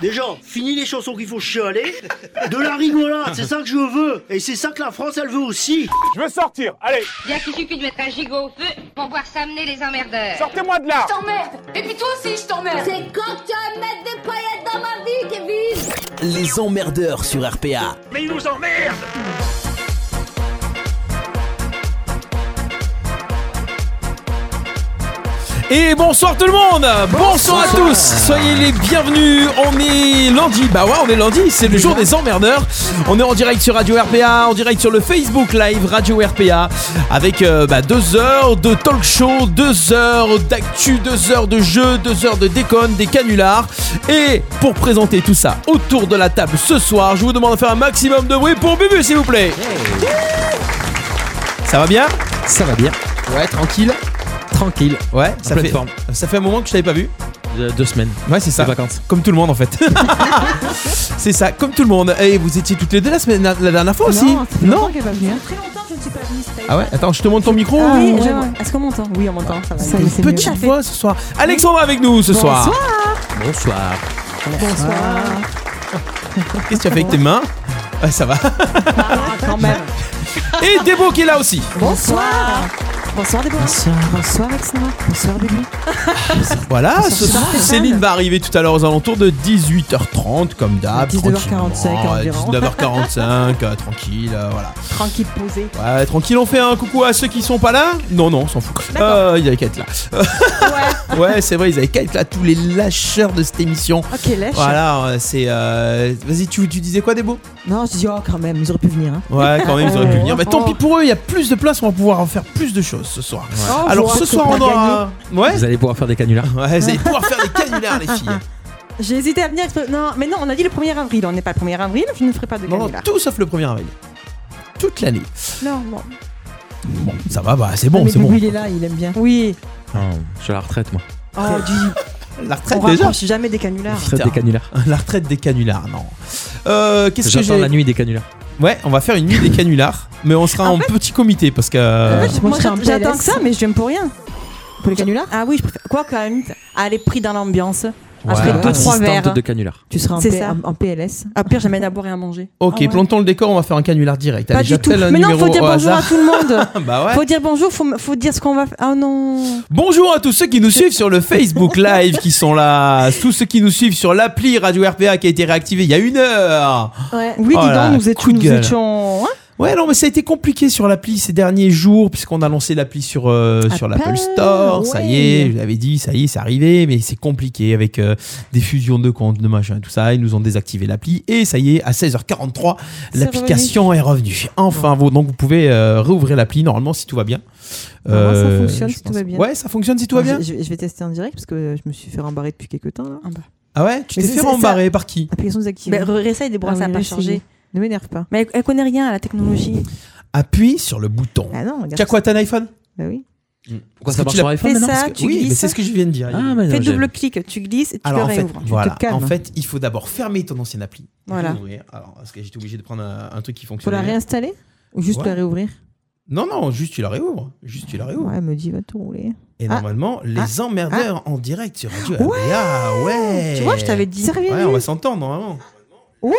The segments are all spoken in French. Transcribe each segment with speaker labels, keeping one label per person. Speaker 1: Déjà, fini les chansons qu'il faut chialer. De la rigolade, c'est ça que je veux. Et c'est ça que la France, elle veut aussi.
Speaker 2: Je veux sortir, allez,
Speaker 3: Bien qu'il suffit de mettre un gigot au feu pour voir s'amener les emmerdeurs.
Speaker 2: sortez-moi de là
Speaker 4: t'emmerde Et puis toi aussi, je t'emmerde
Speaker 5: C'est quand tu vas mettre des paillettes dans ma vie, Kevin
Speaker 6: Les emmerdeurs sur RPA.
Speaker 7: Et bonsoir tout le monde Bonsoir, à tous Soyez les bienvenus On est lundi Bah ouais, on est lundi, c'est le jour des emmerdeurs On est en direct sur Radio RPA, en direct sur le Facebook Live Radio RPA Avec euh, bah, deux heures de talk show, deux heures d'actu, deux heures de jeu, deux heures de déconne, des canulars Et pour présenter tout ça autour de la table ce soir, je vous demande de faire un maximum de bruit pour Bubu s'il vous plaît Ça va bien
Speaker 8: Ça va bien. Ouais, tranquille. Tranquille.
Speaker 7: Ouais, ça
Speaker 8: pleine
Speaker 7: fait,
Speaker 8: forme.
Speaker 7: ça fait un moment que je t'avais pas vu
Speaker 8: De- deux semaines.
Speaker 7: Ouais, c'est ça.
Speaker 8: De vacances.
Speaker 7: Comme tout le monde en fait. c'est ça, comme tout le monde. Et vous étiez toutes les deux la semaine la, la dernière fois aussi Non
Speaker 9: qu'elle va venir.
Speaker 10: Très longtemps que je ne suis pas venue, c'est pas
Speaker 7: Ah ouais, attends, je te montre ton micro.
Speaker 9: Ah
Speaker 10: grave.
Speaker 7: ou-
Speaker 9: ouais,
Speaker 10: Je-
Speaker 9: ouais.
Speaker 10: Est-ce qu'on m'entend Oui, on m'entend, ça va.
Speaker 9: Ça y
Speaker 7: Une
Speaker 9: est, c'est mieux.
Speaker 7: petite voix ce soir. Alexandra avec nous ce soir.
Speaker 8: Bonsoir.
Speaker 9: Bonsoir.
Speaker 7: Qu'est-ce que tu as fait avec tes mains Ouais, ça va.
Speaker 10: Ah, quand même.
Speaker 7: Et Débo qui est là aussi.
Speaker 10: Bonsoir.
Speaker 9: Bonsoir Déborah.
Speaker 8: Bonsoir.
Speaker 9: Bonsoir Alexandra. Bonsoir Bibi.
Speaker 7: Voilà, ce soir,
Speaker 9: Bonsoir, Stéphane.
Speaker 7: Céline va arriver tout à l'heure aux alentours de 18h30, comme d'hab.
Speaker 9: 19h45 environ.
Speaker 7: 19h45, tranquille, euh, voilà.
Speaker 10: Tranquille, posé.
Speaker 7: Ouais, tranquille, on fait un coucou à ceux qui sont pas là Non, non, on s'en fout. Euh, ils avaient qu'à être là. Ouais, c'est vrai, ils avaient qu'à être là, tous les lâcheurs de cette émission.
Speaker 9: Ok, lèche.
Speaker 7: Voilà, euh, c'est. euh, Vas-y, tu, tu disais quoi, Débo
Speaker 9: Non, je dis, oh, quand même, ils auraient pu venir. Hein.
Speaker 7: Ouais, quand même, ils auraient pu
Speaker 9: Oh.
Speaker 7: venir. Mais tant pis pour eux, il y a plus de place, on va pouvoir en faire plus de choses ce soir.
Speaker 9: Oh,
Speaker 7: Alors
Speaker 9: vous
Speaker 7: ce
Speaker 9: ratez
Speaker 7: soir,
Speaker 9: pas
Speaker 7: on aura. Ouais
Speaker 8: Vous allez pouvoir faire des canulars.
Speaker 7: Ouais, vous allez pouvoir faire des canulars, les filles.
Speaker 9: gagné.
Speaker 10: J'ai hésité à venir. parce que- Non, mais non, on a dit le 1er avril. On n'est pas le 1er avril, je ne ferai pas de
Speaker 7: Non, non,
Speaker 10: canular.
Speaker 7: tout sauf le 1er avril. Toute l'année.
Speaker 10: Non, non.
Speaker 7: Bon, ça va, bah, c'est
Speaker 9: Ah,
Speaker 7: bon,
Speaker 9: mais
Speaker 7: c'est
Speaker 9: Bubu,
Speaker 7: bon.
Speaker 9: il est là, il aime bien.
Speaker 10: Oui.
Speaker 8: je suis à la retraite, moi.
Speaker 10: Oh, dis,
Speaker 7: La
Speaker 10: on
Speaker 7: retraite déjà
Speaker 10: rapproche jamais des canulars.
Speaker 8: Retraite
Speaker 7: Putain.
Speaker 8: des canulars.
Speaker 7: La retraite des canulars, non. Euh, Qu'est-ce que
Speaker 8: J'attends
Speaker 7: j'ai
Speaker 8: la nuit des canulars.
Speaker 7: Ouais, on va faire une nuit des canulars, mais on
Speaker 10: Ah,
Speaker 7: sera en, petit comité parce que. euh,
Speaker 9: Ouais.
Speaker 10: Moi,
Speaker 9: Moi, je serais
Speaker 10: j'attends
Speaker 9: en
Speaker 10: j'attends
Speaker 9: PLS.
Speaker 10: que ça, mais je n'aime pour rien.
Speaker 9: Pour les canulars
Speaker 10: Ah oui, je préfère. Quoi, quand même Aller pris dans l'ambiance. Après
Speaker 7: Voilà.
Speaker 10: deux, trois
Speaker 8: Assistante
Speaker 10: verres.
Speaker 8: de canulars.
Speaker 9: Tu seras en,
Speaker 10: C'est
Speaker 9: P-
Speaker 10: ça.
Speaker 9: en, en PLS.
Speaker 10: Ah, pire, j'amène à boire et à manger.
Speaker 7: Ok,
Speaker 9: Ah ouais.
Speaker 7: plantons le décor, on va faire un canular direct.
Speaker 10: Pas
Speaker 7: Allez,
Speaker 10: du tout.
Speaker 7: j'appelle un
Speaker 10: Mais non,
Speaker 7: numéro
Speaker 10: faut dire
Speaker 7: au
Speaker 10: bonjour à
Speaker 7: hasard.
Speaker 10: tout le monde.
Speaker 7: bah ouais.
Speaker 10: Faut dire bonjour, faut, faut dire ce qu'on va faire. Ah non.
Speaker 7: Bonjour à tous ceux qui nous suivent sur le Facebook Live qui sont là, tous ceux qui nous suivent sur l'appli Radio RPA qui a été réactivée il y a une heure.
Speaker 10: Ouais. Oui,
Speaker 7: Oh
Speaker 10: dis
Speaker 7: là,
Speaker 10: donc, nous,
Speaker 7: coup
Speaker 10: étions,
Speaker 7: de
Speaker 10: nous
Speaker 7: gueule.
Speaker 10: étions. hein
Speaker 7: Ouais, non, mais ça a été compliqué sur l'appli ces derniers jours, puisqu'on a lancé l'appli sur, euh, sur l'Apple
Speaker 10: Apple,
Speaker 7: Store. Ça y est,
Speaker 10: ouais.
Speaker 7: je l'avais dit, ça y est, c'est arrivé, mais c'est compliqué avec euh, des fusions de comptes, de machin, tout ça. Ils nous ont désactivé l'appli, et ça y est, à 16h43,
Speaker 10: C'est
Speaker 7: l'application est revenue. Enfin, vous, donc vous pouvez euh, rouvrir l'appli, normalement, si tout va bien. Euh,
Speaker 10: Normalement, ça fonctionne
Speaker 7: je
Speaker 10: si
Speaker 7: pense.
Speaker 10: tout va bien.
Speaker 7: Ouais, ça fonctionne si tout va bien.
Speaker 9: je, je vais tester en direct parce que je me suis fait rembarrer depuis quelques temps. Là.
Speaker 7: Ah ouais, tu t'es
Speaker 9: Mais c'est-
Speaker 7: fait
Speaker 9: c'est-
Speaker 7: rembarrer par qui
Speaker 9: Application désactivée.
Speaker 10: Ben, réessaye des bras,
Speaker 9: Ah
Speaker 10: ça
Speaker 9: oui,
Speaker 10: n'a pas
Speaker 9: là, c'est-
Speaker 10: changé.
Speaker 9: Ne m'énerve pas.
Speaker 10: Mais elle, elle connaît rien à la technologie.
Speaker 7: Appuie sur le bouton.
Speaker 9: Ah non, regarde.
Speaker 7: T'as quoi, t'as un iPhone
Speaker 9: Bah oui.
Speaker 8: Pourquoi
Speaker 7: Parce que
Speaker 8: ça marche
Speaker 7: tu l'as-
Speaker 8: sur iPhone
Speaker 10: Fais
Speaker 8: maintenant
Speaker 10: ça,
Speaker 8: Parce que-
Speaker 10: tu
Speaker 7: Oui,
Speaker 10: glisses.
Speaker 7: mais c'est ce que je viens de dire.
Speaker 8: Ah, mais non,
Speaker 10: Fais
Speaker 8: j'ai-
Speaker 10: double clic, tu glisses et tu
Speaker 7: Alors
Speaker 10: le
Speaker 7: en fait,
Speaker 10: réouvres.
Speaker 7: voilà.
Speaker 9: te calmes.
Speaker 7: en fait, il faut d'abord fermer ton ancienne appli.
Speaker 10: Voilà.
Speaker 7: Pour l'ouvrir. Alors, parce que j'étais obligé de prendre un, un truc qui
Speaker 9: Faut
Speaker 7: fonctionne.
Speaker 9: la réinstaller Ou juste
Speaker 7: Ouais. Bah
Speaker 9: la réouvrir
Speaker 7: Non, non, juste tu la réouvres. Juste tu la réouvres.
Speaker 9: Ouais, elle me dit, va tout rouler.
Speaker 7: Et
Speaker 9: Ah.
Speaker 7: normalement, les emmerdeurs en direct sur Radio RBA. Ouais.
Speaker 10: Tu vois, je t'avais dit.
Speaker 9: Sérieux
Speaker 7: Ouais, on va s'entendre normalement.
Speaker 9: Ouais.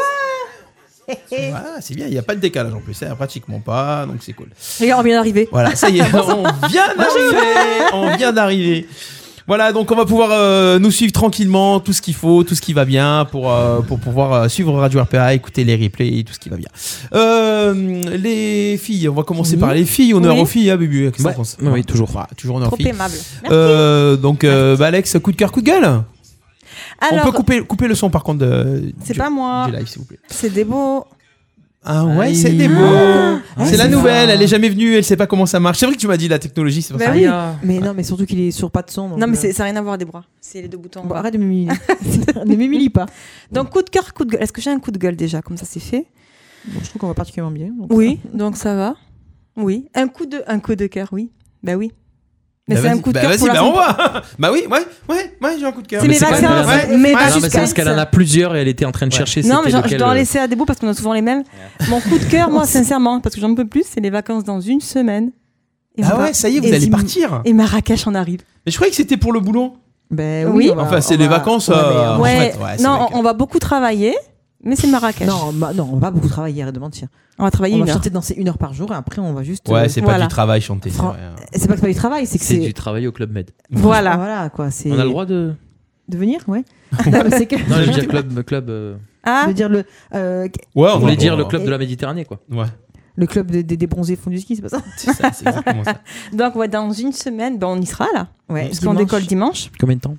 Speaker 7: Voilà, c'est bien, il n'y a pas de décalage en plus, hein, pratiquement pas, donc c'est cool.
Speaker 10: Regarde, on vient d'arriver.
Speaker 7: Voilà, ça y est, on vient d'arriver. On vient d'arriver. Voilà, donc on va pouvoir euh, nous suivre tranquillement, tout ce qu'il faut, tout ce qui va bien pour, euh, pour pouvoir euh, suivre Radio RPA, écouter les replays, tout ce qui va bien. Euh, les filles, on va commencer
Speaker 8: Oui.
Speaker 7: par les filles, honneur
Speaker 10: Oui.
Speaker 7: aux filles, hein, Bubu, qu'est-ce que t'en
Speaker 8: Ouais.
Speaker 7: penses
Speaker 8: Ouais, oui, toujours.
Speaker 7: Voilà, Bah, toujours honneur aux
Speaker 10: Trop
Speaker 7: filles.
Speaker 10: aimable.
Speaker 7: Euh, donc, euh, bah, Alex, coup de cœur, coup de gueule On
Speaker 10: Alors,
Speaker 7: peut couper, couper le son par contre de,
Speaker 10: c'est
Speaker 7: du-
Speaker 10: pas moi,
Speaker 7: du live, s'il vous plaît.
Speaker 10: c'est des beaux.
Speaker 7: Ah ouais, c'est des mots
Speaker 10: Ah,
Speaker 7: C'est la nouvelle, elle est jamais venue, elle sait pas comment ça marche. C'est vrai que tu m'as dit la technologie, c'est pour
Speaker 10: Bah
Speaker 7: ça.
Speaker 10: oui.
Speaker 9: Mais non, mais surtout qu'il est sur pas de son. donc,
Speaker 10: Non, mais
Speaker 9: euh,
Speaker 10: c'est- ça n'a rien à voir des bras. C'est les deux boutons. en
Speaker 9: Bon,
Speaker 10: bas.
Speaker 9: arrête de m'humilier. ne m'humilie pas.
Speaker 10: Donc, coup de cœur, coup de gueule. Est-ce que j'ai un coup de gueule déjà Comme ça, c'est fait.
Speaker 9: Bon, je trouve qu'on va particulièrement bien. donc
Speaker 10: Oui, donc ça va. Oui. Un coup de, un coup de cœur, oui. Bah oui. Mais
Speaker 7: Bah
Speaker 10: c'est
Speaker 7: vas-y,
Speaker 10: un coup de
Speaker 7: bah
Speaker 10: cœur
Speaker 7: vas-y,
Speaker 10: pour la
Speaker 7: bah on
Speaker 10: santé.
Speaker 7: voit. bah oui, ouais, ouais, ouais, j'ai un coup de cœur.
Speaker 10: C'est
Speaker 8: Mais
Speaker 10: mes
Speaker 8: c'est pas
Speaker 10: vacances. bah
Speaker 8: grave.
Speaker 7: Ouais,
Speaker 10: mes
Speaker 7: ouais.
Speaker 8: Ah non, mais c'est
Speaker 10: vacances.
Speaker 8: parce qu'elle en a plusieurs et elle était en train de
Speaker 7: Ouais.
Speaker 8: chercher.
Speaker 10: Non,
Speaker 8: c'était
Speaker 10: mais genre, je
Speaker 8: lequel,
Speaker 10: dois en
Speaker 8: euh,
Speaker 10: laisser à des beaux parce qu'on a souvent les mêmes. Mon coup de cœur, moi, sincèrement, parce que j'en peux plus, c'est les vacances dans une semaine. Et on
Speaker 7: Ah
Speaker 10: part-
Speaker 7: ouais, ça y est, vous
Speaker 10: et
Speaker 7: allez
Speaker 10: Zim-
Speaker 7: partir.
Speaker 10: Et Marrakech en arrive.
Speaker 7: Mais je croyais que c'était pour le boulot.
Speaker 9: Ben oui.
Speaker 10: Eh Oui.
Speaker 9: on va-
Speaker 7: Enfin, c'est
Speaker 9: on
Speaker 7: les
Speaker 9: va-
Speaker 7: vacances,
Speaker 9: on va-
Speaker 7: euh, en
Speaker 9: Ouais.
Speaker 7: fait, ouais, c'est
Speaker 10: non,
Speaker 7: vrai que-
Speaker 10: on, on va beaucoup travailler, mais c'est Marrakech.
Speaker 9: Non, bah, non, on va beaucoup travailler, arrête de mentir.
Speaker 10: On va travailler
Speaker 9: On
Speaker 10: une
Speaker 9: va
Speaker 10: heure.
Speaker 9: chanter, danser une heure par jour et après on va juste. euh,
Speaker 8: Ouais, c'est pas
Speaker 10: Voilà.
Speaker 8: du travail chanté. c'est
Speaker 9: Fran-
Speaker 8: vrai, hein.
Speaker 9: c'est pas que c'est pas du travail, c'est que
Speaker 8: C'est
Speaker 9: c'est.
Speaker 8: du travail au Club Med.
Speaker 9: Ah,
Speaker 10: Voilà.
Speaker 9: Voilà quoi. c'est-
Speaker 8: On a le droit de.
Speaker 9: de venir, ouais. Non, mais c'est que.
Speaker 8: Non, je veux dire club, club. euh,
Speaker 10: Ah,
Speaker 9: de dire le
Speaker 8: Je
Speaker 9: euh,
Speaker 7: Ouais, on
Speaker 8: voulais
Speaker 7: voulait
Speaker 8: dire le club de la Méditerranée, quoi. Ouais,
Speaker 9: le club des, des, des bronzés font du ski, c'est pas ça
Speaker 8: c'est ça, c'est exactement ça.
Speaker 10: donc ouais, dans une semaine, ben, on y sera là.
Speaker 9: Ouais.
Speaker 10: Parce qu'on
Speaker 9: dimanche,
Speaker 10: décolle dimanche.
Speaker 8: Combien de temps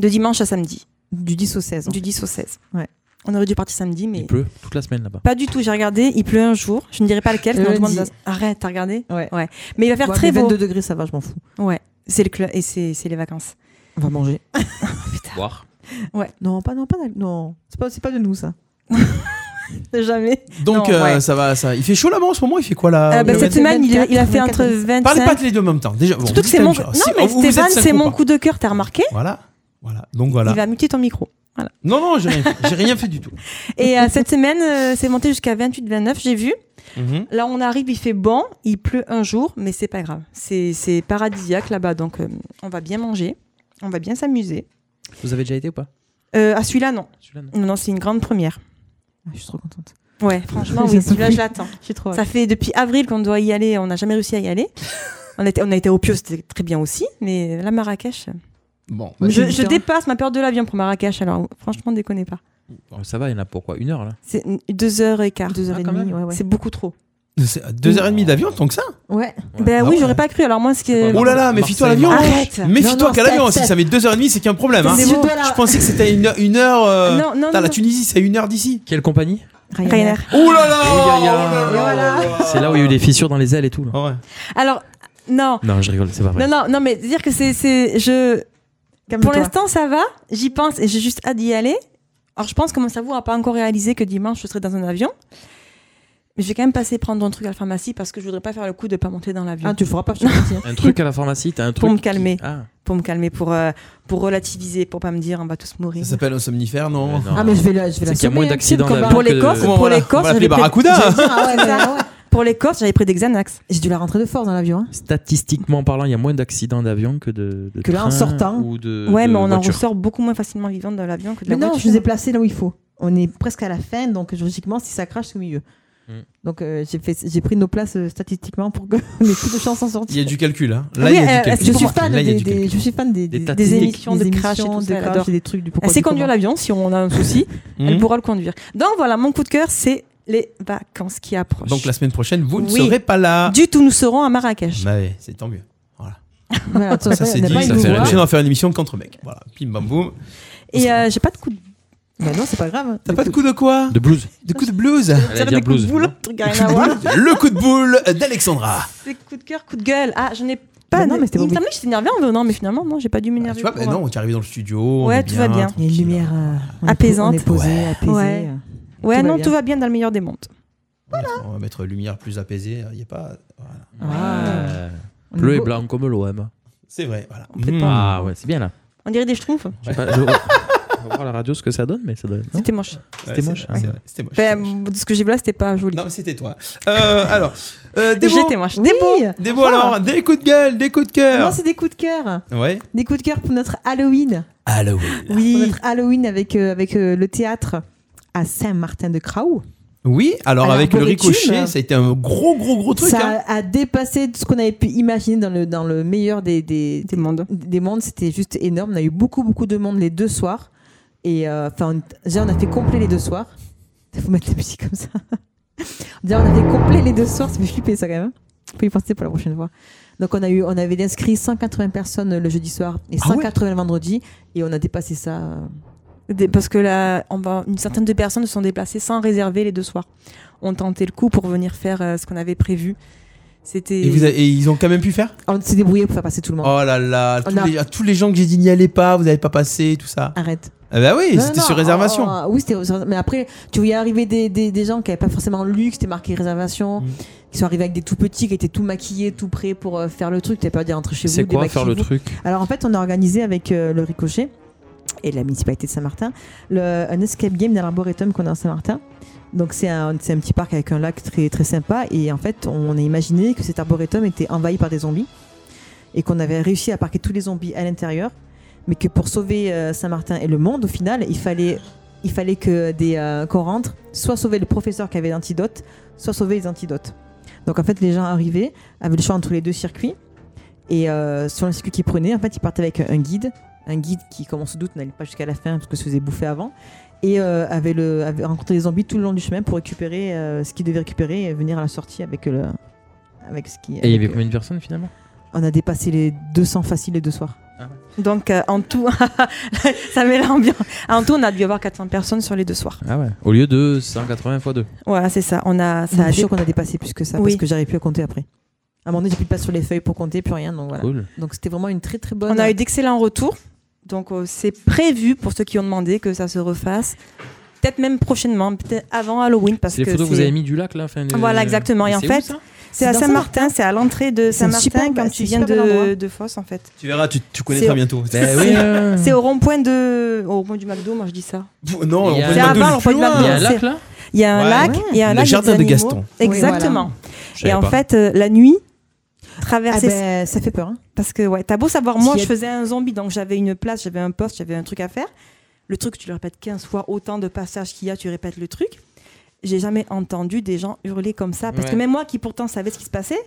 Speaker 10: De dimanche à samedi.
Speaker 9: du 10 au 16. en
Speaker 10: Du
Speaker 9: fait.
Speaker 10: 10 au 16.
Speaker 9: Ouais.
Speaker 10: On aurait dû partir samedi, mais.
Speaker 8: Il pleut toute la semaine là-bas.
Speaker 10: Pas du tout, j'ai regardé, il pleut un jour, je ne dirai pas lequel,
Speaker 9: Le
Speaker 10: sinon tout le monde
Speaker 9: lundi.
Speaker 10: va- Arrête, t'as regardé
Speaker 9: Ouais.
Speaker 10: Mais il va faire
Speaker 9: Ouais,
Speaker 10: très
Speaker 9: mais
Speaker 10: beau.
Speaker 9: 22 degrés, ça va, je m'en fous.
Speaker 10: Ouais, c'est le club et c'est c'est les vacances.
Speaker 9: On va manger.
Speaker 8: Voir.
Speaker 9: Non, pas non, pas d'al- non. C'est pas c'est pas de nous ça.
Speaker 10: Jamais.
Speaker 7: Donc
Speaker 10: Non,
Speaker 7: euh,
Speaker 10: ouais.
Speaker 7: ça va, ça. Il fait chaud là-bas en ce moment. Il fait quoi là
Speaker 10: Euh, bah,
Speaker 7: Mohamed
Speaker 10: cette semaine, il, a- il a fait
Speaker 9: 24,
Speaker 10: entre
Speaker 7: Parlez pas
Speaker 10: 25.
Speaker 7: de les deux en même temps. Déjà, bon,
Speaker 10: Surtout que
Speaker 7: dites
Speaker 10: c'est
Speaker 7: quand
Speaker 10: mon.
Speaker 7: même
Speaker 10: Non,
Speaker 7: ça. Si-
Speaker 10: mais
Speaker 7: vous- vous êtes
Speaker 10: Stéphane,
Speaker 7: cinq
Speaker 10: c'est
Speaker 7: ou
Speaker 10: mon
Speaker 7: pas
Speaker 10: coup de cœur, t'as remarqué
Speaker 7: Voilà, voilà. Donc voilà.
Speaker 10: Il va muter ton micro. Voilà.
Speaker 7: Non, non, j'ai rien, fait. J'ai rien fait du tout.
Speaker 10: Et euh, cette semaine, euh, c'est monté jusqu'à 28-29, j'ai vu.
Speaker 7: Mhm.
Speaker 10: Là, on arrive, il fait bon, il pleut un jour, mais c'est pas grave. C'est c'est paradisiaque là-bas, donc euh, on va bien manger, on va bien s'amuser.
Speaker 8: Vous avez déjà été ou pas
Speaker 10: Euh, à celui-là, non.
Speaker 8: Celui-là, non.
Speaker 10: Non, non, c'est une grande première.
Speaker 9: Ah, je suis trop contente.
Speaker 10: Ouais, franchement,
Speaker 9: J'ai
Speaker 10: oui, celui-là,
Speaker 9: compris.
Speaker 10: je l'attends.
Speaker 9: Je suis trop.
Speaker 10: Ça fait depuis avril qu'on doit y aller, on n'a jamais réussi à y aller. On, était, on a été au Pio, c'était très bien aussi, mais là, Marrakech. euh,
Speaker 7: Bon, bah,
Speaker 9: Oui.
Speaker 10: Je,
Speaker 9: c'est
Speaker 10: je
Speaker 9: différent.
Speaker 10: dépasse ma peur de l'avion pour Marrakech, alors franchement, déconnez pas.
Speaker 8: Bon, Oh, Ça va, il y en a pour quoi Une heure là
Speaker 10: C'est une- deux heures et quart.
Speaker 9: Deux heures
Speaker 8: Ah,
Speaker 9: et
Speaker 8: quand
Speaker 9: demie,
Speaker 8: même.
Speaker 9: ouais, ouais.
Speaker 10: C'est beaucoup trop.
Speaker 7: c'est à deux heures et demie d'avion, tant que ça.
Speaker 9: Ouais.
Speaker 8: Ouais.
Speaker 10: Ben
Speaker 7: Ah
Speaker 10: oui,
Speaker 7: ouais.
Speaker 10: j'aurais pas cru. Alors moi, ce
Speaker 8: C'est
Speaker 10: que.
Speaker 8: pas
Speaker 7: Oh là là,
Speaker 8: Marseille,
Speaker 7: méfie-toi à l'avion.
Speaker 8: Marseille.
Speaker 10: Euh, Arrête
Speaker 9: Non,
Speaker 7: Méfie-toi
Speaker 9: non,
Speaker 7: qu'à l'avion. hein,
Speaker 9: c'est-
Speaker 7: Si ça met deux heures et demie, c'est qu'un problème. hein.
Speaker 9: C'est
Speaker 10: bon.
Speaker 7: Je pensais que c'était une heure, une heure.
Speaker 9: Ah,
Speaker 7: euh,
Speaker 10: Non, non,
Speaker 7: putain,
Speaker 10: non,
Speaker 7: la
Speaker 10: non.
Speaker 7: Tunisie, c'est une heure d'ici.
Speaker 8: Quelle compagnie
Speaker 10: Ryanair.
Speaker 7: Oh là là.
Speaker 8: Et y a- y a-
Speaker 7: oh là là là là.
Speaker 8: C'est là où il y a eu des fissures dans les ailes et tout. là.
Speaker 7: Ah ouais.
Speaker 10: Alors, non.
Speaker 8: Non, je rigole, c'est pas vrai.
Speaker 10: Non, non, non, mais dire que c'est. c'est- Je... Pour l'instant, ça va. J'y pense et j'ai juste hâte d'y aller. Alors, je pense que mon cerveau n'a pas encore réalisé que dimanche, je serai dans un avion. Mais je vais quand même passer prendre un truc à la pharmacie parce que je voudrais pas faire le coup de pas monter dans l'avion.
Speaker 9: Ah, tu le feras pas, je te le dis, hein.
Speaker 8: Un truc à la pharmacie, t'as un truc.
Speaker 10: Pour me calmer.
Speaker 8: Ah,
Speaker 10: Pour me calmer, pour, euh, pour relativiser, pour pas me dire on va tous mourir.
Speaker 7: Ça s'appelle un somnifère,
Speaker 8: mais
Speaker 7: non
Speaker 8: Euh, non.
Speaker 9: Ah, mais je vais la je
Speaker 8: C'est
Speaker 9: vais la
Speaker 8: qu'il y a moins
Speaker 9: semer, hein,
Speaker 8: d'accidents
Speaker 9: comme
Speaker 8: dans
Speaker 9: bah-
Speaker 8: la-
Speaker 10: Pour les
Speaker 8: que-
Speaker 10: Corses,
Speaker 8: Comment
Speaker 10: pour
Speaker 7: voilà,
Speaker 10: les
Speaker 7: on
Speaker 10: Corses,
Speaker 7: va l'appeler
Speaker 10: j'avais pris-
Speaker 7: Barracuda.
Speaker 9: Ah ouais, mais- ah ouais.
Speaker 10: Pour les Corses, j'avais pris des Xanax.
Speaker 9: J'ai dû la rentrer de force dans l'avion. hein.
Speaker 8: Statistiquement parlant, il y a moins d'accidents d'avion que de, de
Speaker 9: Que là, en
Speaker 8: train
Speaker 9: sortant.
Speaker 8: ou de
Speaker 10: Ouais,
Speaker 8: de
Speaker 10: mais on en
Speaker 8: voiture.
Speaker 10: ressort beaucoup moins facilement vivante de l'avion que de
Speaker 9: Mais
Speaker 10: la
Speaker 9: non, je
Speaker 10: voiture.
Speaker 9: vous ai placé là où il faut. On est presque à la fin, donc logiquement, si ça crache, c'est au milieu.
Speaker 8: Mm.
Speaker 9: Donc euh, j'ai fait- j'ai pris nos places euh, statistiquement pour qu'on ait plus de chances en
Speaker 7: Il y a
Speaker 9: sortir.
Speaker 7: du calcul, hein. Là,
Speaker 10: Oui,
Speaker 7: il y a
Speaker 10: euh,
Speaker 7: du calcul.
Speaker 9: Je suis,
Speaker 10: Pour
Speaker 9: fan
Speaker 7: Là, il y a
Speaker 9: des,
Speaker 7: du
Speaker 9: des-
Speaker 7: calcul.
Speaker 9: je suis fan des,
Speaker 8: Des
Speaker 9: des-
Speaker 8: statistiques.
Speaker 9: des
Speaker 10: émissions de crash et tout
Speaker 9: émissions de
Speaker 10: ça, elle
Speaker 9: crash
Speaker 10: adore.
Speaker 9: et des trucs du pourquoi
Speaker 10: Elle sait
Speaker 9: du comment.
Speaker 10: conduire l'avion si on a un souci. Elle
Speaker 7: Mhm.
Speaker 10: pourra le conduire. Donc voilà, mon coup de cœur, c'est les vacances qui approchent.
Speaker 7: Donc la semaine prochaine, vous ne
Speaker 10: Oui.
Speaker 7: serez pas là.
Speaker 10: Du tout, nous serons à Marrakech.
Speaker 7: Bah ouais, c'est tant mieux. Voilà.
Speaker 9: Voilà, tu vois,
Speaker 7: Ça c'est
Speaker 9: on n'a
Speaker 7: dit,
Speaker 9: pas
Speaker 7: ça
Speaker 9: une
Speaker 8: fait
Speaker 7: fait
Speaker 9: voix.
Speaker 8: rien.
Speaker 7: la chaîne va faire une émission contre mec. Voilà, pim bam boum.
Speaker 10: Et euh, j'ai pas de coup de.
Speaker 9: Bah non, c'est pas grave.
Speaker 7: T'as pas de coup de quoi
Speaker 8: De blues.
Speaker 7: De coup de blues
Speaker 8: Allez, dire blues. non
Speaker 10: truc à rien à voir.
Speaker 7: Le coup de boule d'Alexandra.
Speaker 10: C'est coup de cœur, coup de gueule. Ah, je n'ai pas.
Speaker 9: Bah non,
Speaker 10: de-
Speaker 9: mais c'était
Speaker 10: Il me
Speaker 9: pas
Speaker 10: semblait que j'étais énervée en venant, mais finalement, non, j'ai pas dû
Speaker 7: Ah,
Speaker 10: m'énerver.
Speaker 7: tu vois,
Speaker 10: pour,
Speaker 7: bah non, tu es arrivé dans le studio. on
Speaker 10: Ouais,
Speaker 7: est
Speaker 10: tout va bien.
Speaker 9: Il y a une
Speaker 7: tranquille.
Speaker 9: lumière euh, on est-
Speaker 10: Apaisante.
Speaker 9: On est posé,
Speaker 7: Ouais.
Speaker 9: apaisé.
Speaker 10: Ouais.
Speaker 9: euh.
Speaker 10: euh, Ouais,
Speaker 9: tout va
Speaker 10: non,
Speaker 9: bien.
Speaker 10: tout va bien dans le meilleur des mondes.
Speaker 7: On va mettre- On va mettre lumière plus apaisée. Il y a pas. voilà.
Speaker 9: Ah.
Speaker 8: Euh,
Speaker 9: On est
Speaker 8: Bleu et
Speaker 9: beau.
Speaker 8: blanc comme l'OM.
Speaker 7: C'est vrai. Voilà.
Speaker 10: On fait
Speaker 7: Mm.
Speaker 10: pas.
Speaker 8: Ah ouais, c'est bien là.
Speaker 10: On dirait des schtroumpfs.
Speaker 8: Je sais pas, je- On va voir à la radio ce que ça donne, mais ça donne. non
Speaker 10: C'était moche.
Speaker 7: Ouais,
Speaker 8: C'était
Speaker 7: c'est
Speaker 8: moche,
Speaker 7: vrai,
Speaker 8: hein.
Speaker 7: c'est vrai, C'était moche.
Speaker 10: Enfin,
Speaker 7: c'était moche.
Speaker 10: Ben, de ce que j'ai vu là, c'était pas joli.
Speaker 7: Non, mais c'était toi. Euh, alors, euh, des mots.
Speaker 10: J'étais moche.
Speaker 9: Oui.
Speaker 7: Des mots alors. Des coups de gueule, des coups de
Speaker 9: Non,
Speaker 7: cœur.
Speaker 9: c'est des coups de cœur.
Speaker 7: Ouais.
Speaker 9: Des coups de cœur pour notre Halloween.
Speaker 7: Halloween.
Speaker 9: Pour notre Halloween avec, euh, avec euh, le théâtre à Saint-Martin-de-Crau.
Speaker 7: Oui, alors,
Speaker 9: Alors,
Speaker 7: avec le
Speaker 9: Borétum,
Speaker 7: ricochet, ça a été un gros, gros, gros truc. hein.
Speaker 9: Ça a dépassé tout ce qu'on avait pu imaginer dans le, dans le meilleur des, des,
Speaker 10: Des mondes.
Speaker 9: des mondes. C'était juste énorme. On a eu beaucoup, beaucoup de monde les deux soirs. Et euh, enfin, on- déjà, on a fait complet les deux soirs. Faut mettre la musique comme ça. déjà, on a fait complet les deux soirs. Ça fait flipper, ça, quand même. hein. Faut y penser pour la prochaine fois. Donc, on, a eu, on avait inscrit 180 personnes le jeudi soir et
Speaker 7: Ah ouais
Speaker 9: 180 le vendredi. Et on a dépassé ça. euh,
Speaker 10: Des- parce que là, on va, une certaine de personnes se sont déplacées sans réserver les deux soirs. On tentait le coup pour venir faire euh, ce qu'on avait prévu. C'était.
Speaker 7: Et, vous avez- et ils ont quand même pu faire
Speaker 9: On s'est débrouillé pour faire passer tout le monde.
Speaker 7: Oh là là,
Speaker 9: On
Speaker 7: tous,
Speaker 9: a-
Speaker 7: les, à tous les gens que j'ai dit n'y allez pas, vous n'avez pas passé, tout ça.
Speaker 9: Arrête.
Speaker 7: Ah bah oui,
Speaker 9: Non,
Speaker 7: c'était
Speaker 9: non,
Speaker 7: sur
Speaker 9: non,
Speaker 7: réservation.
Speaker 9: ah, ah, oui, c'était sur- mais après, tu voyais arriver des, des, des gens qui n'avaient pas forcément lu, que c'était marqué réservation,
Speaker 7: Mm.
Speaker 9: qui sont arrivés avec des tout petits, qui étaient tout maquillés, tout prêts pour euh, faire le truc. T'avais pas dit rentrer chez vous.
Speaker 8: C'est quoi faire le
Speaker 9: démaquillez-vous.
Speaker 8: truc
Speaker 9: Alors en fait, on a organisé avec euh, le Ricochet et la municipalité de Saint-Martin le- un escape game dans l'arboretum qu'on a à Saint-Martin. Donc c'est un, c'est un petit parc avec un lac très, très sympa et en fait on a imaginé que cet arboretum était envahi par des zombies et qu'on avait réussi à parquer tous les zombies à l'intérieur. mais que pour sauver euh, Saint-Martin et le monde, au final, il fallait, il fallait que des euh, qu'on rentre, soit sauver le professeur qui avait l'antidote, soit sauver les antidotes. Donc en fait, les gens arrivaient, avaient le choix entre les deux circuits, et euh, sur le circuit qu'ils prenaient, en fait, ils partaient avec un guide, un guide qui, comme on se doute, n'allait pas jusqu'à la fin parce que se faisait bouffer avant, et euh, avait, le, avait rencontré des zombies tout le long du chemin pour récupérer euh, ce qu'ils devaient récupérer et venir à la sortie avec le, avec ce qui.
Speaker 8: Et il y
Speaker 9: avec- euh,
Speaker 8: avait combien de personnes finalement
Speaker 9: on a dépassé les 200 faciles les deux soirs.
Speaker 8: Ah
Speaker 7: Ah
Speaker 10: Donc euh, en tout, ça met l'ambiance. En tout, on a dû avoir 400 personnes sur les deux soirs.
Speaker 8: Ah ouais. Au lieu de 180 x 2.
Speaker 10: Voilà, c'est ça. On a,
Speaker 9: Ça
Speaker 10: ça
Speaker 9: je
Speaker 10: a
Speaker 9: suis
Speaker 10: dé-
Speaker 9: sûr qu'on a dépassé plus que ça
Speaker 10: Oui.
Speaker 9: parce que j'arrive plus à compter après. À un moment donné, j'ai plus de place sur les feuilles pour compter, plus rien. Donc voilà.
Speaker 8: Cool.
Speaker 9: Donc c'était vraiment une très très bonne.
Speaker 10: on a eu d'excellents retours. Donc euh, c'est prévu pour ceux qui ont demandé que ça se refasse. Peut-être même prochainement, peut-être avant Halloween, parce
Speaker 8: C'est
Speaker 10: que
Speaker 8: les photos que vous
Speaker 10: c'est-
Speaker 8: avez mis du lac là. enfin, le-
Speaker 10: Voilà, exactement. Et
Speaker 8: Mais
Speaker 10: en
Speaker 8: c'est
Speaker 10: fait-
Speaker 8: où, ça
Speaker 10: c'est à
Speaker 9: dans
Speaker 10: Saint-Martin, c'est à l'entrée de
Speaker 9: C'est un super
Speaker 10: Saint-Martin
Speaker 9: bel-
Speaker 10: quand
Speaker 9: c'est
Speaker 10: tu viens
Speaker 9: super bel endroit.
Speaker 10: de, de Fosse, en fait.
Speaker 7: Tu verras, tu, tu connaîtras
Speaker 10: C'est-
Speaker 7: bientôt.
Speaker 8: Ben oui. euh.
Speaker 10: C'est au rond-point de, au rond du McDo, moi je dis ça.
Speaker 7: Pff, Non, on
Speaker 8: Il y a-
Speaker 7: peut
Speaker 8: C'est
Speaker 7: le
Speaker 8: à
Speaker 7: McDo
Speaker 10: Val,
Speaker 7: le
Speaker 10: on
Speaker 7: plus
Speaker 10: peut le
Speaker 7: loin.
Speaker 8: Il y a un
Speaker 10: c'est-
Speaker 8: lac là
Speaker 10: Il y a un
Speaker 7: Ouais.
Speaker 10: lac, il y a un
Speaker 7: Le
Speaker 10: lac. il y a
Speaker 7: jardin
Speaker 10: des
Speaker 7: de
Speaker 10: animaux.
Speaker 7: Gaston.
Speaker 10: Exactement.
Speaker 8: Je
Speaker 10: Et
Speaker 8: savais
Speaker 10: en
Speaker 8: pas.
Speaker 10: fait, euh, la nuit,
Speaker 9: Ah
Speaker 10: traverser
Speaker 9: ben, ça fait peur. hein.
Speaker 10: Parce que, ouais, t'as beau savoir, moi,
Speaker 9: S'il y
Speaker 10: je
Speaker 9: a-
Speaker 10: faisais un zombie, donc j'avais une place, j'avais un poste, j'avais un truc à faire. Le truc, tu le répètes 15 fois, autant de passages qu'il y a, tu répètes le truc. J'ai jamais entendu des gens hurler comme ça. Parce
Speaker 8: Ouais.
Speaker 10: que même moi, qui pourtant savais ce qui se passait,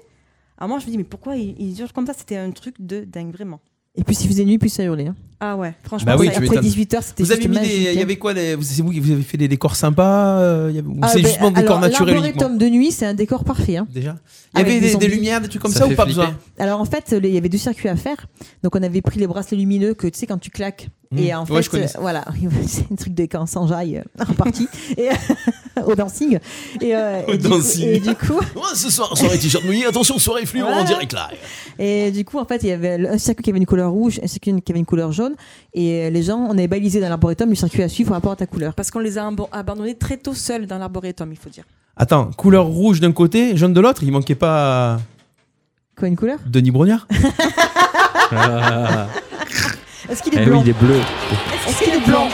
Speaker 10: alors moi, je me dis, mais pourquoi ils, ils hurlent comme ça C'était un truc de dingue, vraiment.
Speaker 9: Et puis s'il faisait nuit, plus ça hurlait. hein.
Speaker 10: Ah ouais, franchement.
Speaker 7: Bah oui,
Speaker 10: ça-
Speaker 7: tu
Speaker 9: Après
Speaker 7: m'étonnes.
Speaker 9: 18h, c'était
Speaker 7: Vous avez
Speaker 9: juste
Speaker 7: mis des.
Speaker 9: magique,
Speaker 7: Il y
Speaker 9: hein.
Speaker 7: avait quoi les- vous- C'est vous qui vous avez fait des décors sympas euh, il y avait- Ou
Speaker 9: Ah,
Speaker 7: c'est
Speaker 9: ben,
Speaker 7: justement des décors
Speaker 9: alors,
Speaker 7: naturels uniquement
Speaker 9: L'arboretum de nuit, c'est un décor parfait. hein.
Speaker 7: Déjà Il y
Speaker 9: Avec
Speaker 7: avait
Speaker 9: des
Speaker 7: des, des
Speaker 9: zombies.
Speaker 7: lumières, des trucs comme
Speaker 8: Ça
Speaker 7: ça, ou
Speaker 8: fait
Speaker 7: pas
Speaker 8: flipper.
Speaker 7: besoin
Speaker 9: Alors en fait, les- il y avait deux circuits à faire. Donc on avait pris les bracelets lumineux que tu sais quand tu claques.
Speaker 7: Mmh.
Speaker 9: Et en fait,
Speaker 7: Ouais, je connais
Speaker 9: euh,
Speaker 7: ça.
Speaker 9: voilà, c'est un truc de quand on s'enjaille euh, en partie et, euh, au dancing. Et, euh,
Speaker 7: Au
Speaker 9: et du coup-
Speaker 7: dancing.
Speaker 9: et du coup,
Speaker 7: Ouais, ce soir, soirée t-shirt mouillé, attention, soirée fluo,
Speaker 9: Voilà.
Speaker 7: en direct là.
Speaker 9: Et du coup, en fait, il y avait le- un circuit qui avait une couleur rouge, un circuit qui avait une couleur jaune. Et euh, les gens, on avait balisé dans l'arboretum le circuit à suivre par rapport à ta couleur.
Speaker 10: Parce qu'on les a abo- abandonnés très tôt seuls dans l'arboretum, il faut dire.
Speaker 7: Attends, couleur rouge d'un côté, jaune de l'autre, il manquait pas
Speaker 9: Quoi, une couleur
Speaker 7: Denis Brognard
Speaker 8: Ah.
Speaker 9: Est-ce qu'il
Speaker 8: Eh
Speaker 9: est
Speaker 8: oui,
Speaker 9: blanc
Speaker 8: il est bleu.
Speaker 9: Est-ce qu'il est blanc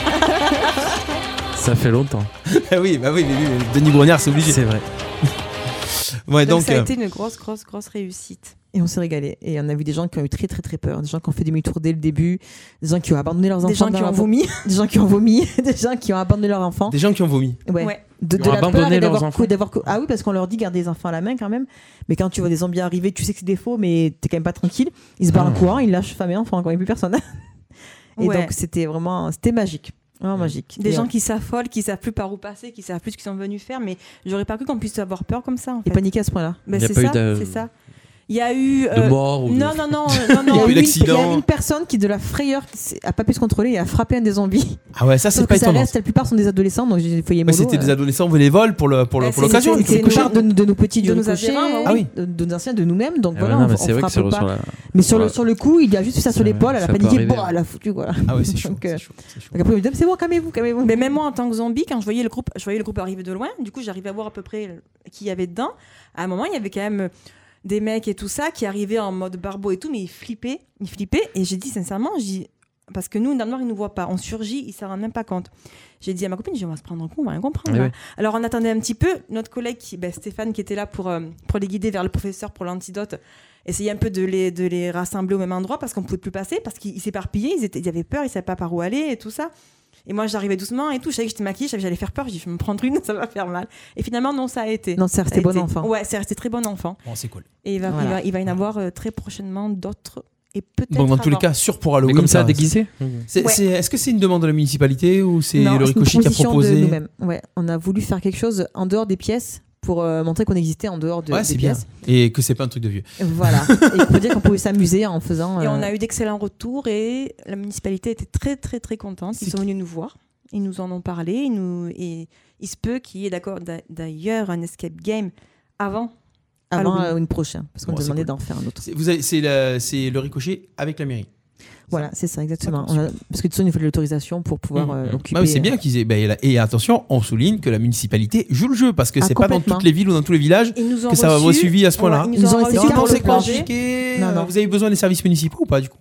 Speaker 8: Ça fait longtemps.
Speaker 7: Ah oui, bah oui, mais oui, mais Denis Brognard, c'est obligé.
Speaker 8: C'est vrai.
Speaker 7: Ouais,
Speaker 10: donc,
Speaker 7: donc,
Speaker 10: ça a
Speaker 7: euh,
Speaker 10: été une grosse, grosse, grosse réussite.
Speaker 9: Et on s'est régalé. Et on a vu des gens qui ont eu très, très, très peur. Des gens qui ont fait demi-tour dès le début. Des gens qui ont abandonné leurs enfants.
Speaker 10: Des gens
Speaker 9: dans
Speaker 10: qui ont
Speaker 9: l'arbre-
Speaker 10: vomi.
Speaker 9: Des gens qui ont vomi. Des gens qui ont abandonné leurs enfants.
Speaker 7: des gens qui ont vomi.
Speaker 9: Ouais.
Speaker 10: Ouais.
Speaker 9: De,
Speaker 8: Ils
Speaker 9: de
Speaker 8: ont
Speaker 9: la peur
Speaker 8: abandonné
Speaker 9: et d'avoir
Speaker 8: leurs
Speaker 9: cou-
Speaker 8: enfants.
Speaker 9: d'avoir cou- Ah oui, parce qu'on leur dit garder les enfants à la main quand même. Mais quand tu vois des zombies arriver, tu sais que c'est des faux, mais t'es quand même pas tranquille. Ils se barrent
Speaker 7: Ah.
Speaker 9: en courant, ils lâchent femme et enfant, quand il n'y a plus personne. Et
Speaker 10: Ouais.
Speaker 9: donc c'était vraiment, c'était magique, vraiment magique.
Speaker 10: Des
Speaker 9: Et,
Speaker 10: gens
Speaker 9: euh,
Speaker 10: qui s'affolent, qui savent plus par où passer, qui savent plus ce qu'ils sont venus faire, mais j'aurais pas cru qu'on puisse avoir peur comme ça. En
Speaker 9: et
Speaker 10: fait.
Speaker 9: paniquer à ce point-là.
Speaker 10: Ben,
Speaker 8: Il y a
Speaker 10: c'est
Speaker 8: pas eu
Speaker 10: ça,
Speaker 8: de-
Speaker 10: c'est ça. Il y a eu.
Speaker 8: De
Speaker 10: euh,
Speaker 8: mort ou de-
Speaker 10: Non, non, non, euh, non,
Speaker 9: Il y
Speaker 10: non.
Speaker 7: eu
Speaker 9: a eu une, il y a
Speaker 7: l'accident.
Speaker 9: une personne qui de la frayeur qui s'est- a pas pu se contrôler et a frappé un des zombies.
Speaker 7: Ah ouais, ça, c'est
Speaker 9: Sauf
Speaker 7: pas
Speaker 9: que ça
Speaker 7: étonnant.
Speaker 9: reste, la plupart sont des adolescents, donc j'ai foyé
Speaker 7: Ouais,
Speaker 9: mollo.
Speaker 7: C'était
Speaker 9: euh, Ah,
Speaker 7: des adolescents, on voulait les vols pour le- pour le-
Speaker 10: Ouais,
Speaker 7: pour l'occasion.
Speaker 10: c'est-
Speaker 7: ils
Speaker 9: c'est
Speaker 7: étaient
Speaker 9: une
Speaker 10: c'est-
Speaker 7: cochons.
Speaker 9: part de, de nos petits,
Speaker 10: De
Speaker 9: du
Speaker 10: nos
Speaker 9: ricochet,
Speaker 10: adhérents, ah
Speaker 7: oui.
Speaker 9: de, de nos anciens, de nous-mêmes. Donc
Speaker 8: Ah
Speaker 9: voilà,
Speaker 8: ouais, non,
Speaker 9: on,
Speaker 8: mais
Speaker 9: on
Speaker 8: c'est vrai que
Speaker 9: frappe
Speaker 8: c'est
Speaker 9: pas.
Speaker 8: sur la-
Speaker 9: Mais sur,
Speaker 8: sur
Speaker 9: le,
Speaker 8: la-
Speaker 9: sur le coup, il a juste fait ça sur
Speaker 8: Ouais,
Speaker 9: l'épaule, elle
Speaker 8: ça
Speaker 9: a
Speaker 8: peut
Speaker 9: paniqué,
Speaker 8: arriver,
Speaker 9: bon,
Speaker 8: hein.
Speaker 9: elle a foutu quoi.
Speaker 7: Ah ouais, c'est chaud.
Speaker 9: Donc, euh,
Speaker 7: c'est chaud, c'est chaud.
Speaker 9: Donc après, il me dit, c'est bon, calmez-vous, calmez-vous.
Speaker 10: Mais même moi, en tant que zombie, quand je voyais le groupe, je voyais le groupe arriver de loin, du coup, j'arrivais à voir à peu près le- qui il y avait dedans. À un moment, il y avait quand même euh, des mecs et tout ça qui arrivaient en mode barbeau et tout, mais ils flippaient, ils flippaient. Et j'ai dit sincèrement, j'ai parce que nous, dans le noir, ils nous voient pas. On surgit, ils s'en rendent même pas compte. J'ai dit à ma copine, j'ai dit, on va se prendre un coup, on va rien comprendre.
Speaker 7: Eh
Speaker 8: Ouais,
Speaker 10: là.
Speaker 8: ouais.
Speaker 10: Alors on attendait un petit peu. Notre collègue, qui- ben, Stéphane, qui était là pour, euh, pour les guider vers le professeur pour l'antidote, essayait un peu de les, de les rassembler au même endroit parce qu'on pouvait plus passer, parce qu'ils ils s'éparpillaient, ils, étaient- ils avaient peur, ils savaient pas par où aller et tout ça. Et moi, j'arrivais doucement et tout. Je savais que j'étais maquillée, je savais que j'allais faire peur. J'ai dit, je vais me prendre une, ça va faire mal. Et finalement, non, ça a été.
Speaker 9: Non, c'est
Speaker 10: Ça a
Speaker 9: resté bon
Speaker 10: été.
Speaker 9: enfant.
Speaker 10: Ouais, c'est resté très bon enfant.
Speaker 7: Bon, c'est cool.
Speaker 10: Et il va,
Speaker 9: Voilà.
Speaker 10: il va, il va y en avoir euh, très prochainement d'autres. Et peut-être.
Speaker 7: Donc, dans tous les
Speaker 10: avant.
Speaker 7: cas, sûr pour
Speaker 8: Mais
Speaker 7: Halloween.
Speaker 8: comme ça,
Speaker 7: ça,
Speaker 8: déguisé
Speaker 7: c'est-
Speaker 10: Ouais.
Speaker 7: c'est- Est-ce que c'est une demande de la municipalité ou c'est
Speaker 9: Non,
Speaker 7: le
Speaker 9: c'est une
Speaker 7: Ricochet qui a
Speaker 9: proposition de
Speaker 7: proposé
Speaker 9: nous-mêmes. Ouais, on a voulu faire quelque chose en dehors des pièces pour euh, montrer qu'on existait en dehors de,
Speaker 7: Ouais,
Speaker 9: des
Speaker 7: c'est bien.
Speaker 9: pièces.
Speaker 7: Et que c'est pas un truc de vieux.
Speaker 9: Voilà. et on peut dire qu'on pouvait s'amuser en faisant.
Speaker 10: Et on
Speaker 9: euh,
Speaker 10: a eu d'excellents retours et la municipalité était très très très contente. Ils
Speaker 7: C'est
Speaker 10: sont venus nous voir, ils nous en ont parlé, ils nous et il se peut qu'il y ait d'accord d'a- d'ailleurs un escape game avant.
Speaker 9: avant
Speaker 10: Halloween.
Speaker 9: euh, une prochaine, parce qu'on
Speaker 7: Bon,
Speaker 9: nous
Speaker 7: c'est
Speaker 9: demandait
Speaker 7: cool.
Speaker 9: d'en faire un autre.
Speaker 7: C'est vous avez- c'est la- c'est le Ricochet avec la mairie.
Speaker 9: Voilà, c'est ça, exactement. On a- Parce que de toute façon, il faut de l'autorisation
Speaker 8: Mmh.
Speaker 9: pour
Speaker 10: Mm.
Speaker 9: pouvoir euh,
Speaker 7: Mhm.
Speaker 9: occuper.
Speaker 7: Ah oui, c'est bien qu'ils aient. bah, et la- et attention, on souligne que la municipalité joue le jeu parce que
Speaker 9: Ah,
Speaker 7: c'est pas dans
Speaker 9: complètement.
Speaker 7: toutes les villes ou dans tous les villages
Speaker 10: Ils nous ont
Speaker 7: que ça va
Speaker 10: reçus.
Speaker 7: avoir suivi à ce point-là.
Speaker 10: Ouais,
Speaker 9: Ils
Speaker 10: Ils nous ont
Speaker 9: ont resté
Speaker 10: reçus
Speaker 9: quatre
Speaker 10: pour
Speaker 9: jours
Speaker 10: le
Speaker 9: de congé.
Speaker 10: projet.
Speaker 9: Non, non.
Speaker 7: Vous avez besoin des services municipaux ou pas du coup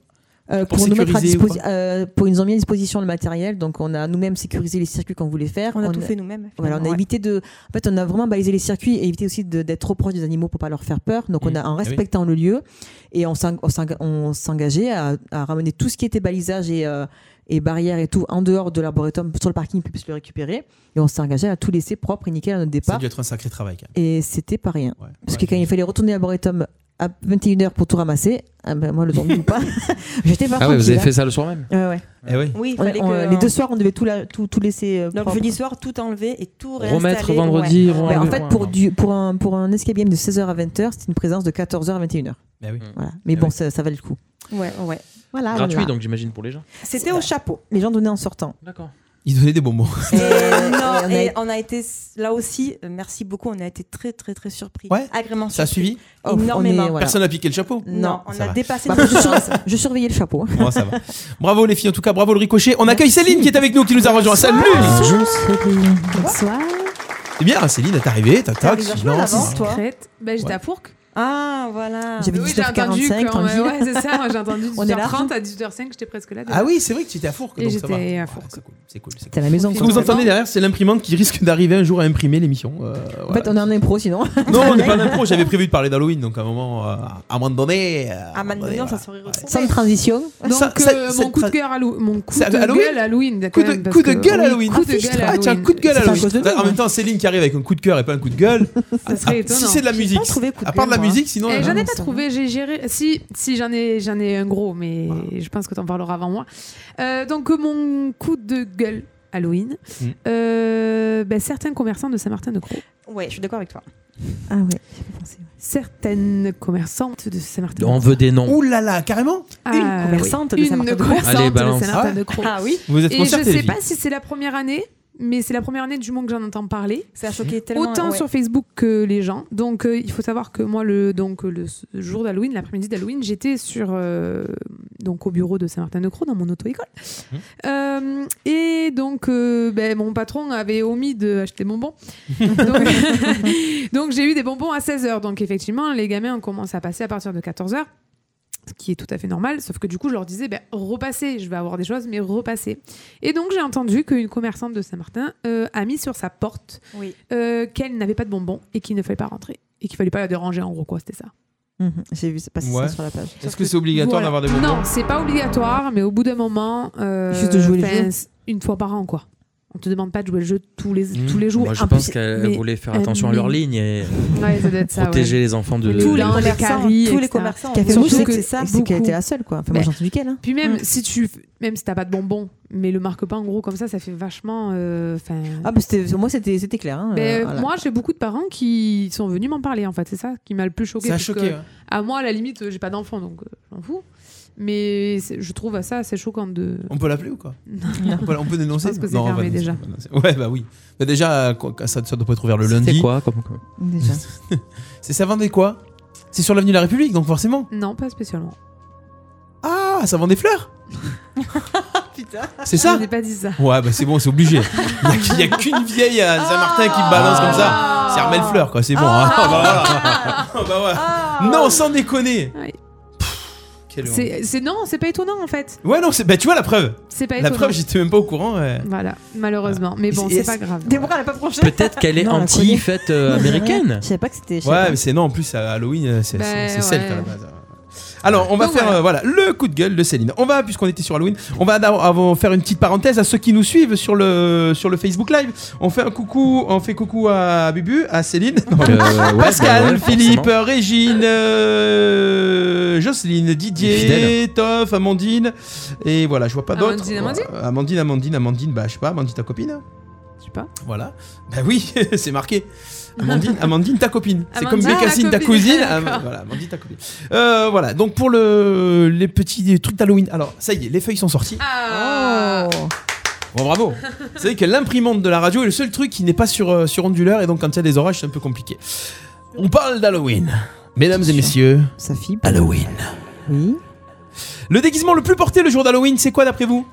Speaker 9: euh,
Speaker 11: Pour
Speaker 9: pour, nous mettre à
Speaker 11: sécuriser ou
Speaker 9: disposi- euh, pour ils nous ont mis à disposition le matériel, donc on a nous-mêmes sécurisé les circuits qu'on voulait faire.
Speaker 10: On a tout fait nous-mêmes,
Speaker 9: Voilà, on a
Speaker 10: finalement, ouais.
Speaker 9: évité de, en fait, on a vraiment balisé les circuits et évité aussi de- d'être trop proche des animaux pour pas leur faire peur. Donc on a, en
Speaker 10: Ah oui.
Speaker 9: respectant le lieu, et on s'en- on s'en- on s'engageait à, à ramener tout ce qui était balisage et, euh, et barrières et tout en dehors de l'arboretum sur le parking pour qu'ils puissent le récupérer. Et on s'est engagé à tout laisser propre et nickel à
Speaker 7: Ça a
Speaker 9: notre départ.
Speaker 7: dû être un sacré travail. quand même.
Speaker 9: Et c'était pas rien. Parce que quand il fallait retourner à l'arboretum à 21h pour tout ramasser, ah ben moi le temps ou pas, j'étais pas
Speaker 8: Ah ouais, vous
Speaker 9: tranquille,
Speaker 8: avez
Speaker 9: hein.
Speaker 8: fait ça le soir même
Speaker 9: Ouais, ouais.
Speaker 8: Eh oui.
Speaker 10: hein. Oui, il
Speaker 9: On-
Speaker 10: fallait
Speaker 9: on-
Speaker 10: que-
Speaker 9: Les deux soirs, on devait tout, la- tout, tout laisser. euh,
Speaker 10: Donc
Speaker 9: propre.
Speaker 10: jeudi soir, tout enlever et tout réinstaller.
Speaker 8: Remettre
Speaker 10: ouais.
Speaker 8: vendredi,
Speaker 10: Ouais.
Speaker 8: remettre-
Speaker 9: Ben, en
Speaker 8: ouais,
Speaker 9: fait,
Speaker 8: ouais,
Speaker 9: pour,
Speaker 8: ouais.
Speaker 9: du, pour, un, pour un escape game de 16h à 20h, c'était une présence de 14h à 21h.
Speaker 7: Ben oui.
Speaker 9: Voilà. Mais
Speaker 8: Ben
Speaker 9: bon,
Speaker 8: oui.
Speaker 9: ça, ça valait le coup.
Speaker 10: Ouais, ouais.
Speaker 9: Voilà,
Speaker 8: Gratuit,
Speaker 9: voilà.
Speaker 8: donc j'imagine pour les gens.
Speaker 10: C'était au chapeau.
Speaker 9: Les gens donnaient en sortant.
Speaker 8: D'accord.
Speaker 7: Ils donnaient des bonbons.
Speaker 10: Euh, non,
Speaker 9: on a-
Speaker 10: et on a été là aussi, euh, merci beaucoup, on a été très très très surpris.
Speaker 7: Ouais.
Speaker 10: Agrément
Speaker 7: Ça a
Speaker 10: surpris.
Speaker 7: suivi
Speaker 9: Oh, on est-
Speaker 10: Énormément.
Speaker 9: voilà.
Speaker 7: Personne n'a piqué le chapeau
Speaker 10: Non, on
Speaker 7: Ça
Speaker 10: a
Speaker 7: va.
Speaker 10: dépassé
Speaker 9: Bah,
Speaker 10: nos
Speaker 9: je,
Speaker 10: chances.
Speaker 9: sur- je surveillais le chapeau. hein.
Speaker 7: Bon, ça va. Bravo les filles, en tout cas, bravo le ricochet. On accueille Céline qui est avec nous, qui nous
Speaker 8: Oh,
Speaker 7: a rejoint. Salut
Speaker 9: Bonsoir.
Speaker 7: C'est bien, Céline est arrivée, tac tac. silence.
Speaker 10: toi.
Speaker 4: Ben, j'étais à Fourques.
Speaker 10: Ah, voilà.
Speaker 9: J'avais
Speaker 4: Oui, j'ai entendu.
Speaker 9: 19h45,
Speaker 4: quand-
Speaker 9: tranquille.
Speaker 4: Ouais, c'est ça. J'ai entendu
Speaker 9: On est là.
Speaker 4: 18h30 à 18h05. J'étais presque là. déjà.
Speaker 7: Ah oui, c'est vrai que tu étais à Fourques,
Speaker 4: Et
Speaker 7: donc ça va.
Speaker 4: j'étais à
Speaker 7: Ouais,
Speaker 4: Fourques.
Speaker 7: C'est cool, c'est cool. c'est
Speaker 9: T'es à
Speaker 7: cool.
Speaker 9: la maison.
Speaker 7: Ce que
Speaker 9: quoi.
Speaker 7: vous entendez derrière, c'est l'imprimante qui risque d'arriver un jour à imprimer l'émission. euh,
Speaker 9: En
Speaker 7: voilà.
Speaker 9: fait, on est en impro sinon.
Speaker 7: Non, on n'est pas d'impro, j'avais prévu de parler d'Halloween, donc à un moment, euh, à un moment donné. euh,
Speaker 9: Ah,
Speaker 10: À Manon,
Speaker 7: voilà.
Speaker 10: ça serait retrouvé.
Speaker 9: Sans transition.
Speaker 4: Donc,
Speaker 7: Ça-
Speaker 4: euh,
Speaker 7: ça-
Speaker 4: mon
Speaker 7: cette
Speaker 4: coup de
Speaker 7: tra-
Speaker 4: cœur, Hallo- mon coup
Speaker 7: C'est
Speaker 4: de
Speaker 7: Halloween
Speaker 4: gueule Halloween.
Speaker 7: Coup
Speaker 4: quand
Speaker 7: de,
Speaker 4: même, parce
Speaker 7: coup de
Speaker 4: que-
Speaker 7: gueule
Speaker 4: oui,
Speaker 7: Halloween.
Speaker 4: Coup de gueule
Speaker 7: Ah, tiens,
Speaker 4: Halloween.
Speaker 7: coup de gueule
Speaker 9: C'est pas à
Speaker 7: Halloween. Bah,
Speaker 9: cause de nous,
Speaker 7: En
Speaker 9: hein.
Speaker 7: même temps, Céline qui arrive avec un coup de cœur et pas un coup de gueule. Ah,
Speaker 4: Ça serait
Speaker 7: si
Speaker 4: étonnant.
Speaker 7: c'est de la musique.
Speaker 9: trouvé coup de
Speaker 7: À part de la
Speaker 9: gueule, moi.
Speaker 7: musique, sinon. euh,
Speaker 4: Eh,
Speaker 7: elle-
Speaker 4: j'en ai
Speaker 9: non,
Speaker 4: pas
Speaker 9: ça
Speaker 4: trouvé, j'ai géré. Si, si j'en ai, j'en ai un gros, mais je pense que t'en parleras avant moi. Euh, donc euh, mon coup de gueule Halloween,
Speaker 7: Mm.
Speaker 4: euh, ben, certains commerçants de Saint-Martin-de-Croix,
Speaker 10: Ouais, je suis d'accord avec toi.
Speaker 9: Ah ouais, j'ai pas pensé.
Speaker 4: certaines commerçantes de Saint-Martin-de-Croix,
Speaker 8: On veut des noms.
Speaker 7: Ouh là là, carrément
Speaker 4: Ah,
Speaker 9: commerçante
Speaker 4: oui.
Speaker 9: de
Speaker 4: Une
Speaker 9: Saint-Martin-de-Croix.
Speaker 4: commerçante
Speaker 8: Allez,
Speaker 4: de
Speaker 8: balance.
Speaker 4: Saint-Martin-de-Croix.
Speaker 10: Ah oui,
Speaker 7: Vous êtes
Speaker 4: Et je
Speaker 7: concertés, les
Speaker 4: sais
Speaker 7: filles.
Speaker 4: pas si c'est la première année, mais c'est la première année du monde que j'en entends parler.
Speaker 10: ça a choqué tellement.
Speaker 4: Autant
Speaker 10: ouais.
Speaker 4: sur Facebook que les gens. Donc euh, il faut savoir que moi le donc le s- jour d'Halloween, l'après-midi d'Halloween, j'étais sur euh, donc au bureau de Saint-Martin-de-Croix dans mon auto-école. Euh, et donc euh, ben, mon patron avait omis d'acheter bonbons. donc donc, j'ai eu des bonbons à 16h. Donc effectivement, les gamins ont commencé à passer à partir de 14h. Ce qui est tout à fait normal, sauf que du coup, je leur disais, ben, repassez, je vais avoir des choses, mais repassez. Et donc, j'ai entendu qu'une commerçante de Saint-Martin euh, a mis sur sa porte
Speaker 10: Oui.
Speaker 4: euh, qu'elle n'avait pas de bonbons et qu'il ne fallait pas rentrer. Et qu'il fallait pas la déranger, en gros, quoi, c'était ça.
Speaker 9: Mhm, J'ai vu ça passer
Speaker 7: Ouais.
Speaker 9: ça sur la page.
Speaker 7: Est-ce que c'est obligatoire
Speaker 4: Voilà.
Speaker 7: d'avoir des bonbons
Speaker 4: Non, c'est pas obligatoire, mais au bout d'un moment. euh,
Speaker 9: Juste de jouer les
Speaker 4: enfin,
Speaker 9: jeux.
Speaker 4: c- Une fois par an, quoi. On te demande pas de jouer le jeu tous les,
Speaker 7: Mmh.
Speaker 4: tous les jours.
Speaker 8: Moi, je
Speaker 4: En
Speaker 8: pense
Speaker 4: plus,
Speaker 8: qu'elle
Speaker 4: mais-
Speaker 8: voulait faire
Speaker 4: un
Speaker 8: attention à leur
Speaker 4: mini-
Speaker 8: ligne et
Speaker 4: Ouais, ça doit être ça. ouais.
Speaker 8: protéger les enfants de.
Speaker 4: Tout là,
Speaker 8: de-
Speaker 4: les caries,
Speaker 10: tous les
Speaker 4: etc.
Speaker 10: commerçants.
Speaker 9: Ce qui a fait
Speaker 4: Surtout
Speaker 9: le c'est
Speaker 4: que
Speaker 9: que ça, c'est
Speaker 4: beaucoup-
Speaker 9: qu'elle était la seule quoi. Enfin, moi
Speaker 4: Mais-
Speaker 9: j'ai entendu qu'elle. hein.
Speaker 4: Puis même
Speaker 10: Mm.
Speaker 4: si tu même si t'as pas de bonbons, mais le marque pas en gros comme ça, ça fait vachement. euh, enfin,
Speaker 9: Ah bah c'était, moi c'était, c'était clair. hein,
Speaker 4: ben,
Speaker 9: euh, voilà.
Speaker 4: Moi, j'ai beaucoup de parents qui sont venus m'en parler en fait. C'est ça qui m'a le plus choqué.
Speaker 7: Ça a
Speaker 4: parce que-
Speaker 7: choqué. hein.
Speaker 4: À moi, à la limite, euh, j'ai pas d'enfant, donc euh, je m'en fous. Mais c'est- je trouve ça assez choquant de.
Speaker 7: On peut l'appeler ou quoi
Speaker 4: Non.
Speaker 7: on peut, on peut dénoncer
Speaker 4: Je pense que c'est
Speaker 7: Non, on va
Speaker 4: fermé
Speaker 7: dénoncer,
Speaker 4: déjà.
Speaker 7: on va dénoncer. Ouais, bah oui. Bah déjà, quoi, ça, ça doit pas être ouvert le
Speaker 8: C'était
Speaker 7: lundi.
Speaker 8: quoi comme- comme-
Speaker 9: Déjà.
Speaker 7: C'est ça vendait quoi C'est sur l'avenue de la République, donc forcément.
Speaker 4: Non, pas spécialement.
Speaker 7: Ah, ça vend des fleurs C'est ça
Speaker 4: Je n'ai pas dit ça.
Speaker 7: Ouais, bah c'est bon, c'est obligé. Il n'y a, qu'une vieille à Saint-Martin qui balance comme ça. C'est Armel Fleur, quoi, c'est bon. hein. Ah, bah voilà. Ah, bah ouais. Non, sans déconner.
Speaker 4: Ouais.
Speaker 7: Pff, quelle honte.
Speaker 4: C'est c'est- non, c'est pas étonnant en fait.
Speaker 7: Ouais, non, c'est... Bah, tu vois la preuve.
Speaker 4: C'est pas
Speaker 7: La
Speaker 4: étonnant.
Speaker 7: preuve, j'étais même pas au courant. ouais. Ah.
Speaker 4: Voilà, malheureusement. Mais bon,
Speaker 7: Et-
Speaker 4: c'est pas grave.
Speaker 10: Des bras, elle a pas franchi.
Speaker 8: Peut-être qu'elle est
Speaker 9: Non, on la connaît.
Speaker 8: anti-fête euh, américaine.
Speaker 9: Je savais pas que c'était. je savais
Speaker 7: Ouais,
Speaker 9: pas.
Speaker 7: mais c'est non, en plus, à Halloween, c'est,
Speaker 4: Bah,
Speaker 7: c'est, c'est
Speaker 4: ouais.
Speaker 7: celte, à la base. Alors, on va
Speaker 4: Donc,
Speaker 7: faire
Speaker 4: voilà.
Speaker 7: euh, voilà. le coup de gueule de Céline. On va, puisqu'on était sur Halloween, on va d'abord- avant faire une petite parenthèse à ceux qui nous suivent sur le, sur le Facebook Live. On fait un coucou, on fait coucou à Bubu, à Céline. Non,
Speaker 8: Euh, ouais, bah
Speaker 7: Pascal,
Speaker 8: ouais,
Speaker 7: Philippe,
Speaker 8: forcément.
Speaker 7: Régine, euh, Jocelyne, Didier,
Speaker 8: Fidèle.
Speaker 7: Toff, Amandine. Et voilà, je vois pas d'autres.
Speaker 4: Amandine, Amandine
Speaker 7: Euh, Amandine, Amandine, Amandine, bah je sais pas, Amandine ta copine.
Speaker 4: Je sais pas.
Speaker 7: Voilà. Bah oui, c'est marqué. Amandine, Amandine ta copine. C'est comme
Speaker 4: Amandine, ta
Speaker 7: Bécassine ta
Speaker 4: copine. Ah,
Speaker 7: cousine.
Speaker 4: D'accord.
Speaker 7: Am- voilà, Amandine ta copine. Euh, voilà, donc pour le, les petits trucs d'Halloween. Alors, ça y est, les feuilles sont sorties.
Speaker 4: Ah
Speaker 7: Bon, bravo. Vous savez que l'imprimante de la radio est le seul truc qui n'est pas sur, euh, sur onduleur et donc quand il y a des orages, c'est un peu compliqué. On parle d'Halloween. Mesdames et messieurs,
Speaker 9: Sa fille.
Speaker 7: Halloween.
Speaker 9: Oui.
Speaker 7: Le déguisement le plus porté le jour d'Halloween, c'est quoi d'après vous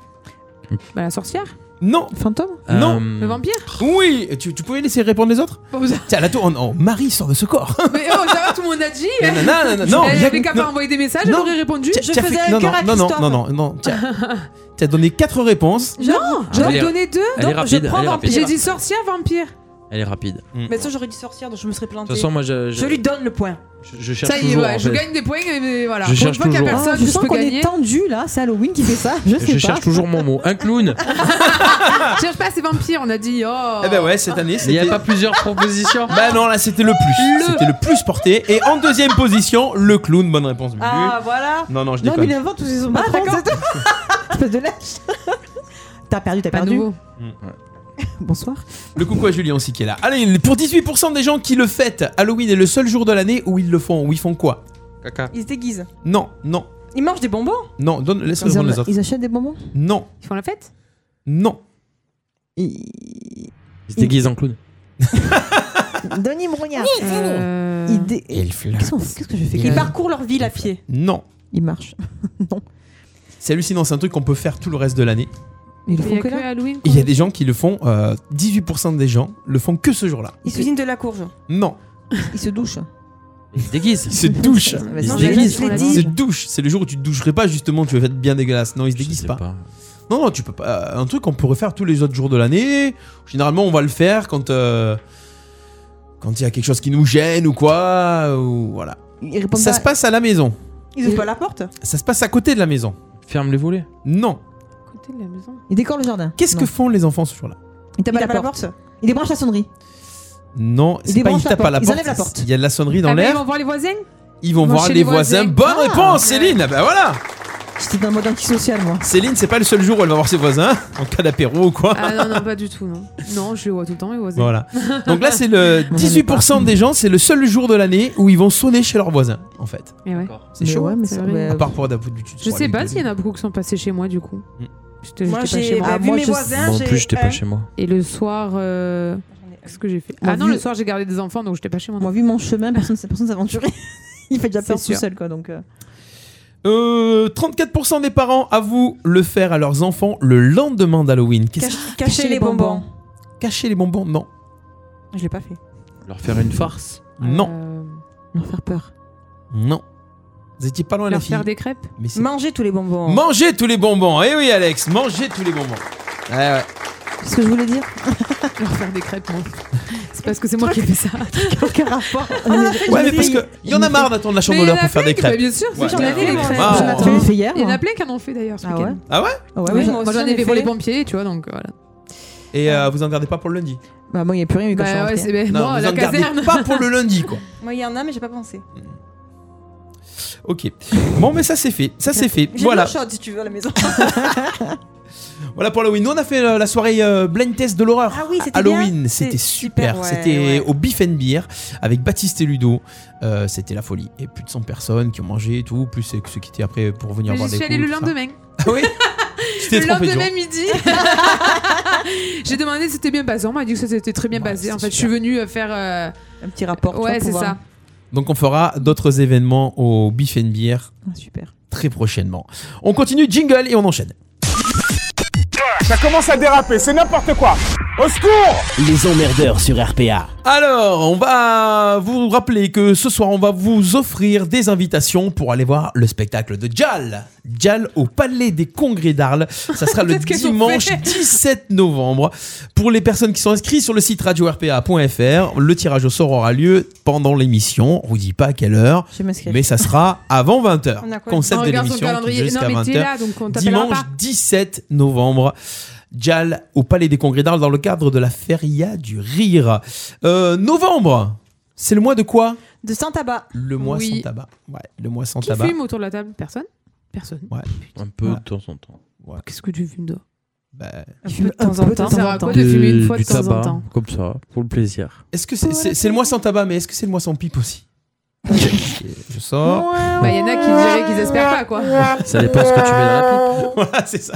Speaker 4: Bah, la sorcière
Speaker 7: Non. Euh,
Speaker 9: Fantôme
Speaker 7: Non.
Speaker 4: Le vampire Bah,
Speaker 7: Oui. Tu, tu pouvais laisser répondre les autres Tiens, la tour. Oh, non, Marie sort de ce corps.
Speaker 4: Mais oh, ça va, tout le monde a dit.
Speaker 7: Non, non, non, non, non,
Speaker 4: Elle
Speaker 7: y a-
Speaker 4: avait qu'à pas
Speaker 7: Eh, non.
Speaker 4: envoyer des messages, elle
Speaker 7: Non.
Speaker 4: aurait répondu.
Speaker 7: Tiens, tiens, fais- non, non, non, non, non, non, non, tiens. Tu as donné quatre réponses.
Speaker 4: Ah. Non,
Speaker 7: Elle
Speaker 4: j'en
Speaker 7: est-
Speaker 4: donnais deux.
Speaker 7: elle est
Speaker 4: donc je
Speaker 7: rapide,
Speaker 4: prends
Speaker 7: elle est
Speaker 4: vampire.
Speaker 7: rapide.
Speaker 4: J'ai dit sorcière,
Speaker 7: Mm.
Speaker 4: vampire.
Speaker 8: Elle est rapide.
Speaker 10: Mais ça, j'aurais dû sorcière, donc je me serais
Speaker 8: De
Speaker 10: plantée.
Speaker 8: toute façon, moi, je- je-
Speaker 10: je lui donne le point.
Speaker 8: Je, je cherche
Speaker 4: ça y est,
Speaker 8: toujours.
Speaker 4: ouais,
Speaker 8: en
Speaker 4: je
Speaker 8: fait.
Speaker 4: gagne des points, mais voilà.
Speaker 8: Je
Speaker 4: Pour
Speaker 8: cherche
Speaker 4: une fois qu'il y a
Speaker 8: toujours.
Speaker 4: personne,
Speaker 9: je
Speaker 4: que je
Speaker 9: sens
Speaker 4: peux
Speaker 9: qu'on est
Speaker 4: gagner.
Speaker 9: tendu là, c'est Halloween qui fait ça. Je sais
Speaker 8: Je
Speaker 9: pas.
Speaker 8: cherche toujours mon mot. Un clown.
Speaker 4: Je cherche pas, c'est vampire, on a dit. Oh.
Speaker 7: Eh ben ouais, cette année,
Speaker 8: Il n'y a
Speaker 7: c'était-
Speaker 8: pas plusieurs propositions.
Speaker 7: Bah non, là c'était le plus. C'était le plus porté. Et en deuxième position, le clown. Bonne réponse, Bubu.
Speaker 9: Ah voilà.
Speaker 7: Non, non, je
Speaker 9: Non, mais
Speaker 7: déconne.
Speaker 9: il invente tous ses ombres. Ah d'accord. Espèce de lâche. T'as perdu, t'as
Speaker 4: Pas
Speaker 9: perdu.
Speaker 4: nouveau.
Speaker 9: Bonsoir.
Speaker 7: Mm. Le coucou à Julien aussi qui est là. Allez, pour 18% des gens qui le fêtent, Halloween est le seul jour de l'année où ils le font. Où ils font quoi Caca.
Speaker 10: Ils se déguisent.
Speaker 7: Non, non,
Speaker 10: Ils mangent des bonbons.
Speaker 7: non. Donne, laisse
Speaker 9: Ils, en-
Speaker 7: répondre les autres.
Speaker 9: ils achètent des bonbons
Speaker 7: Non,
Speaker 4: Ils font la fête
Speaker 7: non.
Speaker 9: Ils-
Speaker 8: Il se déguise en clown.
Speaker 9: Denis Brognard.
Speaker 10: Ah
Speaker 4: Euh,
Speaker 9: Ils dé-
Speaker 7: Il
Speaker 9: Qu'est-ce qu'on- Qu'est-ce que je fais
Speaker 10: Ils
Speaker 9: quand même
Speaker 10: parcourent leur ville à pied.
Speaker 7: Non.
Speaker 9: Ils marchent. non.
Speaker 7: C'est hallucinant, c'est un truc qu'on peut faire tout le reste de l'année.
Speaker 9: Ils le
Speaker 4: Il y
Speaker 9: font
Speaker 4: a
Speaker 9: que
Speaker 4: que
Speaker 9: là.
Speaker 4: Halloween.
Speaker 7: Et il y a
Speaker 4: quoi.
Speaker 7: des gens qui le font, euh, 18% des gens le font que ce jour-là.
Speaker 10: Ils cuisinent de la courge.
Speaker 7: Non,
Speaker 9: Ils se douchent.
Speaker 8: Il se déguise.
Speaker 7: ils se douchent.
Speaker 9: Bah,
Speaker 7: Ils
Speaker 9: non,
Speaker 7: se
Speaker 9: mais là,
Speaker 7: déguisent.
Speaker 9: je l'ai
Speaker 7: Ils
Speaker 9: dit.
Speaker 7: se douchent. C'est le jour où tu te doucherais pas, justement, tu vas être bien dégueulasse. Non, ils se
Speaker 8: Je
Speaker 7: déguisent
Speaker 8: sais
Speaker 7: pas. Non, non, tu peux pas. Un truc qu'on pourrait faire tous les autres jours de l'année. Généralement, on va le faire quand. euh, Quand il y a quelque chose qui nous gêne ou quoi, ou voilà.
Speaker 9: Ils répondent
Speaker 7: Ça
Speaker 9: pas- Euh,
Speaker 7: se passe à la maison.
Speaker 10: Ils ouvrent pas la porte.
Speaker 7: Ça se passe à côté de la maison.
Speaker 8: Ferme les volets.
Speaker 7: Non.
Speaker 4: Côté de la maison.
Speaker 9: Ils décorent le jardin.
Speaker 7: Qu'est-ce que font les enfants ce jour-là
Speaker 9: Ils tapent
Speaker 10: Ils
Speaker 9: à la
Speaker 10: tapent à la
Speaker 9: porte. Ils débranchent la sonnerie.
Speaker 7: Non,
Speaker 9: Ils
Speaker 7: c'est pas ils
Speaker 9: débranchent la
Speaker 7: tapent à la porte.
Speaker 9: porte, ils enlèvent la porte.
Speaker 7: Il y a de la sonnerie dans
Speaker 4: Ah, mais Ils
Speaker 7: l'air.
Speaker 4: vont voir les voisins
Speaker 7: Ils vont
Speaker 4: Ils vont
Speaker 7: voir
Speaker 4: chez
Speaker 7: les
Speaker 4: les
Speaker 7: voisins.
Speaker 4: voisins.
Speaker 7: Bonne
Speaker 4: Ah,
Speaker 7: réponse, Céline. Ben voilà.
Speaker 9: J'étais dans le mode antisocial, moi.
Speaker 7: Céline, c'est pas le seul jour où elle va voir ses voisins hein, en cas d'apéro ou quoi.
Speaker 4: Ah non, non, pas du tout, non. Non, je les vois tout le temps, les voisins.
Speaker 7: Voilà. Donc là, c'est le 18% des gens, c'est le seul jour de l'année où ils vont sonner chez leurs voisins, en fait.
Speaker 4: Mais Eh ouais.
Speaker 7: C'est
Speaker 9: Mais
Speaker 7: chaud.
Speaker 9: ouais, mais
Speaker 4: c'est
Speaker 9: ça-
Speaker 4: vrai.
Speaker 9: ouais,
Speaker 7: À part pour d'habitude.
Speaker 4: Je sais pas s'il y en a beaucoup qui sont passés chez moi, du coup.
Speaker 7: Mm.
Speaker 4: J'étais
Speaker 10: Moi,
Speaker 4: j'étais pas
Speaker 10: j'ai
Speaker 4: chez moi.
Speaker 10: bah,
Speaker 9: Ah,
Speaker 10: vu
Speaker 9: moi,
Speaker 10: mes
Speaker 9: je-
Speaker 10: voisins.
Speaker 8: Moi en
Speaker 10: j'ai euh,
Speaker 8: plus, j'étais
Speaker 10: un.
Speaker 8: pas chez moi.
Speaker 4: euh, Et le soir. euh, Qu'est-ce que j'ai fait
Speaker 9: Moi,
Speaker 4: Ah non,
Speaker 9: vu-
Speaker 4: le soir, j'ai gardé des enfants, donc j'étais pas chez moi.
Speaker 9: Moi, vu mon chemin, personne personne s'est aventuré. Il fait déjà peur
Speaker 4: C'est
Speaker 9: tout
Speaker 4: sûr.
Speaker 9: seul, quoi. Donc, euh,
Speaker 7: Euh, 34% des parents avouent le faire à leurs enfants le lendemain d'Halloween. Qu'est-ce
Speaker 10: Cacher, cacher les bonbons.
Speaker 7: Cacher les bonbons Non.
Speaker 10: Je l'ai pas fait.
Speaker 8: Leur faire une farce.
Speaker 7: Non.
Speaker 4: Euh,
Speaker 9: Leur faire peur.
Speaker 7: Non. Vous étiez pas loin, la
Speaker 4: leur
Speaker 7: fille.
Speaker 4: faire des crêpes
Speaker 7: Mais c'est-
Speaker 10: Manger tous les bonbons.
Speaker 7: Mangez tous les bonbons. Eh oui, Alex, mangez tous les bonbons. Ouais, ouais.
Speaker 9: C'est ce que je voulais dire.
Speaker 4: Leur faire des crêpes, moi. C'est parce que c'est moi qui ai fait ça.
Speaker 9: Aucun rapport. On est- on
Speaker 7: Ouais,
Speaker 9: est-
Speaker 7: mais parce que il y en a marre d'attendre la chambre
Speaker 4: Mais
Speaker 7: de
Speaker 4: il y en
Speaker 7: l'heure
Speaker 4: a
Speaker 7: pour faire
Speaker 4: plein
Speaker 7: des
Speaker 4: qui- bah,
Speaker 7: crêpes.
Speaker 4: Bien sûr,
Speaker 7: Ouais.
Speaker 4: si, j'en ai fait des
Speaker 10: Wow.
Speaker 4: crêpes.
Speaker 7: Ah,
Speaker 4: J'en ai
Speaker 7: on-
Speaker 9: J'en ai fait hier.
Speaker 4: Il y en a
Speaker 9: moi.
Speaker 4: plein qui en ont fait d'ailleurs ce
Speaker 9: Ah ouais
Speaker 4: week-end.
Speaker 7: Ah ouais
Speaker 9: Ah ouais,
Speaker 10: Oui,
Speaker 9: moi, j'en-
Speaker 10: moi
Speaker 4: Moi
Speaker 10: aussi,
Speaker 4: j'en
Speaker 10: j'en
Speaker 4: ai
Speaker 10: ai
Speaker 4: fait pour
Speaker 10: fait.
Speaker 4: les pompiers, tu vois, donc voilà.
Speaker 7: Et euh, vous en gardez pas pour le lundi.
Speaker 9: Bah, moi, il n'y a plus rien eu comme
Speaker 4: Bah
Speaker 9: ça.
Speaker 4: ouais, c'est ben,
Speaker 7: Non,
Speaker 4: moi,
Speaker 7: vous
Speaker 4: la
Speaker 7: en gardez
Speaker 4: caserne.
Speaker 7: pas pour le lundi, quoi.
Speaker 10: Moi, il y en a, mais j'ai pas pensé.
Speaker 7: Ok. Bon, mais ça c'est fait. Ça c'est fait.
Speaker 10: J'ai
Speaker 7: Voilà.
Speaker 10: de l'eau chaude, si tu veux, à la maison.
Speaker 7: Voilà pour Halloween. Nous, on a fait euh, la soirée euh, blind test de l'horreur.
Speaker 10: Ah oui, c'était bien.
Speaker 7: Halloween,
Speaker 10: C'est
Speaker 7: c'était super.
Speaker 10: super, ouais,
Speaker 7: c'était
Speaker 10: ouais.
Speaker 7: au Beef and Beer avec Baptiste et Ludo. Euh, c'était la folie. Et plus de 100 personnes qui ont mangé et tout. Plus ceux ceux qui étaient après pour venir
Speaker 4: Mais
Speaker 7: voir
Speaker 4: j'y
Speaker 7: des
Speaker 4: suis allée
Speaker 7: coups,
Speaker 4: le
Speaker 7: tout ça.
Speaker 4: lendemain.
Speaker 7: Ah oui Tu t'es
Speaker 4: Le
Speaker 7: trompé de jour.
Speaker 4: lendemain midi. J'ai demandé si c'était bien passé. On m'a dit que c'était très bien
Speaker 7: Ouais,
Speaker 4: passé. En
Speaker 7: c'était
Speaker 4: fait, je suis
Speaker 7: Bah, super.
Speaker 4: venue euh, faire. euh,
Speaker 9: Un petit rapport. tu vois,
Speaker 4: Ouais,
Speaker 9: pour
Speaker 4: c'est
Speaker 9: voir.
Speaker 4: ça.
Speaker 7: Donc, on fera d'autres événements au Beef and Beer
Speaker 9: Ah, super.
Speaker 7: très prochainement. On continue, jingle et on enchaîne.
Speaker 12: Ça commence à déraper, c'est n'importe quoi. Au secours
Speaker 6: Les emmerdeurs sur RPA.
Speaker 7: Alors, on va vous rappeler que ce soir, on va vous offrir des invitations pour aller voir le spectacle de Jal. Jal au Palais des Congrès d'Arles. Ça sera le
Speaker 4: Peut-être qu'elles ont
Speaker 7: dimanche
Speaker 4: fait.
Speaker 7: 17 novembre. Pour les personnes qui sont inscrites sur le site radio-rpa.fr, le tirage au sort aura lieu pendant l'émission. On vous dit pas à quelle heure,
Speaker 9: Je vais m'inscrire.
Speaker 7: mais ça sera avant 20h.
Speaker 10: On a quoi
Speaker 7: Concept
Speaker 4: On
Speaker 7: de
Speaker 4: regarde son
Speaker 7: l'émission qui est
Speaker 4: calendrier.
Speaker 7: jusqu'à
Speaker 4: Non, mais t'es
Speaker 7: 20h.
Speaker 4: là, donc on t'appellera
Speaker 7: Dimanche
Speaker 4: pas.
Speaker 7: 17 novembre. Jal au Palais des Congrès d'Arles dans le cadre de la Feria du Rire. Euh, novembre, c'est le mois de quoi
Speaker 10: De sans tabac.
Speaker 7: Le mois
Speaker 4: Oui.
Speaker 7: sans tabac. Ouais, le mois sans
Speaker 4: Qui
Speaker 7: tabac.
Speaker 4: fume autour de la table Personne Personne.
Speaker 8: Un peu de temps en temps.
Speaker 4: Qu'est-ce que tu fumes, toi
Speaker 7: Bah,
Speaker 10: Un
Speaker 9: fume
Speaker 10: peu de temps en temps.
Speaker 4: Ça sert à quoi de fumer une fois de
Speaker 8: du
Speaker 4: temps en
Speaker 8: tabac,
Speaker 4: temps
Speaker 8: comme ça, pour le plaisir.
Speaker 7: est-ce que c'est c'est- c'est le mois sans tabac, mais est-ce que c'est le mois sans pipe aussi Je sors.
Speaker 4: Bah, y en a qui diraient qu'ils espèrent pas, quoi.
Speaker 8: Ça dépend ce que tu mets dans la pipe.
Speaker 7: voilà, c'est ça.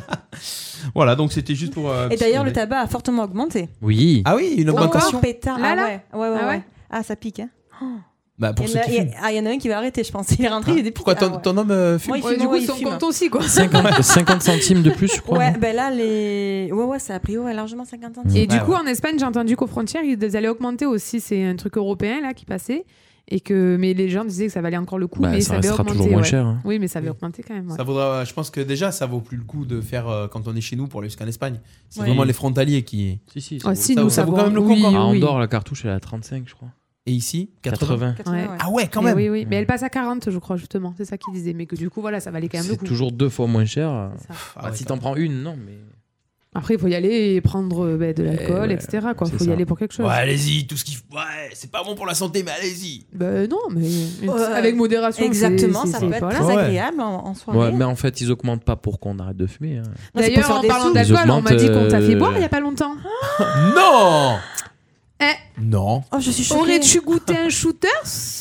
Speaker 7: Voilà, donc c'était juste pour. euh,
Speaker 10: Et d'ailleurs, le
Speaker 7: petit-
Speaker 10: tabac a fortement augmenté.
Speaker 8: Oui.
Speaker 7: Ah oui, une
Speaker 10: Encore
Speaker 7: augmentation.
Speaker 10: pétard.
Speaker 4: Là,
Speaker 10: ah
Speaker 4: là
Speaker 10: ouais. Ouais, ouais,
Speaker 4: Ah
Speaker 10: ouais.
Speaker 4: ouais
Speaker 10: Ah, ça pique, hein.
Speaker 11: Bah, pour
Speaker 10: il, y
Speaker 11: ceux
Speaker 10: en a,
Speaker 11: qui
Speaker 10: il y a-
Speaker 11: fument.
Speaker 10: ah, il y en a un qui va arrêter, je pense. Il est rentré, il est
Speaker 11: Pourquoi ton, ton homme euh, fume
Speaker 10: Moi, il Ouais, fume, hein. du coup, ouais, il c'est en fume. compte aussi, quoi.
Speaker 8: 50, 50 centimes de plus, je crois.
Speaker 10: Ouais,
Speaker 8: non
Speaker 10: ben là, les. Ouais, ouais, ça a pris ouais, largement 50 centimes.
Speaker 4: Et du coup, en Espagne, j'ai entendu qu'aux frontières, ils allaient augmenter aussi. C'est un truc européen là qui passait. Et que, mais les gens disaient que ça valait encore le coup.
Speaker 11: Bah,
Speaker 4: mais
Speaker 11: ça
Speaker 4: ça, avait
Speaker 11: restera
Speaker 4: augmenté.
Speaker 11: toujours moins
Speaker 4: ouais.
Speaker 11: cher, hein.
Speaker 4: Oui, mais ça avait augmenté quand même. ouais.
Speaker 7: Ça vaudra, je pense que déjà, ça vaut plus le coup de faire euh, quand on est chez nous pour aller jusqu'en Espagne. C'est
Speaker 4: Ouais.
Speaker 7: vraiment les frontaliers qui.
Speaker 8: Si, si,
Speaker 4: ça Ah, vaut- si, nous, ça
Speaker 7: vaut
Speaker 4: vaut
Speaker 7: quand même le coup.
Speaker 4: oui,
Speaker 7: encore.
Speaker 8: À Andorre, la cartouche, elle est à 35, je crois.
Speaker 7: Et ici
Speaker 8: 80.
Speaker 7: Ah ouais, quand
Speaker 4: Mais
Speaker 7: même.
Speaker 4: Oui, oui. Mais
Speaker 8: Mm.
Speaker 4: elle passe à 40, je crois, justement. C'est ça qu'ils disaient. Mais que du coup, voilà, ça valait quand même le
Speaker 8: C'est
Speaker 4: coup.
Speaker 8: toujours deux fois moins cher.
Speaker 4: ça.
Speaker 8: Bah, si t'en prends une, non, mais.
Speaker 4: Après, il faut y aller et prendre euh, ben, de l'alcool,
Speaker 8: Eh ouais,
Speaker 4: etc. Quoi.
Speaker 8: c'est
Speaker 4: faut y
Speaker 8: ça.
Speaker 4: aller pour quelque chose.
Speaker 7: Ouais, allez-y, tout ce qui. Ouais, c'est pas bon pour la santé, mais allez-y.
Speaker 4: Ben non, mais une-
Speaker 10: Euh,
Speaker 4: avec modération.
Speaker 10: exactement,
Speaker 4: c'est-
Speaker 10: ça
Speaker 4: c'est-
Speaker 10: peut être
Speaker 4: voilà.
Speaker 10: très
Speaker 8: Ouais.
Speaker 10: agréable en, en soirée.
Speaker 8: Ouais, mais en fait, ils augmentent pas pour qu'on arrête de fumer. hein.
Speaker 4: Non, c'est pour faire
Speaker 10: en
Speaker 4: des
Speaker 10: parlant
Speaker 4: sous.
Speaker 8: d'alcool,
Speaker 4: on m'a dit qu'on t'a fait
Speaker 8: euh,
Speaker 4: boire il y a pas longtemps. hein.
Speaker 7: Non
Speaker 4: Eh,
Speaker 7: Non.
Speaker 10: Oh, je suis choquée.
Speaker 4: Aurais-tu goûté un shooter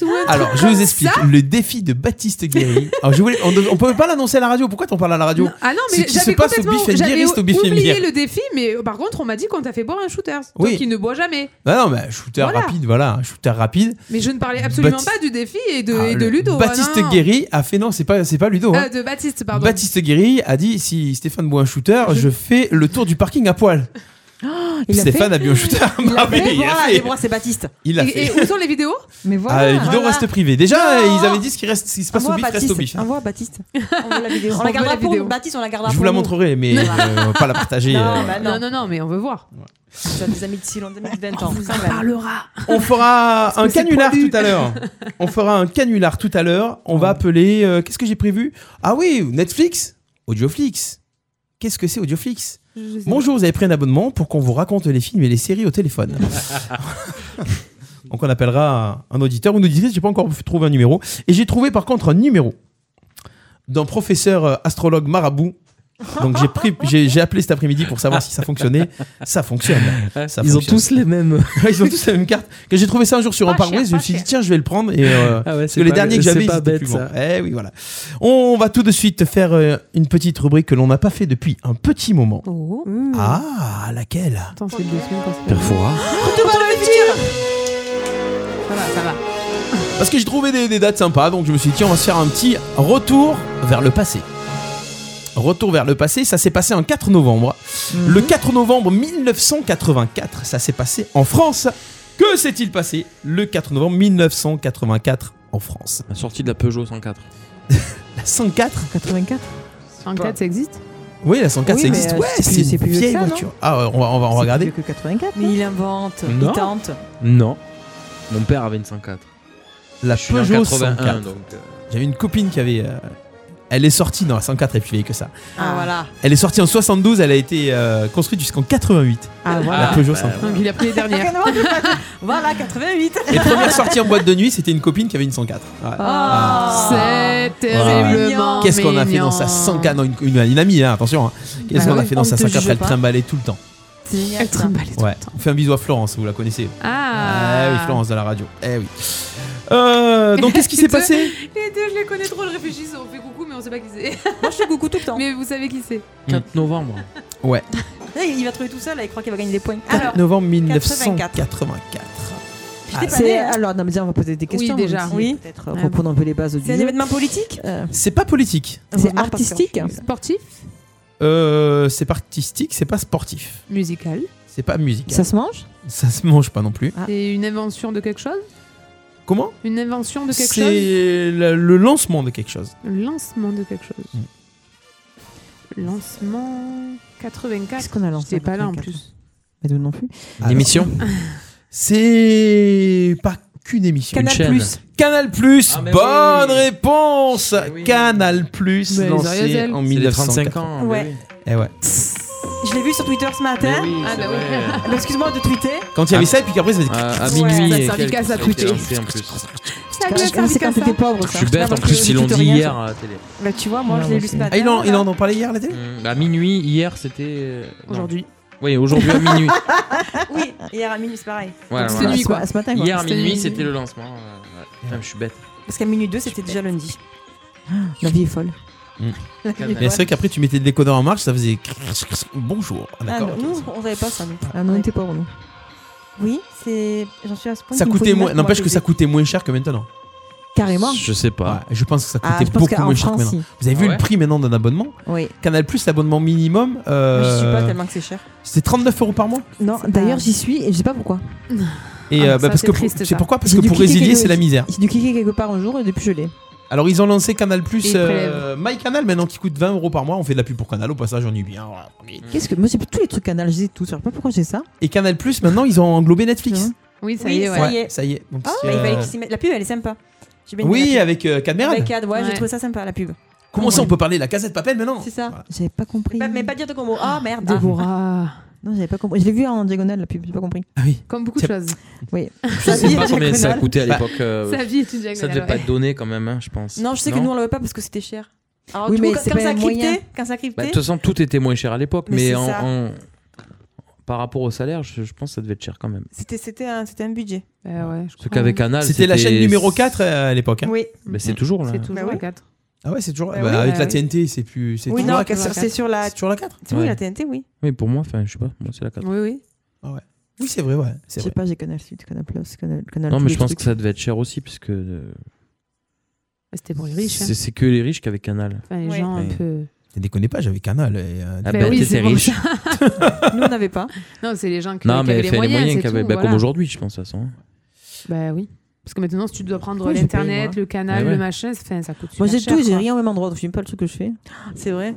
Speaker 4: ou un truc
Speaker 7: Alors, je vous
Speaker 4: comme
Speaker 7: explique.
Speaker 4: ça
Speaker 7: Le défi de Baptiste Guéry. Alors, je voulais, on, ne peut pas l'annoncer à la radio. Pourquoi t'en parles à la radio
Speaker 4: Ah non,
Speaker 7: Ce
Speaker 4: mais
Speaker 7: qui se
Speaker 4: j'avais
Speaker 7: passe au
Speaker 4: complètement
Speaker 7: Biffen
Speaker 4: j'avais
Speaker 7: Guériste, au Biffen
Speaker 4: oublié
Speaker 7: Guériste.
Speaker 4: le défi, mais euh, par contre, on m'a dit qu'on t'a fait boire un shooter.
Speaker 7: Oui.
Speaker 4: Toi qui ne bois jamais.
Speaker 7: Non, non, mais un shooter
Speaker 4: Voilà.
Speaker 7: rapide, voilà. un Shooter rapide.
Speaker 4: Mais je ne parlais absolument
Speaker 7: Baptiste-
Speaker 4: pas du défi et de,
Speaker 7: Ah,
Speaker 4: et de
Speaker 7: le-
Speaker 4: Ludo. ah,
Speaker 7: Baptiste
Speaker 4: non, non.
Speaker 7: Guéry a fait. Non, c'est pas, c'est pas Ludo. hein.
Speaker 4: Ah, de Baptiste, pardon.
Speaker 7: Baptiste Guéry a dit si Stéphane boit un shooter, je fais le tour du parking à poil.
Speaker 4: Oh,
Speaker 7: Stéphane a bu un shooter.
Speaker 10: Il
Speaker 7: Bah
Speaker 10: l'a fait.
Speaker 7: oui, il l'a
Speaker 10: Voilà,
Speaker 7: fait.
Speaker 10: les bras, c'est Baptiste.
Speaker 7: Il l'a fait.
Speaker 4: Et, et où sont les vidéos
Speaker 10: Mais
Speaker 7: Ah, les vidéos restent privées. Déjà, ils avaient dit ce qui, reste, ce qui se passe au
Speaker 10: Envoie
Speaker 7: bif
Speaker 10: à
Speaker 7: reste au
Speaker 10: Baptiste.
Speaker 7: bif. hein.
Speaker 10: Envoie à Baptiste. On veut la vidéo.
Speaker 4: On
Speaker 10: On
Speaker 4: veut
Speaker 10: la gardera
Speaker 4: la
Speaker 10: pour
Speaker 4: vidéo.
Speaker 10: nous. Baptiste, on la gardera
Speaker 7: Je vous
Speaker 10: pour
Speaker 7: la
Speaker 10: nous.
Speaker 7: montrerai, mais euh, on va pas la partager. euh.
Speaker 10: Non, bah
Speaker 4: non.
Speaker 10: non.
Speaker 4: non, non, mais on veut voir.
Speaker 10: Tu as des amis de si long, des amis de 20 ans.
Speaker 4: On vous
Speaker 10: quand
Speaker 4: en
Speaker 10: même.
Speaker 4: parlera.
Speaker 7: On fera un
Speaker 4: que c'est
Speaker 7: canular
Speaker 4: poilu
Speaker 7: tout à l'heure. On fera un canular tout à l'heure. On va appeler. euh, Qu'est-ce que j'ai prévu Ah oui, Netflix Audioflix Qu'est-ce que c'est Audioflix
Speaker 4: Je sais
Speaker 7: Bonjour, vous avez pris un abonnement pour qu'on vous raconte les films et les séries au téléphone. Donc on appellera un auditeur ou une auditrice, j'ai pas encore trouvé un numéro. Et j'ai trouvé par contre un numéro d'un professeur euh, astrologue marabout. Donc j'ai pris, j'ai j'ai appelé cet après-midi pour savoir si ça fonctionnait. Ça fonctionne. Ça
Speaker 8: Ils ont
Speaker 7: fonctionne.
Speaker 8: tous les mêmes.
Speaker 7: Ils ont tous la même carte. Quand j'ai trouvé ça un jour sur
Speaker 13: Pas
Speaker 7: un
Speaker 13: cher,
Speaker 7: je me
Speaker 13: pas
Speaker 7: suis dit
Speaker 13: cher.
Speaker 7: tiens, je vais le prendre. Et, euh,
Speaker 8: Ah ouais,
Speaker 7: parce
Speaker 8: c'est
Speaker 7: que les
Speaker 8: pas-
Speaker 7: derniers que
Speaker 8: c'est
Speaker 7: j'avais,
Speaker 8: pas
Speaker 7: c'était
Speaker 8: bête,
Speaker 7: plus
Speaker 8: ça.
Speaker 7: grands. Eh oui, voilà. On va tout de suite faire euh, une petite rubrique que l'on n'a pas fait depuis un petit moment.
Speaker 4: Oh.
Speaker 7: Ah, laquelle
Speaker 4: Attends, c'est deux semaines qu'on se fait.
Speaker 8: Perfora.
Speaker 4: Ça va, ça va.
Speaker 7: Parce que j'ai trouvé des, des dates sympas, donc je me suis dit tiens, on va se faire un petit retour vers le passé. Retour vers le passé, ça s'est passé en 4 novembre. Le 4 novembre 1984, ça s'est passé en France. Que s'est-il passé le 4 novembre 1984 en France
Speaker 8: La sortie de la Peugeot 104.
Speaker 7: La 104
Speaker 9: 84
Speaker 4: Enquête, ça existe
Speaker 7: Oui, la 104,
Speaker 9: Oui,
Speaker 7: ça
Speaker 9: mais,
Speaker 7: existe.
Speaker 9: euh,
Speaker 7: Ouais,
Speaker 9: c'est plus-
Speaker 7: c'est
Speaker 9: c'est
Speaker 7: une
Speaker 9: plus vieux que
Speaker 7: vieille
Speaker 9: ça, non
Speaker 7: voiture. Ah, ouais, on va, on va regarder.
Speaker 9: C'est plus vieux que 84.
Speaker 10: Mais il invente,
Speaker 7: Non.
Speaker 10: il tente.
Speaker 8: Non. Mon père avait une 104.
Speaker 7: La
Speaker 8: Je suis né en
Speaker 7: Peugeot
Speaker 8: 81,
Speaker 7: 104.
Speaker 8: donc. euh,
Speaker 7: J'avais une copine qui avait. euh, Elle est sortie, non, la 104 est plus vieille que ça.
Speaker 10: Ah, voilà.
Speaker 7: Elle est sortie en 72, elle a été euh, construite jusqu'en 88.
Speaker 4: Ah, voilà.
Speaker 7: la
Speaker 8: Bah,
Speaker 7: Peugeot 104.
Speaker 4: Donc, il a pris les dernières.
Speaker 10: Voilà, 88.
Speaker 7: Les premières sorties en boîte de nuit, c'était une copine qui avait une 104. Ouais.
Speaker 4: Ah, C'est
Speaker 10: mignon.
Speaker 4: terriblement.
Speaker 7: Qu'est-ce qu'on a fait dans sa
Speaker 4: mignon.
Speaker 7: 104 Non, une, une- une amie, hein, attention. hein. Qu'est-ce
Speaker 4: Bah
Speaker 7: qu'on a
Speaker 4: oui,
Speaker 7: fait dans
Speaker 10: on
Speaker 7: sa
Speaker 10: te
Speaker 7: 104
Speaker 10: juge
Speaker 7: Elle
Speaker 10: pas.
Speaker 7: trimballait tout le temps.
Speaker 10: C'est génial.
Speaker 4: Elle
Speaker 10: ça.
Speaker 4: trimballait tout
Speaker 7: Ouais.
Speaker 4: le temps.
Speaker 7: On fait un bisou à Florence, vous la connaissez. Ah,
Speaker 4: Ah.
Speaker 7: oui, Florence de la radio. Eh oui. Euh, donc, qu'est-ce qui s'est passé
Speaker 4: Les deux, je les connais trop, je réfléchis, on fait coucou, mais on sait pas qui c'est.
Speaker 10: Moi, je fais coucou tout le temps.
Speaker 4: Mais vous savez qui c'est
Speaker 8: 4 novembre.
Speaker 7: Ouais.
Speaker 10: Eh, Il va trouver tout seul, là, il croit qu'il va gagner des points.
Speaker 7: 4
Speaker 10: Alors,
Speaker 7: novembre
Speaker 10: 84.
Speaker 7: 1984.
Speaker 10: je t'ai pas dit,
Speaker 9: C'est-
Speaker 10: hein.
Speaker 9: Alors, non, mais déjà, on va poser des questions.
Speaker 4: déjà.
Speaker 9: aussi.
Speaker 10: Oui.
Speaker 9: Peut-être euh,
Speaker 4: Ouais.
Speaker 9: reprendre un peu les bases du
Speaker 10: c'est un
Speaker 9: jeu.
Speaker 10: événement politique
Speaker 9: Euh,
Speaker 7: C'est pas politique.
Speaker 9: C'est
Speaker 10: Heureusement, parce que-
Speaker 9: artistique.
Speaker 4: Sportif,
Speaker 7: Euh, c'est pas artistique, c'est pas sportif.
Speaker 4: musical.
Speaker 7: C'est pas musical.
Speaker 9: Ça se mange
Speaker 7: Ça se mange pas non plus.
Speaker 4: C'est une invention de quelque chose
Speaker 7: Ah. Comment
Speaker 4: Une invention de quelque chose
Speaker 7: C'est le le lancement de quelque chose.
Speaker 4: Le lancement de quelque chose.
Speaker 7: Mm.
Speaker 4: Lancement
Speaker 9: Qu'est-ce
Speaker 4: 84.
Speaker 9: qu'on a lancé
Speaker 4: J'étais pas là en
Speaker 9: 84?
Speaker 4: plus.
Speaker 9: Mais nous non plus.
Speaker 7: Alors,
Speaker 8: L'émission
Speaker 7: C'est pas qu'une émission.
Speaker 10: Canal
Speaker 8: chaîne.
Speaker 10: Plus.
Speaker 7: Canal Plus,
Speaker 8: Ah, mais
Speaker 7: bonne
Speaker 8: oui.
Speaker 7: réponse.
Speaker 8: Mais oui.
Speaker 7: Canal Plus
Speaker 4: Mais les
Speaker 7: lancé
Speaker 4: Ariel.
Speaker 7: en
Speaker 8: C'est les
Speaker 7: 1985.
Speaker 8: 35 ans.
Speaker 10: Ouais.
Speaker 8: mais oui.
Speaker 7: Eh ouais.
Speaker 10: Je l'ai vu sur Twitter ce matin.
Speaker 8: Mais oui,
Speaker 4: Ah,
Speaker 8: c'est
Speaker 4: bah oui.
Speaker 8: vrai.
Speaker 10: Ah, bah, Excuse-moi de tweeter.
Speaker 7: Quand il y avait
Speaker 8: Ah.
Speaker 7: ça et puis qu'après ça faisait-
Speaker 8: À, à
Speaker 10: Ouais,
Speaker 8: minuit.
Speaker 4: ça
Speaker 8: et
Speaker 4: servait
Speaker 8: quelques,
Speaker 4: qu'à
Speaker 8: ça a été
Speaker 4: s'accouter.
Speaker 8: lancé en plus.
Speaker 4: Ça
Speaker 9: Je
Speaker 4: doit
Speaker 9: connaissais
Speaker 4: être
Speaker 9: quand
Speaker 4: comme
Speaker 9: t'étais
Speaker 4: ça.
Speaker 9: pauvre,
Speaker 8: Je
Speaker 9: ça.
Speaker 8: suis bête, en
Speaker 10: parce que
Speaker 8: plus, ils l'ont
Speaker 10: j'ai
Speaker 8: dit
Speaker 10: rien
Speaker 8: hier à la télé.
Speaker 10: Bah, tu vois, moi,
Speaker 9: Ouais,
Speaker 10: je
Speaker 9: moi
Speaker 10: l'ai lu
Speaker 9: aussi.
Speaker 10: ce matin.
Speaker 7: Ah, il en, il en
Speaker 10: là.
Speaker 7: en parlait hier à la télé
Speaker 8: Hum, À minuit, hier, c'était. euh, non.
Speaker 4: Aujourd'hui.
Speaker 8: Oui, aujourd'hui à minuit.
Speaker 10: Oui, hier à minuit, c'est pareil.
Speaker 8: Voilà,
Speaker 4: C'est
Speaker 8: voilà.
Speaker 4: nuit,
Speaker 9: Ce-
Speaker 4: quoi.
Speaker 9: Ce matin, quoi.
Speaker 8: Hier à
Speaker 4: C'était
Speaker 8: minuit,
Speaker 4: minuit.
Speaker 8: c'était le lancement. euh, ouais. Putain, je suis bête.
Speaker 10: Parce qu'à minuit 2, c'était déjà lundi.
Speaker 9: La vie est folle.
Speaker 7: Mais c'est vrai qu'après tu mettais le décodeur en marche, ça faisait bonjour. Ah,
Speaker 10: Ah,
Speaker 7: D'accord.
Speaker 10: nous, on savait pas ça, nous.
Speaker 9: Ah non, on était pauvres, nous.
Speaker 10: Oui, c'est. J'en suis à ce point.
Speaker 7: Ça
Speaker 10: qu'il me faut
Speaker 7: coûtait
Speaker 10: une
Speaker 7: moins.
Speaker 10: note
Speaker 7: N'empêche
Speaker 10: pour
Speaker 7: que ça coûtait moins cher que maintenant.
Speaker 9: Carrément.
Speaker 7: Je sais pas. je pense que ça
Speaker 9: Ah,
Speaker 7: coûtait
Speaker 9: je pense
Speaker 7: beaucoup
Speaker 9: qu'en
Speaker 7: moins cher que
Speaker 9: France,
Speaker 7: maintenant.
Speaker 9: si.
Speaker 7: Vous avez vu
Speaker 9: Ah
Speaker 7: le
Speaker 9: ouais
Speaker 7: prix maintenant d'un abonnement
Speaker 9: Oui.
Speaker 7: Canal Plus, l'abonnement minimum.
Speaker 10: Moi,
Speaker 7: Euh...
Speaker 10: j'y suis pas tellement que c'est cher.
Speaker 7: C'était 39 euros par mois.
Speaker 9: Non, d'ailleurs, j'y suis et je sais pas pourquoi.
Speaker 7: Et
Speaker 9: Ah,
Speaker 7: euh, bah,
Speaker 9: ça,
Speaker 7: parce
Speaker 9: c'est
Speaker 7: que
Speaker 9: triste,
Speaker 7: pour-
Speaker 9: ça.
Speaker 7: c'est pourquoi Parce
Speaker 9: J'ai
Speaker 7: que
Speaker 9: dû
Speaker 7: pour
Speaker 9: cliquer
Speaker 7: résilier,
Speaker 9: quelque-
Speaker 7: c'est la misère.
Speaker 9: J'ai dû cliquer quelque part un jour et depuis je l'ai.
Speaker 7: Alors ils ont lancé Canal Plus, euh,
Speaker 9: Ils prélèvent.
Speaker 7: My Canal maintenant qui coûte 20 euros par mois. On fait de la pub pour Canal au passage, on y est bien. voilà, tranquille.
Speaker 10: Mm.
Speaker 9: Qu'est-ce que. Moi, j'ai tous les trucs canalisés et tout. Je sais pas pourquoi j'ai ça.
Speaker 7: Et Canal Plus maintenant ils ont englobé Netflix.
Speaker 4: Oui,
Speaker 10: Mm. ça y est, ouais.
Speaker 7: Ça y est. Donc,
Speaker 10: Ah,
Speaker 7: c'est,
Speaker 10: bah, il fallait
Speaker 7: euh,
Speaker 10: qu'ils s'y mettent. La pub, elle est sympa. J'ai bien aimé
Speaker 7: Oui,
Speaker 10: la pub.
Speaker 7: avec euh, Kad Merad.
Speaker 10: Avec Kad, ouais, j'ai
Speaker 7: Ouais.
Speaker 10: trouvé ça sympa, la pub.
Speaker 7: Comment ça on peut parler de la casette papel maintenant
Speaker 10: C'est ça.
Speaker 9: J'avais pas compris.
Speaker 10: Mais pas- mais pas dire de combo. Ah, merde.
Speaker 9: Déborah. Non, j'avais pas compris. Je l'ai vu en diagonale la pub, j'ai pas compris.
Speaker 7: Ah oui.
Speaker 4: Comme beaucoup de choses.
Speaker 9: Oui.
Speaker 8: Je sais pas combien ça a coûté à
Speaker 9: Bah,
Speaker 8: l'époque. euh,
Speaker 4: sa vie est une
Speaker 8: Ça
Speaker 4: diagonale,
Speaker 8: devait pas
Speaker 4: ouais.
Speaker 8: être donné quand même, hein, je pense.
Speaker 10: Non, je sais que nous on l'avait pas parce que c'était cher. Alors,
Speaker 9: Oui,
Speaker 10: du
Speaker 9: mais
Speaker 10: coup, quand,
Speaker 9: c'est
Speaker 10: quand
Speaker 9: pas
Speaker 10: ça
Speaker 9: les moyens.
Speaker 10: crypté, quand ça crypté.
Speaker 8: Bah, De toute façon, tout était moins cher à l'époque,
Speaker 10: Mais
Speaker 8: mais,
Speaker 10: c'est
Speaker 8: en,
Speaker 10: ça.
Speaker 8: en- par rapport au salaire, je, je pense que ça devait être cher quand même.
Speaker 10: C'était, c'était, un, c'était un budget.
Speaker 9: Bah,
Speaker 8: Parce qu'avec Canal,
Speaker 7: C'était la chaîne numéro 4 à l'époque. hein.
Speaker 10: Oui.
Speaker 8: Mais c'est toujours là.
Speaker 10: C'est toujours Bah oui. la
Speaker 4: 4.
Speaker 7: Ah ouais, c'est toujours.
Speaker 10: Bah
Speaker 7: bah,
Speaker 10: oui.
Speaker 7: avec
Speaker 10: Bah
Speaker 7: la
Speaker 10: oui.
Speaker 7: TNT, c'est plus. C'est
Speaker 10: Oui,
Speaker 7: toujours
Speaker 10: non,
Speaker 7: la
Speaker 10: c'est
Speaker 7: quatre.
Speaker 10: sur, c'est sur la.
Speaker 7: Sur la 4
Speaker 10: Oui,
Speaker 8: Ouais.
Speaker 10: la TNT, oui.
Speaker 8: Oui, pour moi, enfin, je sais pas, moi c'est la 4.
Speaker 10: Oui, oui.
Speaker 7: Ah ouais. Oui, c'est vrai, ouais.
Speaker 9: Je
Speaker 7: c'est
Speaker 9: sais
Speaker 7: vrai.
Speaker 9: pas, j'ai Canal Sud, Canal Plus, Canal. Canal
Speaker 8: Non,
Speaker 9: tous
Speaker 8: mais
Speaker 9: les
Speaker 8: je pense
Speaker 9: trucs.
Speaker 8: que ça devait être cher aussi, puisque euh,
Speaker 4: C'était pour les riches. hein.
Speaker 8: c'est c'est que les riches qu'avec Canal.
Speaker 4: Enfin, les gens un
Speaker 8: Ouais.
Speaker 4: peu.
Speaker 7: Ne déconnez pas, j'avais Canal. Et, euh,
Speaker 8: Ah bah, t'étais riche.
Speaker 9: Nous, on n'avait pas.
Speaker 4: Non, c'est les gens qui,
Speaker 8: Non,
Speaker 4: qui
Speaker 8: mais
Speaker 4: avaient les
Speaker 8: fait les
Speaker 4: moyens.
Speaker 8: moyens
Speaker 4: c'est
Speaker 8: qu'avec.
Speaker 4: tout,
Speaker 8: bah, Comme
Speaker 4: voilà.
Speaker 8: aujourd'hui, je pense, de toute façon. hein.
Speaker 4: Bah oui. Parce que maintenant, si tu dois prendre
Speaker 9: Pourquoi j'ai payé,
Speaker 4: l'internet,
Speaker 9: moi
Speaker 4: le
Speaker 8: Eh
Speaker 4: canal,
Speaker 9: Mais ouais.
Speaker 4: le machin, ça, enfin, ça coûte
Speaker 9: Moi,
Speaker 4: super
Speaker 9: j'ai
Speaker 4: cher,
Speaker 9: tout, j'ai
Speaker 4: quoi.
Speaker 9: rien au même endroit, donc je sais même pas le truc que je fais.
Speaker 10: C'est vrai.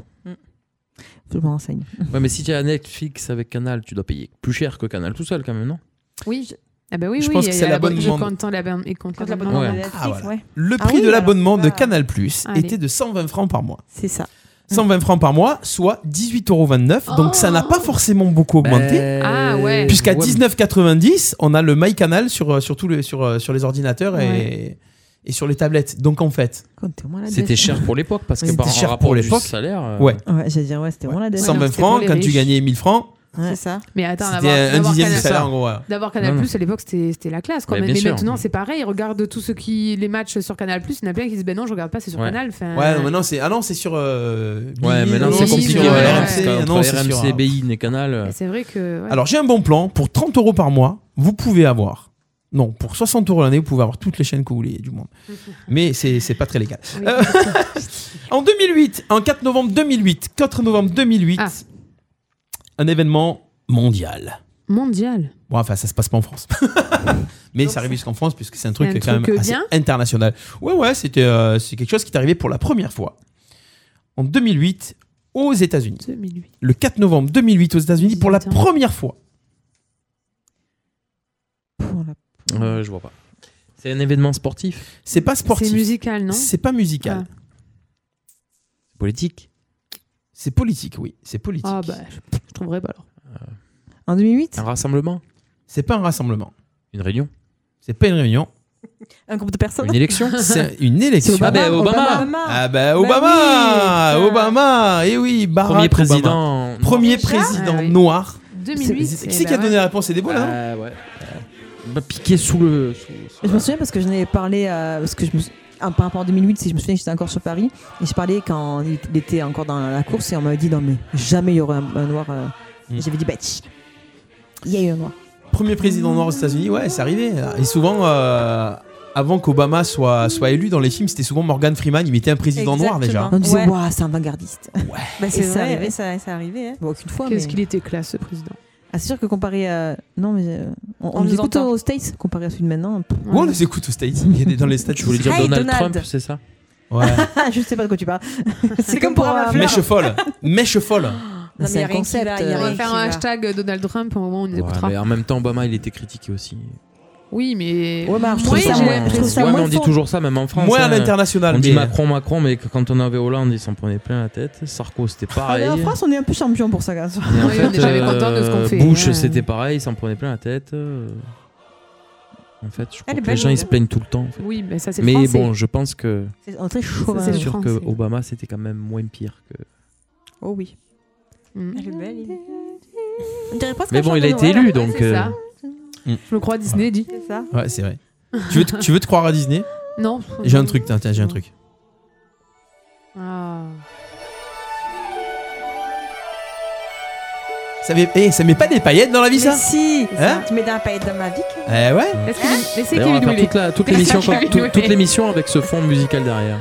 Speaker 9: Je me renseigne.
Speaker 8: Ouais, mais si tu as Netflix avec Canal, tu dois payer plus cher que Canal tout seul quand même, non
Speaker 4: Oui. je- Ah bah oui,
Speaker 7: Je
Speaker 4: oui,
Speaker 7: pense
Speaker 4: il y
Speaker 7: que
Speaker 4: a
Speaker 7: c'est
Speaker 4: la bonne
Speaker 7: l'abonnement de-
Speaker 4: Je compte l'abonnement et compte l'abonnement.
Speaker 7: Ouais.
Speaker 4: de
Speaker 7: Ah,
Speaker 4: Netflix,
Speaker 7: voilà.
Speaker 4: ouais.
Speaker 7: Le
Speaker 4: Ah
Speaker 7: prix
Speaker 4: oui,
Speaker 7: de
Speaker 4: alors,
Speaker 7: l'abonnement de
Speaker 4: ça-
Speaker 7: Canal Plus
Speaker 4: Allez.
Speaker 7: était de 120 francs par mois.
Speaker 10: C'est ça.
Speaker 7: 120 francs par mois, soit 18,29 euros. Donc ça n'a pas forcément beaucoup
Speaker 8: Ben,
Speaker 7: augmenté.
Speaker 4: Oh. Ah ouais.
Speaker 7: Puisqu'à
Speaker 4: Ouais, mais-
Speaker 7: 19,90, on a le My Canal sur, euh, sur, tous les, sur, euh, sur les ordinateurs et, et sur les tablettes. Donc en fait,
Speaker 8: C'était cher pour l'époque, parce que
Speaker 7: C'était
Speaker 8: par
Speaker 7: cher
Speaker 8: en
Speaker 7: pour
Speaker 8: rapport du
Speaker 7: l'époque.
Speaker 8: salaire. euh,
Speaker 7: ouais.
Speaker 9: Ouais, j'allais dire, ouais, c'était vraiment la dette.
Speaker 7: 120 francs, quand tu gagnais 1000 francs,
Speaker 9: C'est
Speaker 10: ça.
Speaker 4: Mais attends,
Speaker 7: C'était
Speaker 4: d'avoir-
Speaker 7: un
Speaker 4: d'avoir
Speaker 7: dixième du
Speaker 4: Canal-
Speaker 7: salaire, en gros, ouais.
Speaker 4: D'avoir Canal
Speaker 7: Non, non.
Speaker 4: Plus à l'époque, c'était c'était la classe. Quoi.
Speaker 7: Mais
Speaker 4: Mais,
Speaker 7: bien
Speaker 4: mais
Speaker 7: sûr.
Speaker 4: maintenant, c'est pareil. Regarde tous ceux qui les matchs sur Canal Plus. Il y en a plein qui disent ben non, je regarde pas, c'est sur
Speaker 7: ouais.
Speaker 4: Canal. Enfin,
Speaker 7: Ouais, non, maintenant c'est ah non, c'est sur euh,
Speaker 8: Ouais,
Speaker 7: Bili,
Speaker 8: mais non,
Speaker 7: non,
Speaker 8: c'est
Speaker 7: sur,
Speaker 8: compliqué.
Speaker 7: euh,
Speaker 8: ouais,
Speaker 7: RMC,
Speaker 8: parce qu'entre
Speaker 7: non, c'est sur,
Speaker 8: RMC,
Speaker 7: euh,
Speaker 8: BIN et Canal. euh,
Speaker 4: C'est vrai que. ouais.
Speaker 7: Alors j'ai un bon plan pour 30 euros par mois, vous pouvez avoir. Non, pour 60 euros l'année, vous pouvez avoir toutes les chaînes que vous voulez du monde. Mais c'est c'est pas très légal. Euh, en 2008, en 4 novembre 2008, 4 novembre 2008,
Speaker 4: Ah.
Speaker 7: un événement mondial.
Speaker 4: Mondial.
Speaker 7: Bon, enfin, ça se passe pas en France. Mais ça arrive jusqu'en France puisque c'est un truc,
Speaker 4: Un
Speaker 7: quand
Speaker 4: truc euh,
Speaker 7: même assez
Speaker 4: bien
Speaker 7: international. Ouais, ouais, c'était euh, c'est quelque chose qui est arrivé pour la première fois en 2008 aux États-Unis.
Speaker 4: 2008.
Speaker 7: Le 4 novembre 2008 aux États-Unis pour la première fois.
Speaker 8: euh, je vois pas. C'est un événement sportif,
Speaker 7: C'est pas sportif.
Speaker 4: C'est musical, non
Speaker 7: C'est pas musical.
Speaker 8: politique.
Speaker 7: C'est politique, oui. C'est politique.
Speaker 4: Ah bah, je, je trouverais pas alors.
Speaker 9: En 2008
Speaker 8: Un rassemblement
Speaker 7: C'est pas un rassemblement.
Speaker 8: Une réunion
Speaker 7: C'est pas une réunion.
Speaker 10: Un groupe de personnes.
Speaker 8: Une élection
Speaker 7: C'est une élection.
Speaker 8: Ah ben Obama.
Speaker 7: Ah ben
Speaker 10: Bah
Speaker 7: Obama
Speaker 10: oui,
Speaker 7: Obama Et oui, Barack Obama.
Speaker 8: Premier président.
Speaker 7: Premier
Speaker 8: Déjà
Speaker 7: président
Speaker 8: Ah oui.
Speaker 7: noir.
Speaker 4: 2008,
Speaker 7: C'est- c'est- Qui
Speaker 4: eh
Speaker 7: c'est qui
Speaker 4: ben
Speaker 7: a donné
Speaker 4: ouais.
Speaker 7: la réponse C'est des là, non
Speaker 8: Ah ouais. Bah, piqué sous le. sous-
Speaker 9: Je me souviens parce que je n'avais parlé, euh, parce que je me sou- ah, par rapport à 2008, si je me souviens que j'étais encore sur Paris, et je parlais quand il était encore dans la course, et on m'avait dit non, mais jamais il y aurait un, un noir. euh.
Speaker 7: Hmm.
Speaker 9: Et J'avais dit, bah, tch, il y a eu un noir.
Speaker 7: Premier président noir aux États-Unis, ouais, c'est arrivé. Et souvent, euh, avant qu'Obama soit, soit élu dans les films, c'était souvent Morgan Freeman, il mettait un président noir déjà.
Speaker 9: On disait,
Speaker 10: Ouais.
Speaker 9: waouh, c'est un vanguardiste.
Speaker 10: Bah,
Speaker 9: Et
Speaker 10: c'est
Speaker 9: ça
Speaker 10: vrai,
Speaker 9: arrivait.
Speaker 10: et ça, ça arrivait. hein.
Speaker 9: Bon, aucune fois,
Speaker 4: Qu'est-ce
Speaker 9: mais-
Speaker 4: qu'il était classe, ce président
Speaker 9: Ah, c'est sûr que comparé à. Non, mais. euh, on, on
Speaker 10: On
Speaker 9: nous
Speaker 10: nous
Speaker 9: écoute
Speaker 10: entend.
Speaker 9: aux States, comparé à celui de maintenant. pff.
Speaker 7: Ouais, on les écoute aux States, il y a des- dans les stats.
Speaker 8: Je voulais dire
Speaker 9: Hey,
Speaker 8: Donald,
Speaker 9: Donald.
Speaker 8: Trump, c'est ça
Speaker 7: Ouais.
Speaker 9: je sais pas de quoi tu parles. c'est comme pour
Speaker 4: Ah,
Speaker 9: avoir
Speaker 7: Mèche folle, mèche folle.
Speaker 9: Non,
Speaker 10: mais
Speaker 9: c'est
Speaker 10: y a
Speaker 9: un
Speaker 10: rien qui
Speaker 9: concept.
Speaker 10: va, y a
Speaker 9: euh,
Speaker 4: On va
Speaker 10: rien
Speaker 4: faire
Speaker 10: qui
Speaker 4: un
Speaker 10: va.
Speaker 4: hashtag Donald Trump, au moment où on les
Speaker 8: Ouais,
Speaker 4: écoutera.
Speaker 7: euh,
Speaker 8: mais en même temps, Obama, il était critiqué aussi.
Speaker 4: Oui, mais.
Speaker 9: Ouais, mais je trouve
Speaker 4: Moi,
Speaker 9: ça
Speaker 4: j'ai
Speaker 9: moins-
Speaker 8: Ouais,
Speaker 4: l'impression.
Speaker 9: ça
Speaker 8: mais
Speaker 9: moins
Speaker 8: on dit
Speaker 9: fort.
Speaker 8: toujours ça, même en France.
Speaker 7: Moins à
Speaker 8: hein.
Speaker 7: l'international,
Speaker 8: On dit
Speaker 7: mais-
Speaker 8: Macron, Macron, mais que- quand on avait Hollande, il s'en prenait plein la tête. Sarko, c'était
Speaker 9: Ah, mais
Speaker 8: pareil.
Speaker 9: en France, on est un peu champion pour ça, quand même.
Speaker 8: Et en euh,
Speaker 4: Oui, on est jamais content de ce qu'on fait,
Speaker 8: Bush,
Speaker 9: hein.
Speaker 4: ouais.
Speaker 8: c'était pareil, il s'en prenait plein la tête. euh. En fait, je crois
Speaker 9: Elle
Speaker 8: que
Speaker 9: est
Speaker 8: les
Speaker 9: belle,
Speaker 8: gens, ils
Speaker 9: elle.
Speaker 8: se plaignent tout le temps. en fait.
Speaker 4: Oui, mais ça, c'est
Speaker 8: Mais
Speaker 4: français.
Speaker 8: bon, je pense que.
Speaker 9: C'est- On est très
Speaker 4: Ça,
Speaker 9: chauvin.
Speaker 4: c'est
Speaker 8: C'est
Speaker 4: le
Speaker 8: sûr
Speaker 4: français.
Speaker 8: que Obama, c'était quand même moins pire que.
Speaker 9: Oh oui.
Speaker 4: Mm.
Speaker 10: Elle est belle. il- On dirait presque
Speaker 8: Mais
Speaker 10: un
Speaker 8: bon,
Speaker 10: chant
Speaker 8: il
Speaker 10: de
Speaker 8: a été
Speaker 10: Noël.
Speaker 8: élu,
Speaker 10: Ouais,
Speaker 8: donc.
Speaker 4: c'est
Speaker 8: euh,
Speaker 4: ça.
Speaker 7: Mm.
Speaker 4: Je me crois Disney, dit.
Speaker 10: C'est ça.
Speaker 7: Ouais, c'est vrai. Tu veux, te, tu veux te croire à Disney
Speaker 4: Non.
Speaker 7: J'ai un truc, tiens, tiens, j'ai un truc.
Speaker 4: Ah.
Speaker 7: Ça met, eh, ça met pas des paillettes dans la vie, ça
Speaker 10: Si,
Speaker 7: Hein
Speaker 10: tu mets dans la paillette dans ma vie. Hein
Speaker 7: Eh ouais
Speaker 4: Est-ce que les- mais c'est
Speaker 8: D'ailleurs, on va
Speaker 4: Kevin
Speaker 8: faire
Speaker 4: Ouellet.
Speaker 8: toute la- toute
Speaker 4: Mais
Speaker 8: l'émission
Speaker 4: c'est Kevin
Speaker 8: quand- tout-
Speaker 4: Ouellet.
Speaker 8: toute l'émission avec ce fond musical derrière.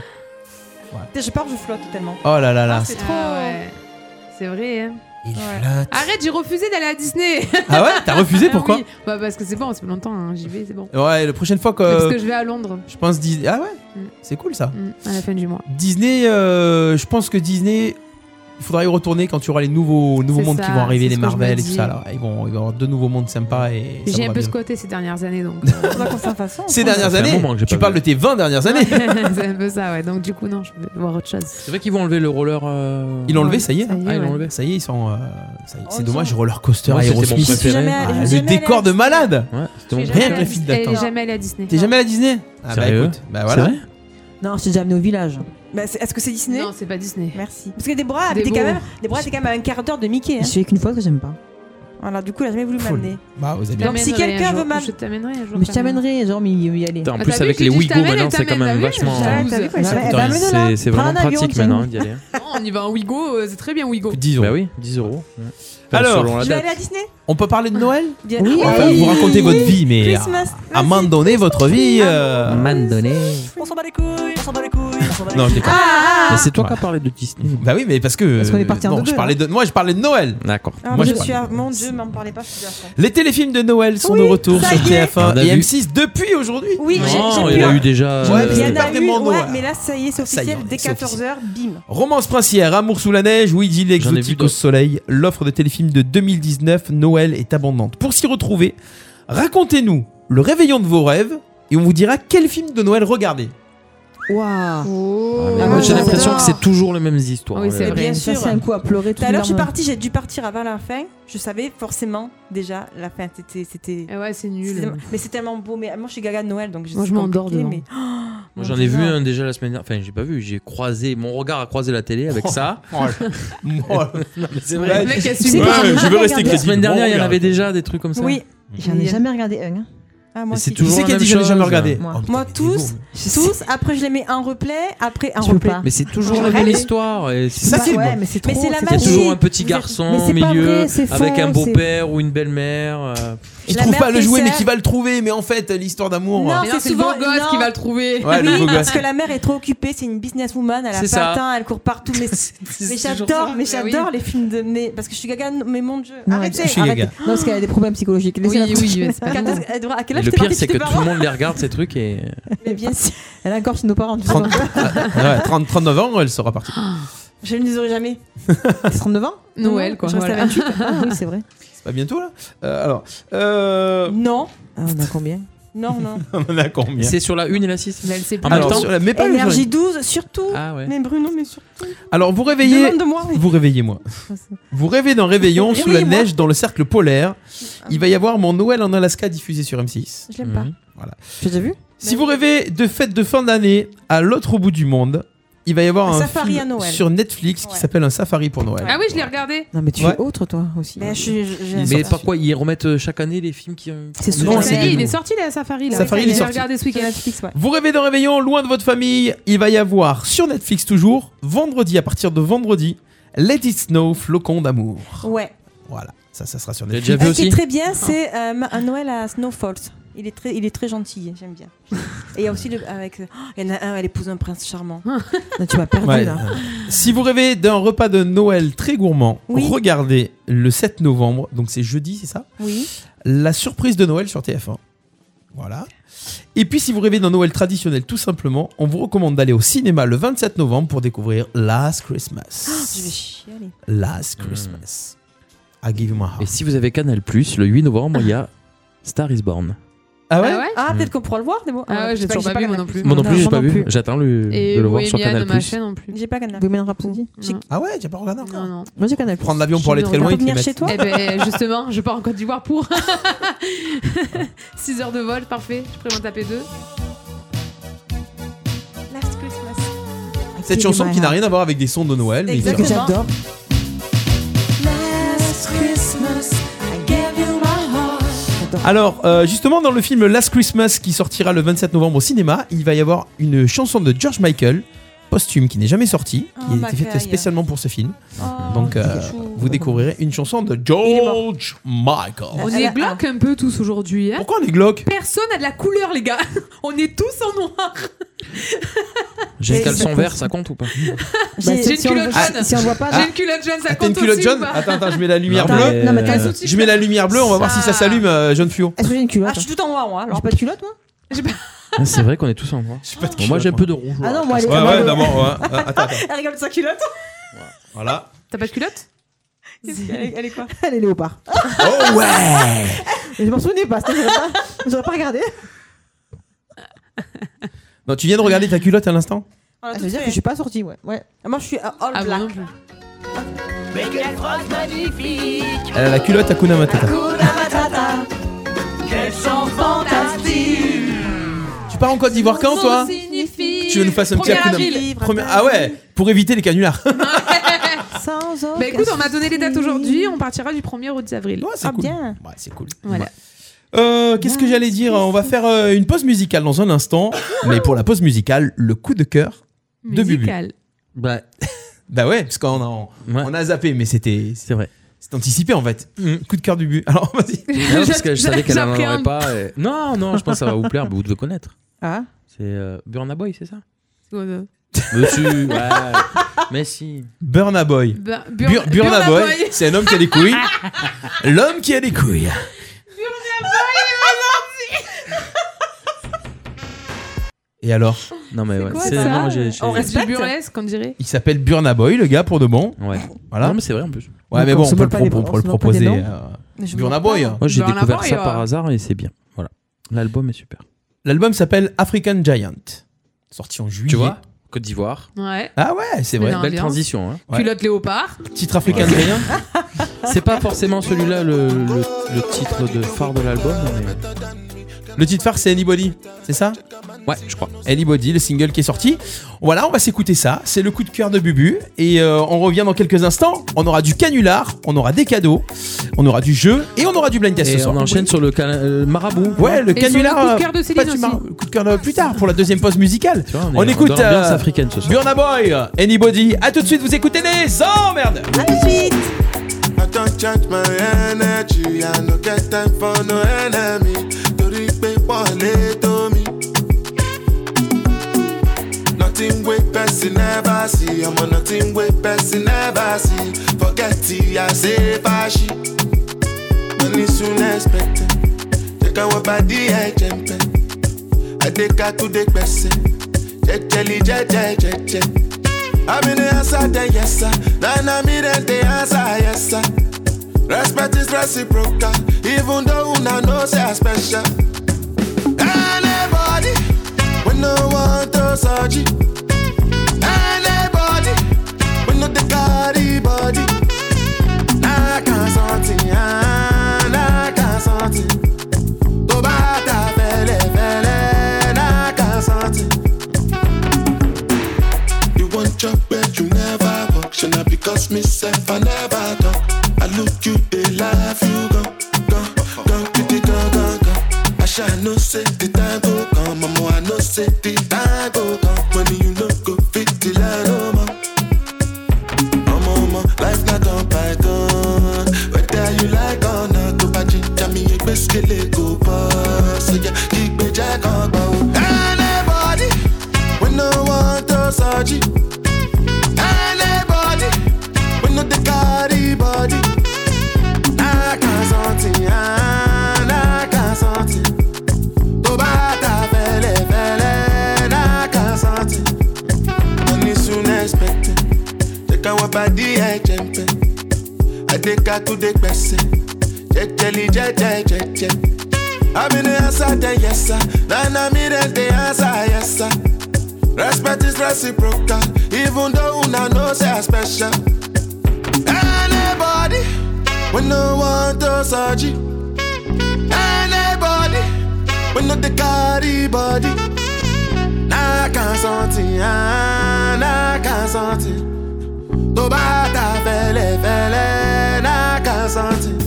Speaker 10: Je pars, je flotte tellement. Ah,
Speaker 7: Oh là là là.
Speaker 4: C'est trop. Ah C'est vrai. hein.
Speaker 7: Il
Speaker 10: Ouais.
Speaker 7: flotte.
Speaker 4: Arrête, j'ai refusé d'aller à Disney.
Speaker 7: Ah ouais T'as refusé
Speaker 4: Ah
Speaker 7: pourquoi
Speaker 4: oui. Bah parce que c'est bon, ça fait longtemps, hein, j'y vais, c'est bon.
Speaker 7: Ouais, la prochaine fois que
Speaker 4: Parce que je vais à Londres
Speaker 7: je pense Disney. Ah ouais
Speaker 4: Mm.
Speaker 7: C'est cool ça.
Speaker 4: mm, à la fin du mois.
Speaker 7: Disney, euh, je pense que Disney, il faudra y retourner quand tu auras les nouveaux, nouveaux
Speaker 4: C'est
Speaker 7: mondes
Speaker 4: ça,
Speaker 7: qui vont arriver,
Speaker 4: c'est
Speaker 7: les
Speaker 4: ce que je me
Speaker 7: Marvel et tout
Speaker 4: dis.
Speaker 7: ça. Là. Ils vont, il va y avoir deux nouveaux mondes sympas et. ça me
Speaker 4: J'ai un
Speaker 7: va
Speaker 4: peu
Speaker 7: bien.
Speaker 4: squatté ces dernières années, donc. euh,
Speaker 10: On va qu'on s'en fasse. ça, on
Speaker 7: Ces
Speaker 10: prend-
Speaker 7: dernières
Speaker 8: fait un
Speaker 7: années
Speaker 8: moment que j'ai
Speaker 7: Tu
Speaker 8: pas
Speaker 7: parles
Speaker 8: vu.
Speaker 7: de tes 20 dernières années
Speaker 4: c'est un peu ça, ouais. Donc du coup, non, je vais voir autre chose.
Speaker 8: C'est vrai qu'ils vont enlever le roller. euh,
Speaker 7: Ils l'ont enlevé, ça y est
Speaker 4: Ça y est,
Speaker 8: Ah, ils
Speaker 4: ouais.
Speaker 8: l'ont enlevé.
Speaker 7: Ça y est, ils sont. euh, ça y est.
Speaker 10: Oh,
Speaker 7: C'est
Speaker 10: ils
Speaker 7: dommage,
Speaker 10: sont-
Speaker 7: roller coaster,
Speaker 8: Moi, c'était mon
Speaker 10: Je
Speaker 7: Aerosmith.
Speaker 10: suis
Speaker 8: préféré.
Speaker 10: jamais allée-
Speaker 7: Ah,
Speaker 10: je suis
Speaker 7: le
Speaker 10: jamais allée
Speaker 7: décor
Speaker 10: à-
Speaker 7: de malade
Speaker 8: Ouais, c'était
Speaker 4: Je
Speaker 8: mon
Speaker 4: suis
Speaker 7: Rien
Speaker 4: jamais
Speaker 7: que
Speaker 4: allée
Speaker 7: la file
Speaker 4: à Disney.
Speaker 7: d'attente.
Speaker 4: J'ai jamais allé à Disney.
Speaker 7: T'es jamais allé à Disney Ah bah
Speaker 8: Sérieux
Speaker 7: écoute, bah voilà.
Speaker 8: C'est vrai
Speaker 9: Non, je t'ai déjà amené au village.
Speaker 10: Bah, c'est- Est-ce que c'est Disney
Speaker 4: Non, c'est pas Disney.
Speaker 10: Merci. Parce que Déborah,
Speaker 4: Des
Speaker 10: t'es
Speaker 4: beaux.
Speaker 10: quand même, Déborah, t'es quand même à un quart d'heure de Mickey.
Speaker 9: Je
Speaker 10: Hein.
Speaker 9: suis qu'une fois que j'aime pas.
Speaker 10: Voilà, du coup, elle a jamais voulu
Speaker 7: Folle.
Speaker 10: m'amener.
Speaker 7: Bah aux habitants.
Speaker 10: Donc, si
Speaker 4: T'amènerai
Speaker 10: quelqu'un
Speaker 4: un
Speaker 10: veut
Speaker 4: jour.
Speaker 10: m'am-
Speaker 4: Je t'amènerai un jour.
Speaker 9: Mais je
Speaker 4: quand
Speaker 9: t'amènerais, genre, mais y y aller.
Speaker 8: Putain, en
Speaker 4: Ah,
Speaker 8: plus
Speaker 4: t'as vu,
Speaker 8: avec
Speaker 4: je
Speaker 8: les
Speaker 4: dis, je
Speaker 8: Wigo
Speaker 4: t'amène,
Speaker 8: maintenant
Speaker 4: elle
Speaker 8: c'est quand
Speaker 4: t'amène,
Speaker 8: même
Speaker 4: t'as vu,
Speaker 8: vachement.
Speaker 4: j'arrête.
Speaker 9: T'as vu quand elle
Speaker 10: Ouais,
Speaker 9: s'appelle
Speaker 10: Eh
Speaker 8: Putain,
Speaker 10: ben,
Speaker 8: c'est-
Speaker 10: amène-la.
Speaker 8: c'est
Speaker 9: Prends
Speaker 8: vraiment
Speaker 9: un avion,
Speaker 8: pratique
Speaker 9: tiens.
Speaker 8: maintenant d'y aller.
Speaker 4: même. Non, on y va en Wigo, euh, c'est très bien Wigo.
Speaker 7: 10 euros.
Speaker 8: Bah oui, 10 euros. ouais.
Speaker 7: Alors,
Speaker 8: selon la
Speaker 10: Je vais
Speaker 8: date.
Speaker 10: aller à Disney
Speaker 7: On peut parler de Noël
Speaker 10: Bien-
Speaker 9: Oui.
Speaker 7: Enfin, Vous racontez votre vie, mais euh, à-
Speaker 10: Christmas.
Speaker 7: à un moment donné, votre vie. euh,
Speaker 10: On s'en bat les couilles, on s'en bat les couilles, on s'en bat les
Speaker 7: Non, je déconne.
Speaker 10: ah,
Speaker 8: Mais c'est toi
Speaker 7: Ouais.
Speaker 8: qui as parlé de Disney.
Speaker 7: Bah oui, mais parce que.
Speaker 9: Parce qu'on est parti en
Speaker 7: non,
Speaker 9: deux-deux,
Speaker 7: je parlais de... Moi, je parlais de Noël.
Speaker 8: D'accord.
Speaker 7: Moi,
Speaker 10: Ah, hein. je
Speaker 7: je
Speaker 10: suis
Speaker 7: parle.
Speaker 10: à... Mon dieu, m'en parlez pas, je suis à fond.
Speaker 7: Les téléfilms de Noël sont
Speaker 10: Oui,
Speaker 7: de retour
Speaker 10: ça
Speaker 7: sur
Speaker 10: y est.
Speaker 7: TF1
Speaker 8: On a
Speaker 7: et
Speaker 8: vu.
Speaker 7: M6 depuis aujourd'hui.
Speaker 10: Oui, j'ai-
Speaker 8: Non,
Speaker 10: j'ai
Speaker 8: il y
Speaker 10: pu-
Speaker 8: a eu déjà.
Speaker 7: Ouais,
Speaker 8: euh,
Speaker 10: Il y en
Speaker 7: Pas
Speaker 10: a
Speaker 7: des
Speaker 10: eu,
Speaker 7: mondes,
Speaker 10: ouais,
Speaker 7: ouais.
Speaker 10: mais là, ça y est, c'est
Speaker 7: Ça y est,
Speaker 10: officiel.
Speaker 7: on est-
Speaker 10: Dès
Speaker 7: c'est
Speaker 10: 14h, bim.
Speaker 7: Romance princière, Amour sous la neige, Où il
Speaker 8: J'en ai vu
Speaker 7: l'exotique au
Speaker 8: d'autres.
Speaker 7: soleil, l'offre de téléfilm de 2019, Noël est abondante. Pour s'y retrouver, racontez-nous le réveillon de vos rêves et on vous dira quel film de Noël regarder.
Speaker 9: Waouh
Speaker 8: ouais, mais
Speaker 10: Ah,
Speaker 8: moi, j'ai
Speaker 10: j'adore.
Speaker 8: l'impression que c'est toujours les mêmes histoires.
Speaker 4: Oui, c'est
Speaker 8: Ouais.
Speaker 9: Et
Speaker 4: vrai.
Speaker 9: bien
Speaker 10: Ça,
Speaker 9: sûr,
Speaker 10: c'est
Speaker 9: c'est
Speaker 10: un
Speaker 9: un coup à pleurer tout
Speaker 10: Alors, je suis partie, j'ai dû partir avant la fin. Je savais forcément déjà la fin. C'était. c'était...
Speaker 4: Eh ouais, c'est
Speaker 10: c'était-
Speaker 4: nul.
Speaker 10: Mais c'est tellement beau. Mais moi, je suis gaga de Noël, donc
Speaker 4: Moi, je
Speaker 10: c'est
Speaker 4: m'endors
Speaker 10: compliqué,
Speaker 4: devant.
Speaker 10: mais- Oh, mon
Speaker 8: Moi j'en ai vu
Speaker 10: Dieu, non.
Speaker 8: un déjà la semaine dernière. Enfin, j'ai pas vu, j'ai croisé. Mon regard a croisé la télé
Speaker 7: Oh.
Speaker 8: avec ça. C'est
Speaker 7: vrai.
Speaker 4: Le mec
Speaker 9: Tu
Speaker 4: a
Speaker 9: sais
Speaker 4: suivi.
Speaker 9: pas,
Speaker 7: je veux rester
Speaker 8: La
Speaker 7: crédible.
Speaker 8: semaine dernière, il y en
Speaker 7: Bon,
Speaker 8: avait déjà des trucs comme ça. Mm.
Speaker 10: Oui.
Speaker 9: J'en ai jamais regardé un. hein.
Speaker 10: Ah,
Speaker 8: Mais
Speaker 10: moi,
Speaker 8: c'est
Speaker 10: si.
Speaker 7: Qui
Speaker 8: toujours
Speaker 7: c'est qui a
Speaker 8: la
Speaker 7: dit
Speaker 8: même
Speaker 7: je l'ai
Speaker 8: chose.
Speaker 7: jamais regardé
Speaker 9: Moi.
Speaker 7: Oh, putain,
Speaker 10: Moi,
Speaker 7: t'es
Speaker 10: tous,
Speaker 7: bon.
Speaker 10: tous. Après, je les mets en replay. Après, en
Speaker 9: Je peux
Speaker 10: replay.
Speaker 9: pas.
Speaker 8: Mais c'est toujours
Speaker 10: Je
Speaker 8: la même
Speaker 10: rêve.
Speaker 8: histoire. et
Speaker 7: C'est ça qui est
Speaker 9: ouais,
Speaker 7: bon.
Speaker 9: mais c'est trop.
Speaker 10: Mais c'est la
Speaker 9: c'est
Speaker 8: Il y a
Speaker 10: magie.
Speaker 9: trop.
Speaker 8: toujours un
Speaker 10: Vous
Speaker 8: petit
Speaker 10: êtes-
Speaker 8: garçon
Speaker 9: mais c'est
Speaker 8: au
Speaker 9: pas
Speaker 8: milieu
Speaker 9: vrai, c'est
Speaker 8: avec
Speaker 9: faux,
Speaker 8: un
Speaker 9: c'est-
Speaker 8: beau-père ou une belle-mère. euh,
Speaker 7: Qui
Speaker 10: La
Speaker 7: trouve
Speaker 10: mère
Speaker 7: pas le jouet, mais
Speaker 10: Tessa.
Speaker 7: qui va le trouver. Mais en fait, l'histoire
Speaker 8: Oh.
Speaker 7: d'amour.
Speaker 10: Non,
Speaker 7: euh,
Speaker 4: Mais non,
Speaker 10: c'est
Speaker 4: c'est le
Speaker 10: souvent-
Speaker 4: beau gosse
Speaker 10: non.
Speaker 4: qui va le trouver.
Speaker 7: Ouais, le
Speaker 10: oui,
Speaker 7: beau gosse.
Speaker 10: parce que la mère est trop occupée, c'est une businesswoman, elle a
Speaker 8: C'est
Speaker 10: pas
Speaker 8: ça.
Speaker 10: le temps, elle court partout. Mais, mais j'adore, mais
Speaker 4: Bah oui.
Speaker 10: j'adore les films de. Mais, parce que je suis gaga, mais mon dieu.
Speaker 9: Non,
Speaker 10: Arrêtez,
Speaker 7: Je suis
Speaker 10: arrêtez.
Speaker 7: gaga.
Speaker 9: Non, parce qu'elle a des problèmes psychologiques. Laissez-la
Speaker 4: Oui,
Speaker 9: tranquille.
Speaker 4: oui, mais c'est pas
Speaker 10: Quand
Speaker 4: nous.
Speaker 10: est-ce- elle doit- à quel
Speaker 8: Et
Speaker 10: âge
Speaker 8: le
Speaker 10: t'es
Speaker 8: pire,
Speaker 10: partie
Speaker 8: c'est
Speaker 10: de
Speaker 8: que
Speaker 10: tes
Speaker 8: tout
Speaker 10: parents
Speaker 8: le monde les regarde ces trucs et.
Speaker 10: Mais bien sûr,
Speaker 9: Elle est encore chez nos parents. tu sais.
Speaker 7: 30 Ouais, 30 39 ans, elle sera partie.
Speaker 10: je ne les aurai jamais.
Speaker 9: C'est 39 ans
Speaker 4: Noël, quoi.
Speaker 10: Je reste à
Speaker 4: voilà.
Speaker 10: 28.
Speaker 9: Ah oui, c'est vrai.
Speaker 7: C'est pas bientôt là Euh, Alors, euh,
Speaker 10: Non,
Speaker 9: Ah, on a combien
Speaker 10: non, non.
Speaker 7: on a combien
Speaker 8: C'est sur la 1 et la 6
Speaker 4: Là, elle sait
Speaker 8: En
Speaker 4: plus.
Speaker 8: même
Speaker 7: Alors,
Speaker 8: temps-
Speaker 7: sur la- mais pas le
Speaker 10: Énergie 12, surtout.
Speaker 8: Ah ouais.
Speaker 10: Mais Bruno, mais surtout.
Speaker 7: Alors vous réveillez,
Speaker 10: Demande-moi.
Speaker 7: vous réveillez moi. Vous rêvez d'un réveillon sous la
Speaker 10: Oui, moi.
Speaker 7: neige dans le cercle polaire. Il va y avoir mon Noël en Alaska diffusé sur M6.
Speaker 10: Je l'aime pas.
Speaker 8: Mhm.
Speaker 9: Tu as déjà vu
Speaker 7: Si vous rêvez de fêtes de fin d'année à l'autre bout du monde, il va y avoir
Speaker 10: Un
Speaker 7: un,
Speaker 10: safari
Speaker 7: film
Speaker 10: à Noël.
Speaker 7: sur Netflix qui
Speaker 10: Ouais.
Speaker 7: s'appelle Un safari pour Noël.
Speaker 4: Ah oui, je l'ai regardé.
Speaker 9: Non, mais tu
Speaker 7: Ouais.
Speaker 9: es autre, toi aussi.
Speaker 10: Mais je suis. je- j'ai-
Speaker 7: Il est
Speaker 8: Mais
Speaker 7: sorti.
Speaker 8: pourquoi ils remettent euh, chaque année les films qui. ont-
Speaker 9: C'est
Speaker 8: qui ont
Speaker 9: souvent
Speaker 8: déjà
Speaker 4: Mais
Speaker 7: c'est des
Speaker 8: été
Speaker 4: ça y est, il
Speaker 7: nouveaux.
Speaker 4: est sorti, là, Safari. Là.
Speaker 7: Safari, il est
Speaker 4: Je l'ai
Speaker 7: sorti.
Speaker 4: regardé ce
Speaker 10: Sur
Speaker 4: week-end.
Speaker 10: Netflix, ouais.
Speaker 7: Vous rêvez d'un réveillon loin de votre famille, il va y avoir sur Netflix toujours, vendredi à partir de vendredi, Let It Snow, flocon d'amour.
Speaker 10: Ouais.
Speaker 7: Voilà, ça, ça sera sur
Speaker 8: J'ai
Speaker 7: Netflix.
Speaker 8: déjà vu
Speaker 10: Ce qui est
Speaker 8: aussi. Oh.
Speaker 10: très bien, Ah, c'est euh, ma- un Noël à Snow Falls. Il est très, il est très gentil, j'aime bien. Et il y a aussi le, avec, oh, il y en a un, elle épouse un prince charmant.
Speaker 4: Hein.
Speaker 10: Ah,
Speaker 9: Non, tu m'as perdu,
Speaker 7: Ouais.
Speaker 9: là.
Speaker 7: Si vous rêvez d'un repas de Noël très gourmand,
Speaker 10: Oui.
Speaker 7: regardez le 7 novembre, donc c'est jeudi, c'est ça
Speaker 10: Oui.
Speaker 7: La surprise de Noël sur TF1. Voilà. Et puis si vous rêvez d'un Noël traditionnel tout simplement, on vous recommande d'aller au cinéma le 27 novembre pour découvrir Last Christmas.
Speaker 10: Ah, Je vais chialer.
Speaker 7: Last Christmas. I give you my
Speaker 8: Et
Speaker 7: heart.
Speaker 8: si vous avez Canal Plus, le 8 novembre, il y a Star is Born.
Speaker 7: Ah
Speaker 4: Ah ouais
Speaker 10: Ah,
Speaker 8: Mm.
Speaker 10: peut-être qu'on pourra le voir, des mots.
Speaker 4: Ah ouais, j'ai
Speaker 10: pas-
Speaker 4: toujours pas
Speaker 10: pas
Speaker 4: vu, moi
Speaker 10: Canal+.
Speaker 4: non plus.
Speaker 8: Moi non
Speaker 9: Non,
Speaker 8: plus, j'ai
Speaker 9: moi
Speaker 8: pas
Speaker 9: non
Speaker 8: vu.
Speaker 9: plus.
Speaker 8: J'attends le,
Speaker 4: Et
Speaker 8: de le voir sur
Speaker 4: Bohemian,
Speaker 8: Canal
Speaker 4: ma
Speaker 8: Plus.
Speaker 4: chaîne non plus.
Speaker 10: J'ai pas Canal.
Speaker 9: Bohemian Rhapsody.
Speaker 10: J'ai-
Speaker 4: Non,
Speaker 7: Ah ouais, t'as pas regardé encore
Speaker 4: non, non.
Speaker 9: Moi, j'ai Canal.
Speaker 7: Prendre l'avion pour aller
Speaker 4: Je
Speaker 7: très
Speaker 4: vais
Speaker 7: loin et te
Speaker 10: revenir
Speaker 7: mettre-
Speaker 10: chez toi.
Speaker 4: Eh ben justement, je pars en Côte d'Ivoire pour 6 heures de vol, parfait. Je pourrais m'en taper deux.
Speaker 7: Oh.
Speaker 10: Last Christmas.
Speaker 7: Cette chanson qui n'a rien à voir avec des sons de Noël, mais
Speaker 9: Que
Speaker 10: Exactement.
Speaker 9: j'adore.
Speaker 10: Last Christmas, I gave you my heart.
Speaker 7: Alors, euh, justement, dans le film Last Christmas qui sortira le 27 novembre au cinéma, il va y avoir une chanson de George Michael posthume qui n'est jamais sortie, qui
Speaker 10: Oh,
Speaker 7: a été faite
Speaker 10: Macaille.
Speaker 7: spécialement pour ce film.
Speaker 10: Oh,
Speaker 7: Donc euh,
Speaker 10: c'est chou.
Speaker 7: vous découvrirez une chanson de George Michael.
Speaker 4: On est glauque un peu tous aujourd'hui. hein.
Speaker 7: Pourquoi on est glauque
Speaker 4: Personne n'a de la couleur, les gars. On est tous en noir.
Speaker 8: J'ai
Speaker 7: Et
Speaker 8: le caleçon
Speaker 7: c'est-
Speaker 8: vert, ça compte ou pas
Speaker 4: J'ai j'ai une culotte jaune.
Speaker 9: si on voit pas-
Speaker 4: J'ai une culotte jaune, ça
Speaker 7: Ah, T'as une
Speaker 4: compte
Speaker 7: culotte
Speaker 4: aussi ou
Speaker 7: jaune
Speaker 4: pas
Speaker 7: Attends, attends, je mets la lumière
Speaker 9: Non,
Speaker 7: bleue.
Speaker 9: non, mais t'as- Euh,
Speaker 7: je mets la lumière bleue, on va voir si ça s'allume, euh, jaune fluo.
Speaker 9: Est-ce que j'ai une culotte
Speaker 10: Je suis tout en noir, moi.
Speaker 9: J'ai pas de culotte, moi
Speaker 8: Ah, C'est vrai qu'on est tous en noir. Bon, moi j'ai un peu de rouge.
Speaker 9: Ah non, moi, elle est-
Speaker 7: Ouais,
Speaker 9: Ah,
Speaker 7: ouais,
Speaker 9: bah,
Speaker 7: d'abord,
Speaker 9: bah.
Speaker 7: ouais. Euh, Attends, attends.
Speaker 10: Elle rigole de sa culotte. Oh,
Speaker 7: Voilà.
Speaker 4: T'as pas de culotte
Speaker 10: Elle, est quoi
Speaker 9: Elle est léopard.
Speaker 7: Oh ouais
Speaker 9: Je m'en souvenais pas, c'est-à-dire que j'aurais pas- j'aurais pas regardé.
Speaker 7: Non, tu viens de regarder ta culotte à l'instant
Speaker 9: Ah, Ça veut dire que je suis pas sortie, ouais. ouais.
Speaker 10: Moi, je suis all
Speaker 4: Ah,
Speaker 10: black.
Speaker 3: Mais quelle phrase magnifique
Speaker 7: Elle a la culotte à Kuna
Speaker 10: Ah.
Speaker 7: Matata.
Speaker 3: Matata Quel chant fantastique
Speaker 7: Tu pars en Côte d'Ivoire quand toi Tu veux nous faire un petit
Speaker 4: Premier
Speaker 7: Hakuna
Speaker 4: avril.
Speaker 7: Premier- Ah ouais, pour éviter les canulars.
Speaker 10: Oh,
Speaker 4: Bah écoute, on m'a donné les dates aujourd'hui, on partira du 1er au 10 avril.
Speaker 7: Oh, c'est
Speaker 10: Ah,
Speaker 7: cool. bien. Ouais, c'est cool.
Speaker 4: Voilà.
Speaker 7: Euh, Qu'est-ce que j'allais dire On va faire euh, une pause musicale dans un instant. Mais pour la pause musicale, le coup de cœur de Bubu.
Speaker 4: Musical.
Speaker 7: Bah, bah ouais, parce qu'on a, on a zappé, mais c'était. C'est
Speaker 8: vrai. Mm.
Speaker 7: C'est anticipé en fait. Coup de cœur du but. Alors vas-y.
Speaker 8: Ah Non, parce que je savais qu'elle n'en aurait
Speaker 7: J'appréhende.
Speaker 8: pas. et- Non, non, je pense que ça va vous plaire, mais vous devez connaître.
Speaker 9: Ah
Speaker 8: C'est euh, Burna Boy, c'est ça
Speaker 4: Burna
Speaker 8: Monsieur, ouais. Mais si.
Speaker 7: Burna Boy.
Speaker 4: Bur- Bur-
Speaker 7: Bur- Burna
Speaker 4: Burna
Speaker 7: Boy,
Speaker 4: Boy.
Speaker 7: c'est un homme qui a des couilles.
Speaker 4: Ah.
Speaker 7: L'homme qui a des couilles. Et alors
Speaker 8: Non mais ouais.
Speaker 4: quoi,
Speaker 8: c'est-
Speaker 4: ça
Speaker 8: non, j'ai- j'ai-
Speaker 4: On reste du burlesque, on dirait.
Speaker 7: Il s'appelle Burna Boy, le gars, pour de bon.
Speaker 8: Ouais.
Speaker 7: Voilà.
Speaker 8: Non, mais c'est vrai en plus.
Speaker 7: Ouais,
Speaker 8: Donc,
Speaker 7: mais
Speaker 8: on
Speaker 7: bon,
Speaker 8: se
Speaker 7: on peut le,
Speaker 8: moque pas des-
Speaker 7: propos- on
Speaker 8: on
Speaker 7: peut
Speaker 8: se
Speaker 7: le
Speaker 8: moque pas des
Speaker 7: proposer.
Speaker 8: noms.
Speaker 7: euh,
Speaker 8: Mais je
Speaker 7: Burna
Speaker 8: me moque
Speaker 7: Boy.
Speaker 8: pas. euh.
Speaker 7: hein.
Speaker 8: Moi j'ai découvert ça par hasard et c'est bien. Voilà. L'album est super.
Speaker 7: L'album s'appelle African Giant. Sorti en juillet.
Speaker 8: Tu vois Côte d'Ivoire. hein.
Speaker 4: Ouais.
Speaker 7: Ah ouais, c'est vrai.
Speaker 4: Dans l'ambiance.
Speaker 7: Ouais.
Speaker 4: Culotte léopard.
Speaker 7: Titre africain
Speaker 8: Ouais.
Speaker 7: de rien.
Speaker 8: C'est pas forcément celui-là le, le- le titre de phare de l'album, mais
Speaker 7: Le titre phare, c'est Anybody, c'est ça
Speaker 8: Ouais, je crois.
Speaker 7: Anybody, le single qui est sorti. Voilà, on va s'écouter ça. C'est le coup de cœur de Bubu. Et euh, on revient dans quelques instants. On aura du canular, on aura des cadeaux, on aura du jeu et on aura du blind test
Speaker 8: Et
Speaker 7: ce soir.
Speaker 8: on enchaîne sur le cana- euh, marabout.
Speaker 7: Ouais, le
Speaker 8: Et sur
Speaker 7: canular.
Speaker 8: le coup de
Speaker 7: euh,
Speaker 8: cœur de
Speaker 7: pas
Speaker 8: Céline
Speaker 7: du
Speaker 8: aussi.
Speaker 7: mar- coup de cœur de plus tard pour la deuxième pause musicale.
Speaker 8: on euh, est-
Speaker 7: on,
Speaker 8: on est
Speaker 7: écoute
Speaker 8: dans l'ambiance africaine ce soir.
Speaker 7: Burna Boy, Anybody. À tout de suite, vous écoutez les emmerdes.
Speaker 14: A tout de suite. I don't change my energy. I no get time for no enemy. Torí pé wọlé tó mi. Nothing wey person never see. Ọmọ nothing wey person never see. Forget ti I say fashi. Money soon expected. Jẹ́ káwọn bàdí ẹ̀jẹ̀ ń bẹ̀. Adékatúndé gbẹ̀sẹ̀. Jẹ́jẹ́lí jẹ́jẹ́ jẹ́jẹ́. I'm in the answer, then yes, sir. Then I'm in the answer, yes, sir. Respect is reciprocal, even though una know say I special. Anybody, we no want to search it. Anybody, we no the carry body. Nah, I can't something, ah, nah, I can't something. Tó bá ta fẹ́lẹ́ fẹ́lẹ́, eh, nah, I can't something. You want job where you never work. Should not because myself I never talk. I look you, they laugh you gone, gone, gone, kitty gone, gone, gone. I shall no say the time go come, mama. I no say the time go come. Money you no go fit the oh, line, no more. No more, more. oh, Life not on python. Whether you like or not, to buy ginger me a biscuit go bust. So yeah, keep me jack on bow. Anybody. We no want to search it. Anybody, we no the carry body. I can't something, I can't something. Tó bá ta fẹ́lẹ́ fẹ́lẹ́, I can't something. Money soon expected. Jẹ́ káwọn bàdí ẹ̀jẹ̀ ń bẹ̀. Adékatúndé gbẹ̀sẹ̀. Jẹ́jẹ́lí jẹ́jẹ́ jẹ́jẹ́. I'm in the answer, then yes, sir. Then I'm in the answer, yes, sir. Respect is reciprocal, even though una know say I special. Anybody, we no want to search it. Anybody, we no the carry body. Nah, I can't something, ah, nah, I can't something. Tó bá ta fẹ́lẹ́ fẹ́lẹ́, nah, I can't something.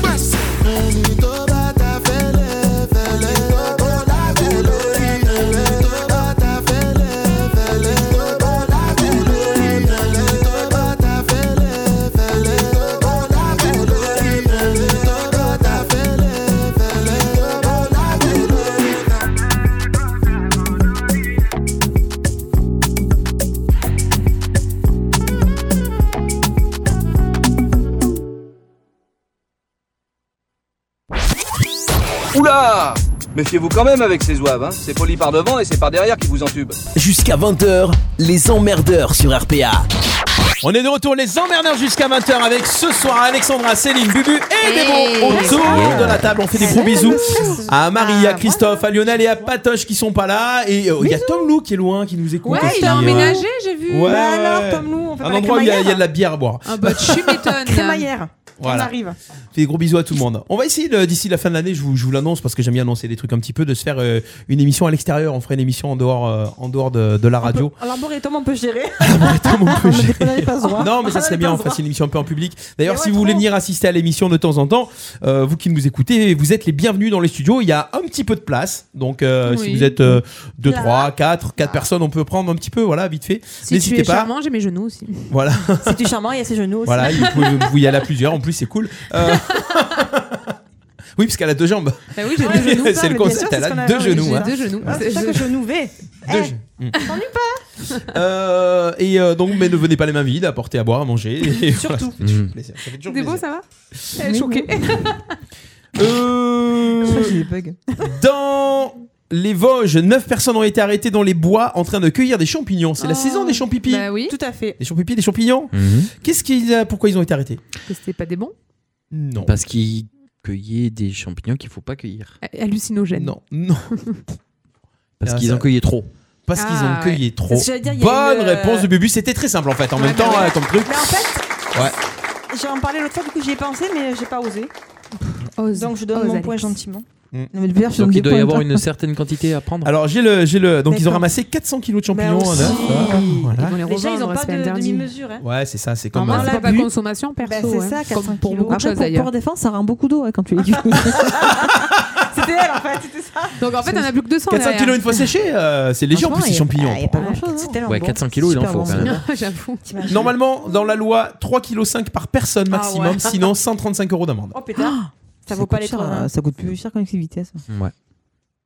Speaker 14: Gbèsè ẹni tó bá ta fẹ́lẹ́ fẹ́lẹ́, tó bá ta fẹ́lẹ́ fẹ́lẹ́, tó bá ta fẹ́lẹ́ fẹ́lẹ́.
Speaker 15: Oula Méfiez-vous quand même avec ces zouaves, hein. c'est poli par devant et c'est par derrière qui vous entube.
Speaker 6: Jusqu'à 20h, les emmerdeurs sur RPA.
Speaker 7: On est de retour les emmerdeurs jusqu'à 20h avec ce soir Alexandra, Céline, Bubu et Débo autour de la table. On fait des gros bisous à
Speaker 4: Ah,
Speaker 7: Marie, à Christophe, à Lionel et à Patoche qui sont pas là. Et euh, il y a Tom Lou qui est loin, qui nous écoute.
Speaker 4: Ouais,
Speaker 7: aussi,
Speaker 4: il a
Speaker 7: hein.
Speaker 4: emménagé, j'ai vu.
Speaker 7: Ouais.
Speaker 4: Bah alors, Tom Lou, on fait pas
Speaker 7: Un
Speaker 4: la
Speaker 7: endroit où il y, a-
Speaker 4: crémaillère
Speaker 7: il y a de la bière à boire.
Speaker 4: Ah bah tu m'étonnes.
Speaker 10: Crémaillère.
Speaker 7: Voilà.
Speaker 10: On arrive.
Speaker 7: Fais des gros bisous à tout le monde. On va essayer de- d'ici la fin de l'année, je vous, je vous l'annonce parce que j'aime bien annoncer des trucs un petit peu, de se faire euh, une émission à l'extérieur. On fera une émission en dehors, euh, en dehors de, de la radio.
Speaker 10: L'arboretum, on peut gérer.
Speaker 9: Ah,
Speaker 7: Non, mais ça serait bien, on fasse une émission un peu en public. D'ailleurs, si vous voulez venir assister à l'émission de temps en temps, euh, vous qui nous écoutez, vous êtes les bienvenus dans les studios. Il y a un petit peu de place. Donc, euh,
Speaker 4: Oui.
Speaker 7: si vous êtes 2,
Speaker 4: Là.
Speaker 7: 3, 4, 4 personnes, on peut prendre un petit peu, voilà, vite fait.
Speaker 4: Si tu
Speaker 7: N'hésitez
Speaker 4: es
Speaker 7: pas.
Speaker 4: charmant, j'ai mes genoux aussi.
Speaker 7: Voilà.
Speaker 10: Si tu es charmant, il y a ses genoux aussi.
Speaker 7: Voilà, il faut, vous pouvez y aller à plusieurs, en plus c'est cool. Euh, oui, parce qu'elle a deux jambes.
Speaker 4: Bah oui, j'ai deux genoux.
Speaker 7: C'est le concept, elle a deux genoux. hein.
Speaker 4: J'ai deux genoux. Eh.
Speaker 10: C'est ça que je nous vais.
Speaker 7: Deux genoux. Euh, et euh, donc, mais ne venez pas les mains vides, apportez à boire, à manger. et voilà, ça fait toujours plaisir, ça fait toujours
Speaker 4: Débo,
Speaker 7: plaisir.
Speaker 4: ça va Elle est choquée.
Speaker 7: Euh, Dans les Vosges, 9 personnes ont été arrêtées dans les bois en train de cueillir des champignons.
Speaker 4: Ah.
Speaker 7: C'est la saison des champipis.
Speaker 4: Bah oui.
Speaker 10: Tout à fait.
Speaker 7: Des champipis, des champignons.
Speaker 8: Mhm.
Speaker 7: Qu'est-ce qu'ils, a- pourquoi ils ont été arrêtés
Speaker 4: Que c'était pas des bons
Speaker 7: Non.
Speaker 8: Parce qu'il cueillait des champignons qu'il faut pas cueillir.
Speaker 4: Hallucinogène.
Speaker 7: Non, non.
Speaker 8: Parce
Speaker 7: Ah,
Speaker 8: qu'ils
Speaker 7: ça-
Speaker 8: en cueillaient trop.
Speaker 7: Parce qu'ils ont
Speaker 4: Ah,
Speaker 7: cueilli
Speaker 4: ouais.
Speaker 7: trop.
Speaker 4: Parce que j'allais dire, il y a
Speaker 7: Bonne
Speaker 4: une, euh,
Speaker 7: réponse de Bubu. C'était très simple en fait. En même temps, euh, comme truc.
Speaker 10: Mais en fait,
Speaker 7: Ouais.
Speaker 10: j'en parlais l'autre fois, du coup j'y ai pensé, mais j'ai pas osé. Donc je donne
Speaker 9: Ose,
Speaker 10: mon
Speaker 9: Alex.
Speaker 10: point gentiment.
Speaker 8: Donc il doit y avoir une certaine quantité à prendre.
Speaker 7: Alors j'ai le, j'ai le. Donc ils ont
Speaker 8: D'accord.
Speaker 7: ramassé 400 kilos de champignons.
Speaker 8: Mais aussi.
Speaker 7: neufs. Voilà. Voilà.
Speaker 4: Ah, Ils vont les
Speaker 10: Déjà, ils
Speaker 4: revendre,
Speaker 10: ont pas
Speaker 4: c'est
Speaker 10: de
Speaker 4: interdit.
Speaker 10: demi-mesure. hein.
Speaker 7: Ouais, c'est ça. C'est
Speaker 4: En
Speaker 7: comme.
Speaker 4: moins,
Speaker 7: euh,
Speaker 4: c'est pas consommation perso.
Speaker 9: Ben,
Speaker 10: Bah, c'est
Speaker 4: hein.
Speaker 10: ça, 400
Speaker 4: Comme pour
Speaker 10: kilos.
Speaker 4: beaucoup de
Speaker 10: Après,
Speaker 4: choses
Speaker 10: pour-
Speaker 4: d'ailleurs.
Speaker 9: Pour défendre, ça rend beaucoup d'eau hein, quand tu les
Speaker 10: C'était elle en fait, c'était ça.
Speaker 4: Donc en fait, on a plus que 200.
Speaker 7: 400
Speaker 4: derrière.
Speaker 7: kilos une fois séchés, euh, c'est léger en plus ces champignons.
Speaker 4: Ah, C'était
Speaker 7: Ouais, bon. 400 kilos, il en Super faut, bon. quand même.
Speaker 4: J'avoue.
Speaker 7: Normalement, dans la loi, 3,5 kg par personne
Speaker 4: Ah
Speaker 7: maximum,
Speaker 4: ouais.
Speaker 7: sinon 135 euros d'amende.
Speaker 10: Oh
Speaker 9: Ah,
Speaker 10: pétard. Ça vaut pas les trois. hein.
Speaker 9: euh, Ça coûte plus cher qu'un excès de vitesse.
Speaker 7: Ouais.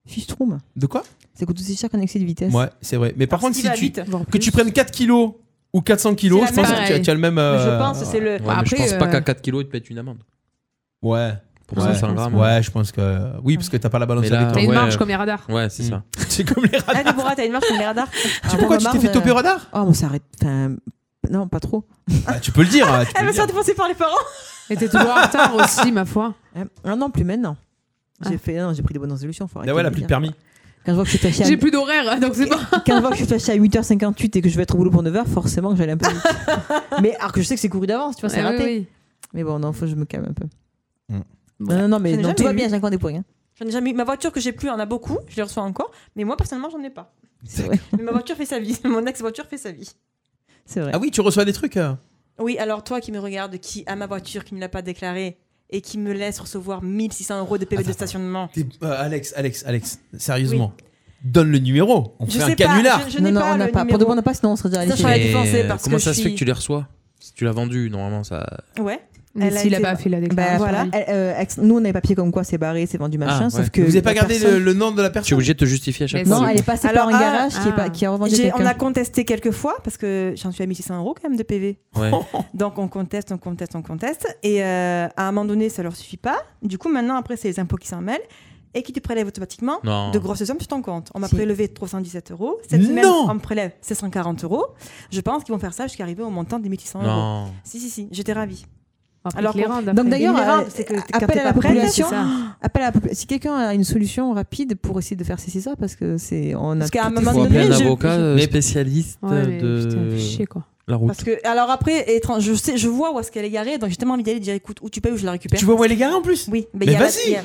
Speaker 9: Fistrum.
Speaker 7: De quoi
Speaker 9: Ça coûte aussi cher qu'un excès de vitesse.
Speaker 7: Ouais, c'est vrai. Mais par
Speaker 9: Parce
Speaker 7: contre, si
Speaker 9: qu'il va
Speaker 7: tu,
Speaker 9: vite, voire
Speaker 7: que tu prennes 4 kilos ou 400 kilos, je
Speaker 9: C'est la
Speaker 7: pense
Speaker 9: même-
Speaker 7: que tu as, tu as le même.
Speaker 9: Mais je
Speaker 7: euh,
Speaker 9: pense que c'est le-
Speaker 7: ouais.
Speaker 8: Ouais,
Speaker 9: Bah,
Speaker 8: mais
Speaker 9: après,
Speaker 8: je pense pas
Speaker 9: euh,
Speaker 8: qu'à 4 kilos, il te pète une amende.
Speaker 7: Ouais.
Speaker 8: Pour
Speaker 7: ouais.
Speaker 8: 500 grammes.
Speaker 7: Ouais, je pense que. Oui, parce que t'as pas la balance
Speaker 8: hein. Mais là,
Speaker 7: avec toi.
Speaker 8: T'as une ouais. marge
Speaker 4: comme les radars.
Speaker 8: Ouais, c'est ça.
Speaker 7: C'est comme les
Speaker 10: Ah, Déborah, t'as une marche comme les radars.
Speaker 9: Ah,
Speaker 7: pourquoi
Speaker 9: bon,
Speaker 7: tu t'es
Speaker 9: remarque,
Speaker 7: fait toper au
Speaker 9: euh,
Speaker 7: radar
Speaker 9: Oh, bon, ça arrête. Enfin, non, pas trop.
Speaker 7: Ah, tu peux le dire. hein, tu peux le
Speaker 10: Elle va se
Speaker 7: dire.
Speaker 10: faire défoncer par les parents.
Speaker 4: Et t'es toujours en retard aussi, ma foi.
Speaker 9: Ah non, plus maintenant. J'ai fait, non, j'ai pris des bonnes résolutions. faut arrêter
Speaker 7: Ah ouais, elle a
Speaker 9: de
Speaker 7: plus de
Speaker 9: dire.
Speaker 7: permis.
Speaker 9: Quand je vois que je suis fâché à...
Speaker 4: J'ai plus d'horaire, hein, donc c'est bon.
Speaker 9: Quand je vois que je suis fâché à 8h58 et que je vais être au boulot pour 9h, forcément que j'allais un peu vite. Mais alors que je sais que c'est couru d'avance, tu vois, c'est
Speaker 4: Ah oui,
Speaker 9: raté.
Speaker 4: oui.
Speaker 9: Mais bon, non, faut que je me calme un peu.
Speaker 7: Non,
Speaker 9: non, non, mais
Speaker 10: Je n'ai
Speaker 9: non,
Speaker 10: jamais
Speaker 9: tout va
Speaker 10: eu.
Speaker 9: bien, j'ai encore des points. hein.
Speaker 10: J'en ai jamais eu. Ma voiture que j'ai plus en a beaucoup, je les reçois encore, mais moi personnellement j'en ai pas.
Speaker 7: C'est
Speaker 9: vrai.
Speaker 10: Mais ma voiture fait sa vie, mon ex-voiture fait sa vie.
Speaker 9: C'est vrai.
Speaker 7: Ah oui, tu reçois des trucs. euh.
Speaker 10: Oui, alors toi qui me regarde, qui a ma voiture, qui ne l'a pas déclarée et qui me laisse recevoir 1600 euros de PV de stationnement.
Speaker 7: T'es- euh, Alex, Alex, Alex, sérieusement, donne le numéro. On fait un canular.
Speaker 9: non, non, on n'a pas. Pour de bon, on n'a pas, sinon on serait déjà allé.
Speaker 10: Ça, je serais allée
Speaker 9: chez-
Speaker 10: défoncer
Speaker 8: Et, euh,
Speaker 10: parce
Speaker 8: Comment
Speaker 10: que
Speaker 8: ça
Speaker 10: je
Speaker 8: se fait
Speaker 10: suis-
Speaker 8: que tu les reçois Si tu l'as vendu, normalement, ça.
Speaker 10: Ouais.
Speaker 4: Mais
Speaker 10: Elle a
Speaker 4: s'il a
Speaker 10: été-
Speaker 4: pas fait la
Speaker 9: Bah,
Speaker 4: déclaration.
Speaker 9: voilà.
Speaker 4: pareil.
Speaker 9: Elle, euh, ex- Nous, on avait papier comme quoi c'est barré, c'est vendu machin.
Speaker 8: Ah,
Speaker 9: Sauf
Speaker 8: ouais.
Speaker 9: que.
Speaker 7: Vous avez pas
Speaker 9: la
Speaker 7: gardé
Speaker 9: personne-
Speaker 7: le, le nom de la personne
Speaker 8: Tu es obligé de te justifier à chaque fois.
Speaker 9: Non, elle est passée
Speaker 10: Alors,
Speaker 9: par un
Speaker 10: ah,
Speaker 9: garage qui, est pas,
Speaker 10: ah.
Speaker 9: qui a revendu
Speaker 10: J'ai- On
Speaker 9: quelqu'un.
Speaker 10: a contesté quelques fois parce que j'en suis à 1600 euros quand même de PV.
Speaker 8: Ouais.
Speaker 10: Donc on conteste, on conteste, on conteste. Et euh, à un moment donné, ça leur suffit pas. Du coup, maintenant, après, c'est les impôts qui s'en mêlent et qui te prélèvent automatiquement
Speaker 8: Non.
Speaker 10: de grosses sommes sur ton compte. On m'a
Speaker 9: Si.
Speaker 10: prélevé 317 euros. Cette semaine,
Speaker 9: Non.
Speaker 10: on me prélève 740 euros. Je pense qu'ils vont faire ça jusqu'à arriver au montant des 1600
Speaker 9: Non.
Speaker 10: euros. Si, si, si, j'étais ravie.
Speaker 4: Après,
Speaker 10: Alors
Speaker 4: ils les
Speaker 10: qu'on-
Speaker 4: rendent
Speaker 9: Donc d'ailleurs,
Speaker 10: Ils les rendent,
Speaker 9: euh,
Speaker 10: c'est que quand
Speaker 9: appel
Speaker 10: t'es
Speaker 9: à la
Speaker 10: pas prête,
Speaker 9: population.
Speaker 10: c'est ça.
Speaker 9: Appel à la popula- Si quelqu'un a une solution rapide pour essayer de faire cesser ça, parce que c'est on a.
Speaker 10: Parce qu'à
Speaker 9: tout
Speaker 10: un
Speaker 9: essayé.
Speaker 10: moment
Speaker 8: Faut appeler un
Speaker 10: donné, je-
Speaker 8: avocat euh,
Speaker 7: Mais-
Speaker 8: spécialiste
Speaker 9: Ouais, mais
Speaker 8: de
Speaker 9: chier, quoi.
Speaker 8: la route.
Speaker 10: Parce que, alors après, étrange, je, sais, je vois où est-ce qu'elle est garée, donc j'ai tellement envie d'aller dire écoute, où tu payes ou je la récupère.
Speaker 7: Tu vois où elle est garée en plus
Speaker 10: Oui,
Speaker 7: Mais
Speaker 10: il y a la-
Speaker 7: vas-y.
Speaker 10: il y a-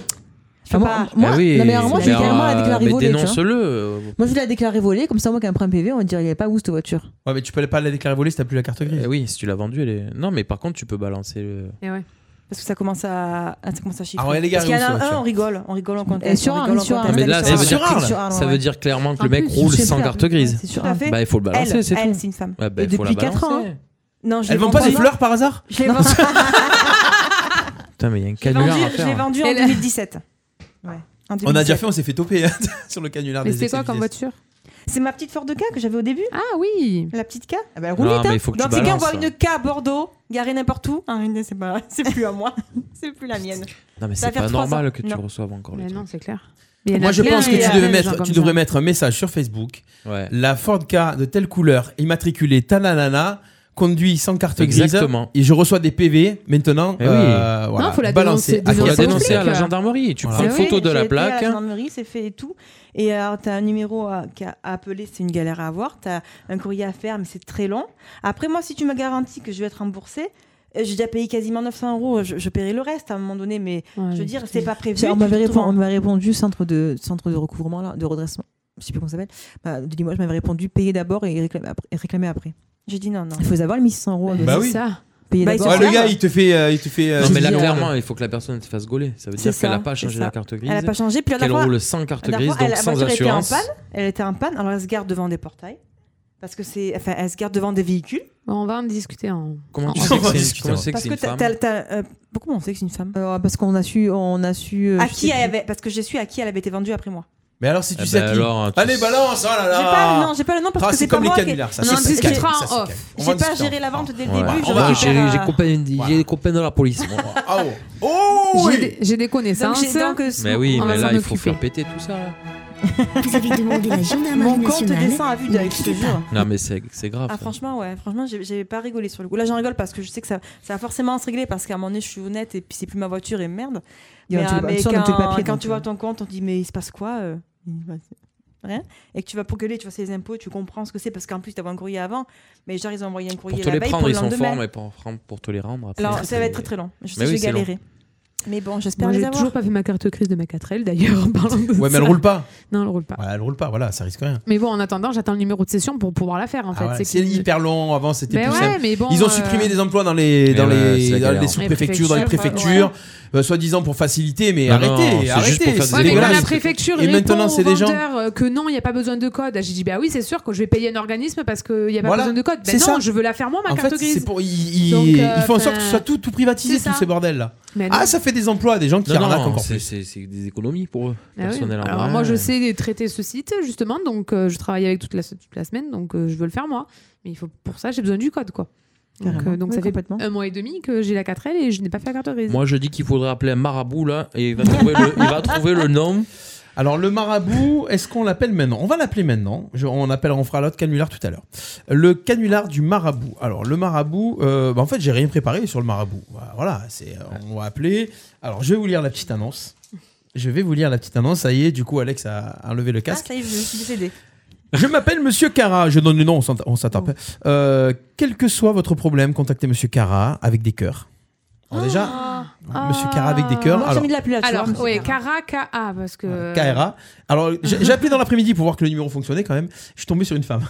Speaker 10: Je peux
Speaker 9: Ah, moi-
Speaker 10: pas.
Speaker 9: moi-
Speaker 8: Ah oui,
Speaker 9: non, mais alors moi,
Speaker 8: mais
Speaker 9: j'ai carrément la
Speaker 8: alors,
Speaker 9: déclarer
Speaker 8: mais
Speaker 9: volée. tu vois.
Speaker 8: dénonce-le.
Speaker 9: Moi, je l'ai déclaré volée, comme ça, moi, quand on prend un PV, on va dire il n'y avait pas où cette voiture.
Speaker 7: Ouais, mais tu peux pas la déclarer volée si t'as plus la carte grise.
Speaker 8: Eh oui, si tu l'as vendu, elle est. Non, mais par contre, tu peux balancer le.
Speaker 9: Eh
Speaker 10: Parce que ça commence à, ah, ça commence à chiffrer.
Speaker 8: Ah ouais, les gars,
Speaker 10: Parce qu'il y
Speaker 8: où, ça,
Speaker 10: en a
Speaker 8: tu
Speaker 10: un,
Speaker 8: vois
Speaker 10: on rigole, on rigole, on conteste.
Speaker 9: Et sur
Speaker 10: on
Speaker 9: un,
Speaker 10: rigole,
Speaker 9: et sur
Speaker 10: on
Speaker 9: un,
Speaker 8: Ah,
Speaker 10: conteste.
Speaker 8: mais là, ça veut, dire,
Speaker 9: Arles.
Speaker 8: que-
Speaker 9: Sur Arles,
Speaker 8: ça
Speaker 9: ouais.
Speaker 8: veut dire clairement que
Speaker 9: En
Speaker 8: le mec
Speaker 9: plus,
Speaker 8: roule
Speaker 9: je sais
Speaker 8: sans
Speaker 9: faire.
Speaker 8: carte grise.
Speaker 9: C'est sûr.
Speaker 10: Tout à fait.
Speaker 8: Bah, il faut le balancer,
Speaker 10: Elle,
Speaker 8: c'est tout.
Speaker 10: elle, c'est une femme.
Speaker 8: Ouais, bah,
Speaker 9: Et
Speaker 8: il faut la
Speaker 9: depuis 4
Speaker 8: balancer.
Speaker 9: ans. hein.
Speaker 10: Non, je
Speaker 7: Elles
Speaker 10: les
Speaker 7: vendent
Speaker 10: vends
Speaker 7: pas des fleurs par hasard
Speaker 10: Je l'ai vendu,
Speaker 8: Putain, mais il y a un
Speaker 10: je l'ai
Speaker 8: canular à
Speaker 10: vendu- je l'ai
Speaker 8: faire. hein.
Speaker 10: vendu en
Speaker 4: Elle-
Speaker 10: 2017. Ouais.
Speaker 7: On
Speaker 10: en
Speaker 7: a déjà
Speaker 10: 2017.
Speaker 7: fait, on s'est fait toper hein, sur le canular
Speaker 4: Mais
Speaker 7: des
Speaker 4: c'était quoi
Speaker 7: excès
Speaker 4: comme
Speaker 7: vitesse.
Speaker 4: voiture
Speaker 10: C'est ma petite Ford K que j'avais au début.
Speaker 4: Ah oui.
Speaker 10: La petite K. Ah bah, elle
Speaker 8: Non,
Speaker 10: roule vite,
Speaker 8: mais
Speaker 10: hein.
Speaker 8: il faut que tu
Speaker 10: Donc si quelqu'un
Speaker 8: balances,
Speaker 10: voit
Speaker 8: là.
Speaker 10: une K à Bordeaux, garée n'importe où, hein, une- c'est pas- c'est plus à moi, c'est plus la mienne.
Speaker 7: Non, mais
Speaker 10: Ça va
Speaker 7: c'est
Speaker 10: faire
Speaker 7: pas
Speaker 10: trois
Speaker 7: normal
Speaker 10: ans.
Speaker 7: que tu
Speaker 10: Non.
Speaker 7: reçoives encore les
Speaker 4: Mais non, c'est clair.
Speaker 7: Moi, je pense que tu, devais mettre, tu devrais mettre un message sur Facebook.
Speaker 8: Ouais.
Speaker 7: La Ford K de telle couleur, immatriculée tananana, conduit sans carte
Speaker 8: Exactement.
Speaker 7: grise. Et je reçois des PV maintenant.
Speaker 8: Eh oui.
Speaker 7: euh,
Speaker 8: Non,
Speaker 7: voilà,
Speaker 4: faut la
Speaker 7: balancer.
Speaker 4: dénoncer,
Speaker 7: Ah,
Speaker 8: dénoncer
Speaker 7: faut la
Speaker 8: au flic,
Speaker 7: à la
Speaker 8: euh.
Speaker 7: gendarmerie. Tu
Speaker 8: Voilà.
Speaker 7: prends une
Speaker 10: Ah oui,
Speaker 7: photo de
Speaker 10: j'ai
Speaker 7: la
Speaker 10: été à
Speaker 7: plaque. hein.
Speaker 10: La gendarmerie, c'est fait et tout. Et alors, t'as un numéro à, qui a- à appeler, c'est une galère à avoir. T'as un courrier à faire, mais c'est très long. Après, moi, si tu me garantis que je vais être remboursée, euh, j'ai déjà payé quasiment 900 euros. Je, je paierai le reste à un moment donné, mais je veux dire, c'est pas prévu. hein.
Speaker 9: On m'avait
Speaker 10: tu te
Speaker 9: répondu,
Speaker 10: rends-
Speaker 9: on m'avait répondu centre de centre de recouvrement là, de redressement. Je sais plus comment ça s'appelle. Bah, Dis-moi, je m'avais répondu payer d'abord et réclamer après. et réclamer après.
Speaker 10: J'ai dit non, non.
Speaker 9: Il faut avoir les 1600 euros.
Speaker 7: Bah oui.
Speaker 9: Payer d'abord.
Speaker 7: Ah, le gars, il te fait. euh, il te fait euh,
Speaker 8: Non, mais là,
Speaker 7: dire-
Speaker 8: clairement, il faut que la personne se fasse gauler. Ça veut
Speaker 10: C'est
Speaker 8: dire qu'elle
Speaker 10: ça,
Speaker 8: n'a pas
Speaker 10: c'est
Speaker 8: changé
Speaker 10: ça.
Speaker 8: la carte grise.
Speaker 10: Elle n'a pas changé. Puis la
Speaker 8: Qu'elle
Speaker 10: dernière fois-
Speaker 8: roule sans carte
Speaker 10: la dernière
Speaker 8: grise,
Speaker 10: fois, elle-
Speaker 8: donc
Speaker 10: la
Speaker 8: sans
Speaker 10: voiture était en
Speaker 8: assurance.
Speaker 10: panne. Elle était en panne. Alors, elle se garde devant des portails. Parce que c'est. Enfin, elle se garde devant des véhicules.
Speaker 4: on va en discuter en.
Speaker 8: Comment tu
Speaker 4: en-
Speaker 8: sais que c'est-
Speaker 4: discuter,
Speaker 8: comment
Speaker 4: ouais.
Speaker 8: c'est que
Speaker 10: Parce
Speaker 8: c'est
Speaker 10: que
Speaker 8: une
Speaker 10: t'as.
Speaker 8: femme
Speaker 10: t'as- t'as, euh, Comment on sait que c'est une femme
Speaker 9: Euh, parce qu'on a su, on a su. euh,
Speaker 10: À
Speaker 9: je
Speaker 10: qui
Speaker 9: sais
Speaker 10: elle
Speaker 9: plus.
Speaker 10: avait. Parce que j'ai su à qui elle avait été vendue après moi.
Speaker 7: Mais alors, si tu
Speaker 16: Eh
Speaker 7: sais
Speaker 16: ben
Speaker 7: à qui.
Speaker 16: alors, tu-
Speaker 7: Allez, balance. Oh là là.
Speaker 10: J'ai pas, non, j'ai pas le nom parce
Speaker 7: Ah,
Speaker 10: que
Speaker 7: c'est
Speaker 10: c'est pas
Speaker 7: comme les
Speaker 10: moi qui-
Speaker 7: canulars, ça.
Speaker 10: Non,
Speaker 7: c'est
Speaker 10: non,
Speaker 7: fiscal.
Speaker 10: c'est-
Speaker 7: Ça,
Speaker 10: c'est-
Speaker 7: c'est
Speaker 10: c'est-
Speaker 7: fiscal. On va
Speaker 10: J'ai
Speaker 7: en
Speaker 10: pas
Speaker 7: discuter.
Speaker 10: géré la vente dès le
Speaker 8: Ouais.
Speaker 10: début.
Speaker 8: Ah,
Speaker 10: je
Speaker 8: bah,
Speaker 10: vais
Speaker 8: j'ai
Speaker 10: faire,
Speaker 8: j'ai
Speaker 10: euh,
Speaker 8: copain- j'ai des copains de la police. moi.
Speaker 7: Ah, Oh
Speaker 4: J'ai des- J'ai des connaissances.
Speaker 10: Donc, j'ai- donc, euh,
Speaker 8: Mais oui,
Speaker 4: On va
Speaker 8: mais là,
Speaker 4: s'en
Speaker 8: il faut
Speaker 4: occuper.
Speaker 8: faire péter tout ça.
Speaker 7: Ah.
Speaker 8: là.
Speaker 10: Vous avez demandé la
Speaker 3: gendarmerie
Speaker 10: Mon compte
Speaker 3: nationale.
Speaker 10: descend à vue d'œil, je te jure.
Speaker 8: Non, mais c'est c'est grave.
Speaker 10: Ah,
Speaker 8: ça.
Speaker 10: franchement, ouais, franchement, j'ai- j'avais pas rigolé sur le coup. Là, j'en rigole parce que je sais que ça, ça va forcément se régler parce qu'à un moment donné, je suis honnête et puis c'est plus ma voiture et merde.
Speaker 9: Et on te le-
Speaker 10: mais
Speaker 9: ça, on a tout le
Speaker 10: quand,
Speaker 9: papier,
Speaker 10: quand
Speaker 9: donc, euh.
Speaker 10: tu vois ton compte, on te dit, mais il se passe quoi euh Il se passe Rien. Hein Et que tu vas procurer, tu vois, c'est les impôts, tu comprends ce que c'est parce qu'en plus, t'avais un courrier avant. Mais genre, ils ont envoyé un
Speaker 8: Pour
Speaker 10: courrier
Speaker 8: te les
Speaker 10: la veille pour
Speaker 8: prendre,
Speaker 10: le
Speaker 8: ils sont
Speaker 10: lendemain.
Speaker 8: forts, mais pour, pour te les rendre. après,
Speaker 10: Alors, ça va
Speaker 8: c'est-
Speaker 10: être très très long. Je sais
Speaker 8: Mais
Speaker 10: que
Speaker 8: oui,
Speaker 10: je
Speaker 8: c'est
Speaker 10: vais
Speaker 8: long.
Speaker 10: galérer. Mais bon, j'espère
Speaker 4: Moi,
Speaker 10: les
Speaker 4: j'ai
Speaker 10: avoir.
Speaker 4: toujours pas fait ma carte crise de ma 4L d'ailleurs. en parlant de
Speaker 7: Ouais, mais elle
Speaker 4: ça.
Speaker 7: roule pas.
Speaker 4: Non, elle roule pas.
Speaker 7: Voilà, elle roule pas. Voilà, ça risque rien.
Speaker 4: Mais bon, en attendant, j'attends le numéro de session pour pouvoir la faire en fait.
Speaker 7: Ah ouais,
Speaker 4: C'est
Speaker 7: c'est
Speaker 4: que-
Speaker 7: hyper long. Avant, c'était
Speaker 4: Mais
Speaker 7: plus
Speaker 4: ouais,
Speaker 7: simple.
Speaker 4: mais bon,
Speaker 7: Ils ont
Speaker 4: euh,
Speaker 7: supprimé des emplois dans les,
Speaker 8: Mais
Speaker 7: dans
Speaker 8: Eh ouais,
Speaker 7: les,
Speaker 8: c'est la
Speaker 7: dans
Speaker 8: galère.
Speaker 7: les sous-préfectures, dans les préfectures, euh, soi-disant pour faciliter, mais
Speaker 8: Non, non, c'est
Speaker 7: arrêtez, arrêtez.
Speaker 8: juste pour faire
Speaker 7: c'est
Speaker 8: des
Speaker 4: Ouais, mais quand la
Speaker 7: dégueulasse.
Speaker 4: préfecture
Speaker 7: Et maintenant, c'est des gens.
Speaker 4: gens euh, que non, il n'y a pas besoin de code. J'ai dit bah oui, c'est sûr que je vais payer un organisme parce qu'il n'y a pas
Speaker 7: Voilà,
Speaker 4: besoin de code. Ben
Speaker 7: c'est
Speaker 4: non,
Speaker 7: ça.
Speaker 4: je veux la faire moi ma
Speaker 7: En
Speaker 4: carte
Speaker 7: fait,
Speaker 4: grise.
Speaker 7: c'est pour, ils, ils-
Speaker 4: Donc,
Speaker 7: ils
Speaker 4: euh,
Speaker 7: font en sorte
Speaker 4: enfin,
Speaker 7: que ce soit tout, tout privatisé,
Speaker 4: c'est
Speaker 7: tous
Speaker 4: ça.
Speaker 7: ces bordels-là.
Speaker 4: Mais non.
Speaker 7: Ah, ça fait des emplois, des gens qui
Speaker 8: Non, non,
Speaker 7: arnaquent encore
Speaker 8: c'est-
Speaker 7: plus.
Speaker 8: C'est c'est des économies pour eux.
Speaker 4: Ah oui.
Speaker 8: personnellement.
Speaker 4: Alors
Speaker 8: Ouais.
Speaker 4: moi,
Speaker 10: euh.
Speaker 4: je sais traiter ce site justement, donc euh, je travaille avec toute la, toute la semaine, donc euh, je veux le faire moi. Mais il faut pour ça, j'ai besoin du code quoi. Donc,
Speaker 9: Carrément.
Speaker 4: euh, donc
Speaker 9: Oui,
Speaker 4: ça fait
Speaker 9: complètement.
Speaker 4: un mois et demi que j'ai la 4L et je n'ai pas fait la carte grise.
Speaker 8: Moi, je dis qu'il faudrait appeler un marabout là et il va trouver le, il va trouver le nom.
Speaker 7: Alors le marabout, est-ce qu'on l'appelle maintenant On va l'appeler maintenant. Je- on appellera, on fera l'autre canular tout à l'heure. Le canular du marabout. Alors le marabout, euh, bah, en fait j'ai rien préparé sur le marabout. Voilà, c'est, euh, on va appeler. Alors je vais vous lire la petite annonce. Je vais vous lire la petite annonce. Ça y est, du coup Alex a, a levé le
Speaker 10: Ah,
Speaker 7: casque.
Speaker 10: ça y est, je suis décédée.
Speaker 7: Je m'appelle Monsieur Cara. Je donne le nom, on s'en- on s'attarde.
Speaker 10: Oh.
Speaker 7: pas. Euh, quel que soit votre problème, contactez Monsieur Cara avec des cœurs. Alors, déjà, Monsieur Cara avec des cœurs.
Speaker 10: Moi, Ah. j'ai
Speaker 7: Alors,
Speaker 10: mis de la pluie là-dessus.
Speaker 4: Ah. Alors,
Speaker 10: hein, monsieur
Speaker 4: ouais,
Speaker 10: Cara.
Speaker 4: Cara, K.A. parce que.
Speaker 7: KRA. Alors, j'ai j'ai appelé dans l'après-midi pour voir que le numéro fonctionnait quand même. Je suis tombé sur une femme.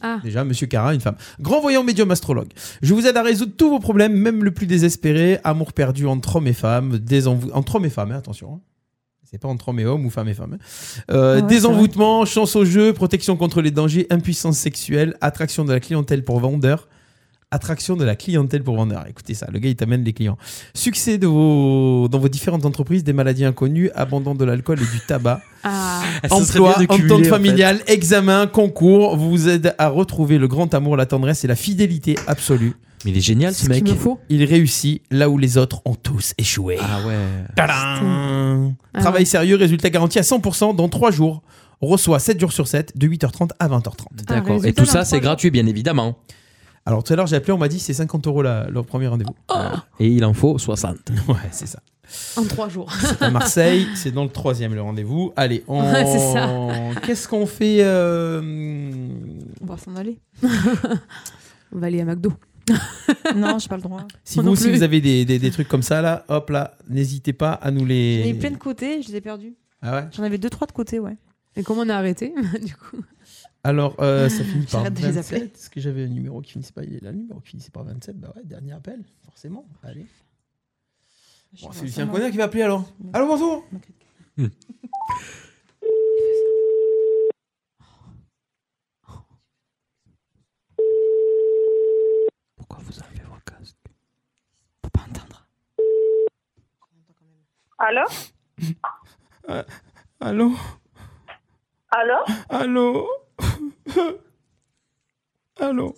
Speaker 4: Ah.
Speaker 7: Déjà, monsieur Cara, une femme. Grand voyant médium astrologue. Je vous aide à résoudre tous vos problèmes, même le plus désespéré. Amour perdu entre hommes et femmes. désenvou- Entre hommes et femmes, hein, attention. hein. C'est pas entre hommes et hommes ou femmes et femmes. hein. Euh,
Speaker 16: Ah ouais,
Speaker 7: désenvoûtement, chance au jeu, protection contre les dangers, impuissance sexuelle, attraction de la clientèle pour vendeur. Attraction de la clientèle pour vendeur. Écoutez ça, le gars il t'amène les clients. Succès de vos, dans vos différentes entreprises, des maladies inconnues, abandon de l'alcool et du tabac.
Speaker 4: Ah.
Speaker 8: Ça serait bien
Speaker 7: Emploi,
Speaker 8: de cumuler,
Speaker 7: entente
Speaker 8: en
Speaker 7: familiale, examen, concours vous vous aide à retrouver le grand amour, la tendresse et la fidélité absolue.
Speaker 8: Mais il est génial ce mec.
Speaker 7: Il réussit là où les autres ont tous échoué.
Speaker 8: Ah ouais.
Speaker 7: Tadam
Speaker 4: Ah
Speaker 7: Travail sérieux, résultat garanti à 100% dans 3 jours. Reçoit 7 jours sur 7 de 8h30 à 20h30.
Speaker 4: Ah,
Speaker 8: D'accord. Et tout ça, c'est gratuit, bien évidemment.
Speaker 7: Alors tout à l'heure, j'ai appelé, on m'a dit c'est 50 euros la- le premier rendez-vous.
Speaker 8: Ah. Et il en faut 60.
Speaker 7: Ouais, c'est ça.
Speaker 4: En trois jours.
Speaker 7: À Marseille, c'est dans le troisième le rendez-vous. Allez, on...
Speaker 4: Ouais, c'est ça.
Speaker 7: qu'est-ce qu'on fait euh,
Speaker 10: On va s'en aller.
Speaker 4: On va aller à McDo.
Speaker 10: non, j'ai pas le droit.
Speaker 7: Si
Speaker 10: Moi
Speaker 7: vous
Speaker 10: non
Speaker 7: aussi
Speaker 10: plus.
Speaker 7: vous avez des, des- des trucs comme ça là, hop là, n'hésitez pas à nous les.
Speaker 10: J'en ai eu plein de côtés, je les ai perdus.
Speaker 7: Ah ouais.
Speaker 10: J'en avais deux, trois de côté, ouais.
Speaker 4: Et comment on a arrêté bah, du coup
Speaker 7: Alors euh, ça finit par
Speaker 10: J'arrête de les
Speaker 7: 27.
Speaker 10: appeler.
Speaker 7: Est-ce que j'avais un numéro qui finissait pas Il est là, le numéro qui finissait par 27. Bah ouais, dernier appel, forcément. Allez. Bon, c'est Lucien Conner qui va appeler alors. Allô, bonjour.
Speaker 17: Allô
Speaker 12: Euh,
Speaker 7: Allô.
Speaker 18: Alors
Speaker 12: Allô Allô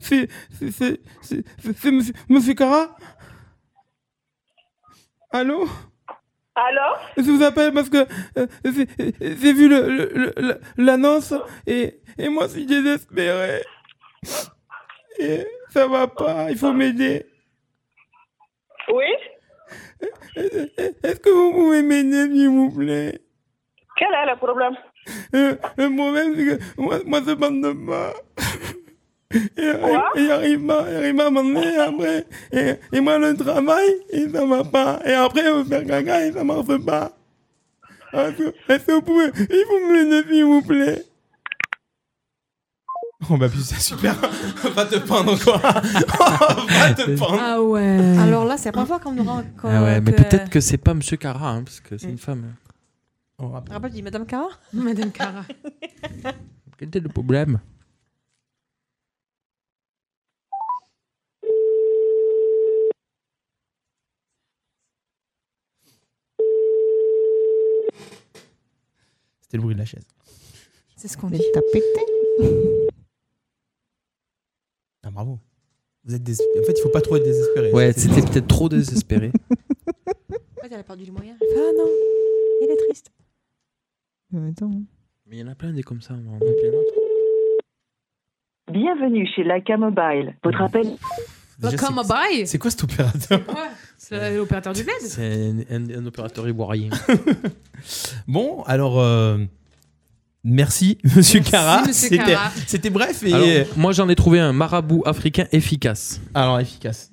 Speaker 12: C'est. C'est. C'est. C'est. c'est- c'est monsieur, monsieur Cara Allô
Speaker 18: Alors
Speaker 12: Je vous appelle parce que euh, j'ai- j'ai vu le- le- le- le- l'annonce et, et moi je suis désespéré. Et ça va pas, il faut m'aider.
Speaker 18: Oui
Speaker 12: Est-ce que vous pouvez m'aider s'il vous plaît
Speaker 18: Quel est le problème
Speaker 12: Euh, Le problème, c'est que moi, moi je bande pas. Et, et, et j'arrive pas, j'arrive pas à m'emmener après. Et, et moi, le travail, et ça va pas. Et après, on faire caca et ça marche pas. Est-ce que, est-ce que vous pouvez, il faut me l'aider, s'il vous plaît. Oh bah putain, super. va te prendre encore. va te prendre.
Speaker 4: Ah ouais.
Speaker 9: Alors là, c'est
Speaker 10: Hein
Speaker 9: la première fois qu'on me rend.
Speaker 8: Ah ouais, mais peut-être que c'est pas Monsieur Cara, hein, parce
Speaker 10: Mm.
Speaker 8: que c'est une femme.
Speaker 7: Oh, ah,
Speaker 9: te rappelles, dit Madame Cara
Speaker 4: Madame Cara.
Speaker 8: Quel était le problème
Speaker 7: C'était le bruit de la chaise.
Speaker 10: C'est ce qu'on dit.
Speaker 7: Ah, bravo. Vous êtes désespéré. En fait, il faut pas trop être désespéré.
Speaker 8: Ouais, c'était peut-être trop désespéré.
Speaker 10: En fait, elle a perdu le moyen. Elle fait, ah non, il est triste.
Speaker 8: Mais il y en a plein des comme ça, on va en appeler un autre.
Speaker 19: Bienvenue chez Leica Mobile. Votre appel.
Speaker 8: Déjà,
Speaker 4: Bah, Comme a bye.
Speaker 7: C'est quoi cet opérateur
Speaker 4: Ouais, C'est l'opérateur du bled.
Speaker 7: C'est un, opérateur ivoirien. bon, alors. euh, Merci, monsieur Cara.
Speaker 4: monsieur
Speaker 7: C'était-
Speaker 4: Cara.
Speaker 7: C'était bref et.
Speaker 8: Alors, moi j'en ai trouvé un marabout africain efficace.
Speaker 7: Alors efficace.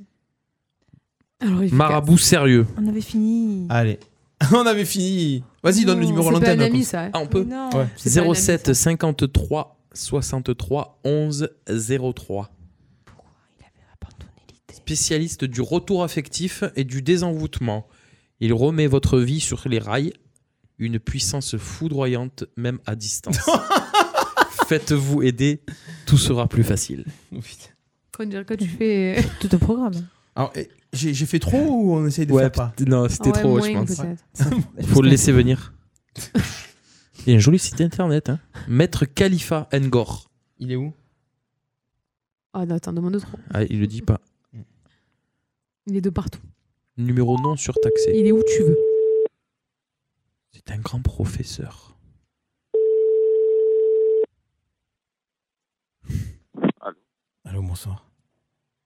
Speaker 4: Alors, il
Speaker 8: Marabout sérieux.
Speaker 10: On avait fini.
Speaker 7: Allez. on avait fini. Vas-y, donne le numéro à l'antenne. hein, comme
Speaker 8: Ah, on peut
Speaker 10: Non.
Speaker 7: Ouais.
Speaker 10: c'est pas un ami.
Speaker 8: 07 53 63 11 03. Spécialiste du retour affectif et du désenvoûtement. Il remet votre vie sur les rails, une puissance foudroyante même à distance. Faites-vous aider, tout sera plus facile.
Speaker 7: Oh,
Speaker 4: Quand on dirait que tu fais.
Speaker 9: Tout un programme.
Speaker 7: Alors, eh, j'ai j'ai fait trop ou on essaye de faire pas
Speaker 8: Non, c'était
Speaker 4: Ah ouais,
Speaker 8: trop, je
Speaker 4: moins,
Speaker 8: pense.
Speaker 4: peut-être.
Speaker 8: Il faut le laisser venir. Il y a un joli site internet. Hein. Maître Khalifa Ngor.
Speaker 7: Il est où
Speaker 4: Ah non, attends, demande trop.
Speaker 8: Ah, il le dit pas.
Speaker 4: Il est de partout.
Speaker 8: Numéro non surtaxé.
Speaker 4: Il est où tu veux.
Speaker 8: C'est un grand professeur.
Speaker 7: Allô, bonsoir.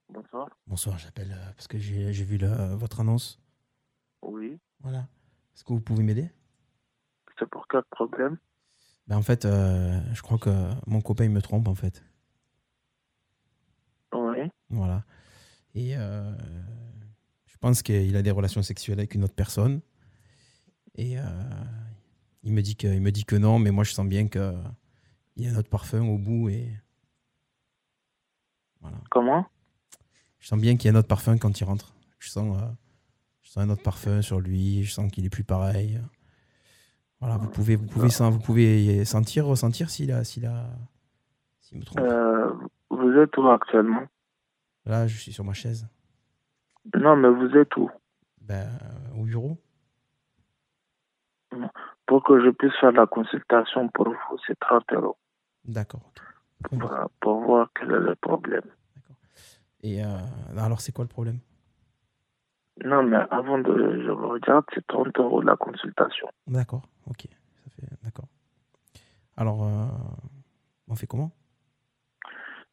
Speaker 20: Bonsoir.
Speaker 7: Bonsoir, j'appelle euh, parce que j'ai j'ai vu là, euh, votre annonce.
Speaker 20: Oui.
Speaker 7: Voilà. Est-ce que vous pouvez m'aider
Speaker 20: C'est pour quel problème
Speaker 7: Ben, En fait, euh, je crois que mon copain il me trompe en fait.
Speaker 20: Oui.
Speaker 7: Voilà. Et euh, je pense qu'il a des relations sexuelles avec une autre personne. Et euh, il, me dit que, il me dit que non, mais moi je sens bien qu'il y a un autre parfum au bout. Et... Voilà.
Speaker 20: Comment
Speaker 7: Je sens bien qu'il y a un autre parfum quand il rentre. Je sens, euh, je sens un autre parfum sur lui, je sens qu'il est plus pareil. Voilà, vous pouvez, vous pouvez, sen- vous pouvez sentir, ressentir s'il a, s'il a, s'il me trompe.
Speaker 20: Euh, Vous êtes où actuellement
Speaker 7: Là, je suis sur ma chaise,
Speaker 20: Non, mais vous êtes où
Speaker 7: ben, euh, au bureau.
Speaker 20: Pour que je puisse faire la consultation pour vous, c'est 30 euros.
Speaker 7: D'accord. bah.
Speaker 20: Voilà, pour voir quel est le problème.
Speaker 7: Et euh, alors, c'est quoi le problème
Speaker 20: Non, mais avant de. Je vous regarde, c'est 30 euros la consultation.
Speaker 7: D'accord, ok. Ça fait, d'accord. Alors, euh, on fait comment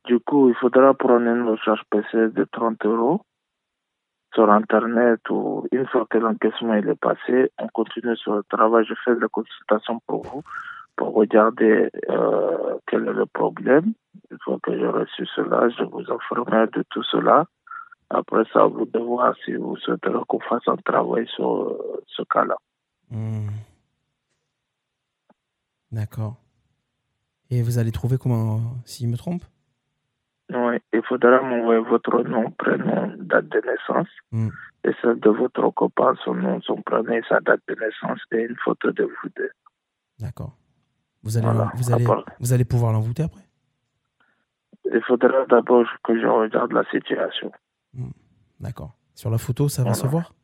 Speaker 20: Du coup, il faudra prendre une recherche PCS de 30 euros sur Internet ou une fois que l'encaissement il est passé, on continue sur le travail. Je fais la consultation pour vous pour regarder euh, quel est le problème. Une fois que j'ai reçu cela, je vous informerai de tout cela. Après ça, à vous de voir si vous souhaiterez qu'on fasse un travail sur euh, ce cas-là.
Speaker 7: Hmm. D'accord. Et vous allez trouver comment, euh, s'il me trompe
Speaker 20: Oui, il faudra m'envoyer votre nom, prénom, date de naissance
Speaker 7: Hmm.
Speaker 20: et celle de votre copain, son nom, son prénom, et sa date de naissance et une photo de vous deux.
Speaker 7: D'accord. Vous allez,
Speaker 20: Voilà,
Speaker 7: vous, allez,
Speaker 20: d'accord.
Speaker 7: vous allez pouvoir l'envoûter après
Speaker 20: Il faudra d'abord que je regarde la situation.
Speaker 7: D'accord. Sur la photo, ça va
Speaker 20: Voilà.
Speaker 7: se voir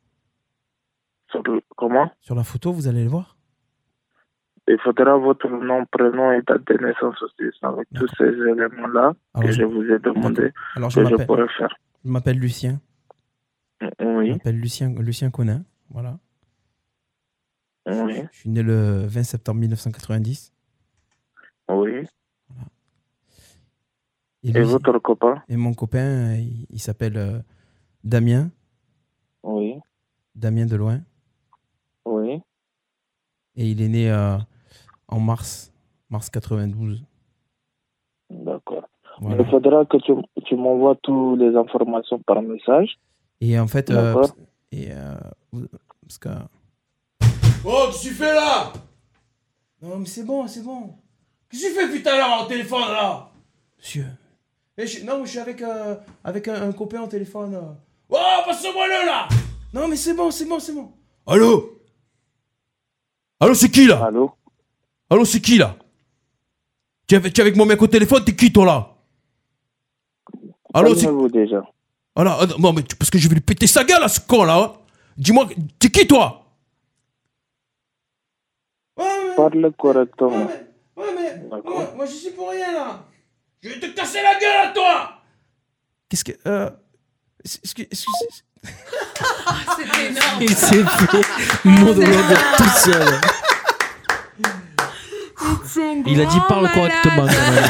Speaker 20: Sur le- comment
Speaker 7: Sur la photo, vous allez le voir
Speaker 20: Il faudra votre nom, prénom et date de naissance aussi. C'est Avec tous ces éléments-là que
Speaker 7: Alors,
Speaker 20: je...
Speaker 7: je-
Speaker 20: vous ai demandé
Speaker 7: Ah Alors, je
Speaker 20: que je
Speaker 7: m'appelle-
Speaker 20: pourrais faire.
Speaker 7: Je m'appelle Lucien.
Speaker 20: Euh, Oui.
Speaker 7: Je m'appelle Lucien, Lucien Conin. Voilà.
Speaker 20: Oui.
Speaker 7: Je suis né le 20 septembre 1990.
Speaker 20: Oui.
Speaker 7: Et,
Speaker 20: Et
Speaker 7: lui-
Speaker 20: votre copain
Speaker 7: et mon copain, euh, il, il s'appelle euh, Damien.
Speaker 20: Oui.
Speaker 7: Damien Deloin.
Speaker 20: Oui.
Speaker 7: Et il est né euh, en mars, mars 92.
Speaker 20: D'accord.
Speaker 7: Voilà.
Speaker 20: Il faudra que tu, tu m'envoies toutes les informations par message.
Speaker 7: Et en fait, euh,
Speaker 20: D'accord.
Speaker 7: et, euh, vous- parce que
Speaker 2: Oh, qu'est-ce que tu fais là Non, mais c'est bon, c'est bon. Qu'est-ce que tu fais putain là en téléphone là
Speaker 7: Monsieur.
Speaker 2: Eh, je- Non, je suis avec, euh, avec un, un copain au téléphone. euh. Oh, passe-moi le là Non, mais c'est bon, c'est bon, c'est bon.
Speaker 7: Allô Allô, c'est qui là Allô Allô, c'est qui là tu es, avec, tu es avec mon mec au téléphone, t'es qui toi là Allô, c'est.
Speaker 20: Calmez-vous déjà.
Speaker 7: Ah là, ah, non, mais tu- parce que je vais lui péter sa gueule à ce con là. hein. Dis-moi, t'es qui toi
Speaker 20: Parle correctement.
Speaker 2: Ouais, mais moi, moi, je suis pour rien là. Je vais te casser la gueule à toi
Speaker 7: Qu'est-ce que. Euh... Excuse,
Speaker 2: C'était énorme.
Speaker 8: Il s'est fait
Speaker 4: Oh,
Speaker 8: monologue tout seul. Il a
Speaker 4: Oh
Speaker 8: dit parle correctement. quand même.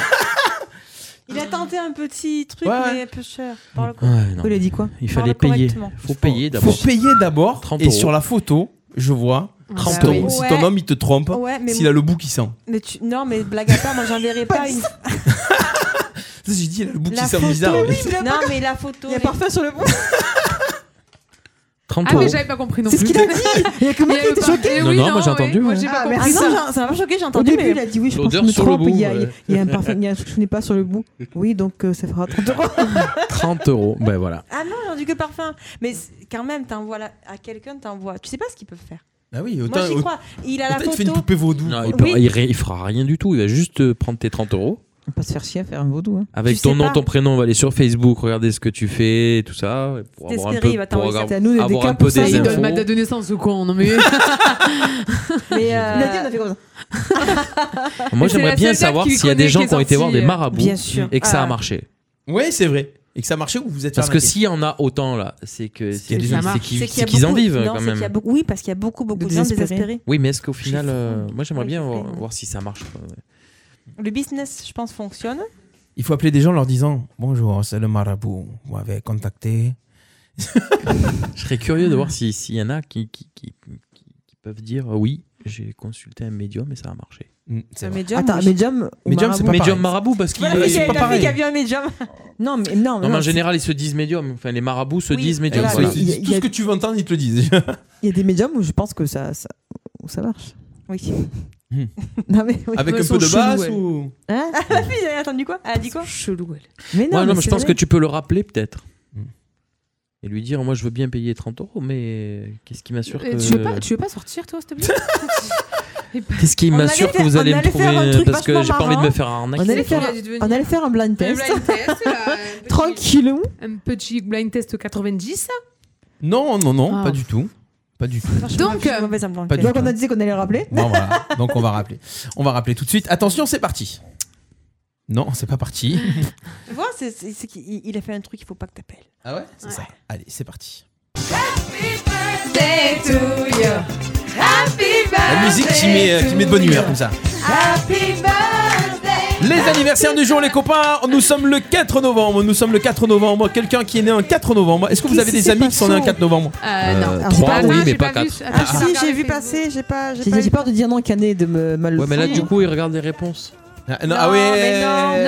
Speaker 10: Il a tenté un petit truc,
Speaker 9: Ouais, ouais.
Speaker 10: mais un peu cher. Par le coup.
Speaker 8: Ouais, non.
Speaker 9: Il a dit quoi
Speaker 8: Il fallait
Speaker 10: Parle
Speaker 8: payer.
Speaker 10: correctement.
Speaker 8: Faut payer d'abord.
Speaker 7: Faut payer d'abord.
Speaker 8: 30
Speaker 7: Et
Speaker 8: euros.
Speaker 7: sur la photo, je vois.
Speaker 10: Bah
Speaker 7: Si ton,
Speaker 10: oui.
Speaker 7: si ton
Speaker 10: Ouais.
Speaker 7: homme il te trompe,
Speaker 10: Ouais, mais
Speaker 7: s'il
Speaker 10: moi-
Speaker 7: a le bout qui sent.
Speaker 10: Mais tu... Non, mais blague à part, moi j'enverrai pas une.
Speaker 7: Ça, J'ai dit, il a le bout
Speaker 10: La
Speaker 7: qui sent
Speaker 10: photo,
Speaker 7: bizarre.
Speaker 10: oui, mais- Non, mais la photo. Il y a parfum sur le bout.
Speaker 8: 30
Speaker 4: Ah, mais
Speaker 8: euros.
Speaker 4: j'avais pas compris non
Speaker 9: C'est
Speaker 4: plus.
Speaker 9: ce qu'il a dit Il y a que moi
Speaker 4: Il
Speaker 9: qui étais
Speaker 4: avait pas-
Speaker 9: choqué
Speaker 4: Eh
Speaker 8: Non,
Speaker 4: oui,
Speaker 8: non, moi, j'ai entendu,
Speaker 4: Moi
Speaker 8: moi.
Speaker 4: j'ai pas
Speaker 10: Ah, mais
Speaker 4: compris
Speaker 10: ah,
Speaker 4: ça.
Speaker 10: non, ça- ça m'a pas choqué, j'ai
Speaker 9: Au
Speaker 10: entendu.
Speaker 9: début,
Speaker 10: mais-
Speaker 9: il a dit oui, je pense que
Speaker 8: L'odeur
Speaker 9: je me
Speaker 8: sur le
Speaker 9: trompe,
Speaker 8: bout,
Speaker 9: il y a,
Speaker 8: ouais.
Speaker 9: il y a un parfum, il y a un truc que je n'ai pas sur le bout. Oui, donc euh, ça fera 30 euros.
Speaker 8: 30 euros. Ben voilà.
Speaker 10: Ah non, j'ai entendu que parfum. Mais c- quand même, t'envoies la- à quelqu'un, t'envoies. Tu sais pas ce qu'ils peuvent faire.
Speaker 7: Ah oui,
Speaker 10: Moi j'y crois. Il a la
Speaker 7: Peut-être il fait une
Speaker 10: photo.
Speaker 7: poupée vaudou.
Speaker 8: Non,
Speaker 7: quoi.
Speaker 8: il, peut-
Speaker 10: Oui.
Speaker 8: il ré- il fera rien du tout. Il va juste euh, prendre tes 30 euros.
Speaker 9: pas se faire chier à faire un vaudou. hein.
Speaker 8: Avec
Speaker 9: Tu
Speaker 8: ton
Speaker 9: sais
Speaker 8: nom,
Speaker 9: pas.
Speaker 8: ton prénom, on va aller sur Facebook, regarder ce que tu fais, et tout ça. et Pour
Speaker 9: C'est
Speaker 8: avoir un peu,
Speaker 9: espéré, il va
Speaker 8: pour
Speaker 9: t'envoyer
Speaker 8: avoir-
Speaker 9: ça. T'as nous, des
Speaker 8: avoir
Speaker 9: cas
Speaker 8: un
Speaker 9: pour
Speaker 8: peu
Speaker 9: ça,
Speaker 8: des
Speaker 4: Il donne
Speaker 8: infos.
Speaker 4: ma date de naissance ou quoi On en met.
Speaker 10: Mais euh,
Speaker 9: Il a dit, on a fait comme ça.
Speaker 8: Ah, Moi,
Speaker 4: Mais c'est
Speaker 8: j'aimerais
Speaker 4: la
Speaker 8: bien
Speaker 4: seule date
Speaker 8: savoir
Speaker 4: qui lui
Speaker 8: s'il y a des
Speaker 4: connaît
Speaker 8: gens
Speaker 4: qui est
Speaker 8: qui ont été voir
Speaker 4: sortie,
Speaker 8: des
Speaker 4: euh,
Speaker 8: marabouts
Speaker 4: bien sûr.
Speaker 8: et que ça a
Speaker 4: Ah.
Speaker 8: marché.
Speaker 7: Ouais, c'est vrai. Et que ça marchait ou vous êtes
Speaker 8: Parce
Speaker 7: fait
Speaker 8: que
Speaker 7: arnaquer
Speaker 8: s'il y en a autant là, c'est que c'est
Speaker 7: qu'il y a des gens-
Speaker 8: c'est
Speaker 7: marche.
Speaker 8: qu'ils
Speaker 10: c'est qu'il y a
Speaker 8: c'est qu'ils en
Speaker 10: beaucoup-
Speaker 8: vivent
Speaker 10: non,
Speaker 8: quand
Speaker 10: c'est qu'il y a
Speaker 8: même.
Speaker 10: beaucoup- Oui, parce qu'il y a beaucoup, beaucoup de gens
Speaker 9: désespérés.
Speaker 10: désespérés.
Speaker 8: Oui, mais est-ce qu'au final, euh, moi j'aimerais bien voir, voir si ça marche. quoi.
Speaker 10: Le business, je pense, fonctionne.
Speaker 7: Il faut appeler des gens en leur disant Bonjour, c'est le marabout. Vous m'avez contacté.
Speaker 8: Je serais curieux de voir si- s'il y en a qui, qui, qui- qui- qui peuvent dire euh, oui, j'ai consulté un médium et ça a marché.
Speaker 9: Un vrai. médium, Attends, un médium ou
Speaker 7: Mm, Médium, c'est pas
Speaker 9: marabout
Speaker 8: Médium
Speaker 7: pareil.
Speaker 8: marabout parce qu'il
Speaker 10: Voilà,
Speaker 8: est-
Speaker 10: il y a
Speaker 8: c'est pas
Speaker 10: une fille
Speaker 8: pareil.
Speaker 10: qui a vu un médium.
Speaker 9: Non, mais non,
Speaker 8: Non, mais
Speaker 9: non,
Speaker 8: en
Speaker 9: c'est-
Speaker 8: général, ils se disent médium. Enfin, les marabouts se
Speaker 10: Oui,
Speaker 8: disent médium.
Speaker 10: voilà.
Speaker 8: voilà.
Speaker 7: Ils disent Tout ce que tu veux entendre, ils te le disent.
Speaker 9: Il y a des médiums où je pense que ça, ça, où ça marche.
Speaker 10: Oui.
Speaker 8: Hmm.
Speaker 9: Non, mais oui.
Speaker 7: Avec un peu de basse ou.
Speaker 9: Hein
Speaker 10: Ah, la fille, elle a entendu quoi Elle a dit quoi
Speaker 4: Chelou, elle.
Speaker 9: Mais non,
Speaker 8: Ouais, non, mais
Speaker 9: c'est
Speaker 8: je pense
Speaker 9: vrai.
Speaker 8: que tu peux le rappeler peut-être.
Speaker 7: Hmm.
Speaker 8: Et lui dire, moi je veux bien payer 30 euros, mais qu'est-ce qui m'assure
Speaker 9: Euh,
Speaker 4: Et
Speaker 8: que.
Speaker 4: Euh, Tu veux pas, tu veux pas sortir toi, s'il te plaît
Speaker 8: Qu'est-ce qui
Speaker 4: On
Speaker 8: m'assure
Speaker 4: allait
Speaker 8: que vous
Speaker 4: faire-
Speaker 8: allez
Speaker 4: on
Speaker 8: me
Speaker 4: allait
Speaker 8: trouver
Speaker 4: faire un truc
Speaker 8: parce que j'ai pas
Speaker 4: vachement
Speaker 8: envie de me
Speaker 4: marrant.
Speaker 8: faire arnaquer.
Speaker 9: On allait,
Speaker 4: C'est
Speaker 9: faire,
Speaker 4: qu'il a dû devenir.
Speaker 9: on allait faire un blind
Speaker 4: Un
Speaker 9: test.
Speaker 4: blind test, là,
Speaker 9: Tranquillou.
Speaker 4: Un petit blind test 90.
Speaker 7: Non, non, non,
Speaker 4: Ah.
Speaker 7: pas du tout. Pas du tout.
Speaker 4: Donc, euh,
Speaker 7: Pas du
Speaker 9: Donc
Speaker 7: tout.
Speaker 9: on a dit qu'on allait le rappeler.
Speaker 7: Bon, voilà. Donc, on va rappeler. On va rappeler tout de suite. Attention, c'est parti. Non, c'est pas parti.
Speaker 10: Tu vois, c'est, c'est- c'est qu'il il a fait un truc, il faut pas que t'appelles.
Speaker 7: Ah ouais C'est ça. Allez, c'est parti.
Speaker 3: Day to you. Happy birthday.
Speaker 7: La musique qui met, euh, qui met de bonne humeur comme ça.
Speaker 3: Happy birthday.
Speaker 7: Les anniversaires du jour, les copains. Nous sommes le 4 novembre. Nous sommes le 4 novembre. Quelqu'un qui est né un 4 novembre. Est-ce que vous
Speaker 9: Qui
Speaker 7: avez des
Speaker 9: c'est
Speaker 7: amis
Speaker 9: pas
Speaker 7: qui sont nés un
Speaker 9: chaud
Speaker 7: 4 novembre
Speaker 4: Euh, non.
Speaker 8: Ah, trois, oui, mais pas
Speaker 4: vu.
Speaker 8: quatre.
Speaker 4: Attends,
Speaker 9: Ah,
Speaker 4: je vais
Speaker 9: si, j'ai
Speaker 4: regarder
Speaker 9: vu
Speaker 4: Facebook.
Speaker 9: passer, j'ai pas.
Speaker 4: j'ai
Speaker 9: J'ai j'ai peur de dire non qu'un nez de me mal.
Speaker 8: Ouais, mais là, du coup, il regarde les réponses.
Speaker 7: Ah, non, ah ouais.
Speaker 4: Oh, mais non.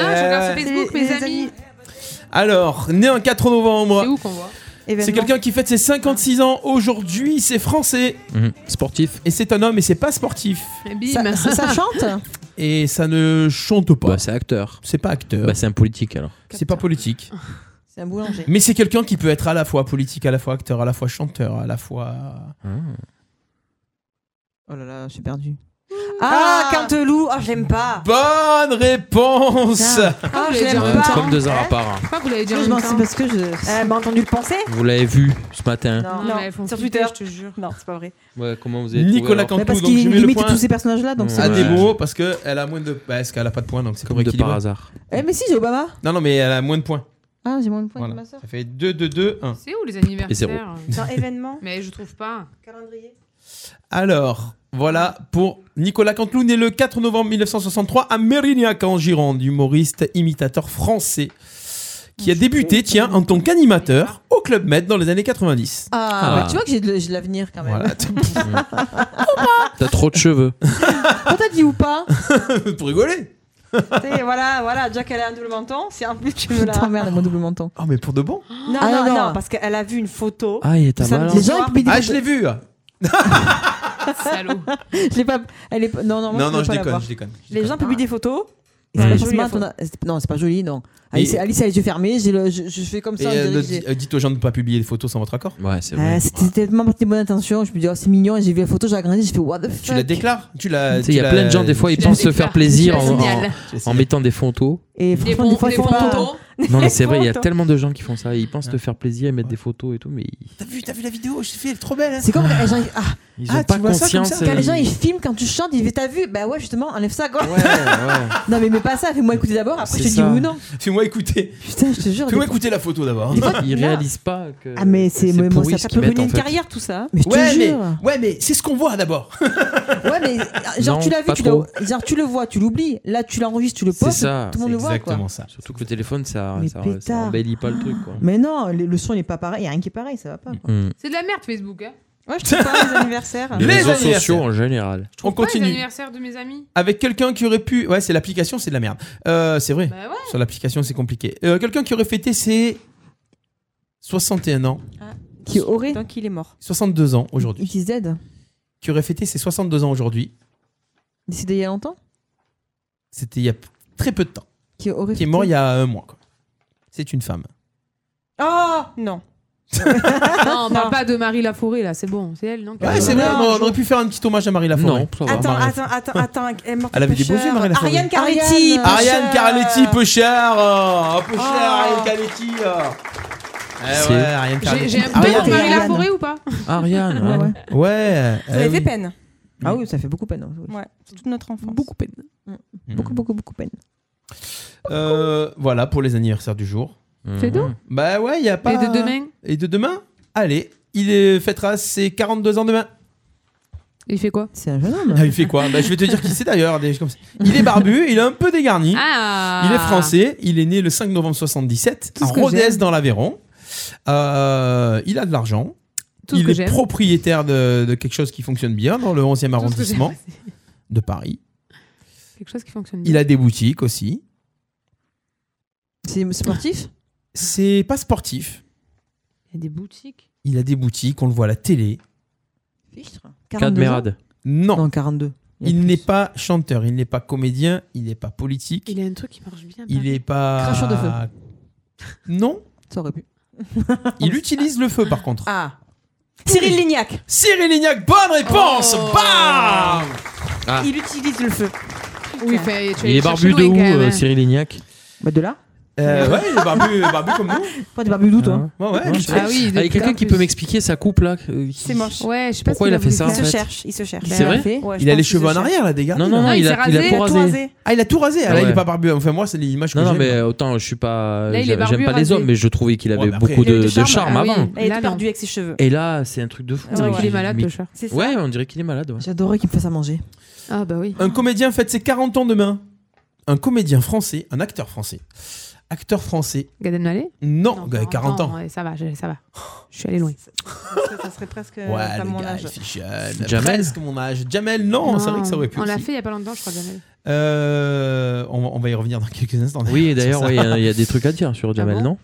Speaker 4: Non, je regarde sur Facebook,
Speaker 9: les-
Speaker 4: mes
Speaker 9: les
Speaker 4: amis.
Speaker 7: Alors, né un 4 novembre.
Speaker 4: C'est où qu'on voit
Speaker 7: C'est quelqu'un qui fête ses 56 ans aujourd'hui, c'est français.
Speaker 8: Mhm. Sportif.
Speaker 7: Et c'est un homme et c'est pas sportif.
Speaker 4: Et bim.
Speaker 9: Ça, ça- ça chante
Speaker 7: Et ça ne chante pas.
Speaker 8: Bah, c'est acteur.
Speaker 7: C'est pas acteur.
Speaker 8: Bah, c'est un politique alors.
Speaker 7: c'est pas politique.
Speaker 9: C'est un boulanger.
Speaker 7: Mais c'est quelqu'un qui peut être à la fois politique, à la fois acteur, à la fois chanteur, à la fois.
Speaker 9: Oh là là, je suis perdu. Ah, Canteloup, oh, j'aime
Speaker 7: Ah,
Speaker 9: pas.
Speaker 7: Bonne réponse
Speaker 9: Ah, je l'aime pas.
Speaker 8: Comme deux heures à part.
Speaker 4: Pourquoi vous l'avez dit en
Speaker 9: Je
Speaker 4: même
Speaker 9: m'en
Speaker 4: temps
Speaker 9: sais parce que je. Elle m'a entendu le penser
Speaker 8: Vous l'avez vu ce matin.
Speaker 9: Non,
Speaker 4: mais elles font
Speaker 9: sur
Speaker 4: flipper,
Speaker 9: Twitter,
Speaker 4: je te jure.
Speaker 9: Non, c'est pas vrai.
Speaker 8: Ouais, comment vous avez
Speaker 7: Nicolas
Speaker 8: trouvé, alors
Speaker 7: Cantou,
Speaker 9: Mais parce
Speaker 7: donc
Speaker 9: qu'il
Speaker 7: je mets le
Speaker 9: imite
Speaker 7: point.
Speaker 9: tous ces personnages-là, donc c'est
Speaker 7: à
Speaker 9: bon.
Speaker 7: des mots parce que elle a moins de parce qu'elle a pas de points donc c'est comme
Speaker 8: de par hasard.
Speaker 9: Eh, mais si, j'ai Obama.
Speaker 7: Non non mais elle a moins de points.
Speaker 9: Ah, j'ai moins de points
Speaker 7: Voilà.
Speaker 9: que ma soeur.
Speaker 7: Ça fait 2 2 2 1.
Speaker 4: Ah, C'est où
Speaker 7: Et
Speaker 4: les
Speaker 7: zéro.
Speaker 4: anniversaires
Speaker 10: Dans événements,
Speaker 4: Mais je trouve pas.
Speaker 10: calendrier.
Speaker 7: Alors, voilà pour Nicolas Canteloup, né le 4 novembre 1963 à Mérignac en Gironde, humoriste, imitateur français, qui a débuté, tiens, en tant qu'animateur au Club Med dans les années 90.
Speaker 9: Ah, bah, tu vois que j'ai de, j'ai de l'avenir quand même.
Speaker 7: Voilà.
Speaker 8: T'as trop de cheveux.
Speaker 9: Quand t'as dit ou pas
Speaker 7: Pour rigoler
Speaker 9: Tu sais, Voilà, voilà, Jack, elle a un double menton, c'est un peu tu veux là. Putain, merde, mon double menton.
Speaker 7: Oh mais pour de bon
Speaker 9: Non,
Speaker 10: Ah, non,
Speaker 9: non, non,
Speaker 10: non.
Speaker 9: parce qu'elle a vu une photo.
Speaker 8: Ah, il est à
Speaker 9: Samedi
Speaker 8: balance.
Speaker 9: soir.
Speaker 7: Ah je l'ai vu
Speaker 4: Salaud.
Speaker 9: Je l'ai pas. Elle est... Non, non, moi,
Speaker 7: Non
Speaker 9: je peux
Speaker 7: non je
Speaker 9: pas la
Speaker 7: déconne,
Speaker 9: voir.
Speaker 7: je déconne.
Speaker 9: Les gens publient des photos. et
Speaker 7: Ouais.
Speaker 9: c'est pas
Speaker 7: Et
Speaker 9: joli,
Speaker 7: Smart,
Speaker 9: la photo. C'est- Non, c'est pas joli, non.
Speaker 7: Et-
Speaker 9: Alice, Alice a les yeux fermés, j'ai le- je, je fais comme
Speaker 7: Et
Speaker 9: ça. on dirait
Speaker 7: euh,
Speaker 9: que j'ai-
Speaker 7: euh, dites aux gens de ne pas publier les photos sans votre accord.
Speaker 8: Ouais, c'est
Speaker 9: Euh, C'était tellement pour tes bonnes intentions. Je me dis, oh, c'est mignon. Et j'ai vu la photo, j'ai agrandi, j'ai fait, what the fuck.
Speaker 7: Tu la déclares Tu la
Speaker 8: Tu sais, Il y
Speaker 7: tu
Speaker 8: a
Speaker 7: la-
Speaker 8: plein de gens, des fois, ils
Speaker 7: tu
Speaker 8: pensent se
Speaker 7: la-
Speaker 8: faire plaisir en,
Speaker 4: Tu la signales.
Speaker 8: en- en mettant des photos.
Speaker 9: Et franchement, des fois, il faut pas.
Speaker 8: Non, mais c'est vrai, il y a tellement de gens qui font ça. Ils pensent te faire plaisir et mettre des photos et tout, mais ils-
Speaker 7: T'as vu, t'as vu la vidéo Je fait, elle est trop belle. hein.
Speaker 9: C'est comme quand les gens. Ah,
Speaker 8: ils
Speaker 7: Ah,
Speaker 8: ont
Speaker 7: tu
Speaker 8: pas
Speaker 7: vois ça comme
Speaker 8: conscience.
Speaker 7: ça
Speaker 9: quand les gens
Speaker 8: euh,
Speaker 9: ils filment quand tu chantes, ils disent T'as vu Bah ouais, justement, enlève ça quoi.
Speaker 8: Ouais, Ah, ouais.
Speaker 9: Non, mais, mais pas ça, fais-moi écouter d'abord, après je te
Speaker 8: C'est
Speaker 9: Ah, dis
Speaker 8: ça.
Speaker 9: oui ou non.
Speaker 7: Fais-moi écouter.
Speaker 9: Putain, je te jure.
Speaker 7: Fais-moi
Speaker 9: des- Ah,
Speaker 7: écouter la photo d'abord.
Speaker 9: Des fois,
Speaker 8: Ils
Speaker 9: non.
Speaker 8: réalisent pas que.
Speaker 9: Ah, mais c'est. moi,
Speaker 8: pourri
Speaker 9: ça,
Speaker 8: ce
Speaker 9: ça
Speaker 8: qu'ils
Speaker 9: peut
Speaker 8: mettent,
Speaker 9: ruiner
Speaker 8: en
Speaker 9: une
Speaker 8: fait.
Speaker 9: carrière tout ça. Mais je
Speaker 7: Ouais
Speaker 9: te
Speaker 7: mais,
Speaker 9: jure.
Speaker 7: ouais, mais c'est ce qu'on voit d'abord.
Speaker 9: Ouais, mais genre,
Speaker 8: Non,
Speaker 9: tu l'as vu,
Speaker 8: pas
Speaker 9: tu,
Speaker 8: trop.
Speaker 9: l'as- genre, tu le vois, tu l'oublies. Là, tu l'enregistres, tu le
Speaker 8: C'est
Speaker 9: postes, tout
Speaker 8: ça,
Speaker 9: le monde le voit quoi.
Speaker 7: Exactement ça.
Speaker 8: Surtout que le téléphone, ça,
Speaker 9: Mais
Speaker 8: ça, ça
Speaker 9: pétard.
Speaker 8: embellit pas le truc. Quoi.
Speaker 9: Mais non, le, le son il est pas pareil, y a rien qui est pareil, ça va pas. Quoi.
Speaker 8: Mm.
Speaker 4: C'est de la merde, Facebook. Hein.
Speaker 9: Ouais, je trouve pas les anniversaires.
Speaker 7: Les
Speaker 8: Les réseaux
Speaker 7: anniversaires.
Speaker 8: sociaux en général.
Speaker 7: On
Speaker 4: Pas les
Speaker 7: continue
Speaker 4: anniversaires de mes amis.
Speaker 7: avec quelqu'un qui aurait pu. Ouais, c'est l'application, c'est de la merde. Euh, c'est vrai.
Speaker 4: Bah ouais.
Speaker 7: Sur l'application, c'est compliqué. Euh, quelqu'un qui aurait fêté ses 61 ans,
Speaker 9: Qui aurait
Speaker 10: Donc il est mort.
Speaker 7: 62 ans aujourd'hui,
Speaker 9: XZ
Speaker 7: qui aurait fêté ses 62 ans aujourd'hui,
Speaker 9: décédé il y a longtemps
Speaker 7: c'était il y a très peu de temps,
Speaker 9: Qui aurait
Speaker 7: qui est mort il y a un mois. quoi. C'est une femme.
Speaker 10: Oh non.
Speaker 4: Non, on parle
Speaker 10: Non.
Speaker 4: pas de Marie Laforêt là, c'est bon, c'est elle, non
Speaker 9: Bah
Speaker 4: qui a-
Speaker 7: Ouais, c'est vrai, on aurait pu faire un petit hommage à Marie Laforêt.
Speaker 8: Non, ça va.
Speaker 10: Attends,
Speaker 7: Marie-
Speaker 10: attends, attends, attends, elle est morte
Speaker 7: Elle avait des beaux
Speaker 10: pêcheur.
Speaker 7: yeux, Marie Laforêt.
Speaker 10: Ariane Carletti.
Speaker 9: Ariane.
Speaker 7: Ariane Carletti, peu cher oh, Peu cher,
Speaker 10: Ah.
Speaker 7: Ariane Carletti oh. Eh
Speaker 8: C'est-
Speaker 7: ouais, Ariane
Speaker 4: J'ai-
Speaker 7: Carletti.
Speaker 4: J'ai un peu
Speaker 9: Ah, Ariane.
Speaker 4: pour Marie
Speaker 9: Ariane.
Speaker 4: Laforêt ou pas
Speaker 8: Ariane. hein.
Speaker 9: ouais.
Speaker 7: Ouais. euh,
Speaker 10: Ça avait fait peine.
Speaker 9: Ah oui, ça fait beaucoup peine. oui. Mm.
Speaker 10: Ouais, c'est toute notre enfance.
Speaker 4: Beaucoup peine.
Speaker 9: Beaucoup, beaucoup, beaucoup peine.
Speaker 7: Euh, voilà pour les anniversaires du jour.
Speaker 4: C'est tout
Speaker 7: Bah ouais, il y a pas.
Speaker 4: Et de demain,
Speaker 7: Et de demain Allez, il est- fêtera ses 42 ans demain.
Speaker 4: il fait quoi
Speaker 9: C'est un jeune homme.
Speaker 7: Ah, il fait quoi bah, Je vais te dire qui c'est d'ailleurs. des- comme ça. Il est barbu, il est un peu dégarni.
Speaker 4: Ah
Speaker 7: Il est français, il est né le 5 novembre 77
Speaker 4: Tout
Speaker 7: à
Speaker 4: ce que
Speaker 7: Rodez
Speaker 4: j'aime.
Speaker 7: dans l'Aveyron. Euh, il a de l'argent.
Speaker 4: Tout ce
Speaker 7: il
Speaker 4: que
Speaker 7: est
Speaker 4: j'aime.
Speaker 7: propriétaire de, de quelque chose qui fonctionne bien dans le 11e
Speaker 4: Tout ce que j'aime.
Speaker 7: arrondissement de Paris.
Speaker 4: Quelque chose qui fonctionne bien.
Speaker 7: Il a des boutiques aussi.
Speaker 9: C'est sportif
Speaker 7: C'est pas sportif.
Speaker 4: Il y a des boutiques.
Speaker 7: Il a des boutiques, on le voit à la télé.
Speaker 9: Fichtre. 42 ans
Speaker 8: Cadmerade.
Speaker 7: Non,
Speaker 9: Non, 42. y a
Speaker 7: il
Speaker 9: plus.
Speaker 7: n'est pas chanteur, il n'est pas comédien, il n'est pas politique,
Speaker 4: Il a un truc qui marche bien.
Speaker 7: il n'est pas.
Speaker 9: Cracheur de feu.
Speaker 7: Non,
Speaker 9: Ça aurait pu.
Speaker 7: il utilise le feu par contre.
Speaker 9: Ah Cyril Lignac
Speaker 7: Cyril Lignac, bonne réponse
Speaker 4: Oh.
Speaker 7: Bam
Speaker 8: Ah.
Speaker 9: Il utilise le feu.
Speaker 4: Oui, il fait- tu
Speaker 8: Il
Speaker 4: vas
Speaker 8: est
Speaker 4: aller chercher
Speaker 8: barbu de
Speaker 4: loin,
Speaker 8: où,
Speaker 4: quand même,
Speaker 8: euh,
Speaker 4: hein.
Speaker 8: Cyril Lignac
Speaker 9: Bah de là
Speaker 7: Euh, Ouais, il est barbu, barbu comme nous.
Speaker 9: Pas des barbus doux, toi.
Speaker 7: Ouais, ouais,
Speaker 8: Non,
Speaker 7: je
Speaker 8: je
Speaker 7: sais.
Speaker 8: sais pas.
Speaker 4: Ah oui,
Speaker 8: Ah, il y a quelqu'un
Speaker 4: en
Speaker 8: qui
Speaker 4: plus.
Speaker 8: peut m'expliquer sa coupe là euh, qui-
Speaker 10: C'est moche.
Speaker 4: Ouais, je sais pas
Speaker 8: Pourquoi
Speaker 4: ce
Speaker 8: il a
Speaker 4: qu'il
Speaker 8: fait ça,
Speaker 4: voulu
Speaker 10: Il
Speaker 8: en
Speaker 10: se
Speaker 8: fait.
Speaker 10: cherche, il se cherche.
Speaker 9: Ben,
Speaker 7: C'est vrai
Speaker 9: fait.
Speaker 10: Ouais, je
Speaker 7: Il a les
Speaker 10: pense qu'il se
Speaker 7: cheveux en
Speaker 10: cherche. Ah,
Speaker 7: arrière là, des gars.
Speaker 8: Non, non, non,
Speaker 4: il
Speaker 8: il
Speaker 4: s'est
Speaker 8: a, il a
Speaker 4: rasé.
Speaker 8: tout
Speaker 10: Il a tout
Speaker 8: rasé.
Speaker 10: rasé.
Speaker 7: Ah, il a tout rasé. Ah, là,
Speaker 8: Ouais.
Speaker 7: il est pas barbu. Enfin, moi, c'est l'image que
Speaker 8: Non, non,
Speaker 7: j'ai.
Speaker 8: mais euh, autant je suis pas.
Speaker 4: Là, il est
Speaker 8: J'aime
Speaker 4: barbu
Speaker 8: j'aime pas les
Speaker 4: rasé.
Speaker 8: hommes, mais je trouvais qu'il
Speaker 7: Ouais,
Speaker 8: avait
Speaker 7: mais après,
Speaker 8: beaucoup
Speaker 10: il avait
Speaker 8: de,
Speaker 10: du
Speaker 8: de
Speaker 10: charme.
Speaker 8: charme
Speaker 4: Ah oui.
Speaker 8: avant.
Speaker 10: Elle
Speaker 4: Là,
Speaker 10: était
Speaker 4: non.
Speaker 10: perdue avec ses cheveux.
Speaker 8: Et là, c'est un truc de fou.
Speaker 4: On dirait
Speaker 10: Ouais,
Speaker 4: qu'il est malade,
Speaker 8: Mais-
Speaker 4: le chat.
Speaker 10: C'est ça.
Speaker 8: Ouais, on dirait qu'il est malade. ouais.
Speaker 9: J'adorerais qu'il me fasse à manger.
Speaker 4: Ah bah oui.
Speaker 7: Un comédien fête ses 40 ans demain. Un comédien français, un acteur français. Acteur français.
Speaker 4: Gad Elmaleh
Speaker 7: Non, gars, 40 ans.
Speaker 4: ouais, ça va, je- ça va. Je suis allé loin.
Speaker 10: Ça, ça serait presque
Speaker 7: Ouais,
Speaker 10: à
Speaker 7: le
Speaker 10: euh, mon
Speaker 7: gars,
Speaker 10: âge.
Speaker 7: il fait jeune.
Speaker 8: Jamel.
Speaker 7: Presque mon âge. Jamel, non, c'est vrai que ça aurait pu.
Speaker 4: On l'a
Speaker 7: aussi.
Speaker 4: fait il y a pas longtemps, je crois, Jamel.
Speaker 7: Euh, on, va- on va y revenir dans quelques instants.
Speaker 8: Oui, et
Speaker 7: Sur
Speaker 8: d'ailleurs,
Speaker 7: ça.
Speaker 8: ouais, il y a- il y, a des trucs à dire sur Jamel,
Speaker 4: Ah bon Ah
Speaker 8: non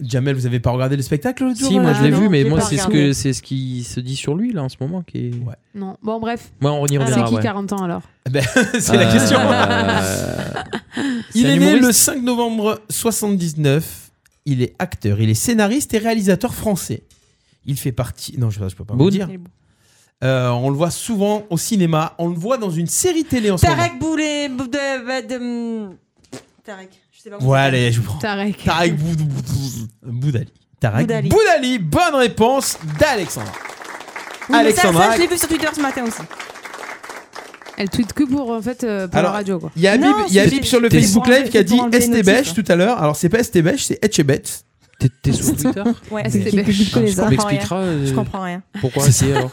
Speaker 7: Jamel, vous avez pas regardé le spectacle l'autre jour
Speaker 8: Si, moi
Speaker 7: là
Speaker 8: je l'ai
Speaker 10: non,
Speaker 8: vu, mais
Speaker 10: j'ai
Speaker 8: moi
Speaker 10: pas
Speaker 8: c'est ce, que,
Speaker 10: regardé.
Speaker 8: c'est ce qui se dit sur lui là en ce moment. Qui est...
Speaker 7: Ouais.
Speaker 4: Non. Bon, bref.
Speaker 8: Ouais, on y
Speaker 4: C'est
Speaker 8: reviendra.
Speaker 4: qui
Speaker 8: ouais.
Speaker 4: 40 ans alors
Speaker 7: Ben, c'est la
Speaker 8: Euh,
Speaker 7: question. Il
Speaker 8: un
Speaker 7: est né
Speaker 8: humoriste
Speaker 7: le 5 novembre 79. Il est acteur, il est scénariste et réalisateur français. Il fait partie. Non, je, je peux pas vous
Speaker 8: Boone
Speaker 7: dire. Euh, on le voit souvent au cinéma. On le voit dans une série télé en ce moment.
Speaker 10: Tarek Boulet. De, de- de- Tarek. Je sais pas
Speaker 7: Ouais, allez, je prends.
Speaker 4: Tarek.
Speaker 7: Tarek Boud- Boud- Boudali. Tarek
Speaker 10: Boudali.
Speaker 7: Boudali. Bonne réponse d'Alexandra.
Speaker 10: Oui, mais ça-
Speaker 7: Alexandra.
Speaker 10: Ça, je l'ai vu sur Twitter ce matin aussi.
Speaker 4: Elle tweet que pour, en fait, euh, pour la radio. quoi.
Speaker 7: Il y a Habib, il y a Habib sur le Facebook Live qui a dit Estébèche tout à l'heure. Alors, c'est pas Estébèche, c'est Etchebet.
Speaker 8: T'es sur Twitter
Speaker 10: Ouais,
Speaker 4: c'est
Speaker 10: qui publie tous
Speaker 7: Ah,
Speaker 10: les
Speaker 7: tu
Speaker 10: ans.
Speaker 7: m'expliqueras, euh,
Speaker 10: Je comprends rien.
Speaker 8: pourquoi essayer, alors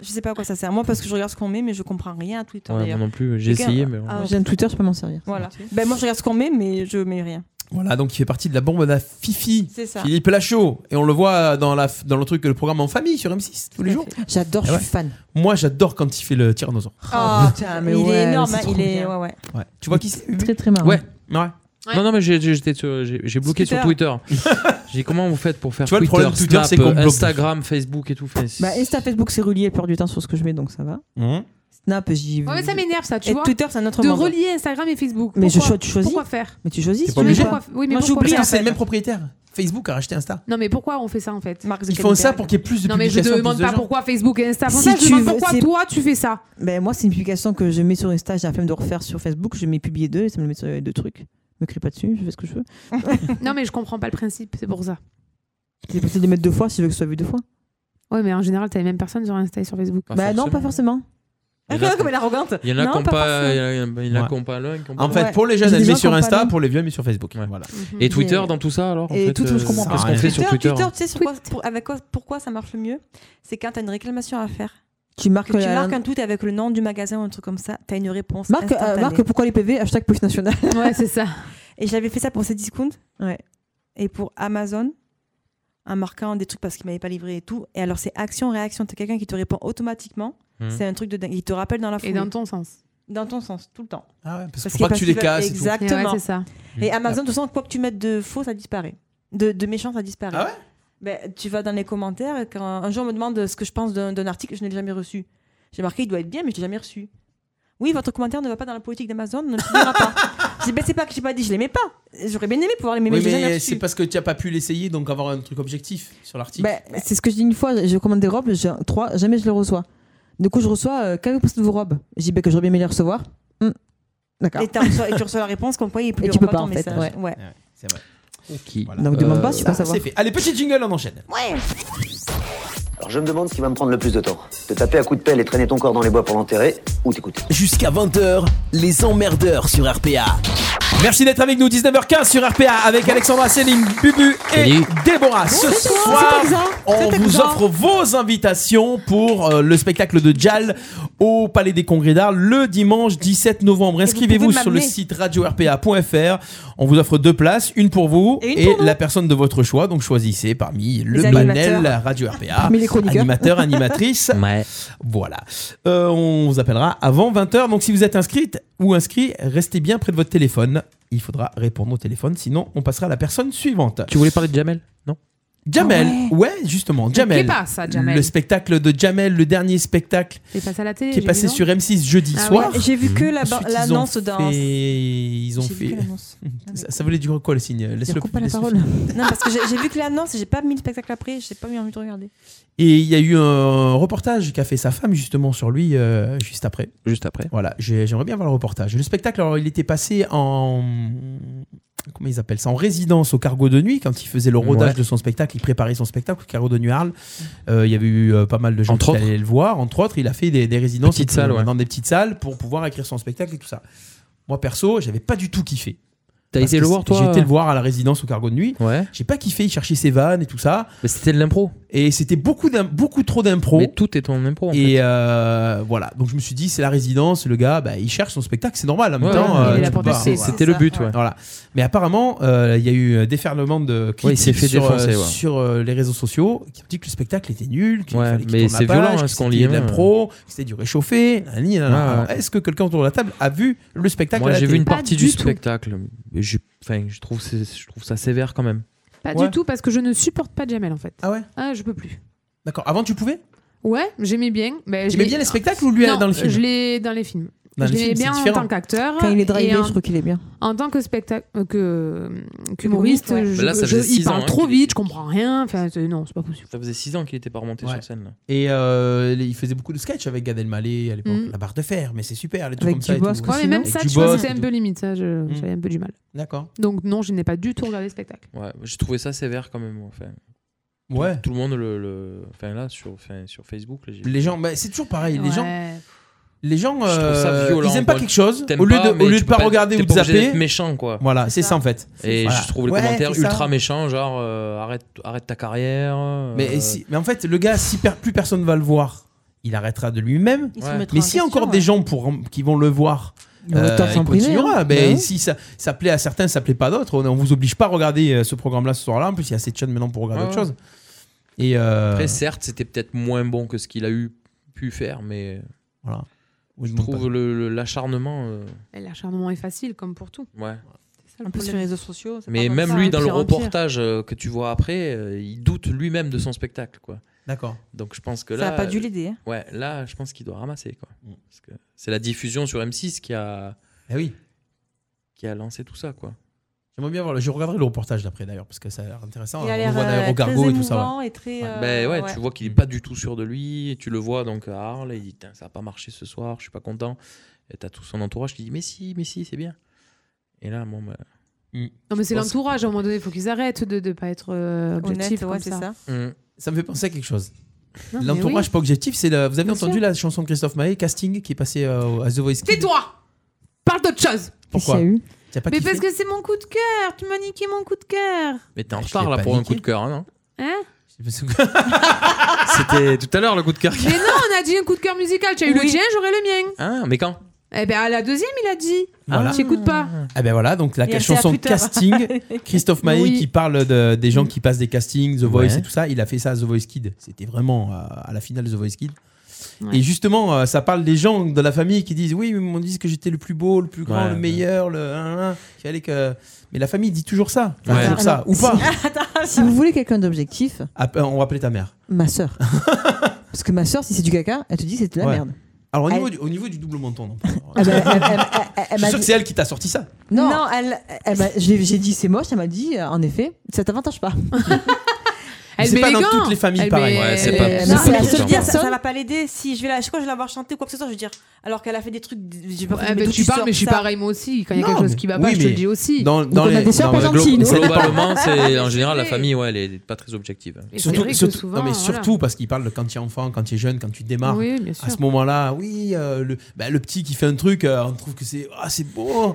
Speaker 10: Je sais pas à quoi ça sert. Moi, parce que je regarde ce qu'on met, mais je comprends rien à Twitter.
Speaker 8: Ouais,
Speaker 10: d'ailleurs.
Speaker 8: moi non plus, j'ai
Speaker 10: Les gars,
Speaker 8: essayé, mais
Speaker 10: ah,
Speaker 8: bon.
Speaker 9: J'ai un Twitter, je peux m'en servir.
Speaker 10: Voilà. Ben, moi, je regarde ce qu'on met, mais je mets rien.
Speaker 7: Voilà, donc il fait partie de la bombe à Fifi.
Speaker 10: C'est ça.
Speaker 7: Philippe Lachaud. Et on le voit dans, la, dans le truc, le programme en famille sur M6 tous les jours.
Speaker 9: J'adore,
Speaker 8: Ah
Speaker 7: je suis
Speaker 9: fan.
Speaker 7: Moi, j'adore quand il fait le tyrannosaure.
Speaker 10: Ah, il
Speaker 9: ouais,
Speaker 10: est énorme.
Speaker 9: c'est
Speaker 10: hein,
Speaker 9: trop
Speaker 10: Il est.
Speaker 9: bien.
Speaker 10: Ouais, ouais.
Speaker 7: Ouais. Tu vois qui c'est
Speaker 9: Très très marrant.
Speaker 8: Ouais.
Speaker 7: Ouais.
Speaker 8: Non, non, mais j'ai- j'ai j'étais sur- j'ai- j'ai bloqué sur Twitter.
Speaker 10: Twitter.
Speaker 8: j'ai dit comment vous faites pour faire
Speaker 7: Tu vois, le
Speaker 8: Twitter,
Speaker 7: problème de Twitter,
Speaker 8: Snap,
Speaker 7: c'est qu'on bloque.
Speaker 8: Instagram, Facebook et tout. Enfin, c'est-
Speaker 9: Bah, Insta, Facebook, c'est relié la plupart du temps sur ce que je mets, donc ça va.
Speaker 8: Mmh.
Speaker 9: Snap, j'y
Speaker 4: Ouais, mais ça m'énerve, ça, tu
Speaker 9: Et
Speaker 4: vois.
Speaker 9: Twitter, c'est un autre
Speaker 4: De
Speaker 9: monde.
Speaker 4: relier Instagram et Facebook.
Speaker 9: Mais je
Speaker 4: Pourquoi-
Speaker 9: cho- tu choisis.
Speaker 4: Pourquoi faire
Speaker 9: Mais tu choisis.
Speaker 7: T'es
Speaker 9: si
Speaker 7: pas
Speaker 9: tu veux.
Speaker 7: obligé.
Speaker 4: Pourquoi- Oui, mais
Speaker 9: Moi,
Speaker 4: pourquoi
Speaker 7: Parce
Speaker 4: faire,
Speaker 7: que
Speaker 4: en
Speaker 7: c'est
Speaker 4: fait
Speaker 7: le même propriétaire. Facebook a racheté Insta.
Speaker 4: Non, mais pourquoi on fait ça en fait
Speaker 7: Ils font ça pour qu'il y ait plus de
Speaker 4: Non, mais je
Speaker 7: publications,
Speaker 4: te
Speaker 7: plus
Speaker 4: demande
Speaker 7: de
Speaker 4: pas
Speaker 7: gens.
Speaker 4: pourquoi Facebook et Insta font
Speaker 9: Si
Speaker 4: ça, je
Speaker 9: tu
Speaker 4: demande
Speaker 9: veux,
Speaker 4: pourquoi
Speaker 9: c'est-
Speaker 4: toi tu fais ça.
Speaker 9: Ben, moi, c'est une publication que je mets sur Insta. J'ai la flemme de refaire sur Facebook. Je mets publier deux et ça me met sur les deux trucs. Me crie pas dessus, je fais ce que je veux.
Speaker 4: non, mais je comprends pas le principe, c'est pour ça.
Speaker 9: C'est possible de mettre deux fois si je veux que ce soit vu deux fois.
Speaker 4: Ouais, mais en général, t'as les mêmes personnes sur Insta et sur Facebook.
Speaker 9: bah non, pas forcément.
Speaker 8: Il y en a qui-
Speaker 9: elle est arrogante.
Speaker 8: il y en a
Speaker 9: Non,
Speaker 8: qui ont
Speaker 9: pas
Speaker 8: pas-
Speaker 9: forcément.
Speaker 8: il y en a- il y en a
Speaker 7: Ouais.
Speaker 8: qui ont pas l'un, qui ont pas
Speaker 7: En fait,
Speaker 8: l'autre.
Speaker 7: pour les jeunes, elle met sur Insta, pour les vieux, elle met sur Facebook. Voilà.
Speaker 10: Mhm.
Speaker 7: Ah,
Speaker 8: Et Twitter dans tout ça alors en
Speaker 7: Et
Speaker 8: fait,
Speaker 7: tout, je
Speaker 8: euh,
Speaker 7: comprends pas.
Speaker 8: Qu'est-ce qu'on
Speaker 7: Twitter,
Speaker 8: fait sur Twitter hein.
Speaker 10: Twitter, tu sais sur quoi, pour- avec quoi, pourquoi ça marche le mieux C'est quand t'as une réclamation à faire.
Speaker 9: Tu marques
Speaker 10: Que tu
Speaker 9: la-
Speaker 10: marques un tweet avec le nom du magasin ou un truc comme ça, t'as une réponse.
Speaker 9: Marque, euh,
Speaker 10: instantanée.
Speaker 9: marque pourquoi les PV Hashtag Post National.
Speaker 4: Ouais, c'est ça.
Speaker 10: Et j'avais fait ça pour Cdiscount.
Speaker 9: Ouais.
Speaker 10: Et pour Amazon, en marquant des trucs parce qu'ils m'avaient pas livré et tout. Et alors c'est action-réaction. T'as quelqu'un qui te répond automatiquement.
Speaker 7: Mhm.
Speaker 10: C'est un truc de dingue. Il te rappelle dans la foulée.
Speaker 4: dans ton sens.
Speaker 10: Dans ton sens, tout le temps.
Speaker 7: Ah ouais, parce,
Speaker 10: Parce
Speaker 7: qu'il faut pas que tu les
Speaker 10: qu'ils veulent-
Speaker 7: casses. et tout. Hmm.
Speaker 10: Exactement.
Speaker 4: Ouais, c'est ça.
Speaker 10: Et Amazon, de toute façon, quoi que tu mettes de faux, ça disparaît. De, de méchant, ça disparaît.
Speaker 7: Ah ouais
Speaker 10: Ben, Tu vas dans les commentaires. Quand un jour, on me demande ce que je pense d'un d'un article que je n'ai jamais reçu. J'ai marqué, il doit être bien, mais je l'ai jamais reçu. Oui, votre commentaire ne va pas dans la politique d'Amazon, on ne le publiera pas. J'ai ben, c'est pas que j'ai pas dit, je l'aimais pas. J'aurais bien aimé pouvoir l'aimer, mais
Speaker 7: Oui,
Speaker 10: je l'ai jamais
Speaker 7: mais
Speaker 10: reçu.
Speaker 7: c'est parce que tu n'as pas pu l'essayer, donc avoir un truc objectif sur l'article.
Speaker 9: Bah, c'est ce que je dis une fois, je commande des robes, j'ai un- trois, jamais je les reçois. Du coup, je reçois euh, qu'avez-vous pensé de vos robes Je dis bah, que j'aurais bien aimé les recevoir. Hmm. D'accord.
Speaker 10: Et, t'as reçois- et tu reçois la réponse comme quoi il
Speaker 9: Et
Speaker 10: publiera
Speaker 9: tu peux
Speaker 10: pas,
Speaker 9: pas,
Speaker 10: ton
Speaker 9: en fait,
Speaker 10: message.
Speaker 9: ouais.
Speaker 10: Ouais.
Speaker 7: C'est vrai. Euh,
Speaker 9: Donc, demande pas, tu peux
Speaker 7: ça,
Speaker 9: savoir.
Speaker 7: C'est fait. Allez, petit jingle, on enchaîne.
Speaker 21: Alors je me demande ce qui va me prendre le plus de temps. Te taper à coups de pelle et traîner ton corps dans les bois pour l'enterrer, ou t'écouter.
Speaker 6: Jusqu'à 20h, les emmerdeurs sur RPA.
Speaker 7: Merci d'être avec nous, 19h15 sur RPA, avec Alexandra, Céline, Bubu et Déborah. Ce soir, on vous offre vos invitations pour euh, le spectacle de Jal au Palais des Congrès d'Art le dimanche 17 novembre. Inscrivez-vous
Speaker 11: pouvez
Speaker 7: sur le
Speaker 11: m'amener.
Speaker 7: site radio-rpa.fr. On vous offre deux places, une pour vous
Speaker 11: Et une
Speaker 7: et,
Speaker 11: pour nous.
Speaker 7: la personne de votre choix. Donc choisissez parmi le
Speaker 11: Les
Speaker 7: panel
Speaker 11: animateurs.
Speaker 7: radio-rpa,
Speaker 11: Parmi les chroniqueurs.
Speaker 7: animateur, animatrice. Voilà. Euh, on vous appellera avant 20h. Donc si vous êtes inscrite ou inscrit, restez bien près de votre téléphone. Il faudra répondre au téléphone, sinon on passera à la personne suivante. Tu voulais parler de Jamel Non Jamel,
Speaker 4: Ah
Speaker 7: ouais. justement, Jamel.
Speaker 4: qu'est pas ça, Jamel
Speaker 7: Le spectacle de Jamel, le dernier spectacle
Speaker 4: C'est passé à la télé.
Speaker 7: qui est
Speaker 4: j'ai
Speaker 7: passé
Speaker 4: vu, non
Speaker 7: sur M6 jeudi
Speaker 4: Ah
Speaker 7: soir. Mmh.
Speaker 4: ouais, j'ai vu que la-
Speaker 7: Ensuite, ils ont
Speaker 4: l'annonce
Speaker 7: fait-
Speaker 4: dans-
Speaker 7: Ils ont
Speaker 4: J'ai vu
Speaker 7: fait.
Speaker 4: que l'annonce.
Speaker 7: Ça, ça voulait dire quoi le signe Laisse-le.
Speaker 10: Coupe pas la
Speaker 7: laisse-le.
Speaker 10: parole. non, parce que j'ai j'ai vu que l'annonce et j'ai pas mis le spectacle après, j'ai pas eu envie de regarder.
Speaker 7: Et il y a eu un reportage qu'a fait sa femme justement sur lui euh, juste après. Juste après. Voilà, j'ai- j'aimerais bien voir le reportage. Le spectacle, alors il était passé en comment ils appellent ça en résidence au cargo de nuit quand il faisait le rodage
Speaker 11: Ouais.
Speaker 7: de son spectacle, il préparait son spectacle au cargo de nuit Arles. Euh, il y avait eu euh, pas mal de gens
Speaker 11: Entre
Speaker 7: qui
Speaker 11: autres.
Speaker 7: allaient le voir. Entre autres, il a fait des, des résidences
Speaker 11: Petites
Speaker 7: et tout,
Speaker 11: salles, ouais.
Speaker 7: dans des petites salles pour pouvoir écrire son spectacle et tout ça. Moi perso, j'avais pas du tout kiffé.
Speaker 8: T'as
Speaker 7: Parce
Speaker 8: été
Speaker 7: que
Speaker 8: le voir, toi
Speaker 7: J'ai été le voir à la résidence au cargo de nuit. J'ai pas kiffé, il cherchait ses vannes et tout ça. Mais c'était de l'impro. Et c'était beaucoup, d'im- beaucoup trop d'impro. Mais tout est en impro. et euh, voilà, donc je me suis dit, c'est la résidence, le gars, bah, il cherche son spectacle, c'est normal. En même
Speaker 8: Ouais,
Speaker 7: temps, euh,
Speaker 8: ouais, il est
Speaker 7: tu
Speaker 8: là
Speaker 7: peux
Speaker 8: pour
Speaker 7: pas-
Speaker 8: tester,
Speaker 7: voilà.
Speaker 8: c'était le but, ouais.
Speaker 7: Voilà. Mais apparemment, euh, il y a eu un déferlement de clips
Speaker 8: Ouais, il s'est fait
Speaker 7: sur,
Speaker 8: défoncer,
Speaker 7: euh,
Speaker 8: ouais.
Speaker 7: sur euh, les réseaux sociaux qui ont dit que le spectacle était nul, qu'il
Speaker 8: Ouais,
Speaker 7: fallait qu'il
Speaker 8: mais
Speaker 7: tourne la
Speaker 8: c'est
Speaker 7: page,
Speaker 8: violent, hein,
Speaker 7: que
Speaker 8: ce qu'on
Speaker 7: c'était
Speaker 8: lit,
Speaker 7: de
Speaker 8: hein.
Speaker 7: l'impro, que c'était du réchauffé. nanani, nanana.
Speaker 8: Ouais, ouais.
Speaker 7: Alors, Est-ce que quelqu'un autour de la table a vu le spectacle
Speaker 8: Moi
Speaker 7: à la
Speaker 8: j'ai vu
Speaker 7: télé
Speaker 8: une partie du, spectacle. Et j'ai- Enfin, je trouve, c'est- je trouve ça sévère quand même.
Speaker 4: Pas
Speaker 7: Ouais.
Speaker 4: du tout, parce que je ne supporte pas Jamel en fait.
Speaker 7: Ah ouais
Speaker 4: Ah, je peux plus.
Speaker 7: D'accord, avant tu pouvais
Speaker 4: Ouais, j'aimais bien. mais je
Speaker 7: T'aimais
Speaker 4: l'ai-
Speaker 7: bien les spectacles ou lui,
Speaker 4: Non,
Speaker 7: dans le film
Speaker 4: Je l'ai dans les films.
Speaker 7: Dans
Speaker 4: je
Speaker 7: les
Speaker 4: l'aimais
Speaker 7: films,
Speaker 4: bien
Speaker 7: c'est
Speaker 4: en
Speaker 7: différent.
Speaker 4: tant qu'acteur.
Speaker 9: Quand il est
Speaker 4: et
Speaker 9: drivé,
Speaker 4: en-
Speaker 9: je trouve qu'il est bien.
Speaker 4: En tant que spectacle, euh, que qu'humoriste,
Speaker 8: ouais.
Speaker 4: je-
Speaker 8: Bah là, ça
Speaker 4: je-
Speaker 8: faisait
Speaker 4: il
Speaker 8: six ans,
Speaker 4: parle
Speaker 8: hein,
Speaker 4: trop
Speaker 8: qu'il
Speaker 4: vite, je comprends rien. Enfin, c'est- non, c'est pas possible.
Speaker 8: Ça faisait 6 ans qu'il était pas remonté sur scène. Là.
Speaker 7: Et euh, il faisait beaucoup de sketchs avec Gad Elmaleh à l'époque.
Speaker 4: Mm.
Speaker 7: La barre de fer, mais c'est super, les trucs
Speaker 4: Avec
Speaker 7: comme ça. et
Speaker 4: Dubosc
Speaker 7: tout.
Speaker 4: Ouais, mais même
Speaker 7: Avec
Speaker 4: ça, tu
Speaker 7: Dubosc
Speaker 4: vois,
Speaker 7: et
Speaker 4: c'était un
Speaker 7: tout.
Speaker 4: peu limite. Ça, je- j'avais un peu du mal.
Speaker 7: Hmm. D'accord.
Speaker 4: Donc, non, je n'ai pas du tout regardé le spectacle.
Speaker 8: Ouais, j'ai trouvé ça sévère quand même. Enfin,
Speaker 7: Ouais.
Speaker 8: Tout, tout le monde le, le- enfin là sur, enfin, sur Facebook. là, j'ai-
Speaker 7: Les gens, bah, c'est toujours pareil. Les
Speaker 8: Ouais.
Speaker 7: gens, les gens,
Speaker 8: Je trouve ça
Speaker 7: euh,
Speaker 8: violent,
Speaker 7: ils aiment pas
Speaker 8: quoi.
Speaker 7: quelque chose.
Speaker 8: T'aimes
Speaker 7: Au lieu
Speaker 8: pas,
Speaker 7: de,
Speaker 8: mais
Speaker 7: au lieu
Speaker 8: tu
Speaker 7: de
Speaker 8: peux
Speaker 7: pas
Speaker 8: pas-
Speaker 7: regarder
Speaker 8: t'es
Speaker 7: ou de
Speaker 8: pas obligé
Speaker 7: zapper,
Speaker 8: d'être méchant, quoi.
Speaker 7: Voilà, c'est
Speaker 8: C'est
Speaker 7: ça en
Speaker 8: ça.
Speaker 7: fait.
Speaker 8: Et
Speaker 7: Voilà.
Speaker 8: je trouve les
Speaker 7: Ouais,
Speaker 8: commentaires
Speaker 7: c'est ça.
Speaker 8: ultra méchants, genre euh, arrête, arrête ta carrière. euh,
Speaker 7: Mais, si- mais en fait, le gars, si per- plus personne va le voir, il arrêtera de lui-même.
Speaker 8: Il se Ouais. mettra
Speaker 7: Mais
Speaker 8: en
Speaker 7: s'il y a encore
Speaker 8: question,
Speaker 7: des
Speaker 8: ouais.
Speaker 7: gens pour, qui vont le voir,
Speaker 8: Mais on va
Speaker 7: euh,
Speaker 8: t'en
Speaker 7: il
Speaker 8: s'en priver,
Speaker 7: continuera.
Speaker 8: hein.
Speaker 7: Mais
Speaker 8: Ouais.
Speaker 7: si ça, ça plaît à certains, ça plaît pas à d'autres. On, on vous oblige pas à regarder euh, ce programme-là ce soir-là. En plus, il y a assez de chaînes maintenant pour regarder
Speaker 8: Ouais,
Speaker 7: autre
Speaker 8: ouais.
Speaker 7: chose. Et euh,
Speaker 8: Après, certes, c'était peut-être moins bon que ce qu'il a eu pu faire, mais
Speaker 7: voilà.
Speaker 8: je trouve le- le- l'acharnement. euh,
Speaker 4: Et L'acharnement est facile, comme pour tout.
Speaker 8: ouais.
Speaker 4: C'est ça, le
Speaker 10: En plus, sur
Speaker 4: problème.
Speaker 10: les réseaux sociaux. c'est
Speaker 8: Mais
Speaker 10: pas
Speaker 8: même
Speaker 10: comme
Speaker 8: lui,
Speaker 10: ça,
Speaker 8: dans le
Speaker 10: pire en pire.
Speaker 8: reportage euh, que tu vois après, euh, il doute lui-même de son spectacle, quoi.
Speaker 7: D'accord.
Speaker 8: Donc je pense que
Speaker 10: Ça
Speaker 8: là, euh,
Speaker 10: a pas dû l'aider, hein.
Speaker 8: Ouais, là, je pense qu'il doit ramasser, quoi. Parce que c'est la diffusion sur M6 qui a.
Speaker 7: Eh oui.
Speaker 8: Qui a lancé tout ça, quoi.
Speaker 7: J'aimerais bien voir. le- Je regarderai le reportage d'après d'ailleurs parce que ça a l'air intéressant.
Speaker 10: Il a
Speaker 7: Ah, On
Speaker 10: l'air,
Speaker 7: voit
Speaker 10: euh,
Speaker 7: d'ailleurs au
Speaker 10: très
Speaker 7: Gargo et tout ça.
Speaker 10: émouvant et très, euh,
Speaker 8: ben ouais,
Speaker 10: ouais.
Speaker 8: tu vois qu'il est pas du tout sûr de lui, et tu le vois donc à Arles, et il dit Tain, ça a pas marché ce soir, je suis pas content. Et t'as tout son entourage qui dit mais si, mais si, c'est bien. Et là, bon, ben.
Speaker 7: Hmm.
Speaker 4: Non, mais
Speaker 8: je
Speaker 4: c'est
Speaker 8: pense-
Speaker 4: l'entourage, à un moment donné, il faut qu'ils arrêtent de ne pas être euh,
Speaker 10: Honnête,
Speaker 4: objectifs. comme
Speaker 10: ouais, c'est
Speaker 4: ça.
Speaker 8: Mm.
Speaker 7: Ça me fait penser à quelque chose.
Speaker 4: Non, mais
Speaker 7: L'entourage
Speaker 4: oui.
Speaker 7: pas objectif, c'est la... vous avez
Speaker 4: Bien
Speaker 7: entendu
Speaker 4: sûr.
Speaker 7: la chanson de Christophe Maé, Casting, qui est passée euh, à The Voice. Kids
Speaker 4: Tais-toi Parle d'autre chose
Speaker 7: Pourquoi T'as pas
Speaker 4: Mais
Speaker 7: kiffé
Speaker 4: parce que c'est mon coup de cœur Tu m'as niqué mon coup de cœur
Speaker 8: Mais
Speaker 7: Ah,
Speaker 8: t'es en retard là pour un coup de cœur, hein, non
Speaker 4: Hein
Speaker 8: C'était tout à l'heure le coup de cœur.
Speaker 4: Mais non, on a dit un coup de cœur musical. Tu as eu le
Speaker 8: Oui.
Speaker 4: tien, j'aurai le mien.
Speaker 7: Ah,
Speaker 8: Hein, mais quand
Speaker 4: Eh ben à la deuxième, il a dit.
Speaker 7: Voilà.
Speaker 4: J'écoute pas.
Speaker 9: Hmm.
Speaker 7: Ah ben voilà, donc la
Speaker 4: Il a fait
Speaker 7: chanson
Speaker 4: à plus tard.
Speaker 7: Casting, Christophe Maé
Speaker 4: Oui.
Speaker 7: qui parle de- des
Speaker 9: Hmm.
Speaker 7: gens qui passent des castings, The Voice
Speaker 8: Ouais.
Speaker 7: et tout ça, il a fait ça à The Voice Kid. C'était vraiment euh, à la finale de The Voice Kid.
Speaker 8: Ouais.
Speaker 7: Et justement, euh, ça parle des gens de la famille qui disent oui, ils m'ont dit que j'étais le plus beau, le plus grand,
Speaker 8: Ouais,
Speaker 7: le
Speaker 8: ouais.
Speaker 7: meilleur, le hein, hein, qu'il fallait que. Mais la famille dit toujours ça, Enfin,
Speaker 8: Ouais.
Speaker 7: toujours ça
Speaker 9: Alors,
Speaker 7: ou pas.
Speaker 9: Si vous voulez quelqu'un d'objectif,
Speaker 7: App- On va appeler ta mère.
Speaker 9: ma sœur. Parce que ma sœur, si c'est du caca, elle te dit que c'est de la
Speaker 7: Ouais.
Speaker 9: merde.
Speaker 7: Alors au niveau,
Speaker 9: Elle-
Speaker 7: du, au niveau du double menton, non.
Speaker 9: Ah bah, elle- elle- elle- elle
Speaker 7: hein. Je suis
Speaker 9: m'a
Speaker 7: sûr que
Speaker 9: dit-
Speaker 7: c'est elle qui t'a sorti ça.
Speaker 9: Non, Eh elle, elle m'a- j'ai j'ai dit c'est moche, elle m'a dit euh, en effet, ça t'avantage pas.
Speaker 7: Mais c'est pas dans toutes les familles pareil.
Speaker 9: Euh, Mais
Speaker 10: Non,
Speaker 9: c'est
Speaker 10: mais
Speaker 9: la
Speaker 10: je veux
Speaker 9: seule
Speaker 10: dire, ça,
Speaker 9: personne-
Speaker 10: ça va pas l'aider. Si je vais la, je crois que je vais la voir chanter ou quoi que ce soit, je veux dire. Alors qu'elle a fait des trucs. J'ai pas
Speaker 4: Ouais,
Speaker 10: fait,
Speaker 4: mais
Speaker 10: d'où
Speaker 4: Eh ben, tu parles,
Speaker 10: sors
Speaker 4: mais je suis
Speaker 10: ça
Speaker 4: pareil moi aussi. Quand il y a
Speaker 10: Non,
Speaker 4: quelque chose
Speaker 10: mais-
Speaker 4: qui va
Speaker 7: oui,
Speaker 4: pas, Ah, je te
Speaker 7: mais
Speaker 4: le dis aussi.
Speaker 7: dans- dans Donc, on a les- des sœurs dans pas
Speaker 8: Glo-
Speaker 7: gentilles, nous. Ça dépend.
Speaker 8: globalement, c'est en général la famille, ouais, elle est pas très objective.
Speaker 4: Et
Speaker 7: Surtout, surtout- non, mais
Speaker 4: voilà.
Speaker 7: surtout parce qu'il parle de quand tu es enfant, quand tu es jeune, quand tu démarres.
Speaker 4: Oui, bien sûr.
Speaker 7: À ce moment-là, oui, euh, le, bah, le petit qui fait un truc, euh, on trouve que c'est ah c'est beau.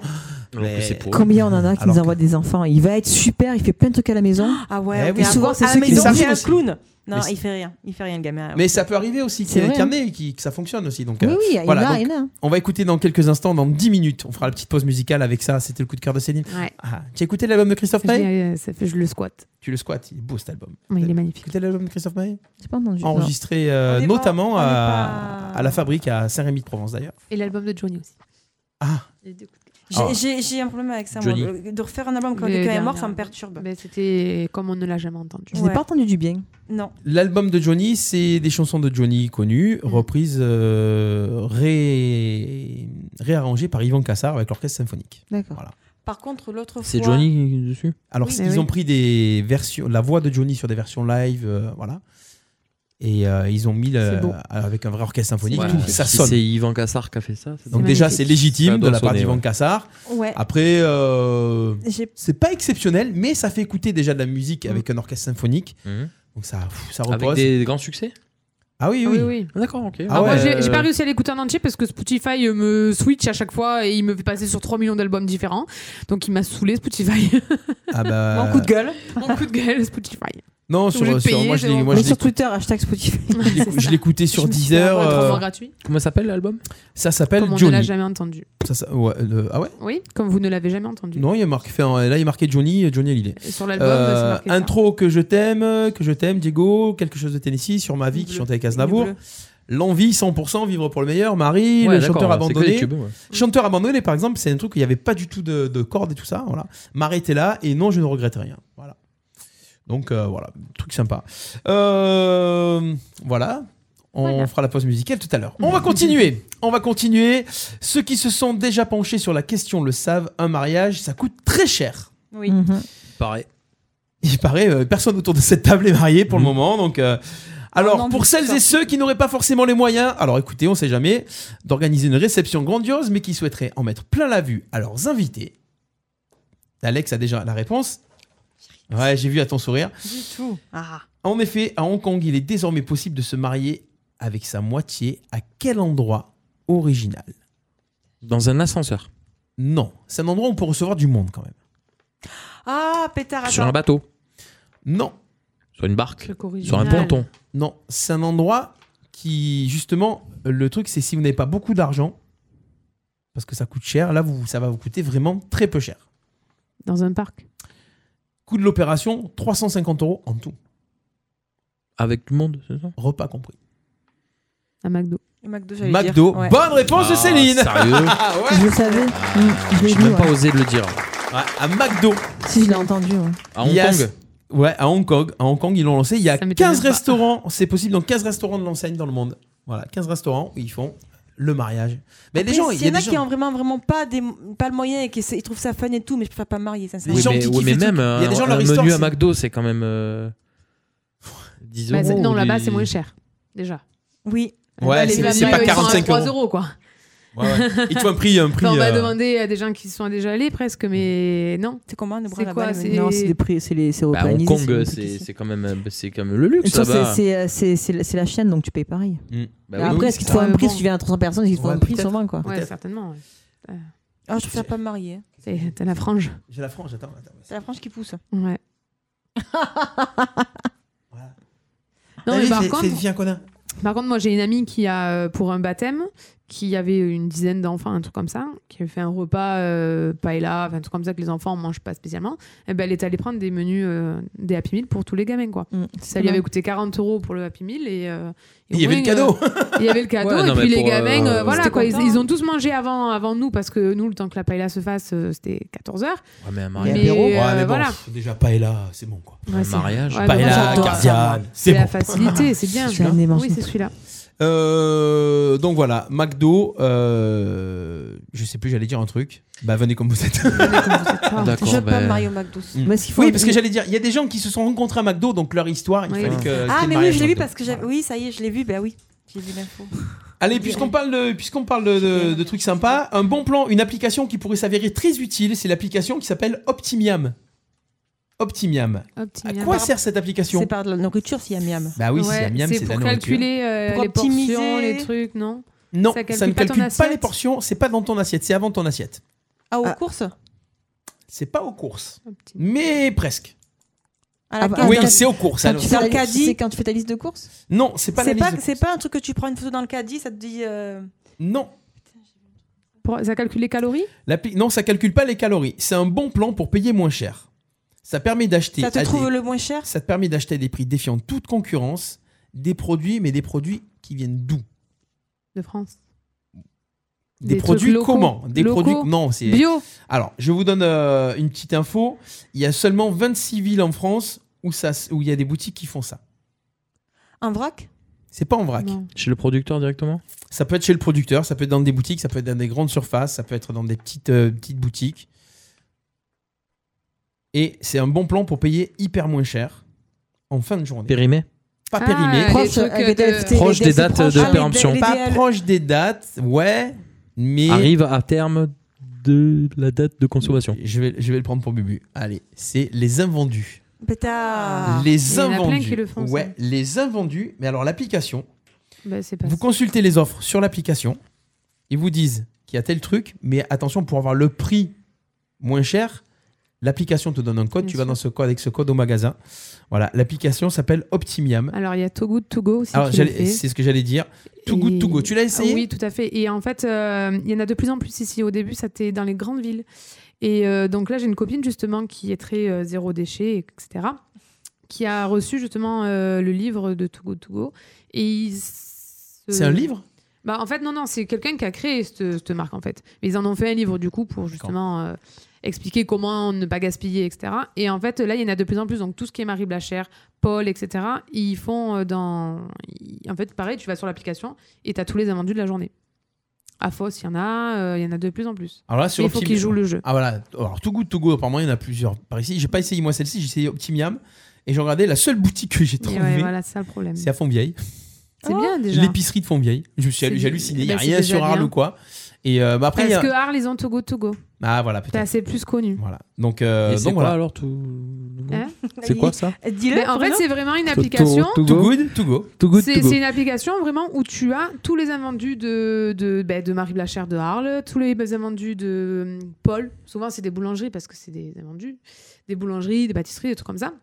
Speaker 7: Mais-
Speaker 9: Combien on en a qui
Speaker 7: Alors
Speaker 9: nous envoient des enfants Il va être super, il fait plein de trucs à la maison.
Speaker 10: Ah
Speaker 7: Eh
Speaker 10: ouais,
Speaker 9: Et souvent c'est
Speaker 10: ah,
Speaker 9: ceux
Speaker 10: mais
Speaker 9: qui
Speaker 10: ils ont
Speaker 9: nous
Speaker 10: fait un
Speaker 9: aussi.
Speaker 10: clown. Non,
Speaker 7: Mais
Speaker 10: il
Speaker 7: c'est-
Speaker 10: fait rien. Il fait rien, le gamin.
Speaker 7: Mais ça peut arriver aussi qu'il y
Speaker 10: C'est
Speaker 7: ait
Speaker 10: vrai. hein.
Speaker 7: un carnet et qui- que ça fonctionne aussi. Donc,
Speaker 10: Oui,
Speaker 7: euh,
Speaker 10: oui, il y en
Speaker 7: voilà,
Speaker 10: a,
Speaker 7: donc,
Speaker 10: il y en a.
Speaker 7: On va écouter dans quelques instants, dans 10 minutes. On fera la petite pause musicale avec ça. C'était le coup de cœur de Céline.
Speaker 4: Ouais.
Speaker 7: Ah, tu as écouté l'album de Christophe
Speaker 4: Je
Speaker 7: Maé
Speaker 4: l'ai, euh, ça fait- je le squatte.
Speaker 7: Tu le squattes, il est beau cet album.
Speaker 4: Mais il est magnifique.
Speaker 7: Quel l'album de Christophe Maé
Speaker 9: J'ai pas entendu.
Speaker 7: Enregistré euh, notamment à, à la fabrique à Saint-Rémy-de-Provence d'ailleurs.
Speaker 4: Et l'album de Johnny aussi.
Speaker 7: Ah.
Speaker 10: J'ai- J'ai j'ai un problème avec ça. moi.
Speaker 7: Johnny.
Speaker 10: De refaire un album quand
Speaker 4: Le
Speaker 10: quelqu'un est mort,
Speaker 4: dernier.
Speaker 10: ça me perturbe.
Speaker 4: Mais c'était comme on ne l'a jamais entendu.
Speaker 9: Je n'ai pas entendu du bien.
Speaker 10: Non.
Speaker 7: L'album de Johnny, c'est des chansons de Johnny connues, reprises, euh, ré- réarrangées par Yvan Cassar avec l'orchestre symphonique.
Speaker 9: D'accord.
Speaker 10: Par contre, l'autre fois.
Speaker 7: dessus Alors, ils
Speaker 10: Oui. Eh oui.
Speaker 7: ont pris des versions, la voix de Johnny sur des versions live, euh, voilà. Et euh, ils ont mis le-
Speaker 8: C'est beau.
Speaker 7: avec un vrai orchestre symphonique,
Speaker 8: Ouais,
Speaker 7: tout,
Speaker 8: mais
Speaker 7: ça
Speaker 8: si
Speaker 7: sonne.
Speaker 8: C'est Yvan Cassar qui a fait ça.
Speaker 7: Donc déjà, c'est légitime de la part d'Yvan
Speaker 8: d'Ivan
Speaker 7: Cassar.
Speaker 10: Ouais.
Speaker 7: Après, euh,
Speaker 10: J'ai-
Speaker 7: c'est pas exceptionnel, mais ça fait écouter déjà de la musique avec un orchestre symphonique.
Speaker 8: Mhm.
Speaker 7: Donc ça, pff, ça
Speaker 8: Avec
Speaker 7: repose.
Speaker 8: des grands succès
Speaker 7: Ah oui, oui.
Speaker 8: D'accord, ok.
Speaker 7: Ah
Speaker 4: moi,
Speaker 7: ouais.
Speaker 4: j'ai j'ai pas réussi à l'écouter en entier parce que Spotify me switch à chaque fois et il me fait passer sur 3 millions d'albums différents. Donc il m'a saoulé Spotify.
Speaker 7: Ah bah...
Speaker 9: gueule.
Speaker 4: Mon coup de gueule Spotify.
Speaker 7: Non,
Speaker 4: Je suis obligée
Speaker 7: sur,
Speaker 4: de
Speaker 7: sur-
Speaker 4: payer,
Speaker 7: moi je
Speaker 4: c'est
Speaker 7: l'ai-
Speaker 4: bon.
Speaker 7: moi, je
Speaker 9: Mais
Speaker 7: l'ai
Speaker 9: sur Twitter, hashtag Spotify.
Speaker 7: écouté- je l'écoutais sur Deezer.
Speaker 4: avoir trois
Speaker 7: euh,
Speaker 4: mois gratuits.
Speaker 8: Comment s'appelle l'album
Speaker 7: Ça s'appelle
Speaker 4: Comme on ne l'a
Speaker 7: Johnny.
Speaker 4: jamais entendu.
Speaker 7: Ça, ça- ouais, le- ah ouais
Speaker 4: Oui, comme vous ne l'avez jamais entendu.
Speaker 7: Non, il y a marqué, fait un- là il est marqué Johnny, euh, Johnny Hallyday. Euh,
Speaker 4: Et sur l'album, bah, c'est marqué ça.
Speaker 7: Intro que je t'aime, que je t'aime, Diego, quelque chose de Tennessee, sur ma vie qui chantait avec Aznavour.
Speaker 8: Bleu.
Speaker 7: L'envie 100%, vivre pour le meilleur, Marie,
Speaker 8: Ouais,
Speaker 7: le
Speaker 8: d'accord,
Speaker 7: chanteur
Speaker 8: ouais, c'est que
Speaker 7: abandonné.
Speaker 8: des tubes, ouais.
Speaker 7: Chanteur abandonné, par exemple, c'est un truc où il n'y avait pas du tout de, de cordes et tout ça. Voilà. M'arrêter là et non, je ne regrette rien. Voilà. Donc euh, voilà, truc sympa. Euh, voilà. On fera la pause musicale tout à l'heure. On va continuer. On va continuer. Ceux qui se sont déjà penchés sur la question le savent. Un mariage, ça coûte très cher.
Speaker 10: Oui.
Speaker 4: Mhm.
Speaker 7: Pareil. Il paraît, euh, personne autour de cette table est marié pour le moment. Donc, euh, alors,
Speaker 11: non,
Speaker 7: pour
Speaker 11: mais
Speaker 7: celles et ceux qui n'auraient pas forcément les moyens, alors écoutez, on sait jamais, d'organiser une réception grandiose, mais qui souhaiteraient en mettre plein la vue à leurs invités. Alex a déjà la réponse. Ouais, j'ai vu à ton sourire.
Speaker 10: Du tout. Ah.
Speaker 7: En effet, à Hong Kong, il est désormais possible de se marier avec sa moitié à quel endroit original Dans un ascenseur. Non, c'est un endroit où on peut recevoir du monde quand même.
Speaker 10: Ah, pétard,
Speaker 7: Sur
Speaker 10: attends.
Speaker 7: un bateau Non. Sur une barque Sur un ponton Non, c'est un endroit qui, justement, le truc, c'est si vous n'avez pas beaucoup d'argent, parce que ça coûte cher, là, vous, ça va vous coûter vraiment très peu cher.
Speaker 4: Dans un parc.
Speaker 7: Coût de l'opération, 350 euros en tout. Avec tout le monde, c'est ça Repas compris.
Speaker 4: À McDo.
Speaker 10: McDo,
Speaker 4: j'allais
Speaker 7: McDo,
Speaker 4: dire, ouais.
Speaker 7: bonne réponse de
Speaker 4: Ah,
Speaker 7: Céline
Speaker 4: sérieux
Speaker 7: Ah Ouais.
Speaker 9: Je le savais. Mm,
Speaker 4: Ah,
Speaker 9: je l'ai
Speaker 7: J'ai
Speaker 9: dit,
Speaker 7: même pas
Speaker 9: ouais.
Speaker 7: osé de le dire. à McDo.
Speaker 9: Si, je l'ai entendu. ouais.
Speaker 7: À Hong Kong Ouais, à Hong Kong. À Hong Kong, ils l'ont lancé. Il y a
Speaker 8: Ah,
Speaker 9: m'étonne
Speaker 7: 15
Speaker 9: pas.
Speaker 7: restaurants. C'est possible dans 15 restaurants de l'enseigne dans le monde. Voilà, 15 restaurants où ils font le mariage. Mais les
Speaker 10: Après,
Speaker 7: gens, il
Speaker 10: s'il
Speaker 7: y
Speaker 10: y
Speaker 7: a
Speaker 10: en a
Speaker 7: des
Speaker 10: qui ont
Speaker 7: gens.
Speaker 10: vraiment, vraiment pas, des, pas le moyen et qui se- ils trouvent ça fun et tout, mais je préfère pas me marier, sincèrement.
Speaker 8: Oui, mais, oui, mais même euh,
Speaker 7: Il y a des gens,
Speaker 8: un,
Speaker 7: leur
Speaker 8: un
Speaker 7: histoire,
Speaker 8: menu à
Speaker 7: c'est-
Speaker 8: McDo, c'est quand même euh, 10
Speaker 4: Bah, c'est-
Speaker 8: euros.
Speaker 4: non,
Speaker 8: ou
Speaker 4: là-bas,
Speaker 8: des-
Speaker 4: c'est moins cher. Déjà.
Speaker 10: Oui.
Speaker 7: Oh, Ouais,
Speaker 4: Là-bas,
Speaker 7: c'est-
Speaker 4: les
Speaker 7: c'est
Speaker 4: Vapes,
Speaker 7: pas
Speaker 4: ils sont à
Speaker 7: 45
Speaker 4: 3
Speaker 7: euros.
Speaker 4: euros, quoi.
Speaker 7: Ouais, ouais. Il te faut un prix, un prix,
Speaker 4: Enfin, Bah, on va
Speaker 7: euh,
Speaker 4: demander à des gens qui sont déjà allés presque, mais non.
Speaker 10: C'est comment le
Speaker 4: C'est quoi c'est-
Speaker 9: Non, c'est des prix, c'est les c'est
Speaker 8: Bah, Hong
Speaker 9: organisé,
Speaker 8: Kong, euh,
Speaker 9: c'est-
Speaker 8: c'est c'est quand même euh, c'est quand même le luxe
Speaker 9: Sauf
Speaker 8: là-bas.
Speaker 9: c'est- C'est euh, c'est- c'est la- c'est la chaîne, donc tu payes pareil.
Speaker 8: Mm. Bah
Speaker 9: Mais
Speaker 8: oui.
Speaker 9: Après,
Speaker 8: Oui,
Speaker 9: est-ce qu'il te
Speaker 8: c'est
Speaker 9: faut un
Speaker 8: ça.
Speaker 9: prix si tu viens à 300 personnes Est-ce qu'il te faut
Speaker 7: Euh, Ouais,
Speaker 9: un prix
Speaker 7: peut-être.
Speaker 9: sûrement quoi
Speaker 4: Ouais, certainement. ouais. Euh,
Speaker 10: Ah, je préfère pas me marier.
Speaker 4: t'es- T'as la frange.
Speaker 7: J'ai la frange, attends. attends.
Speaker 10: C'est la frange qui pousse.
Speaker 4: Ouais. Non,
Speaker 7: La
Speaker 4: mais
Speaker 7: vie,
Speaker 4: par
Speaker 7: c'est-
Speaker 4: contre,
Speaker 7: c'est bien qu'on a.
Speaker 4: Par contre, moi, j'ai une amie qui a, euh, pour un baptême, qui avait une dizaine d'enfants, un truc comme ça, qui avait fait un repas euh, paella, enfin, un truc comme ça que les enfants ne mangent pas spécialement. Et ben, elle est allée prendre des menus, euh, des Happy Meal pour tous les gamins, quoi. ça lui
Speaker 9: mal.
Speaker 4: avait coûté 40 euros pour le Happy Meal et. euh,
Speaker 7: Mm.
Speaker 4: et
Speaker 7: Il
Speaker 4: au
Speaker 7: y avait le
Speaker 4: euh,
Speaker 7: cadeau.
Speaker 4: Il y avait le cadeau,
Speaker 7: Ouais,
Speaker 4: et
Speaker 7: non,
Speaker 4: puis
Speaker 7: mais
Speaker 4: les
Speaker 7: pour,
Speaker 4: gamins,
Speaker 7: euh,
Speaker 4: euh, voilà,
Speaker 7: c'était
Speaker 4: quoi. Ils,
Speaker 7: content.
Speaker 4: ils ont tous mangé avant, avant nous, parce que nous, le temps que la paella se fasse, euh, c'était 14 heures.
Speaker 8: Ouais, mais un
Speaker 7: mariage.
Speaker 4: Mais, euh,
Speaker 7: Ouais, mais bon,
Speaker 4: voilà.
Speaker 7: pff, déjà paella, c'est bon quoi.
Speaker 4: Ouais, c'est- ouais, donc
Speaker 7: paella,
Speaker 4: voilà,
Speaker 7: cardiane,
Speaker 4: C'est
Speaker 7: c'est
Speaker 4: la
Speaker 7: bon.
Speaker 4: facilité, Ah, c'est bien.
Speaker 7: Celui-là.
Speaker 4: Oui, c'est celui-là.
Speaker 7: Euh, donc voilà, McDo, euh, je sais plus, j'allais dire un truc. Bah venez comme vous êtes.
Speaker 10: D'accord, Je veux pas ben- me marier au McDo.
Speaker 7: Mm.
Speaker 10: Mais est-ce qu'il faut
Speaker 7: Oui,
Speaker 10: un-
Speaker 7: parce que j'allais dire, il y a des gens qui se sont rencontrés à McDo, donc leur histoire, il
Speaker 10: Oui.
Speaker 7: fallait que.
Speaker 10: Ah,
Speaker 7: qu'il y ait le
Speaker 10: mais oui,
Speaker 7: mariage
Speaker 10: je l'ai vu
Speaker 7: McDo.
Speaker 10: parce que j'avais. Oui, ça y est, je l'ai vu, bah oui. J'ai vu l'info.
Speaker 7: Allez, puisqu'on parle de, puisqu'on parle de, de- de trucs sympas, un bon plan, une application qui pourrait s'avérer très utile, c'est l'application qui s'appelle Optimiam. Optimiam.
Speaker 4: Optimiam.
Speaker 7: À quoi sert cette application
Speaker 10: C'est par de la nourriture, s'il y a miam.
Speaker 7: Bah oui, s'il y a
Speaker 4: Ouais,
Speaker 7: miam, c'est de la
Speaker 4: pour
Speaker 7: nourriture.
Speaker 4: calculer euh,
Speaker 10: Pour
Speaker 4: les portions,
Speaker 10: optimiser.
Speaker 4: les trucs, non
Speaker 7: Non,
Speaker 4: calcule
Speaker 7: ça ne
Speaker 4: pas ton
Speaker 7: calcule pas
Speaker 4: assiette
Speaker 7: les portions, c'est pas dans ton assiette, c'est avant ton assiette.
Speaker 10: Ah, aux courses
Speaker 7: C'est pas aux courses, mais presque.
Speaker 10: À la carte.
Speaker 7: Ah, oui, c'est aux courses.
Speaker 9: Ah bah, Quand
Speaker 7: alors.
Speaker 9: tu fais la liste- C'est quand tu fais ta liste de courses
Speaker 7: Non, c'est pas la
Speaker 10: C'est pas,
Speaker 7: liste de
Speaker 10: c'est pas un truc que tu prends une photo dans le caddie, ça te dit. euh,
Speaker 7: Non.
Speaker 4: Pour- ça calcule les calories
Speaker 7: L'appli- Non, ça calcule pas les calories. C'est un bon plan pour payer moins cher. Ça permet d'acheter.
Speaker 10: Ça te
Speaker 7: à
Speaker 10: trouve
Speaker 7: des-
Speaker 10: le moins cher
Speaker 7: Ça te permet d'acheter à des prix défiant toute concurrence des produits, mais des produits qui viennent d'où
Speaker 4: de France.
Speaker 7: Des,
Speaker 4: Des
Speaker 7: produits
Speaker 4: trucs locaux.
Speaker 7: comment Des
Speaker 4: Locaux.
Speaker 7: produits non, c'est
Speaker 4: Bio.
Speaker 7: Alors, je vous donne euh, une petite info. Il y a seulement 26 villes en France où ça, s- où il y a des boutiques qui font ça.
Speaker 10: En vrac
Speaker 7: C'est pas en vrac.
Speaker 8: Chez le producteur directement
Speaker 7: Ça peut être chez le producteur, ça peut être dans des boutiques, ça peut être dans des grandes surfaces, ça peut être dans des petites, euh, petites boutiques. Et c'est un bon plan pour payer hyper moins cher en fin de journée.
Speaker 8: Périmé
Speaker 7: Pas
Speaker 8: Ah,
Speaker 7: périmé.
Speaker 8: les Proche, trucs, euh, avec de- LFT, Proche les des dates proches. de Ah, les- péremption. les
Speaker 7: Pas
Speaker 8: DL.
Speaker 7: proche des dates, ouais, mais...
Speaker 8: Arrive à terme de la date de consommation.
Speaker 7: Je vais, je vais le prendre pour Bubu. Allez, c'est les invendus.
Speaker 8: Ah.
Speaker 10: Pétard
Speaker 7: Les invendus. ouais,
Speaker 10: Ouais.
Speaker 7: les invendus. Mais alors l'application,
Speaker 4: Bah, c'est pas
Speaker 7: vous consultez les offres sur l'application. Ils vous disent qu'il y a tel truc, mais attention pour avoir le prix moins cher. L'application te donne un code,
Speaker 4: Bien
Speaker 7: tu vas
Speaker 4: sûr.
Speaker 7: dans ce code avec ce code au magasin. Voilà, l'application s'appelle Optimiam.
Speaker 4: Alors, il y a Too Good To Go aussi.
Speaker 7: Alors,
Speaker 4: Ah, qui le
Speaker 7: j'allais-
Speaker 4: fait.
Speaker 7: c'est ce que j'allais dire. Too good to go. Tu l'as essayé
Speaker 4: Ah Oui, tout à fait. Et en fait, euh, il y en a de plus en plus ici. Au début, ça t'est dans les grandes villes. Et euh, donc là, j'ai une copine justement qui est très euh, zéro déchet, etc., qui a reçu justement euh, le livre de To Go To Go. Et il s-
Speaker 7: C'est un livre
Speaker 4: Bah, en fait, non, non, c'est quelqu'un qui a créé cette, cette marque, en fait. Mais ils en ont fait un livre, du coup, pour justement euh, expliquer comment ne pas gaspiller, etc. Et en fait, là, il y en a de plus en plus. Donc, tout ce qui est Marie Blachère, Paul, etc., ils font euh, dans. ils- En fait, pareil, tu vas sur l'application et tu as tous les invendus de la journée. À Fos, il y en a, euh, il y en a de plus en plus.
Speaker 7: Alors là,
Speaker 4: Mais
Speaker 7: sur
Speaker 4: il faut qu'ils
Speaker 7: Optimiam-
Speaker 4: jouent le jeu.
Speaker 7: Ah voilà. Alors, Too Good To Go, apparemment, il y en a plusieurs par ici. J'ai pas essayé moi celle-ci, j'ai essayé Optimiam. Et j'ai regardé la seule boutique que j'ai
Speaker 4: Et ouais,
Speaker 7: trouvée.
Speaker 4: voilà, c'est ça le problème.
Speaker 7: C'est à Fontvieille.
Speaker 4: C'est bien déjà.
Speaker 7: L'épicerie de Fontvieille. Je me suis
Speaker 4: C'est-
Speaker 7: hallu- j'ai halluciné. Il n'y a
Speaker 4: bah, c'est
Speaker 7: rien
Speaker 4: déjà
Speaker 7: sur Arles
Speaker 4: bien.
Speaker 7: ou quoi. Et euh, bah, après, il y a-
Speaker 4: Parce que Arles, ils ont Togo Togo.
Speaker 7: Ah voilà,
Speaker 4: C'est
Speaker 7: peut-être.
Speaker 4: assez plus connu.
Speaker 7: Voilà. Donc, euh,
Speaker 8: Et c'est
Speaker 7: donc
Speaker 8: quoi,
Speaker 7: voilà.
Speaker 8: alors, tout.
Speaker 4: Hein
Speaker 7: C'est quoi ça
Speaker 10: Dis-le,
Speaker 4: Mais en fait,
Speaker 10: Bruno.
Speaker 4: c'est vraiment une application.
Speaker 7: Too Good To Go.
Speaker 4: C'est c'est une application vraiment où tu as tous les invendus de, de, ben, de Marie Blachère de Arles, tous les invendus de hum, Paul. Souvent, c'est des boulangeries parce que c'est des invendus. Des boulangeries, des pâtisseries, des trucs comme ça.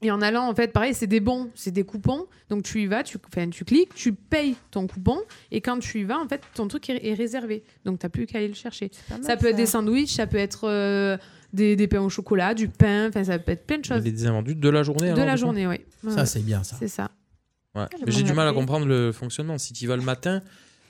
Speaker 4: Et en allant, en fait, pareil, c'est des bons, c'est des coupons. Donc tu y vas, tu, enfin, tu cliques, tu payes ton coupon. Et quand tu y vas, en fait, ton truc est, est réservé. Donc t'as plus qu'à aller le chercher.
Speaker 10: mal,
Speaker 4: ça peut être
Speaker 10: ça.
Speaker 4: des sandwichs, ça peut être euh, des, des pains au chocolat, du pain, enfin, ça peut être plein de choses.
Speaker 8: Les désinvendus de la journée.
Speaker 4: de
Speaker 8: alors,
Speaker 4: la
Speaker 8: hein, du coup.
Speaker 4: journée, oui.
Speaker 8: Ça, c'est bien, ça.
Speaker 4: C'est ça.
Speaker 8: Ouais.
Speaker 4: je
Speaker 8: Mais J'ai
Speaker 4: m'en
Speaker 8: du mal à
Speaker 4: rappelais.
Speaker 8: comprendre le fonctionnement. Si tu vas le matin,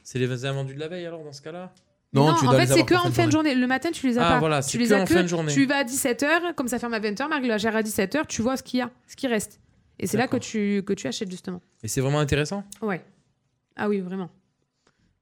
Speaker 8: c'est les invendus de la veille alors dans ce cas-là
Speaker 4: Non, en fait, c'est que en fin de journée. Le matin, tu les as
Speaker 8: Ah,
Speaker 4: pas.
Speaker 8: voilà,
Speaker 4: tu
Speaker 8: c'est
Speaker 4: les
Speaker 8: que
Speaker 4: as
Speaker 8: en
Speaker 4: que.
Speaker 8: fin de journée.
Speaker 4: Tu vas à 17h, comme ça ferme à 20h, Marie la gère à 17h, tu vois ce qu'il y a, ce qui reste. Et c'est là que tu, que tu achètes, justement.
Speaker 8: Et c'est vraiment intéressant
Speaker 4: Ouais. Ah oui, vraiment.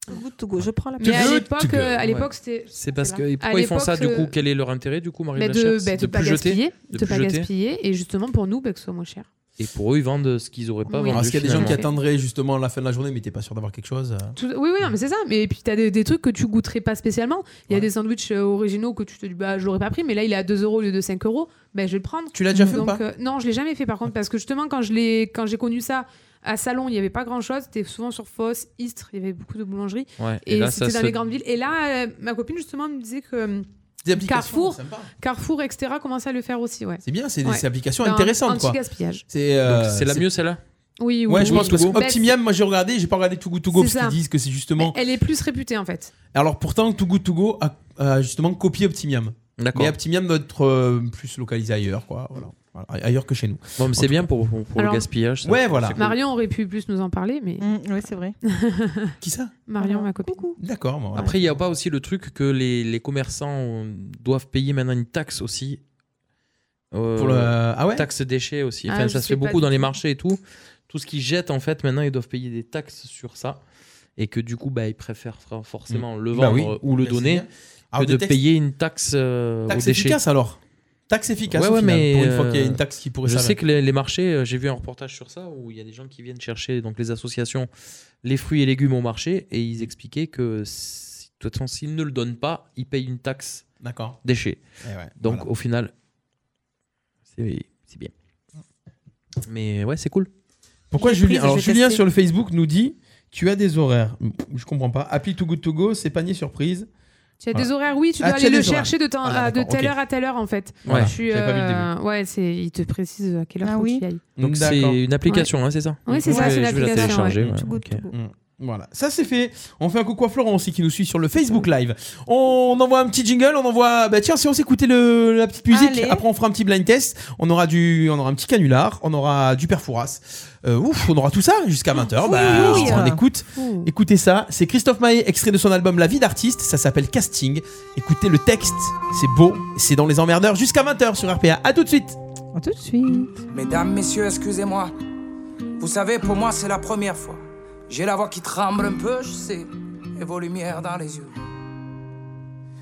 Speaker 10: je prends la
Speaker 4: Mais à
Speaker 8: To go, to
Speaker 4: l'époque,
Speaker 8: go.
Speaker 4: euh, à l'époque,
Speaker 8: Ouais.
Speaker 4: c'était.
Speaker 8: C'est parce que.
Speaker 4: là.
Speaker 8: et
Speaker 4: À
Speaker 8: pourquoi ils font
Speaker 4: l'époque,
Speaker 8: ça du
Speaker 4: euh,
Speaker 8: coup Quel est leur intérêt du coup, Marie
Speaker 4: bah, de
Speaker 8: Blachère
Speaker 4: bah,
Speaker 8: C'est
Speaker 4: de pas
Speaker 8: plus jeter,
Speaker 4: gaspiller,
Speaker 8: de
Speaker 4: de
Speaker 8: plus
Speaker 4: pas
Speaker 8: jeter.
Speaker 4: gaspiller, et justement pour nous, bah, que ce soit moins cher.
Speaker 8: Et pour eux, ils vendent ce qu'ils auraient pas
Speaker 4: Oui.
Speaker 8: vendu.
Speaker 7: Parce qu'il y a des gens qui
Speaker 8: finalement.
Speaker 7: attendraient justement la fin de la journée, mais t'es pas sûr d'avoir quelque chose. euh.
Speaker 4: Tout- Oui, oui, non, mais c'est ça. Mais et puis, tu as des, des trucs que tu goûterais pas spécialement. Il y a des sandwichs euh, originaux que tu te dis, bah, je l'aurais pas pris, mais là, il est à 2 euros au lieu de 5 euros. Ben, je vais le prendre.
Speaker 7: Tu l'as déjà fait ou
Speaker 4: Donc,
Speaker 7: pas
Speaker 4: euh, Non, je l'ai jamais fait, par contre, parce que justement, quand je l'ai- quand j'ai connu ça à Salon, il y avait pas grand chose. C'était souvent sur Foss, Istres, il y avait beaucoup de boulangeries.
Speaker 8: Ouais, et
Speaker 4: et
Speaker 8: là, ça
Speaker 4: c'était dans
Speaker 8: se-
Speaker 4: les grandes villes. Et là, euh, ma copine, justement, me disait que. euh,
Speaker 7: Des applications,
Speaker 4: Carrefour,
Speaker 7: sympa.
Speaker 4: Carrefour, etc., commence à le faire aussi. Ouais.
Speaker 7: C'est bien, c'est des
Speaker 4: Ouais.
Speaker 7: c'est des applications
Speaker 4: Dans-
Speaker 7: intéressantes quoi.
Speaker 4: Anti-gaspillage.
Speaker 7: C'est euh,
Speaker 8: Donc, c'est la mieux, celle-là
Speaker 4: Oui, oui,
Speaker 7: Ouais, je
Speaker 4: oui.
Speaker 7: pense parce que
Speaker 4: Ben,
Speaker 7: Optimium, moi j'ai regardé, j'ai pas regardé Too Good To Go
Speaker 4: C'est
Speaker 7: parce qu'ils
Speaker 4: ça.
Speaker 7: disent que c'est justement.
Speaker 4: Elle est plus réputée, en fait.
Speaker 7: Alors pourtant, Too Good To Go a, a justement copié Optimium.
Speaker 8: D'accord.
Speaker 7: Mais Optimium doit être euh, plus localisé ailleurs quoi. Voilà. Voilà, ailleurs que chez nous.
Speaker 8: Bon, mais c'est bien pour, pour, pour
Speaker 4: Alors-
Speaker 8: le gaspillage. ça.
Speaker 7: Ouais, voilà.
Speaker 4: Marion aurait pu plus nous en parler, mais.
Speaker 10: oui, c'est vrai.
Speaker 7: Qui ça
Speaker 4: Marion, ma copine.
Speaker 7: D'accord. moi, voilà.
Speaker 8: Après, il n'y a pas aussi le truc que les, les commerçants doivent payer maintenant une taxe aussi. Euh,
Speaker 7: Pour le- ah ouais
Speaker 8: Taxe déchets aussi.
Speaker 7: Ah,
Speaker 8: Enfin,
Speaker 7: je
Speaker 8: ça se
Speaker 7: sais
Speaker 8: fait
Speaker 7: pas
Speaker 8: beaucoup
Speaker 7: du
Speaker 8: dans les
Speaker 7: tout.
Speaker 8: marchés et tout. Tout ce qu'ils jettent, en fait, maintenant, ils doivent payer des taxes sur ça. Et que du coup, bah, ils préfèrent fra- forcément
Speaker 7: Mm.
Speaker 8: le
Speaker 7: Bah
Speaker 8: vendre
Speaker 7: oui.
Speaker 8: ou le
Speaker 7: Bah, c'est
Speaker 8: donner
Speaker 7: bien. Alors,
Speaker 8: que
Speaker 7: des
Speaker 8: de
Speaker 7: taxes-
Speaker 8: payer une taxe euh,
Speaker 7: Taxe
Speaker 8: aux déchets.
Speaker 7: efficace, alors. Taxe efficace, au final, pour une fois qu'il y a une taxe qui pourrait
Speaker 8: euh, Je
Speaker 7: servir.
Speaker 8: sais que les, les marchés, euh, j'ai vu un reportage sur ça où il y a des gens qui viennent chercher donc les associations les fruits et légumes au marché et ils expliquaient que si- de toute façon s'ils ne le donnent pas, ils payent une taxe
Speaker 7: D'accord.
Speaker 8: déchets.
Speaker 7: Eh ouais,
Speaker 8: donc
Speaker 7: voilà.
Speaker 8: au final, c'est c'est bien. Mais ouais, c'est cool.
Speaker 7: Pourquoi Julien Alors Julien sur le
Speaker 8: fait
Speaker 7: Facebook nous dit tu as des horaires. Je comprends pas. Appli Too Good To Go, c'est panier surprise.
Speaker 4: Tu as
Speaker 7: Voilà.
Speaker 4: des horaires, oui, tu
Speaker 7: Ah,
Speaker 4: dois aller
Speaker 7: as
Speaker 4: le
Speaker 7: des horaires.
Speaker 4: chercher de, temps,
Speaker 7: Ah,
Speaker 4: à- de
Speaker 7: d'accord,
Speaker 4: telle
Speaker 7: ok.
Speaker 4: heure à telle heure en fait.
Speaker 8: Voilà.
Speaker 4: Tu,
Speaker 8: J'avais pas vu le
Speaker 4: ouais, c'est, il te précise à quelle heure
Speaker 8: Ah
Speaker 4: faut
Speaker 8: oui.
Speaker 4: tu y ailles.
Speaker 8: Donc c'est une application, hein, c'est ça
Speaker 4: Oui, c'est ça,
Speaker 8: Je
Speaker 4: c'est
Speaker 8: vais-
Speaker 4: une
Speaker 8: je vais la
Speaker 4: application.
Speaker 8: télécharger.
Speaker 4: ouais.
Speaker 8: ouais.
Speaker 7: Mm. Voilà, ça c'est fait. On fait un coucou à Florent aussi qui nous suit sur le Facebook Live. On envoie un petit jingle, on envoie. Bah tiens, si on s'écoutait le- la petite musique,
Speaker 11: Allez.
Speaker 7: après on fera un petit blind test. On aura du, on aura un petit canular, on aura du perforas. Euh, ouf, on aura tout ça jusqu'à 20h. bah,
Speaker 11: oui.
Speaker 7: on écoute. Écoutez ça. C'est Christophe Maé, extrait de son album La vie d'artiste. Ça s'appelle Casting. Écoutez le texte, c'est beau. C'est dans les emmerdeurs jusqu'à 20h sur RPA. À tout de suite.
Speaker 9: À tout de suite.
Speaker 2: Mesdames, messieurs, excusez-moi. Vous savez, pour moi, c'est la première fois. J'ai la voix qui tremble un peu, je sais, et vos lumières dans les yeux.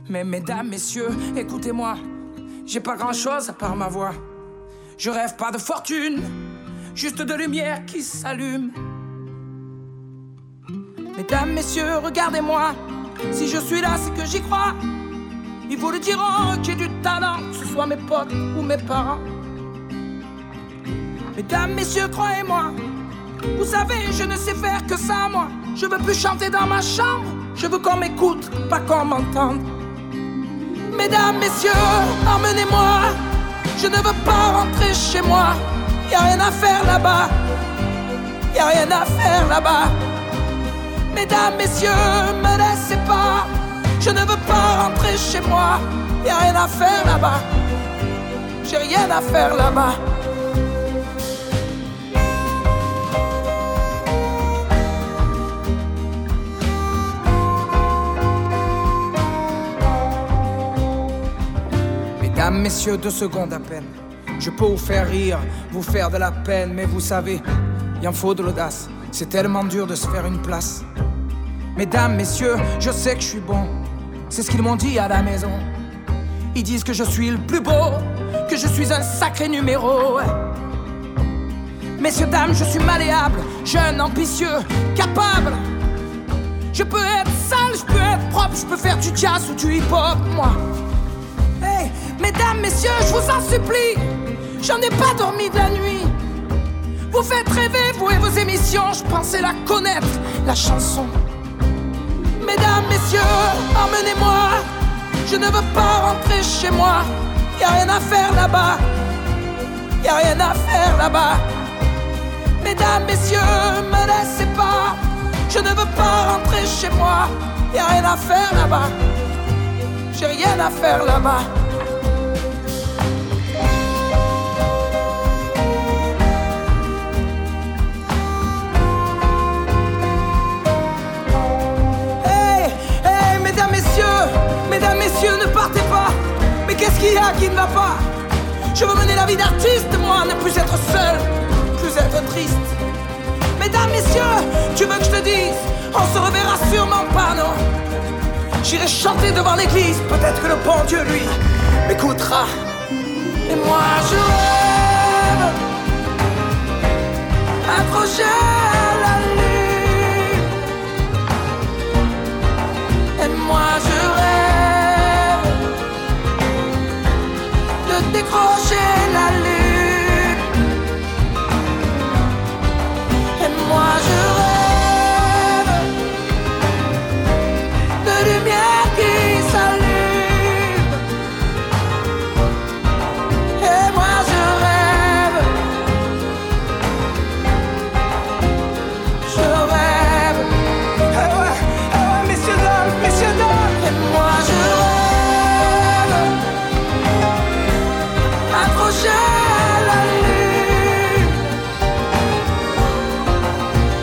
Speaker 2: Mais mesdames, messieurs, écoutez-moi. J'ai pas grand-chose à part ma voix. Je rêve pas de fortune, juste de lumière qui s'allume. Mesdames, messieurs, regardez-moi. Si je suis là, c'est que j'y crois. Ils vous le diront, j'ai du talent, que ce soit mes potes ou mes parents. Mesdames, messieurs, croyez-moi. Vous savez, je ne sais faire que ça, moi. Je veux plus chanter dans ma chambre. Je veux qu'on m'écoute, pas qu'on m'entende. Mesdames, messieurs, emmenez-moi. Je ne veux pas rentrer chez moi. Y a rien à faire là-bas. Y a rien à faire là-bas. Mesdames, messieurs, me laissez pas. Je ne veux pas rentrer chez moi. Y a rien à faire là-bas. J'ai rien à faire là-bas. Mesdames, messieurs, deux secondes à peine. Je peux vous faire rire, vous faire de la peine, mais vous savez, il en faut de l'audace. C'est tellement dur de se faire une place. Mesdames, messieurs, je sais que je suis bon. C'est ce qu'ils m'ont dit à la maison. Ils disent que je suis le plus beau, que je suis un sacré numéro. Messieurs, dames, je suis malléable, jeune, ambitieux, capable. Je peux être sale, je peux être propre, je peux faire du jazz ou du hip-hop, moi. Hey, mesdames, messieurs, je vous en supplie, j'en ai pas dormi de la nuit. Vous faites rêver, vous et vos émissions, je pensais la connaître, la chanson. Mesdames, messieurs, emmenez-moi, je ne veux pas rentrer chez moi, y a rien à faire là-bas, y a rien à faire là-bas. Mesdames, messieurs, me laissez pas, je ne veux pas rentrer chez moi, y a rien à faire là-bas, j'ai rien à faire là-bas. Hey, hey, mesdames, messieurs, mesdames, messieurs, ne partez pas. Mais qu'est-ce qu'il y a qui ne va pas Je veux mener la vie d'artiste, moi, ne plus être seul, plus être triste. Mesdames, messieurs, tu veux que je te dise, on se reverra sûrement pas, non J'irai chanter devant l'église, peut-être que le bon Dieu, lui, m'écoutera. Et moi, je rêve, accroché à la lune. Et moi je rêve de décrocher la lune. Et moi je rêve de lumière qui s'allume. Et moi je rêve, je rêve. Ah ouais, ah ouais, messieurs, dames, messieurs, dames. Et moi je rêve accroché à la lune.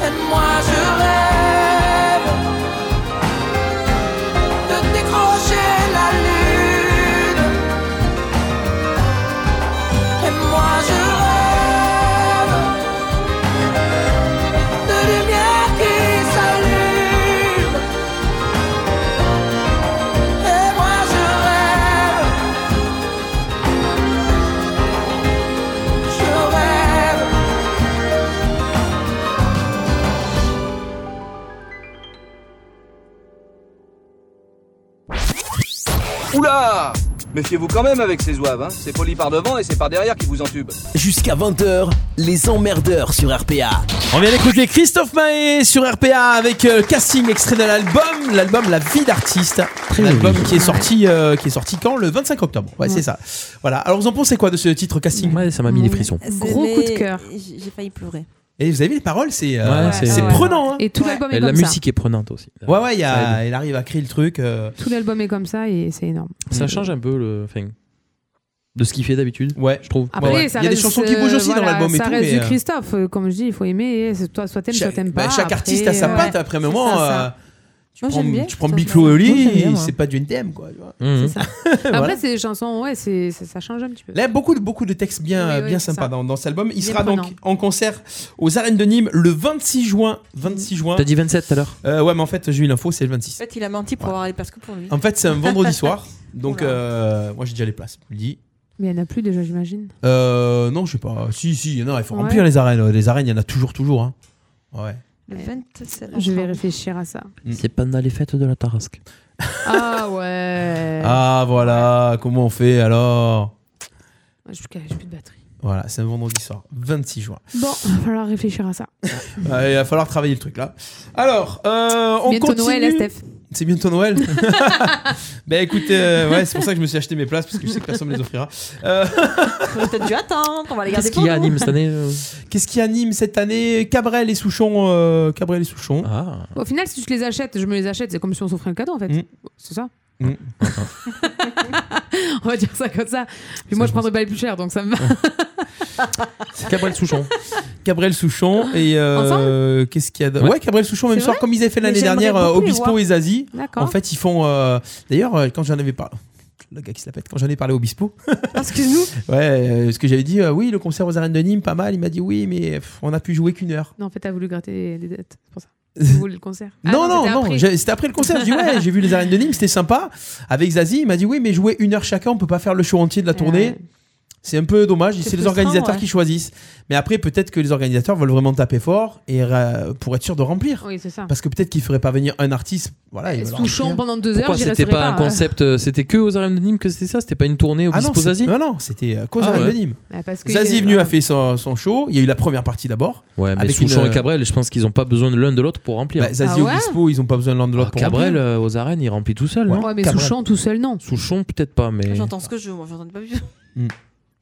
Speaker 2: Et moi je rêve de décrocher la lune. Et moi je rêve de lumière qui s'allume. Et moi je rêve. Je rêve.
Speaker 15: Oula Méfiez-vous quand même avec ces zouaves, hein. C'est poli par devant et c'est par derrière qui vous entube.
Speaker 22: Jusqu'à 20h, les emmerdeurs sur RPA.
Speaker 7: On vient d'écouter Christophe Maé sur RPA avec euh, casting extrait de l'album, l'album La vie d'artiste. L'album qui est sorti euh, qui est sorti quand Le 25 octobre. Ouais,
Speaker 10: Ouais.
Speaker 7: c'est ça. Voilà. Alors vous en pensez quoi de ce titre casting ça m'a mis des frissons.
Speaker 4: Gros coup de cœur.
Speaker 10: J'ai j'ai failli pleurer.
Speaker 7: Et vous avez vu les paroles, c'est euh,
Speaker 8: Ouais,
Speaker 7: c'est
Speaker 8: ouais,
Speaker 7: c'est
Speaker 8: ouais.
Speaker 7: prenant. hein.
Speaker 4: Et tout l'album est
Speaker 8: la
Speaker 4: comme ça.
Speaker 8: musique est prenante aussi.
Speaker 7: Ouais ouais, il y
Speaker 8: Ça
Speaker 7: a,
Speaker 8: aide.
Speaker 7: il arrive à créer le truc. euh,
Speaker 4: Tout l'album est comme ça et c'est énorme. Euh,
Speaker 8: Ça change un peu le, enfin, de ce qu'il fait d'habitude.
Speaker 7: Ouais,
Speaker 8: je trouve.
Speaker 4: Après, ça
Speaker 7: Il y a des
Speaker 4: reste,
Speaker 7: chansons qui bougent aussi dans
Speaker 4: voilà,
Speaker 7: l'album et
Speaker 4: Ça
Speaker 7: tout,
Speaker 4: reste
Speaker 7: mais,
Speaker 4: du
Speaker 7: euh,
Speaker 4: Christophe, euh, comme je dis, il faut aimer, c'est toi, soit t'aimes, soit t'aimes
Speaker 7: bah,
Speaker 4: pas.
Speaker 7: chaque
Speaker 4: Après, euh,
Speaker 7: artiste a sa
Speaker 4: ouais,
Speaker 7: patte. Après un
Speaker 4: c'est
Speaker 7: moment,
Speaker 4: ça, ça.
Speaker 7: euh, tu
Speaker 4: Moi,
Speaker 7: prends,
Speaker 4: j'aime bien,
Speaker 7: tu prends
Speaker 4: ça,
Speaker 7: Big
Speaker 4: ça.
Speaker 7: Flo et
Speaker 4: Moi, j'aime bien,
Speaker 7: Oli,
Speaker 4: moi.
Speaker 7: c'est pas du NTM quoi. tu vois.
Speaker 4: Après,
Speaker 7: Voilà.
Speaker 4: c'est des chansons, ouais, c'est- ça, ça change un petit peu.
Speaker 7: Là, beaucoup de, beaucoup de textes bien,
Speaker 4: Oui,
Speaker 7: euh,
Speaker 4: oui,
Speaker 7: bien
Speaker 4: c'est
Speaker 7: sympas
Speaker 4: ça.
Speaker 7: dans, dans cet album. Il
Speaker 4: Bien
Speaker 7: sera donc
Speaker 4: prenant.
Speaker 7: en concert aux Arènes de Nîmes le 26 juin. 26 juin.
Speaker 8: T'as dit 27 tout à l'heure
Speaker 7: Euh, ouais, mais en fait, j'ai eu l'info, c'est le
Speaker 12: En
Speaker 7: 26.
Speaker 12: fait, il a menti pour avoir les places que pour lui.
Speaker 7: En fait, c'est un vendredi soir. Donc, euh, moi, j'ai déjà les places. Je me dis.
Speaker 4: Mais il n'y en a plus déjà, j'imagine.
Speaker 7: Euh, non, je sais pas. Si, si, il y en a. Il faut
Speaker 4: Ouais.
Speaker 7: remplir les arènes. euh, Les arènes, il y en a toujours, toujours. hein. Ouais.
Speaker 12: Le 27
Speaker 4: Je vais réfléchir à ça.
Speaker 7: Mm.
Speaker 8: C'est pendant les fêtes de la Tarasque.
Speaker 4: Ah ouais.
Speaker 7: Ah, voilà. Comment on fait alors
Speaker 4: Je suis calée, j'ai plus de batterie.
Speaker 7: Voilà, c'est un vendredi soir, 26 juin.
Speaker 4: Bon, il va falloir réfléchir à ça.
Speaker 7: Euh, il va falloir travailler le truc là. Alors, euh, on
Speaker 4: Bientôt
Speaker 7: continue.
Speaker 4: Noël, hein, Steph.
Speaker 7: C'est bientôt Noël. ben écoute, euh, ouais, c'est pour ça que je me suis acheté mes places parce que je sais que personne me les offrira. Euh,
Speaker 10: T'aurais peut-être dû attendre, on va les garder
Speaker 7: Qu'est-ce qu'il y a
Speaker 10: pour
Speaker 7: à
Speaker 10: nous.
Speaker 7: Nîmes cette année euh Qu'est-ce qui anime cette année Cabrel et Souchon. euh, Cabrel et Souchon.
Speaker 4: Au final, si je les achète, je me les achète, c'est comme si on s'offrait un cadeau en fait.
Speaker 7: Mm.
Speaker 4: C'est ça
Speaker 7: Mm.
Speaker 4: On va dire ça comme ça. Puis moi, je prendrais pas les plus chers, donc ça me va.
Speaker 7: Cabrel Souchon. Cabrel Souchon et euh, qu'est-ce qu'il y a de- Ouais, Cabrel Souchon même
Speaker 4: C'est
Speaker 7: soir
Speaker 4: vrai
Speaker 7: comme ils avaient fait
Speaker 4: Mais
Speaker 7: l'année
Speaker 4: j'aimerais
Speaker 7: dernière euh,
Speaker 4: beaucoup les
Speaker 7: Obispo
Speaker 4: voir.
Speaker 7: et Zazie.
Speaker 4: D'accord.
Speaker 7: En fait, ils font euh, d'ailleurs euh, quand j'en avais parlé le gars qui se la pète, quand j'en ai parlé au Bispo.
Speaker 9: Excuse-nous.
Speaker 7: Ouais, euh, ce que j'avais dit, euh, oui, le concert aux arènes de Nîmes, pas mal. Il m'a dit, oui, mais pff, on a pu jouer qu'une heure.
Speaker 4: Non, en fait, t'as voulu gratter des dettes. C'est pour ça. Vous voulez le concert Ah
Speaker 7: non, non,
Speaker 4: c'était
Speaker 7: non,
Speaker 4: après.
Speaker 7: j'ai- c'était après le concert. Je dis, ouais, j'ai vu les arènes de Nîmes, c'était sympa. Avec Zazie, il m'a dit, oui, mais jouer une heure chacun, on peut pas faire le show entier de la tournée. C'est un peu dommage,
Speaker 11: C'est
Speaker 7: c'est les
Speaker 11: frustrant,
Speaker 7: organisateurs
Speaker 11: ouais.
Speaker 7: qui choisissent. Mais après, peut-être que les organisateurs veulent vraiment taper fort et euh, pour être sûr de remplir.
Speaker 4: Oui, c'est ça.
Speaker 7: Parce que peut-être qu'ils feraient pas venir un artiste. Voilà, ils veulent
Speaker 4: Souchon
Speaker 7: remplir.
Speaker 4: pendant deux heures,
Speaker 8: Pourquoi
Speaker 4: j'y
Speaker 8: c'était
Speaker 4: resterai
Speaker 8: pas, un
Speaker 4: pas.
Speaker 8: concept euh, C'était que aux arènes de Nîmes que c'était ça C'était pas une tournée au
Speaker 7: Ah non,
Speaker 8: Bispo
Speaker 7: c'est-
Speaker 8: Zazie
Speaker 7: non, non, c'était euh, qu'aux
Speaker 8: Ah
Speaker 7: arènes
Speaker 8: ouais.
Speaker 7: de Nîmes.
Speaker 4: Ah, parce que-
Speaker 7: Zazie est venu, a fait son, son show. Il y a eu la première partie d'abord.
Speaker 8: Ouais, mais
Speaker 7: Avec
Speaker 8: Souchon
Speaker 7: une, euh,
Speaker 8: et Cabrel, je pense qu'ils ont pas besoin de l'un de l'autre pour remplir.
Speaker 7: Bah, Zazie Ah au ouais Bispo, ils ont pas besoin de l'un de l'autre pour
Speaker 8: Cabrel,
Speaker 7: remplir.
Speaker 8: euh, aux arènes, il remplit tout seul.
Speaker 4: Ouais,
Speaker 8: non
Speaker 4: mais
Speaker 8: Cabrel.
Speaker 4: Souchon tout seul, non.
Speaker 8: Souchon, peut-être pas, mais.
Speaker 10: J'entends ce que je veux, moi, j'entends pas plus.
Speaker 7: Hmm.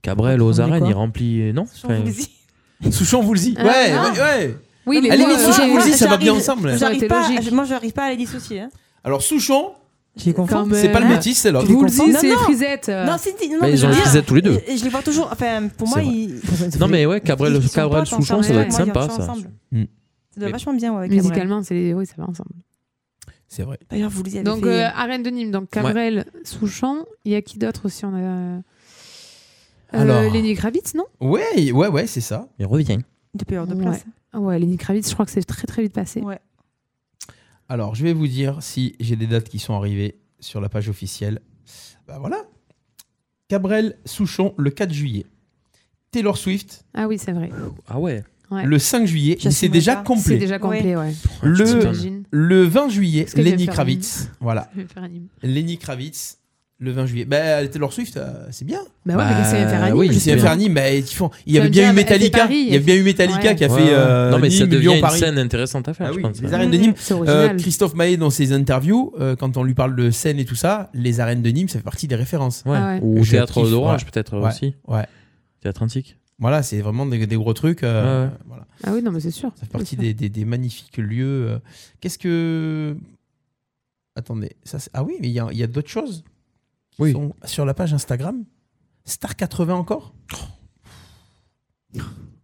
Speaker 8: Cabrel aux
Speaker 4: Remplit
Speaker 8: arènes,
Speaker 4: quoi
Speaker 8: il remplit. euh, Non euh,
Speaker 10: Souchon, vous le dites.
Speaker 7: Souchon vous le dit.
Speaker 10: Ah,
Speaker 7: ouais,
Speaker 10: non.
Speaker 7: ouais, ouais.
Speaker 10: Oui, mais
Speaker 7: à la
Speaker 10: moi,
Speaker 4: euh,
Speaker 7: limite,
Speaker 10: moi,
Speaker 7: Souchon vous
Speaker 10: moi,
Speaker 7: le dit, euh, ça va
Speaker 10: j'arrive-
Speaker 7: bien ensemble.
Speaker 10: j'arrive
Speaker 4: été
Speaker 10: pas-
Speaker 4: logique.
Speaker 10: Moi, j'arrive pas à les dissocier. hein.
Speaker 7: Alors Souchon,
Speaker 9: j'ai
Speaker 4: Quand
Speaker 7: C'est pas le
Speaker 4: même.
Speaker 7: métis, c'est l'autre.
Speaker 4: Vous le dites,
Speaker 10: Non,
Speaker 4: c'est
Speaker 10: non.
Speaker 4: Frisette.
Speaker 7: euh.
Speaker 10: Non, c'est dit- non,
Speaker 8: Mais
Speaker 10: mais
Speaker 8: ils
Speaker 10: je
Speaker 8: ont
Speaker 10: veux
Speaker 8: les
Speaker 10: dire,
Speaker 8: frisettes tous les deux.
Speaker 10: Je, je les vois toujours. Enfin, pour
Speaker 8: C'est
Speaker 10: moi,
Speaker 8: vrai.
Speaker 10: ils.
Speaker 8: Non, mais ouais, Cabrel,
Speaker 10: ils sont
Speaker 8: Cabrel
Speaker 10: potes ensemble,
Speaker 8: Souchon, ça doit
Speaker 10: ouais,
Speaker 8: être
Speaker 10: moi, ils
Speaker 8: sympa,
Speaker 10: sont
Speaker 8: ça.
Speaker 10: ensemble.
Speaker 7: Mm.
Speaker 10: Ça doit vachement bien, ouais. avec Cabrel.
Speaker 4: Musicalement, c'est oui, ça va ensemble.
Speaker 7: C'est vrai.
Speaker 10: D'ailleurs, vous les avez
Speaker 4: Donc
Speaker 10: fait-
Speaker 4: euh, Arène de Nîmes, donc Cabrel, Souchon, il y a qui d'autre aussi On a euh,
Speaker 7: Alors.
Speaker 4: Lenny Kravitz, non
Speaker 7: Ouais, ouais, ouais, c'est ça.
Speaker 8: Il revient.
Speaker 10: Depuis heure de
Speaker 4: Ouais.
Speaker 10: place.
Speaker 4: Ouais, Lenny Kravitz, je crois que c'est très très vite passé.
Speaker 10: Ouais.
Speaker 7: Alors, je vais vous dire si j'ai des dates qui sont arrivées sur la page officielle. Bah voilà. Cabrel Souchon, le 4 juillet. Taylor Swift,
Speaker 4: Ah oui, c'est vrai.
Speaker 8: Ah ouais.
Speaker 4: Ouais.
Speaker 7: le 5 juillet.
Speaker 4: Justin
Speaker 7: C'est déjà
Speaker 4: Bieber.
Speaker 7: complet.
Speaker 4: C'est déjà complet, ouais.
Speaker 8: Ouais, tu
Speaker 7: Le,
Speaker 8: t'imagines.
Speaker 7: le 20 juillet,
Speaker 4: Parce qu'elle vient
Speaker 7: Lenny
Speaker 4: faire un
Speaker 7: Kravitz.
Speaker 4: hymne.
Speaker 7: Voilà.
Speaker 4: Elle vient faire un hymne.
Speaker 7: Lenny Kravitz, le 20 juillet. Bah, Taylor Swift, euh, c'est bien.
Speaker 4: Bah ouais, mais qu'est-ce qu'elle vient faire à Nîmes
Speaker 7: Oui,
Speaker 4: C'est
Speaker 7: qu'est-ce qu'elle vient
Speaker 4: bien.
Speaker 7: faire à Nîmes Bah, ils font- Il y
Speaker 4: Ça
Speaker 7: avait
Speaker 4: veut
Speaker 7: bien
Speaker 4: dire,
Speaker 7: eu
Speaker 4: elle fait
Speaker 7: Metallica.
Speaker 4: Paris,
Speaker 7: Il y avait bien eu Metallica
Speaker 4: ouais.
Speaker 7: qui a
Speaker 8: Ouais,
Speaker 7: fait.
Speaker 8: ouais.
Speaker 7: euh,
Speaker 8: Non, mais ça
Speaker 7: Nîmes, Lyon,
Speaker 8: devient une
Speaker 7: Paris.
Speaker 8: scène intéressante à faire,
Speaker 7: Ah
Speaker 8: je
Speaker 7: oui,
Speaker 8: pense.
Speaker 7: Les arènes de Nîmes.
Speaker 4: C'est original.
Speaker 7: Euh, Christophe Maé, dans ses interviews, euh, quand on lui parle de scène et tout ça, les arènes de Nîmes, ça fait partie des références.
Speaker 8: Ouais. Ah ouais. Ou
Speaker 7: Je
Speaker 8: Théâtre
Speaker 7: kiffe,
Speaker 8: d'Orage,
Speaker 7: ouais.
Speaker 8: peut-être
Speaker 7: Ouais,
Speaker 8: aussi.
Speaker 7: Ouais.
Speaker 8: Théâtre antique.
Speaker 7: Voilà, c'est vraiment des, des gros trucs. euh,
Speaker 8: Ouais, ouais.
Speaker 7: voilà.
Speaker 4: Ah oui, non, mais c'est sûr.
Speaker 7: Ça fait partie des, des- des magnifiques lieux. euh. Qu'est-ce que. Attendez. Ça, c'est- ah oui, mais il y a, il y a d'autres choses qui sont sur la page Instagram. Star80 encore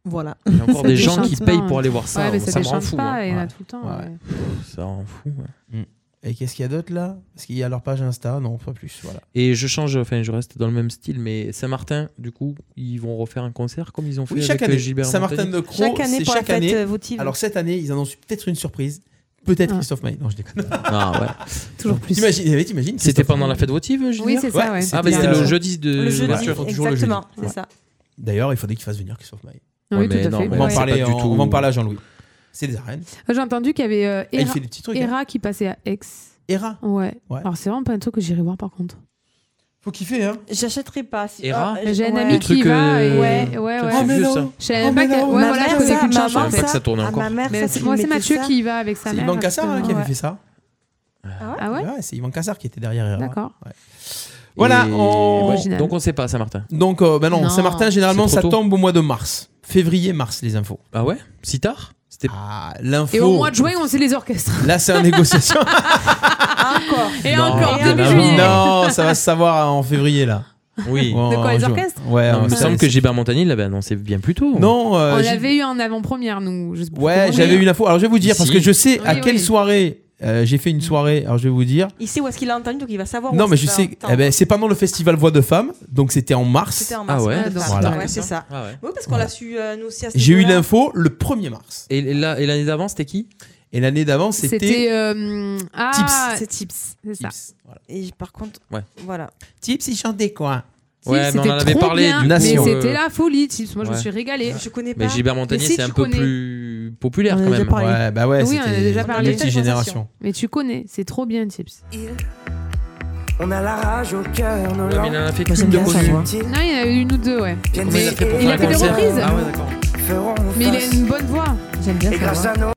Speaker 9: Voilà.
Speaker 8: Il y a encore des gens qui
Speaker 9: hein.
Speaker 8: payent pour aller voir ça.
Speaker 4: Ouais, mais ça
Speaker 8: ça me rend
Speaker 4: déchante
Speaker 8: fou.
Speaker 4: pas,
Speaker 8: hein.
Speaker 4: et il y en a
Speaker 8: Ouais.
Speaker 4: tout le temps,
Speaker 8: Ouais.
Speaker 4: ouais.
Speaker 8: Ça rend fou. ouais.
Speaker 7: Et qu'est-ce qu'il y a d'autre là Est-ce qu'il y a leur page Insta Non, pas plus. Voilà.
Speaker 8: Et je change, enfin je reste dans le même style, mais Saint-Martin, du coup, ils vont refaire un concert comme ils ont fait
Speaker 7: Oui, chaque
Speaker 8: avec
Speaker 7: année.
Speaker 8: euh, Gilbert
Speaker 7: Saint-Martin
Speaker 8: Montagnier.
Speaker 7: de Croix,
Speaker 10: Chaque année
Speaker 7: c'est
Speaker 10: pour la
Speaker 7: chaque
Speaker 10: fête,
Speaker 7: année.
Speaker 10: euh, votive.
Speaker 7: Alors cette année, ils annoncent peut-être une surprise. Peut-être
Speaker 4: Ah.
Speaker 7: Christophe Maé. Non, je déconne.
Speaker 8: Ah ouais.
Speaker 4: Toujours plus.
Speaker 7: T'imagines, eh, t'imagines
Speaker 8: C'était
Speaker 7: Christophe
Speaker 8: pendant
Speaker 7: Maé.
Speaker 8: la fête votive, Gilbert
Speaker 4: Oui, c'est ça, ouais.
Speaker 8: Ah, mais c'était
Speaker 7: euh,
Speaker 8: le jeudi de
Speaker 10: Le jeudi,
Speaker 8: l'ouverture.
Speaker 7: Ils font toujours le jeudi.
Speaker 10: exactement, c'est
Speaker 7: Ouais.
Speaker 10: ça.
Speaker 7: D'ailleurs, il faudrait qu'il fasse venir Christophe Maé.
Speaker 4: Oui, Ouais, tout mais à non, fait. mais
Speaker 7: On va en
Speaker 4: c'est
Speaker 7: parler,
Speaker 4: pas du
Speaker 7: on-
Speaker 4: tout-
Speaker 7: on va en parler à Jean-Louis. C'est des arènes.
Speaker 4: Euh, J'ai entendu qu'il y avait euh,
Speaker 7: Ah, il
Speaker 4: Hera,
Speaker 7: fait des petits trucs, hein.
Speaker 4: Hera qui passait à Aix.
Speaker 7: Hera
Speaker 4: ouais.
Speaker 7: Ouais.
Speaker 4: Alors c'est vraiment pas un truc que j'irai voir par contre.
Speaker 7: Faut kiffer, hein.
Speaker 10: J'achèterai pas. Si...
Speaker 8: Hera
Speaker 10: euh,
Speaker 4: J'ai un
Speaker 10: ouais.
Speaker 4: ami qui va
Speaker 8: euh,
Speaker 4: et... Ah,
Speaker 9: Euh,
Speaker 4: ouais, ouais, ouais.
Speaker 10: Oh, mais non.
Speaker 4: Je savais
Speaker 10: Oh,
Speaker 4: pas
Speaker 10: mais
Speaker 4: que... ouais,
Speaker 10: non. Ma
Speaker 4: voilà, je
Speaker 10: mère,
Speaker 4: connais
Speaker 10: ça,
Speaker 4: qu'une
Speaker 10: ma
Speaker 4: chance.
Speaker 10: mère,
Speaker 4: en
Speaker 10: ça.
Speaker 4: fait.
Speaker 8: que ça tourne
Speaker 10: Ah,
Speaker 8: encore.
Speaker 10: ma mère,
Speaker 4: Mais
Speaker 10: ça,
Speaker 4: c'est-
Speaker 10: tu
Speaker 4: moi,
Speaker 10: lui
Speaker 4: c'est
Speaker 10: mettais
Speaker 4: Mathieu
Speaker 10: ça.
Speaker 4: qui y va avec sa
Speaker 7: C'est
Speaker 4: mère.
Speaker 7: Yvan Cassard hein, qui
Speaker 4: absolument.
Speaker 7: avait fait ça.
Speaker 4: Ah ouais
Speaker 7: Ouais, c'est Yvan Cassard qui était derrière Hera.
Speaker 4: D'accord.
Speaker 7: Ouais. Voilà,
Speaker 8: Et-
Speaker 7: on-
Speaker 8: ouais, Donc on sait pas, Saint-Martin.
Speaker 7: Donc, euh, bah non,
Speaker 8: Non.
Speaker 7: Saint-Martin, généralement,
Speaker 8: C'est
Speaker 7: ça
Speaker 8: trop tôt.
Speaker 7: tombe au mois de mars. Février, mars, les infos.
Speaker 8: Ah ouais Si tard C'était.
Speaker 7: Ah, l'info.
Speaker 4: Et au mois de juin, on sait les orchestres.
Speaker 7: Là, c'est en négociation.
Speaker 4: Encore. Et
Speaker 7: Non,
Speaker 4: encore,
Speaker 7: non,
Speaker 4: début
Speaker 7: non,
Speaker 4: juillet.
Speaker 7: Non, ça va se savoir en février, là.
Speaker 8: Oui.
Speaker 7: Ou en-
Speaker 4: De quoi, les
Speaker 7: en juin.
Speaker 4: orchestres
Speaker 7: Ouais,
Speaker 8: Non,
Speaker 7: en-
Speaker 8: il me
Speaker 7: ça-
Speaker 8: semble que Gilbert Montagnier l'avait annoncé bien plus tôt.
Speaker 7: Non, euh,
Speaker 4: on
Speaker 7: j'ai-
Speaker 4: l'avait eu en avant-première, nous. je sais plus
Speaker 7: Ouais,
Speaker 4: comment
Speaker 7: j'avais
Speaker 4: on est.
Speaker 7: eu l'info. Alors, je vais vous dire, parce
Speaker 8: Ici.
Speaker 7: que je sais à
Speaker 4: Oui,
Speaker 7: quelle
Speaker 4: oui.
Speaker 7: soirée euh, j'ai fait une soirée. Alors, je vais vous dire.
Speaker 10: Il sait où est-ce qu'il a entendu, donc il va savoir. où
Speaker 7: Non,
Speaker 10: est-ce
Speaker 7: mais je
Speaker 10: qu'il va
Speaker 7: sais.
Speaker 10: entendre.
Speaker 7: eh ben, c'est pendant le festival Voix de Femmes, donc c'était en mars.
Speaker 10: C'était en mars, Ah ouais, ouais, donc
Speaker 7: Voilà.
Speaker 10: ouais, c'est ça.
Speaker 8: Ah ouais.
Speaker 10: Oui, parce qu'on l'a su, euh, nous aussi, à ce
Speaker 7: J'ai eu
Speaker 10: niveau-là.
Speaker 7: l'info le 1er mars.
Speaker 8: Et là- et l'année d'avant, c'était qui
Speaker 7: Et l'année d'avant,
Speaker 4: C'était.
Speaker 7: c'était.
Speaker 4: euh, Ah,
Speaker 7: Tips.
Speaker 10: C'est Tips.
Speaker 4: C'est ça.
Speaker 10: Et par contre,
Speaker 8: Ouais.
Speaker 10: voilà.
Speaker 7: Tips, il chantait quoi
Speaker 4: Si, c'était trop bien,
Speaker 8: du
Speaker 4: mais
Speaker 8: coup, euh,
Speaker 4: c'était la folie, Tips. Moi, je me
Speaker 8: ouais.
Speaker 4: suis régalée. Je
Speaker 10: connais
Speaker 8: Ah. Mais Gilbert Montagnier, c'est un peu plus populaire
Speaker 4: On en a
Speaker 8: quand
Speaker 4: déjà
Speaker 8: même.
Speaker 4: parlé.
Speaker 7: Ouais, bah ouais,
Speaker 4: oui, on en a
Speaker 7: c'était
Speaker 4: déjà parlé.
Speaker 7: multigénération.
Speaker 4: Mais tu connais, c'est trop bien, Tips.
Speaker 23: On a la rage au cœur, nos
Speaker 8: Ouais, mais il en a fait qu'une
Speaker 23: j'aime
Speaker 8: de
Speaker 23: bien ça,
Speaker 8: connue.
Speaker 23: moi.
Speaker 4: Non, il y en a eu une ou deux, ouais.
Speaker 8: Comment il a fait pour
Speaker 4: Il
Speaker 8: faire
Speaker 4: a fait
Speaker 8: un
Speaker 4: des
Speaker 8: concert
Speaker 4: reprises.
Speaker 8: Ah ouais, d'accord.
Speaker 4: Mais il a une bonne voix. J'aime bien
Speaker 23: grâce à nous.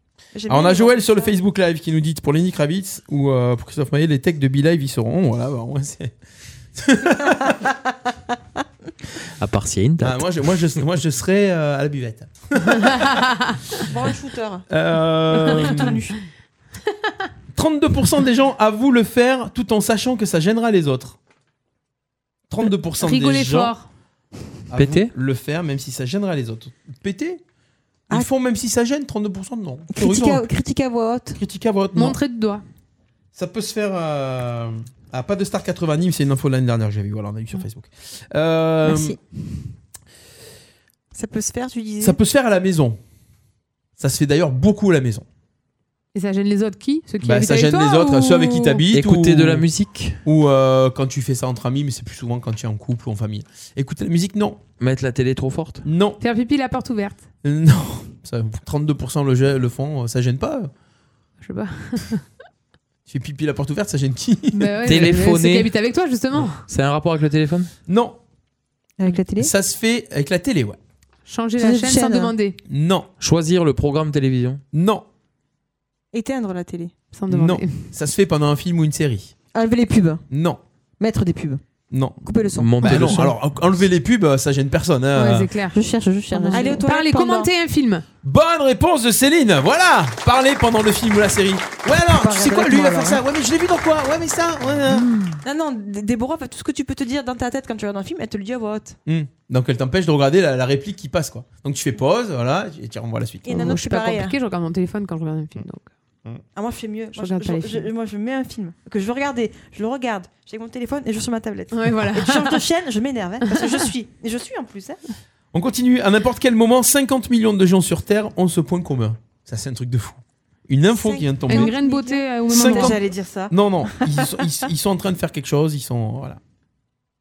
Speaker 7: Alors, on a Joël sur le Facebook Live qui nous dit pour Lenny Kravitz ou euh, pour Christophe Maé, les techs de Be-Live, ils seront. Voilà, bah, ouais, c'est-
Speaker 8: À part s'il y a une date.
Speaker 7: Ah, moi, je, moi, je, moi, je serai euh, à la buvette.
Speaker 10: Bon, le shooter.
Speaker 7: Euh,
Speaker 10: Tout nu.
Speaker 7: 32% des gens avouent le faire tout en sachant que ça gênera les autres. 32%
Speaker 4: Rigoler
Speaker 7: des gens
Speaker 4: fort.
Speaker 7: avouent
Speaker 8: Péter
Speaker 7: le faire même si ça gênera les autres. Péter Ils font même si ça gêne 32% de non.
Speaker 9: Critique à,
Speaker 7: Théoriquement.
Speaker 9: critique à voix haute.
Speaker 7: Ah, Critique à voix haute.
Speaker 4: Montrer de doigt.
Speaker 7: Ça peut se faire à, à pas de Star 80 Nîmes, c'est une info de l'année dernière, j'ai vu. Voilà, on a eu sur Facebook. Euh,
Speaker 10: Merci. Ça peut se faire, tu disais
Speaker 7: Ça peut se faire à la maison. Ça se fait d'ailleurs beaucoup à la maison.
Speaker 4: Et ça gêne les autres qui Ceux qui
Speaker 7: Bah,
Speaker 4: habitent
Speaker 7: ça
Speaker 4: avec
Speaker 7: gêne
Speaker 4: toi
Speaker 7: les autres,
Speaker 4: ou-
Speaker 7: ceux avec qui t'habites.
Speaker 8: Écouter
Speaker 7: ou-
Speaker 8: de la musique
Speaker 7: Ou euh, quand tu fais ça entre amis, mais c'est plus souvent quand tu es en couple ou en famille. Écouter la musique, non.
Speaker 8: Mettre la télé trop forte
Speaker 7: Non.
Speaker 4: Faire pipi la porte ouverte.
Speaker 7: Euh, Non. Ça, 32% le, gê- le font, euh, ça gêne pas.
Speaker 4: Je sais pas.
Speaker 7: Tu fais pipi la porte ouverte, ça gêne qui
Speaker 4: Bah ouais, mais Ceux qui habitent avec toi, justement.
Speaker 8: C'est un rapport avec le téléphone
Speaker 7: Non.
Speaker 9: Avec la télé
Speaker 7: Ça se fait avec la télé, ouais.
Speaker 4: Changer la
Speaker 9: Changer de
Speaker 4: chaîne sans
Speaker 9: chaîne.
Speaker 4: demander.
Speaker 7: Non.
Speaker 8: Choisir le programme télévision
Speaker 7: Non.
Speaker 9: Éteindre la télé.
Speaker 4: Sans
Speaker 7: Non. Ça se fait pendant un film ou une série.
Speaker 9: Enlever les pubs.
Speaker 7: Non.
Speaker 9: Mettre des pubs.
Speaker 7: Non.
Speaker 9: Couper le son.
Speaker 7: Bah
Speaker 9: Monter le
Speaker 7: non,
Speaker 9: son.
Speaker 7: Alors, en- enlever les pubs, euh, ça gêne personne. hein.
Speaker 4: Ouais, c'est clair.
Speaker 9: Je cherche, je cherche.
Speaker 4: Allez,
Speaker 9: Allez
Speaker 4: aux
Speaker 9: aux
Speaker 4: toilettes Parler, pendant. commenter un film.
Speaker 7: Bonne réponse de Céline. Voilà. Parler pendant le film ou la série. Ouais, alors, tu sais quoi, lui, il va faire
Speaker 4: hein.
Speaker 7: ça. Ouais, mais je l'ai vu dans quoi Ouais, mais ça. ouais, ouais.
Speaker 4: Hmm.
Speaker 10: Non, non, Dé- Déborah, fait tout ce que tu peux te dire dans ta tête quand tu regardes un film, elle te le dit à voix haute.
Speaker 7: Hmm. Donc elle t'empêche de regarder la, la réplique qui passe quoi. Donc tu fais pause, voilà, et tu renvoies la suite.
Speaker 10: Et Nano,
Speaker 4: Moi,
Speaker 10: je
Speaker 4: je suis
Speaker 10: suis
Speaker 4: pas
Speaker 10: pareil, hein.
Speaker 4: compliqué, je regarde mon téléphone quand je regarde un film. Donc.
Speaker 10: Ah, moi, je fais mieux.
Speaker 4: Je
Speaker 10: Moi
Speaker 4: regarde pas les
Speaker 10: je-
Speaker 4: films.
Speaker 10: moi, je mets un film que je veux regarder, je le regarde, j'ai mon téléphone et je suis sur ma tablette.
Speaker 4: Ouais, voilà.
Speaker 10: Et je change de chaîne, je m'énerve, hein, parce que je suis. Et je suis en plus. hein.
Speaker 7: On continue. À n'importe quel moment, 50 millions de gens sur Terre ont ce point commun. Ça c'est un truc de fou. Une info qui vient de tomber.
Speaker 4: Une graine beauté euh, au même
Speaker 10: Ah,
Speaker 7: Cinquante-
Speaker 4: moment.
Speaker 7: Non non, ils sont, ils- ils sont en train de faire quelque chose. Ils sont voilà.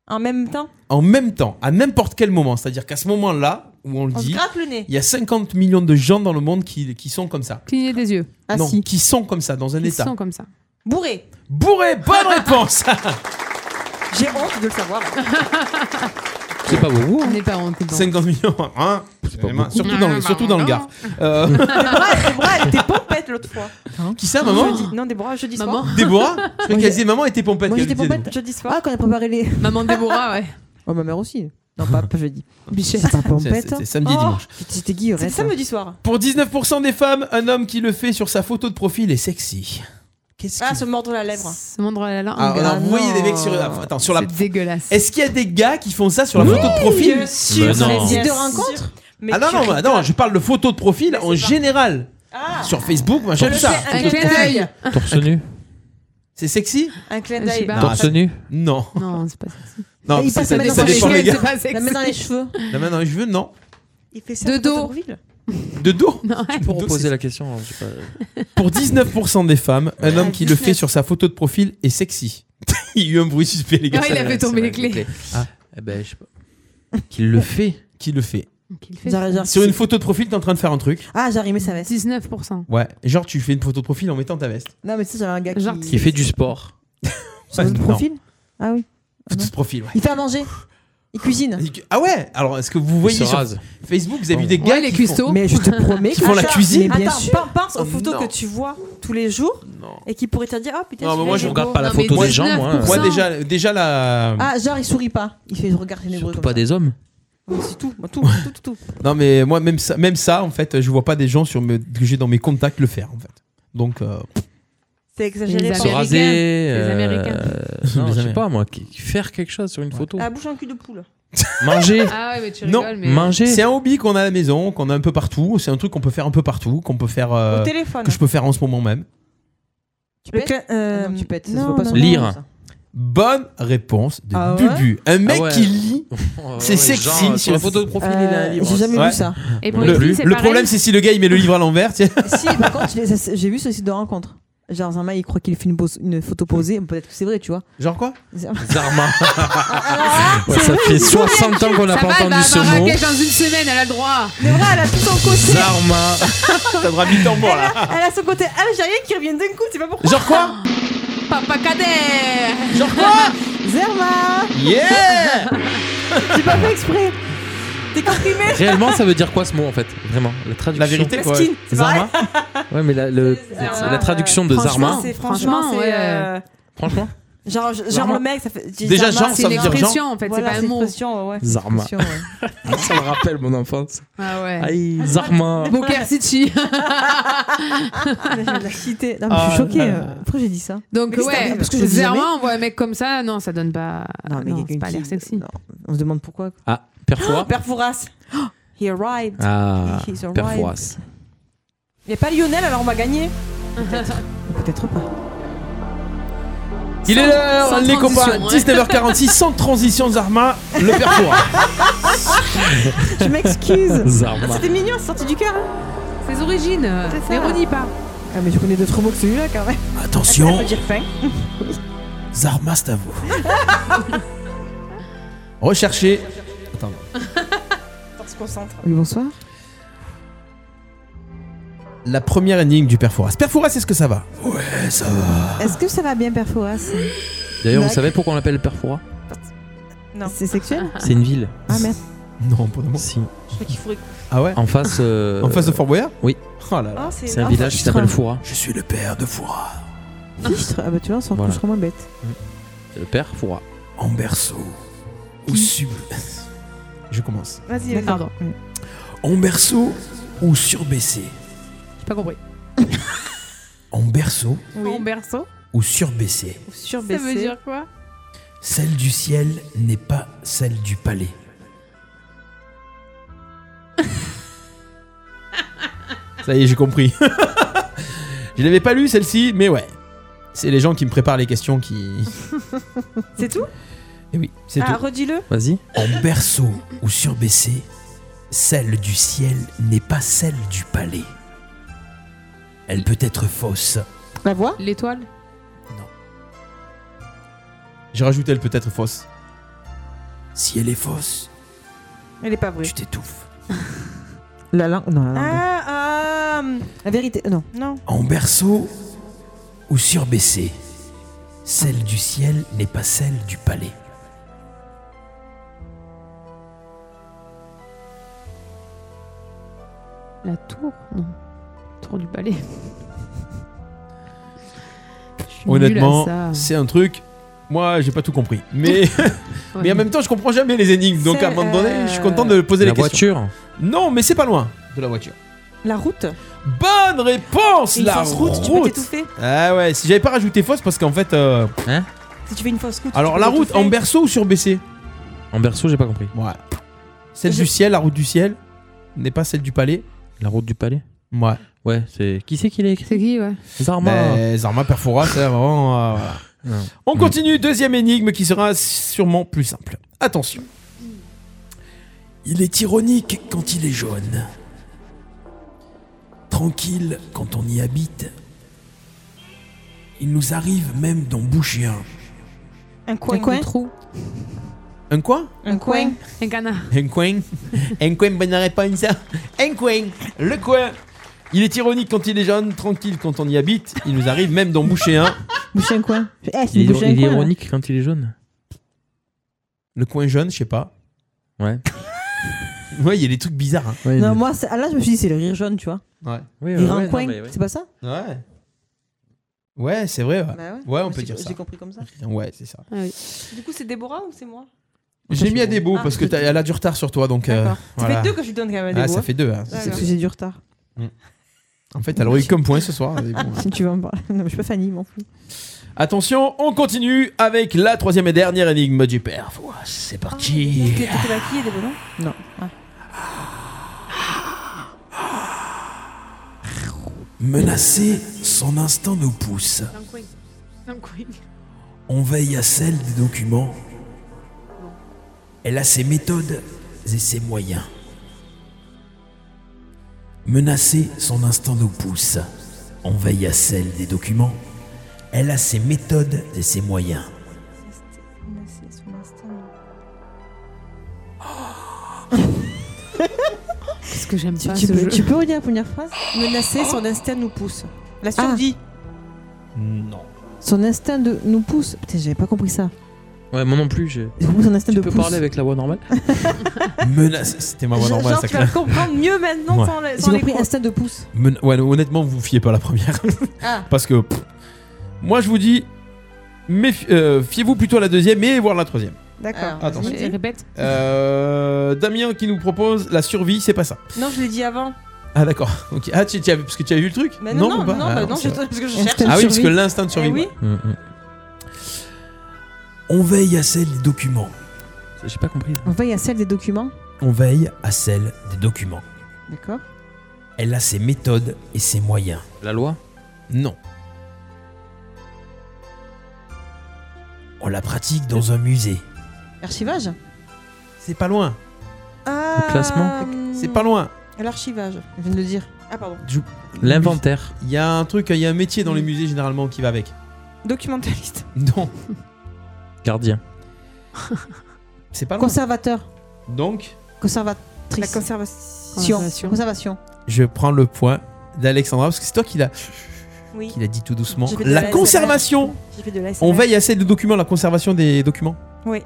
Speaker 10: En même temps,
Speaker 7: En même temps, à n'importe quel moment, c'est-à-dire qu'à ce moment-là où on le
Speaker 10: on se
Speaker 7: dit,
Speaker 10: gratte le nez.
Speaker 7: il y a 50 millions de gens dans le monde qui, qui sont comme ça.
Speaker 4: Cligner des yeux.
Speaker 7: non, qui sont comme ça dans un
Speaker 4: Ils
Speaker 7: état.
Speaker 4: Ah, sont comme ça.
Speaker 10: Ah, Bourré.
Speaker 7: Bourré. Bonne réponse.
Speaker 10: J'ai honte de le savoir.
Speaker 7: c'est pas beau.
Speaker 4: On n'est pas honte.
Speaker 7: 50 millions, hein Vraiment, surtout dans le, surtout dans le Gard. Euh,
Speaker 10: Déborah, Déborah, elle était pompette l'autre fois.
Speaker 4: Hein
Speaker 7: qui ça, maman
Speaker 10: Jeudi- Non, Déborah, jeudi soir.
Speaker 7: Déborah Je crois qu'elle disait maman était pompette.
Speaker 9: Moi
Speaker 7: qu'elle
Speaker 9: j'étais
Speaker 7: disait.
Speaker 9: pompette
Speaker 10: jeudi soir.
Speaker 9: Ah, quand on a préparé les.
Speaker 4: Maman Déborah, ouais.
Speaker 9: Oh, ma mère aussi. Non, pas, pas jeudi.
Speaker 4: Bichette. Oh,
Speaker 9: C'est pas pompette.
Speaker 7: C'est- c'est samedi et dimanche.
Speaker 9: C'était Guillaume.
Speaker 10: C'est samedi soir.
Speaker 7: Pour 19% des femmes, un homme qui le fait sur sa photo de profil est sexy.
Speaker 4: Oh,
Speaker 7: Qu'est-ce
Speaker 10: Ah, se mordre la lèvre.
Speaker 4: Se mordre la langue.
Speaker 7: Ah, on a envoyé des mecs sur. Attends, sur la.
Speaker 4: C'est dégueulasse.
Speaker 7: Est-ce qu'il y a des gars qui font ça sur la
Speaker 4: Oui,
Speaker 7: photo de profil Bah
Speaker 4: bien sûr, Mais sur les non. sites de
Speaker 7: Bien
Speaker 4: rencontres
Speaker 7: sûr.
Speaker 10: Mais
Speaker 7: Ah non,
Speaker 10: tu
Speaker 7: non,
Speaker 10: rigoles.
Speaker 7: non, je parle de photo de profil en général. Sur Facebook, machin,
Speaker 10: Je le
Speaker 7: tout ça.
Speaker 10: fais un Un clin d'œil.
Speaker 8: Torse nu
Speaker 7: C'est sexy
Speaker 10: Un clin
Speaker 4: Euh, Je sais
Speaker 10: d'œil.
Speaker 4: pas.
Speaker 8: Torse
Speaker 7: c'est-
Speaker 8: nu
Speaker 7: Non.
Speaker 4: Non, c'est pas sexy.
Speaker 7: Non,
Speaker 9: Il
Speaker 7: ça,
Speaker 9: passe
Speaker 7: ça-
Speaker 9: la main
Speaker 7: ça
Speaker 9: dans les
Speaker 7: dépend
Speaker 9: cheveux.
Speaker 7: les gars.
Speaker 9: La main dans les cheveux.
Speaker 7: La main dans les cheveux, non.
Speaker 10: Il fait ça
Speaker 4: De
Speaker 10: sur ton
Speaker 4: dos.
Speaker 10: profil
Speaker 7: De dos
Speaker 8: Tu peux reposer la question. hein, je sais pas.
Speaker 7: Pour 19% des femmes, un homme qui le fait sur sa photo de profil est sexy. il y a eu un bruit suspect, les gars.
Speaker 4: Ah, il a fait tomber les clés.
Speaker 7: Ah.
Speaker 8: Eh ben, je sais pas.
Speaker 7: Qui le fait Qui le fait
Speaker 9: Genre, genre,
Speaker 7: Sur une photo de profil, t'es en train de faire un truc.
Speaker 9: Ah, j'ai arrimé sa veste.
Speaker 4: 19%.
Speaker 7: Ouais. Genre, tu fais une photo de profil en mettant ta veste.
Speaker 9: Non, mais tu sais, j'avais un gars
Speaker 4: Genre,
Speaker 9: qui.
Speaker 8: Qui fait du sport.
Speaker 9: Sur votre
Speaker 7: Non.
Speaker 9: profil Ah oui.
Speaker 7: Photo de profil, ouais.
Speaker 9: Il fait à manger. Il cuisine.
Speaker 7: Il- Ah ouais Alors, est-ce que vous voyez
Speaker 8: se
Speaker 7: sur
Speaker 8: rase.
Speaker 7: Facebook, vous avez vu des
Speaker 4: Ouais,
Speaker 7: gars
Speaker 4: les
Speaker 7: Ah, qui font-
Speaker 4: cuistots.
Speaker 9: Mais je te promets
Speaker 7: Qui font la
Speaker 10: Attends,
Speaker 7: cuisine.
Speaker 9: Mais bien
Speaker 10: Attends,
Speaker 9: sûr.
Speaker 10: pense, pense aux
Speaker 7: Oh,
Speaker 10: photos
Speaker 7: non.
Speaker 10: que tu vois tous les jours et qui pourraient te dire Ah putain,
Speaker 7: Non, mais
Speaker 10: celui-là,
Speaker 7: moi,
Speaker 10: il
Speaker 7: je
Speaker 10: est
Speaker 7: regarde
Speaker 10: beau.
Speaker 7: pas la
Speaker 4: Non, mais
Speaker 7: photo des gens, moi.
Speaker 4: 19%.
Speaker 7: Moi, déjà, déjà la.
Speaker 9: Ah, genre, il sourit pas. Il fait regarder les
Speaker 8: Surtout pas des hommes.
Speaker 10: C'est tout, moi, tout, tout, tout, tout.
Speaker 7: Non, mais moi, même ça, même ça, en fait, je vois pas des gens sur mes- que j'ai dans mes contacts le faire, en fait. Donc. euh,
Speaker 10: C'est exagéré.
Speaker 4: Les
Speaker 10: par-
Speaker 8: Se raser.
Speaker 4: Les Américains.
Speaker 8: euh, Non,
Speaker 7: Les
Speaker 8: je sais
Speaker 7: Américains.
Speaker 8: pas moi. qui- Faire quelque chose sur une photo.
Speaker 10: La bouche en cul de poule.
Speaker 8: Manger.
Speaker 4: Ah ouais, mais tu
Speaker 7: Non,
Speaker 4: rigoles, mais.
Speaker 8: Manger.
Speaker 7: C'est un hobby qu'on a à la maison, qu'on a un peu partout. C'est un truc qu'on peut faire un peu partout, qu'on peut faire. euh,
Speaker 10: Au téléphone.
Speaker 7: Que je peux faire en ce moment même.
Speaker 9: Tu
Speaker 10: Le
Speaker 9: pètes
Speaker 10: clin- euh,
Speaker 9: Non, tu pètes. Ça se
Speaker 10: non,
Speaker 9: voit pas
Speaker 10: non,
Speaker 9: sur
Speaker 10: non.
Speaker 8: Lire.
Speaker 9: le- ça.
Speaker 7: Bonne réponse de
Speaker 9: Ah ouais
Speaker 7: Bubu. Un mec
Speaker 8: Ah ouais.
Speaker 7: qui lit,
Speaker 8: Oh,
Speaker 7: c'est
Speaker 8: ouais,
Speaker 7: sexy.
Speaker 8: genre, sur la
Speaker 7: le-
Speaker 8: photo de profil, il a un
Speaker 9: Euh,
Speaker 8: livre.
Speaker 9: J'ai jamais
Speaker 7: Ouais.
Speaker 9: vu ça.
Speaker 4: Et pour
Speaker 7: Le,
Speaker 4: les filles, c'est
Speaker 7: le
Speaker 4: pareil.
Speaker 7: problème, c'est si le gars il met le livre à l'envers. tiens.
Speaker 9: si, par contre, je l'ai- ça, j'ai vu ce site de rencontre. Genre, un mec, il croit qu'il fait une, pose- une photo posée. Peut-être que c'est vrai, tu vois.
Speaker 7: Genre quoi
Speaker 8: Zarma. Ouais, ça fait 60 ans qu'on n'a
Speaker 4: Ça
Speaker 8: pas
Speaker 4: va, elle
Speaker 8: entendu
Speaker 4: va
Speaker 8: ce
Speaker 4: avoir un
Speaker 8: mot.
Speaker 4: raquette dans une semaine, elle a le droit.
Speaker 10: Mais voilà, elle a tout son côté.
Speaker 8: Zarma.
Speaker 7: Ça aura mis en là.
Speaker 10: Elle a son côté algérien qui revient d'un coup, tu sais pas pourquoi.
Speaker 7: Genre quoi
Speaker 4: Papa Kader
Speaker 7: Genre quoi
Speaker 9: Zerma
Speaker 7: Ah. Yeah
Speaker 9: J'ai pas fait exprès.
Speaker 10: T'es comprimé.
Speaker 8: Réellement, ça veut dire quoi ce mot en fait Vraiment, la traduction.
Speaker 7: La vérité quoi.
Speaker 10: Mesquine, c'est vrai.
Speaker 7: Zarma
Speaker 8: Ouais, mais la, le- la traduction de Zarma.
Speaker 4: euh, Franchement,
Speaker 10: C'est franchement,
Speaker 4: Franchement,
Speaker 10: c'est.
Speaker 4: ouais.
Speaker 10: euh,
Speaker 8: Franchement
Speaker 10: Genre, genre
Speaker 8: Zarma.
Speaker 10: le mec, ça fait. j'ai
Speaker 7: Déjà,
Speaker 10: Zarma,
Speaker 7: genre,
Speaker 4: C'est
Speaker 7: ça
Speaker 4: une
Speaker 7: veut dire
Speaker 4: expression en fait, c'est
Speaker 10: Voilà,
Speaker 4: pas un
Speaker 10: c'est une
Speaker 4: mot.
Speaker 10: expression, ouais.
Speaker 8: Zarma.
Speaker 9: Attention, ouais.
Speaker 8: Ça me rappelle mon enfance.
Speaker 4: Ah ouais. euh,
Speaker 8: Aïe, Zarma.
Speaker 4: Boker City.
Speaker 9: Ah. Je l'ai cité. Non, mais je suis
Speaker 7: Ah,
Speaker 9: choquée.
Speaker 7: là, là.
Speaker 9: euh, Pourquoi j'ai dit ça
Speaker 4: Oh Donc
Speaker 9: Mais c'est
Speaker 4: ouais,
Speaker 9: parce
Speaker 4: parce
Speaker 9: que
Speaker 4: que ah,
Speaker 9: je le dis jamais.
Speaker 4: on voit un mec comme ça, non, ça donne pas. Non, c'est
Speaker 9: quelqu'un
Speaker 4: pas
Speaker 9: qui-
Speaker 4: l'air sexy.
Speaker 9: non. On se demande pourquoi.
Speaker 8: Ah, Perfois.
Speaker 10: Oh, Père Fouras. He arrived.
Speaker 8: Ah,
Speaker 10: He's arrived.
Speaker 8: Perforas.
Speaker 10: Il n'y a pas Lionel, alors on va gagner.
Speaker 9: Peut-être pas.
Speaker 11: Il est là,
Speaker 7: sans
Speaker 11: les copains,
Speaker 7: transition, ouais.
Speaker 11: 19h46, sans transition, Zarma, le perfoura.
Speaker 9: Je m'excuse. Ah,
Speaker 11: Zarma.
Speaker 9: C'était mignon, c'est sorti du cœur. Ses origines,
Speaker 4: euh,
Speaker 9: n'ironie pas. Ah, mais je connais d'autres mots que celui-là quand même.
Speaker 11: Attention.
Speaker 9: Ça veut dire fin.
Speaker 11: Zarma, c'est à vous. Recherchez. Attends.
Speaker 10: On se concentre.
Speaker 9: Oui, bonsoir.
Speaker 7: La première énigme du Perforas. Perforas, est-ce que ça va
Speaker 11: Ouais, ça va.
Speaker 9: Ah. Est-ce que ça va bien, Bah, Perforas
Speaker 8: D'ailleurs, vous
Speaker 9: Mac.
Speaker 8: savez pourquoi on l'appelle Perfora
Speaker 9: Non. C'est sexuel
Speaker 8: C'est une ville.
Speaker 9: Ah merde.
Speaker 7: Non, pas de
Speaker 8: Si.
Speaker 9: Je crois qu'il faudrait.
Speaker 7: Ah ouais
Speaker 8: En face. euh,
Speaker 7: En face de Fort Boyard
Speaker 8: Oui.
Speaker 7: Oh là
Speaker 9: là.
Speaker 8: c'est un village qui s'appelle Foura. Je suis le père de Foura.
Speaker 9: Fichtre Ah bah tu vois, on s'en
Speaker 8: Voilà.
Speaker 9: fout, je serais moins bête.
Speaker 8: Le père Foura.
Speaker 7: En berceau. Ou sub. Je commence.
Speaker 9: Vas-y,
Speaker 7: vas-y.
Speaker 9: Pardon. Oui.
Speaker 7: En berceau ou surbaissé
Speaker 4: J'ai pas compris.
Speaker 7: En berceau
Speaker 4: En berceau
Speaker 7: ou surbaissé
Speaker 4: Ça veut dire quoi
Speaker 7: Celle du ciel n'est pas celle du palais. Ça y est, j'ai compris. Je l'avais pas lu celle-ci, mais ouais. C'est les gens qui me préparent les questions qui.
Speaker 9: Ah,
Speaker 10: C'est tout
Speaker 7: Et oui, c'est
Speaker 10: Ah,
Speaker 7: tout.
Speaker 10: redis-le.
Speaker 7: Vas-y. En berceau ou surbaissé, celle du ciel n'est pas celle du palais. Elle peut être fausse.
Speaker 9: La voix
Speaker 4: L'étoile
Speaker 7: J'ai rajouté elle peut être fausse. Si elle est fausse,
Speaker 10: Elle est pas vraie.
Speaker 7: Tu t'étouffes.
Speaker 9: La langue. Non, la langue.
Speaker 10: Ah, euh,
Speaker 9: La vérité, non.
Speaker 10: Non.
Speaker 7: En berceau ou surbaissé, celle du ciel n'est pas celle du palais.
Speaker 4: La tour Non. Tour du palais. Je suis nulle à
Speaker 7: Honnêtement,
Speaker 4: ça.
Speaker 7: c'est un truc. Moi, j'ai pas tout compris. Mais, mais en même temps, je comprends jamais les énigmes. Donc, à un moment donné, je suis content
Speaker 10: euh,
Speaker 7: de poser
Speaker 8: La
Speaker 7: les questions.
Speaker 8: voiture
Speaker 7: Non, mais c'est pas loin de la voiture.
Speaker 10: La route
Speaker 7: Bonne réponse
Speaker 10: Une
Speaker 7: La
Speaker 10: fausse route, tu peux t'étouffer.
Speaker 7: Ah ouais, si j'avais pas rajouté fausse parce qu'en fait. euh,
Speaker 8: Hein
Speaker 10: Si tu fais une fausse route. tu
Speaker 7: Alors,
Speaker 10: peux
Speaker 7: la
Speaker 10: tout
Speaker 7: route
Speaker 10: faire.
Speaker 7: en berceau ou surbaissé
Speaker 8: En berceau, j'ai pas compris.
Speaker 7: Ouais. Celle du ciel, la route du ciel, n'est pas celle du palais.
Speaker 8: La route du palais
Speaker 7: Ouais.
Speaker 8: Ouais, c'est. Qui c'est qui l'a écrit
Speaker 4: C'est qui, ouais
Speaker 8: Zarma. Ah.
Speaker 7: Mais Ben, Zarma Perfora, c'est vraiment. euh, voilà. On continue, deuxième énigme qui sera sûrement plus simple. Attention. Il est ironique quand il est jaune. Tranquille quand on y habite. Il nous arrive même d'en boucher un.
Speaker 10: Un coin.
Speaker 4: Un coin. trou.
Speaker 7: Un quoi
Speaker 10: Un coin.
Speaker 4: Un canard.
Speaker 7: Un coin Un coin, bonne réponse. Un coin. Le coin. Il est ironique quand il est jaune, tranquille quand on y habite. Il nous arrive même d'en boucher un.
Speaker 9: Boucher un coin. Eh, c'est
Speaker 8: Il est,
Speaker 9: boucher un
Speaker 8: il est
Speaker 9: coin, là.
Speaker 8: ironique quand il est jaune.
Speaker 7: Le coin jaune, je sais pas.
Speaker 8: Ouais.
Speaker 7: ouais, il y a des trucs bizarres. hein.
Speaker 9: Non, moi, c'est- ah, là, je me suis dit, c'est le rire jaune, tu vois.
Speaker 7: Ouais.
Speaker 9: Il rend coin, c'est pas ça
Speaker 7: Ouais. Ouais, c'est vrai. Ouais,
Speaker 9: Bah ouais.
Speaker 7: ouais. on
Speaker 9: Moi,
Speaker 7: peut
Speaker 9: j'ai-
Speaker 7: dire ça.
Speaker 9: j'ai compris comme ça.
Speaker 7: Ouais, c'est ça.
Speaker 10: Ah Du coup, c'est Déborah ou c'est moi
Speaker 7: J'ai mis à des beaux
Speaker 10: Ah.
Speaker 7: parce que t'as- elle a du retard sur toi, donc. euh,
Speaker 10: D'accord. Ça
Speaker 7: voilà.
Speaker 10: fait deux que je lui donne quand même à Débo.
Speaker 7: Ah, ça fait deux. hein.
Speaker 10: D'accord.
Speaker 7: C'est-
Speaker 9: Parce que j'ai du retard.
Speaker 7: En fait, elle aurait eu comme point ce soir. hein. mais bon, ouais.
Speaker 9: Si tu veux en parler. Non, mais je suis pas Fanny, m'en fous.
Speaker 7: Attention, on continue avec la troisième et dernière énigme du père. Voilà, C'est parti.
Speaker 10: T'étais maquillée, Débo, non
Speaker 9: Non.
Speaker 7: Ah. Menacer, son instinct nous pousse.
Speaker 4: Un coin. Un coin.
Speaker 7: On veille à celle des documents. Elle a ses méthodes et ses moyens. Menacer, son instinct nous pousse. On veille à celle des documents. Elle a ses méthodes et ses moyens.
Speaker 10: C'est son instinct.
Speaker 4: Qu'est-ce que j'aime
Speaker 9: Tu,
Speaker 4: pas
Speaker 9: tu
Speaker 4: ce
Speaker 9: peux,
Speaker 4: jeu
Speaker 9: tu peux redire la première phrase Ah.
Speaker 10: Menacer, son instinct nous pousse. La survie.
Speaker 7: Non.
Speaker 9: Son instinct de nous pousse. Putain, j'avais pas compris ça.
Speaker 8: Ouais, moi non plus. j'ai-
Speaker 9: Son instinct
Speaker 8: Tu
Speaker 9: de
Speaker 8: peux
Speaker 9: pousse.
Speaker 8: parler avec la voix normale
Speaker 7: Menacer, c'était ma voix
Speaker 10: Genre,
Speaker 7: normale,
Speaker 10: tu vas le
Speaker 7: ça
Speaker 10: comprendre mieux maintenant
Speaker 7: Ouais.
Speaker 10: sans, le-
Speaker 9: J'ai
Speaker 10: sans les
Speaker 9: compris
Speaker 10: cours.
Speaker 9: instinct de pousse.
Speaker 7: Men- ouais, non, honnêtement, vous vous fiez pas à la première.
Speaker 10: Ah.
Speaker 7: Parce que. pff, moi, je vous dis. méfi- euh, Fiez-vous plutôt à la deuxième et voir la troisième.
Speaker 10: D'accord.
Speaker 7: Attends.
Speaker 10: Je l'ai dit.
Speaker 4: Répète.
Speaker 7: Euh, Damien qui nous propose la survie, c'est pas ça.
Speaker 10: Non, je l'ai dit avant.
Speaker 7: Ah d'accord. Ok. Ah tu, tu avais- parce que tu as vu le truc
Speaker 10: Mais non, non,
Speaker 7: ou
Speaker 10: non,
Speaker 7: pas
Speaker 10: non,
Speaker 7: Ah,
Speaker 10: bah non,
Speaker 7: c'est
Speaker 10: je-
Speaker 7: vrai.
Speaker 10: parce que je cherche.
Speaker 7: Ah oui, parce que l'instinct de
Speaker 10: Eh
Speaker 7: survie.
Speaker 10: oui.
Speaker 7: ouais. Mm, On veille à celle des documents.
Speaker 8: J'ai pas compris.
Speaker 9: On veille à celle des documents.
Speaker 7: On veille à celle des documents.
Speaker 9: D'accord.
Speaker 7: Elle a ses méthodes et ses moyens.
Speaker 8: La loi
Speaker 7: Non. On la pratique dans un musée.
Speaker 9: Archivage
Speaker 7: C'est pas loin.
Speaker 9: Ah.
Speaker 7: classement C'est pas loin.
Speaker 9: L'archivage, je viens de le dire. Ah, pardon.
Speaker 7: L'inventaire. Il y a un truc, il y a un métier dans les musées généralement qui va avec.
Speaker 9: Documentaliste.
Speaker 7: Non.
Speaker 8: Gardien.
Speaker 7: C'est pas loin.
Speaker 9: Conservateur.
Speaker 7: Donc,
Speaker 9: Conservatrice. La conservation. Conservation.
Speaker 7: je prends le point d'Alexandra parce que c'est toi qui l'as
Speaker 10: Oui.
Speaker 7: qui l'a dit tout doucement.
Speaker 10: J'ai fait de
Speaker 7: La
Speaker 10: la
Speaker 7: conservation.
Speaker 10: J'ai fait de la
Speaker 7: On
Speaker 10: SMS.
Speaker 7: veille à celle de documents, la conservation des documents.
Speaker 10: Oui.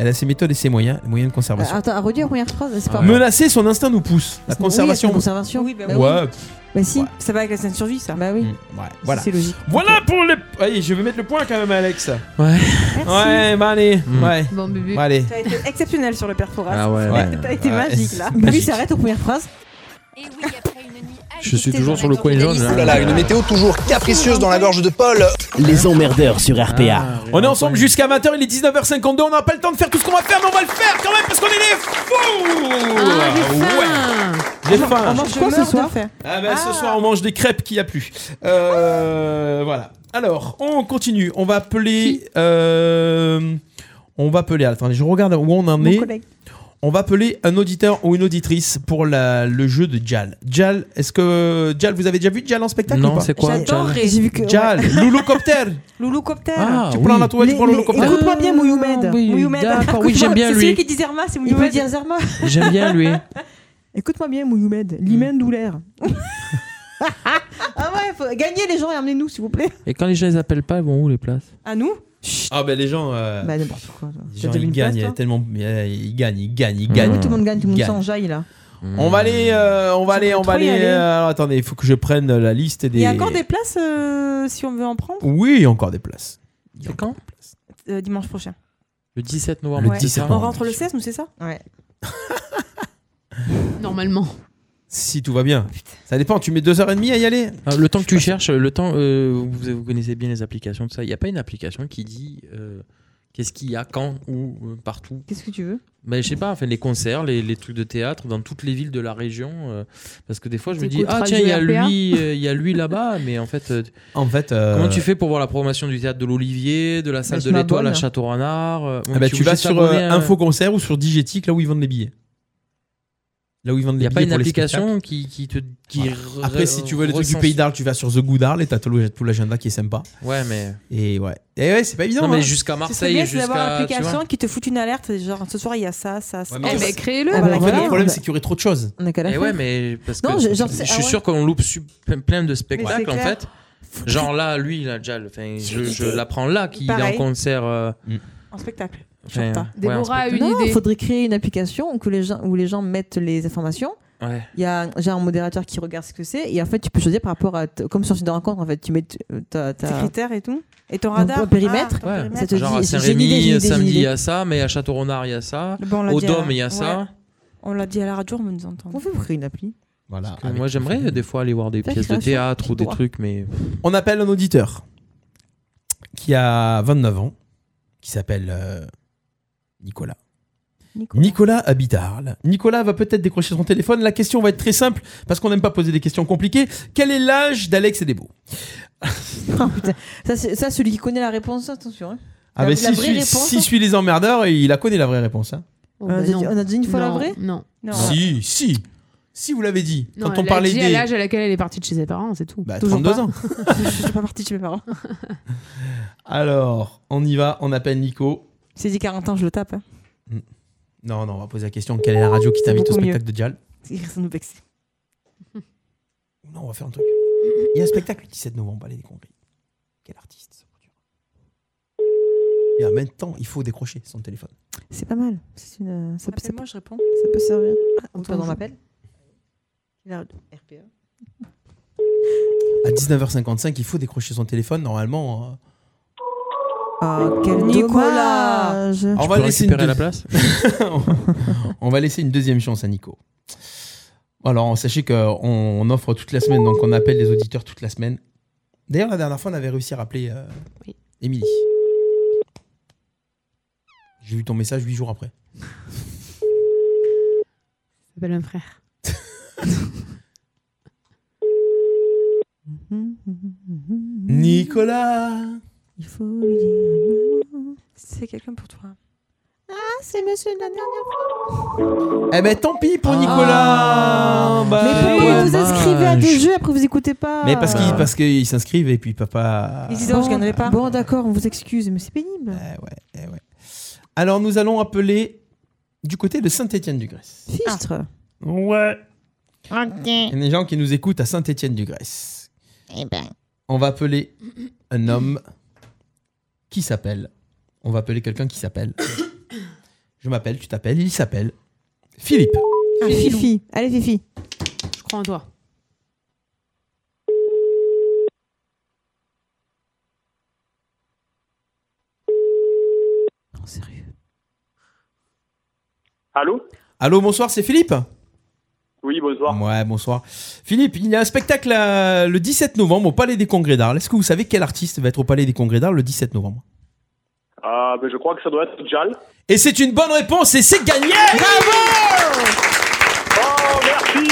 Speaker 7: Elle a ses méthodes et ses moyens, les moyens de
Speaker 9: Euh,
Speaker 7: conservation. Ah
Speaker 9: attends, à redire la première phrase. C'est pas vrai.
Speaker 7: Menacer son instinct nous pousse. La
Speaker 9: Oui, avec
Speaker 7: conservation.
Speaker 9: la conservation. Oui, bah oui.
Speaker 7: Ouais. Mm,
Speaker 9: Bah si, ça va avec la scène survie, ça. Bah oui.
Speaker 7: Ouais, voilà.
Speaker 9: C'est logique.
Speaker 7: Voilà pour les. Allez, je vais mettre le point quand même, Alex.
Speaker 8: Ouais.
Speaker 7: Ouais, bah
Speaker 11: Hmm.
Speaker 7: allez. Ouais.
Speaker 9: Bon
Speaker 7: bébé. Bah, allez.
Speaker 9: Ça a été exceptionnel sur le père Fouras.
Speaker 7: Ah ouais, ouais.
Speaker 9: T'as été
Speaker 7: Ouais.
Speaker 9: magique là.
Speaker 7: Magique.
Speaker 9: Lui s'arrête aux premières phrases.
Speaker 8: Je suis toujours sur le coin jaune. là.
Speaker 6: Oh là là, une météo toujours capricieuse dans la gorge de Paul. Les emmerdeurs sur
Speaker 11: Ah,
Speaker 6: RPA.
Speaker 7: On est ensemble jusqu'à 20h, il est 19h52, on n'a pas le temps de faire tout ce qu'on va faire, mais on va le faire quand même parce qu'on est des fous
Speaker 11: Ah, j'ai faim.
Speaker 7: Ouais. J'ai
Speaker 11: On-
Speaker 7: faim
Speaker 11: on mange quoi ce
Speaker 7: meurs de
Speaker 11: soir
Speaker 7: faim. ah, ben, Ce soir, on mange des crêpes qu'il y a plus. Euh, voilà. Alors, on continue. On va appeler. euh, on va appeler. Attendez, je regarde où on en
Speaker 9: Mon
Speaker 7: est.
Speaker 9: collègue.
Speaker 7: On va appeler un auditeur ou une auditrice pour la- le jeu de Jal. Jal, est-ce que Jal, vous avez déjà vu Jal en spectacle ou
Speaker 8: Non,
Speaker 7: pas
Speaker 8: c'est quoi, J'adorerais. Jal
Speaker 9: J'ai vu que-
Speaker 7: Jal,
Speaker 9: ouais.
Speaker 7: Loulocopter.
Speaker 9: Louloucopter.
Speaker 7: Ah, Tu prends oui. la toile, tu
Speaker 9: Mais-
Speaker 7: prends
Speaker 9: mais
Speaker 7: l'Holocoptère.
Speaker 9: Écoute-moi bien,
Speaker 10: Ah
Speaker 9: Mouyomed.
Speaker 8: oui,
Speaker 9: Mouyomed.
Speaker 8: d'accord, oui, j'aime bien
Speaker 9: C'est
Speaker 8: lui.
Speaker 9: celui qui dit Zerma, c'est
Speaker 10: Il
Speaker 9: Mouyomed.
Speaker 10: peut dire
Speaker 9: Zerma.
Speaker 8: J'aime bien lui.
Speaker 9: Écoute-moi bien, Mouyomed. L'hymen doulaire. ah ouais, faut gagner les gens et amenez-nous, s'il vous plaît.
Speaker 8: Et quand les gens ils appellent pas, ils vont où les places
Speaker 9: À nous
Speaker 7: Ah ben les gens, euh,
Speaker 9: Bah, n'importe quoi, toi.
Speaker 7: les
Speaker 9: T'as
Speaker 7: gens,
Speaker 9: déjà vu
Speaker 7: ils
Speaker 9: une
Speaker 7: gagnent,
Speaker 9: place,
Speaker 7: il y a
Speaker 9: toi
Speaker 7: tellement, il y a- ils gagnent, ils gagnent, ils
Speaker 9: Bah
Speaker 7: gagnent.
Speaker 9: oui, tout le monde gagne, tout le monde
Speaker 7: Gagne. Mmh.
Speaker 9: s'enjaille là.
Speaker 7: On va aller, euh, on va aller, on va
Speaker 9: trop y
Speaker 7: aller.
Speaker 9: aller.
Speaker 7: euh, alors attendez, il faut que je prenne la liste des.
Speaker 10: Il y a encore des places euh, si on veut en prendre
Speaker 7: Oui, il y a encore des places.
Speaker 8: C'est quand
Speaker 10: euh, dimanche prochain.
Speaker 8: Le 17 novembre.
Speaker 7: Le 17
Speaker 10: On
Speaker 7: novembre.
Speaker 10: rentre le 16, nous c'est ça
Speaker 9: Ouais.
Speaker 4: Normalement.
Speaker 7: Si tout va bien. Ça dépend. Tu mets deux heures et demie à y aller.
Speaker 8: Ah, Le temps que tu cherches, le temps, euh, vous, vous connaissez bien les applications, tout ça. Il n'y a pas une application qui dit euh, qu'est-ce qu'il y a, quand, où, euh, partout.
Speaker 9: Qu'est-ce que tu veux
Speaker 8: Mais je sais pas, enfin, les concerts, les, les trucs de théâtre dans toutes les villes de la région. euh, parce que des fois, je me dis,
Speaker 7: T'écoutes
Speaker 8: ah tiens, il y a
Speaker 7: Radio
Speaker 8: lui,
Speaker 7: RPA.
Speaker 8: euh, il y a lui là-bas, mais en fait. euh,
Speaker 7: En fait, euh,
Speaker 8: Comment tu fais pour voir la programmation du théâtre de l'Olivier, de la salle
Speaker 7: je
Speaker 8: de l'Étoile
Speaker 7: m'abonne.
Speaker 8: à Château Renard euh,
Speaker 7: Ah bah,
Speaker 8: es
Speaker 7: tu
Speaker 8: obligé
Speaker 7: vas
Speaker 8: de
Speaker 7: sur
Speaker 8: t'abonner
Speaker 7: euh,
Speaker 8: à-
Speaker 7: Info Concert ou sur Digetic, là où ils vendent les billets. Là où ils vendent les
Speaker 8: Il n'y a
Speaker 7: billets.
Speaker 8: pas une
Speaker 7: pour les
Speaker 8: application
Speaker 7: spectacles.
Speaker 8: qui, qui te. Qui re-
Speaker 7: Après, si tu veux les trucs du
Speaker 8: recense-
Speaker 7: pays d'Arles, tu vas sur The Good Arles et t'as tout le- tout l'agenda qui est sympa.
Speaker 8: Ouais, mais.
Speaker 7: Et ouais. Et ouais, c'est pas évident.
Speaker 8: Non, mais
Speaker 7: hein.
Speaker 8: jusqu'à
Speaker 10: Ce serait bien, c'est d'avoir
Speaker 7: tu vois.
Speaker 10: l'application qui te fout une alerte, genre ce soir il y a ça, ça, ça.
Speaker 7: Ouais, mais Eh, on- mais
Speaker 4: créez-le.
Speaker 7: Ah,
Speaker 10: On va la
Speaker 7: en fait,
Speaker 10: créer.
Speaker 7: le problème, c'est qu'il y aurait trop de choses.
Speaker 9: bah, On est qu'à la
Speaker 8: Et
Speaker 9: fin.
Speaker 8: Eh ouais, mais parce
Speaker 9: Non,
Speaker 8: que
Speaker 9: je-
Speaker 8: je,
Speaker 9: genre,
Speaker 8: je
Speaker 9: c'est- ah
Speaker 8: suis
Speaker 9: ouais.
Speaker 8: sûr qu'on loupe su- plein- plein de
Speaker 9: Mais
Speaker 8: spectacles
Speaker 9: c'est
Speaker 8: en
Speaker 9: clair.
Speaker 8: fait. Genre là, lui, il a déjà. le- Enfin, je, je l'apprends là qu'il est en
Speaker 9: Pareil.
Speaker 8: concert. euh,
Speaker 7: Mm.
Speaker 9: En spectacle.
Speaker 8: enfin, ouais, en
Speaker 4: Déborah a une
Speaker 9: non,
Speaker 4: idée.
Speaker 9: faudrait créer une application où, que les gens, où les gens mettent les informations.
Speaker 8: Ouais.
Speaker 9: Il y a j'ai un modérateur qui regarde ce que c'est et en fait tu peux choisir par rapport à t- comme sur une rencontre en fait tu mets t- euh, ta, ta-
Speaker 7: Ah,
Speaker 10: Tes critères et tout. Et ton
Speaker 9: ton
Speaker 10: radar.
Speaker 9: périmètre.
Speaker 10: Ah, ton périmètre.
Speaker 9: Ça te
Speaker 8: Genre à
Speaker 9: dit- j'ai une idée, j'ai une
Speaker 8: Saint-Rémy,
Speaker 9: idée, j'ai une
Speaker 8: samedi il
Speaker 9: idée.
Speaker 8: y a ça, mais à Château-Renard il y a ça,
Speaker 10: Bon, on l'a
Speaker 8: au
Speaker 10: dit à la-
Speaker 8: Dôme il y a
Speaker 10: ouais.
Speaker 8: ça.
Speaker 10: On l'a dit à la radio, on nous entend.
Speaker 9: On fait ouvrir une appli.
Speaker 7: Voilà.
Speaker 8: Parce que Moi j'aimerais des fois aller voir des
Speaker 7: Faire
Speaker 8: pièces de
Speaker 7: création,
Speaker 8: théâtre ou des
Speaker 7: toi.
Speaker 8: trucs, mais.
Speaker 7: On appelle un auditeur qui a 29 ans, qui s'appelle euh, Nicolas. Nicolas. habite à Arles. Nicolas va peut-être décrocher son téléphone. La question va être très simple parce qu'on n'aime pas poser des questions compliquées. Quel est l'âge d'Alex et des beaux
Speaker 9: Ça, c'est- ça, celui qui connaît la réponse attention. hein.
Speaker 7: Ah,
Speaker 9: la,
Speaker 7: mais
Speaker 9: la
Speaker 7: si, je
Speaker 9: vraie
Speaker 7: suis,
Speaker 9: réponse. hein
Speaker 7: si je suis les emmerdeurs, il a connu la vraie réponse. hein.
Speaker 9: on, a
Speaker 4: bah
Speaker 9: dit,
Speaker 4: non.
Speaker 9: Euh, on a dit une fois la
Speaker 4: Non,
Speaker 9: vraie
Speaker 4: non. Non.
Speaker 7: Si, si. Si vous l'avez dit.
Speaker 4: Non,
Speaker 7: quand on
Speaker 4: elle a
Speaker 7: parlait
Speaker 4: dit à
Speaker 7: des.
Speaker 4: l'âge à laquelle elle est partie de chez ses parents, c'est tout.
Speaker 7: Bah, 32 ans.
Speaker 9: je suis pas partie chez mes parents.
Speaker 7: Alors, on y va, on appelle Nico. Hmm.
Speaker 10: C'est dit 40 ans, je le tape. hein.
Speaker 7: Non, non, on va poser la question. Quelle est la radio qui t'invite au
Speaker 10: Beaucoup mieux.
Speaker 7: spectacle de Dial
Speaker 10: Il risque de nous vexer.
Speaker 7: Non, on va faire un truc. Il y a un spectacle le 17 novembre, allez, des conneries. Quel artiste, ça produit. Et en même temps, il faut décrocher son téléphone.
Speaker 9: C'est pas mal. C'est une. euh, Ça peut, ça
Speaker 10: moi je réponds.
Speaker 9: peut- ça peut servir.
Speaker 10: on
Speaker 9: Ah,
Speaker 10: tourne.
Speaker 9: pardon, on m'appelle. Il a-
Speaker 4: E?
Speaker 9: RPA.
Speaker 7: À 19h55, il faut décrocher son téléphone, normalement. euh.
Speaker 9: Ah, quel
Speaker 10: Nicolas.
Speaker 9: dommage.
Speaker 7: On
Speaker 8: Tu
Speaker 7: va
Speaker 8: peux
Speaker 7: laisser une
Speaker 8: récupérer la
Speaker 7: deuxi- on va laisser une deuxième chance à Nico. Alors, sachez qu'on on offre toute la semaine, donc on appelle les auditeurs toute la semaine. D'ailleurs, la dernière fois, on avait réussi à rappeler euh, Émilie. J'ai vu ton message huit jours après.
Speaker 4: S'appelle un frère.
Speaker 7: Nicolas
Speaker 9: Il faut lui dire maman,
Speaker 10: c'est quelqu'un pour toi. Ah, c'est monsieur de la dernière
Speaker 7: Eh ben tant pis pour Nicolas. Bah,
Speaker 9: Mais pourquoi
Speaker 7: ouais.
Speaker 9: vous vous inscrivez à des jeux après vous écoutez pas
Speaker 7: Mais parce qu'ils parce qu'ils s'inscrivent et puis papa.
Speaker 4: oh,
Speaker 9: Bon, Bon, d'accord, on vous excuse, mais c'est pénible.
Speaker 7: Eh Alors nous allons appeler du côté de Saint-Étienne-du-Grèce.
Speaker 9: Fistre.
Speaker 7: Ouais. Il y
Speaker 9: Ok.
Speaker 7: a des gens qui nous écoutent à Saint-Étienne-du-Grèce.
Speaker 9: Eh ben.
Speaker 7: On va appeler un homme qui s'appelle. On va appeler quelqu'un qui s'appelle. Je m'appelle, tu t'appelles, il s'appelle Philippe.
Speaker 9: Allez, Ah, Fifi. Allez, Fifi.
Speaker 4: Je crois en toi.
Speaker 1: Allô
Speaker 7: Allô, bonsoir, c'est Philippe
Speaker 1: Oui, bonsoir.
Speaker 7: Ouais, bonsoir. Philippe, il y a un spectacle euh, le 17 novembre au Palais des Congrès d'Arles. Est-ce que vous savez quel artiste va être au Palais des Congrès d'Arles le 17 novembre
Speaker 1: Ah, ben, je crois que ça doit être Jal.
Speaker 7: Et c'est une bonne réponse et c'est gagné Bravo
Speaker 1: Oh, merci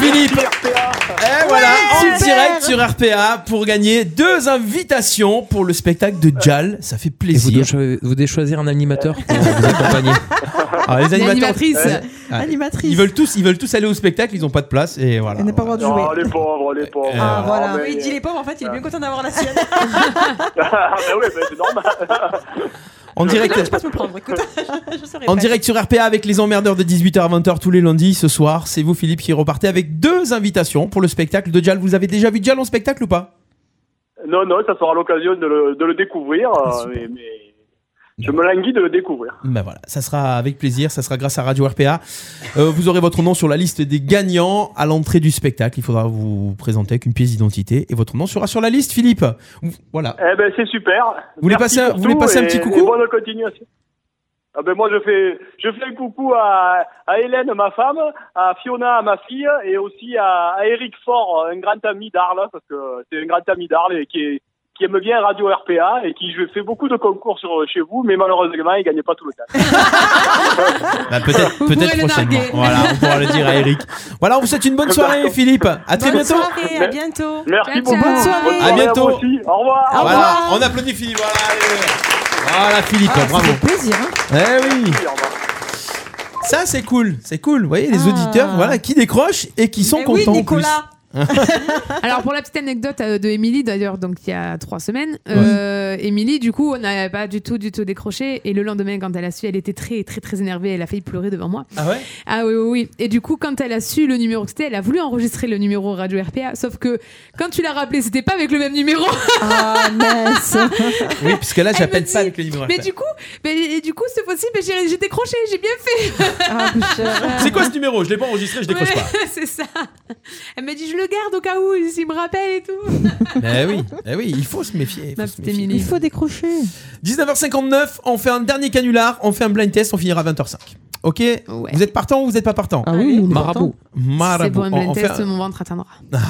Speaker 7: Philippe Et voilà,
Speaker 1: Ouais,
Speaker 7: en
Speaker 1: super.
Speaker 7: direct sur RPA pour gagner deux invitations pour le spectacle de Jal. Ça fait
Speaker 8: Et vous,
Speaker 7: plaisir.
Speaker 8: devez cho- vous devez choisir un animateur pour vous accompagner.
Speaker 7: Alors, Ah, les animateurs-
Speaker 8: animatrices.
Speaker 7: Ouais.
Speaker 9: Animatrices.
Speaker 7: Ils veulent tous, ils veulent tous aller au spectacle, ils n'ont pas de place et voilà.
Speaker 9: pas le droit de jouer.
Speaker 1: Oh, les pauvres, les pauvres.
Speaker 7: Ah, Ah, voilà.
Speaker 10: Oui, il dit les pauvres, en fait, il est bien content d'avoir la sienne.
Speaker 1: Ah, ben oui, ben, c'est normal.
Speaker 7: En direct,
Speaker 10: Là, je pense me prendre, écoute. je saurais
Speaker 7: en
Speaker 10: pas.
Speaker 7: direct sur RPA avec les emmerdeurs de 18h à 20h tous les lundis. Ce soir, c'est vous Philippe qui repartez avec deux invitations pour le spectacle de Jal. Vous avez déjà vu Jal en spectacle ou pas
Speaker 1: Non, non, ça sera l'occasion de le, de le découvrir.
Speaker 9: Ah,
Speaker 1: euh, mais, mais je me languis de le découvrir.
Speaker 7: Ben voilà, ça sera avec plaisir, ça sera grâce à Radio RPA. Euh, vous aurez votre nom sur la liste des gagnants à l'entrée du spectacle. Il faudra vous présenter avec une pièce d'identité et votre nom sera sur la liste, Philippe. Voilà.
Speaker 1: Eh ben, c'est super.
Speaker 7: Vous voulez
Speaker 1: Merci
Speaker 7: passer un-
Speaker 1: pour
Speaker 7: vous voulez
Speaker 1: tout
Speaker 7: passer un
Speaker 1: et-
Speaker 7: petit coucou
Speaker 1: et Bonne continuation. Ah ben moi je fais je fais un coucou à, à Hélène ma femme, à Fiona ma fille et aussi à, à Eric Faure, un grand ami d'Arles parce que c'est un grand ami d'Arles et qui est- qui aime bien Radio RPA et qui je fais beaucoup de concours sur chez vous mais malheureusement il gagne pas tout le temps.
Speaker 7: Bah, peut-être
Speaker 1: Vous
Speaker 7: peut-être
Speaker 1: pourrez le
Speaker 7: prochainement.
Speaker 1: narguer.
Speaker 7: Voilà, on pourra le dire à Eric. Voilà, on vous souhaite une bonne soirée, Philippe. À très
Speaker 10: Bonne
Speaker 7: bientôt.
Speaker 10: soirée, à bientôt.
Speaker 1: Merci
Speaker 10: beaucoup. Bonne soirée.
Speaker 7: À bientôt.
Speaker 1: Au revoir.
Speaker 7: Voilà, on applaudit Philippe. Voilà, allez. Voilà, Philippe, bravo.
Speaker 9: plaisir.
Speaker 7: Eh oui. Ça, c'est cool, c'est cool. Vous voyez, les auditeurs, voilà, qui décrochent et qui sont
Speaker 4: Eh Ah. oui,
Speaker 7: contents. en
Speaker 4: Nicolas.
Speaker 7: plus.
Speaker 4: Alors pour la petite anecdote euh, de Émilie d'ailleurs, donc il y a trois semaines, euh, Émilie du coup on n'avait pas du tout du tout décroché et le lendemain quand elle a su, elle était très très très énervée, elle a failli pleurer devant moi.
Speaker 7: Ah ouais
Speaker 4: Ah oui oui oui. Et du coup quand elle a su le numéro que c'était, elle a voulu enregistrer le numéro Radio RPA, sauf que quand tu l'as rappelé, c'était pas avec le même numéro.
Speaker 9: Ah mince.
Speaker 7: Oui, puisque là, j'appelle pas avec le numéro.
Speaker 4: Mais du coup, mais- et du coup cette fois-ci, ben, j'ai j'ai décroché, j'ai bien fait.
Speaker 7: C'est quoi ce numéro Je l'ai pas enregistré, je décroche
Speaker 4: Ouais,
Speaker 7: pas.
Speaker 4: c'est ça. Elle m'a dit je le garde au cas où s'il me rappelle et tout.
Speaker 7: Mais oui, eh oui, il faut se méfier. il faut se méfier.
Speaker 9: Il faut décrocher.
Speaker 7: 19h59, on fait un dernier canular, on fait un blind test, on finira à 20h05. Ok Vous êtes partant ou vous n'êtes pas partant
Speaker 9: Ah oui, nous, on est
Speaker 7: Marabout. Marabout.
Speaker 4: C'est pour un
Speaker 7: On-
Speaker 4: blind
Speaker 7: on fait
Speaker 4: test,
Speaker 7: un-
Speaker 4: mon ventre atteindra.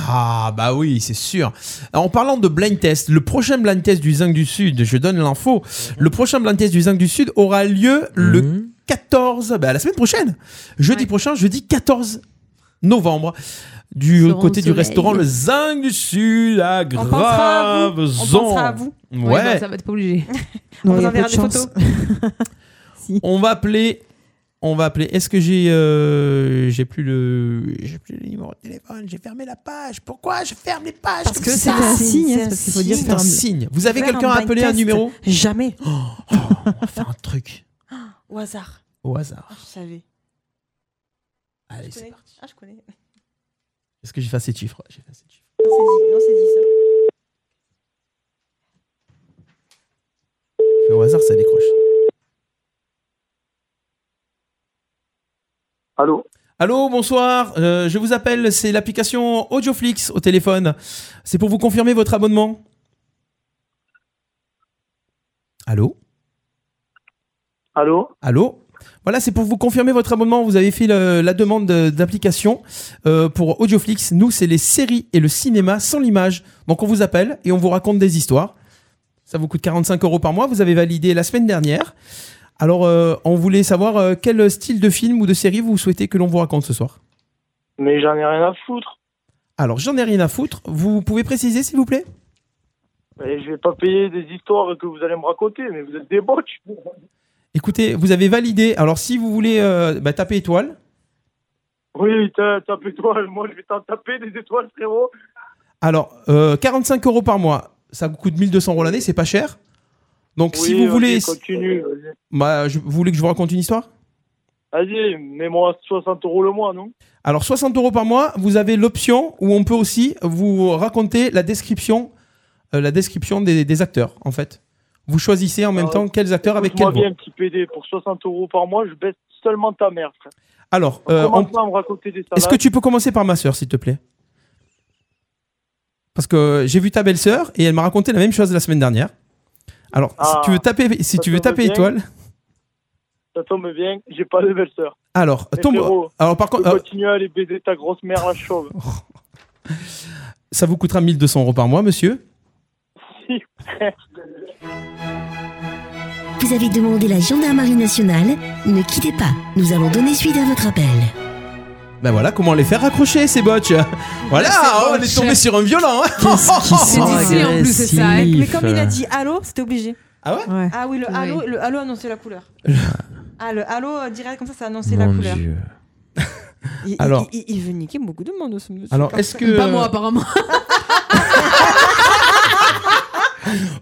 Speaker 7: Ah bah oui, c'est sûr. En parlant de blind test, le prochain blind test du Zinc du Sud, je donne l'info,
Speaker 11: Mhm.
Speaker 7: le prochain blind test du Zinc du Sud aura lieu le 14, bah, la semaine prochaine, jeudi prochain, jeudi 14 novembre. Du
Speaker 11: Serons
Speaker 7: côté
Speaker 11: au
Speaker 7: du
Speaker 11: soleil.
Speaker 7: restaurant Le Zinc du Sud à
Speaker 11: On pensera à vous. On
Speaker 7: Gravezon.
Speaker 11: pensera à vous.
Speaker 7: Ouais.
Speaker 4: Ouais, non, ça va être pas obligé.
Speaker 9: On vous enverra des photos.
Speaker 7: On va appeler. On va appeler. Est-ce que j'ai. euh, j'ai plus le. J'ai plus le numéro de téléphone. J'ai fermé la page. Pourquoi je ferme les pages Parce
Speaker 9: que c'est un signe, hein, parce qu'il faut dire
Speaker 7: C'est
Speaker 9: faire
Speaker 7: un
Speaker 9: un-
Speaker 7: signe. Vous avez
Speaker 9: faire
Speaker 7: quelqu'un
Speaker 9: un
Speaker 7: à
Speaker 9: blind
Speaker 7: appeler un
Speaker 9: test.
Speaker 7: numéro
Speaker 9: Jamais. Ah,
Speaker 7: On va faire un truc
Speaker 10: Au hasard.
Speaker 7: au hasard.
Speaker 10: Ah, je savais.
Speaker 7: Allez, c'est
Speaker 10: parti. Ah, je connais.
Speaker 7: Est-ce que j'ai fait ces chiffres J'ai fait assez de chiffres.
Speaker 10: Non, c'est dit, non, c'est dit ça.
Speaker 7: Fais Au hasard, ça décroche.
Speaker 1: Allô
Speaker 7: Allô, bonsoir. Euh, je vous appelle. C'est l'application Audioflix au téléphone. C'est pour vous confirmer votre abonnement. Allô
Speaker 1: Allô
Speaker 7: Allô Voilà, c'est pour vous confirmer votre abonnement. Vous avez fait le- la demande de- d'application euh, pour Audioflix. Nous, c'est les séries et le cinéma sans l'image. Donc, on vous appelle et on vous raconte des histoires. Ça vous coûte 45 euros par mois. Vous avez validé la semaine dernière. Alors, euh, on voulait savoir euh, quel style de film ou de série vous souhaitez que l'on vous raconte ce soir.
Speaker 1: Mais j'en ai rien à foutre.
Speaker 7: Alors, j'en ai rien à foutre. Vous pouvez préciser, s'il vous plaît
Speaker 1: Et je vais pas payer des histoires que vous allez me raconter, mais vous êtes des botches.
Speaker 7: Écoutez, vous avez validé. Alors, si vous voulez euh, bah, taper étoile.
Speaker 1: Oui, t'as- tape étoile, moi je vais t'en taper des étoiles, frérot.
Speaker 7: Alors, euh, 45 euros par mois, ça vous coûte 1200 euros l'année, c'est pas cher. Donc, si vous
Speaker 1: Oui, vas-y,
Speaker 7: voulez.
Speaker 1: Continue, vas-y.
Speaker 7: Bah, je, vous voulez que je vous raconte une histoire
Speaker 1: Vas-y, mets-moi 60 euros le mois, non
Speaker 7: Alors, 60 euros par mois, vous avez l'option où on peut aussi vous raconter la description, euh, la description des, des acteurs, en fait. Vous choisissez en même
Speaker 1: Ah,
Speaker 7: temps quels acteurs avec quelle
Speaker 1: Écoute-moi
Speaker 7: voix.
Speaker 1: bien, petit PD, pour 60 euros par mois, je baisse seulement ta mère, frère.
Speaker 7: Alors, euh, on-
Speaker 1: Commence pas à me raconter des salades.
Speaker 7: est-ce que tu peux commencer par ma sœur, s'il te plaît Parce que j'ai vu ta belle-sœur et elle m'a raconté la même chose la semaine dernière. Alors,
Speaker 1: Ah,
Speaker 7: si tu veux taper, si
Speaker 1: ça
Speaker 7: tu veux
Speaker 1: tombe
Speaker 7: taper
Speaker 1: bien.
Speaker 7: étoile.
Speaker 1: Ça tombe bien, j'ai pas de belle-sœur.
Speaker 7: Alors,
Speaker 1: Mais
Speaker 7: Ah, tombe.
Speaker 1: frérot,
Speaker 7: Alors, par
Speaker 1: je
Speaker 7: contre, euh,
Speaker 1: Continue à aller baiser ta grosse mère la chauve.
Speaker 7: ça vous coûtera 1200 euros par mois, monsieur.
Speaker 1: Si, frère.
Speaker 24: Vous avez demandé la gendarmerie nationale. Ne quittez pas. Nous allons donner suite à votre appel.
Speaker 7: Ben voilà, comment les faire raccrocher, ces botches Voilà,
Speaker 9: Ces
Speaker 7: on
Speaker 9: botches.
Speaker 7: est tombé sur un violent hein
Speaker 9: C'est d'ici en plus, c'est ça. hein. Mais comme il a dit allô, c'était obligé.
Speaker 7: Ah ouais,
Speaker 9: Ah oui, le allô, le allô annonçait la couleur. ah, le allô euh, direct comme ça, ça annonçait la
Speaker 7: Mon
Speaker 9: couleur.
Speaker 7: Dieu.
Speaker 9: Il, il-
Speaker 7: Alors-
Speaker 9: il, il veut niquer beaucoup de monde, ce monsieur.
Speaker 7: Alors,
Speaker 9: comme
Speaker 7: est-ce
Speaker 9: ça.
Speaker 7: que- Pas moi,
Speaker 4: apparemment.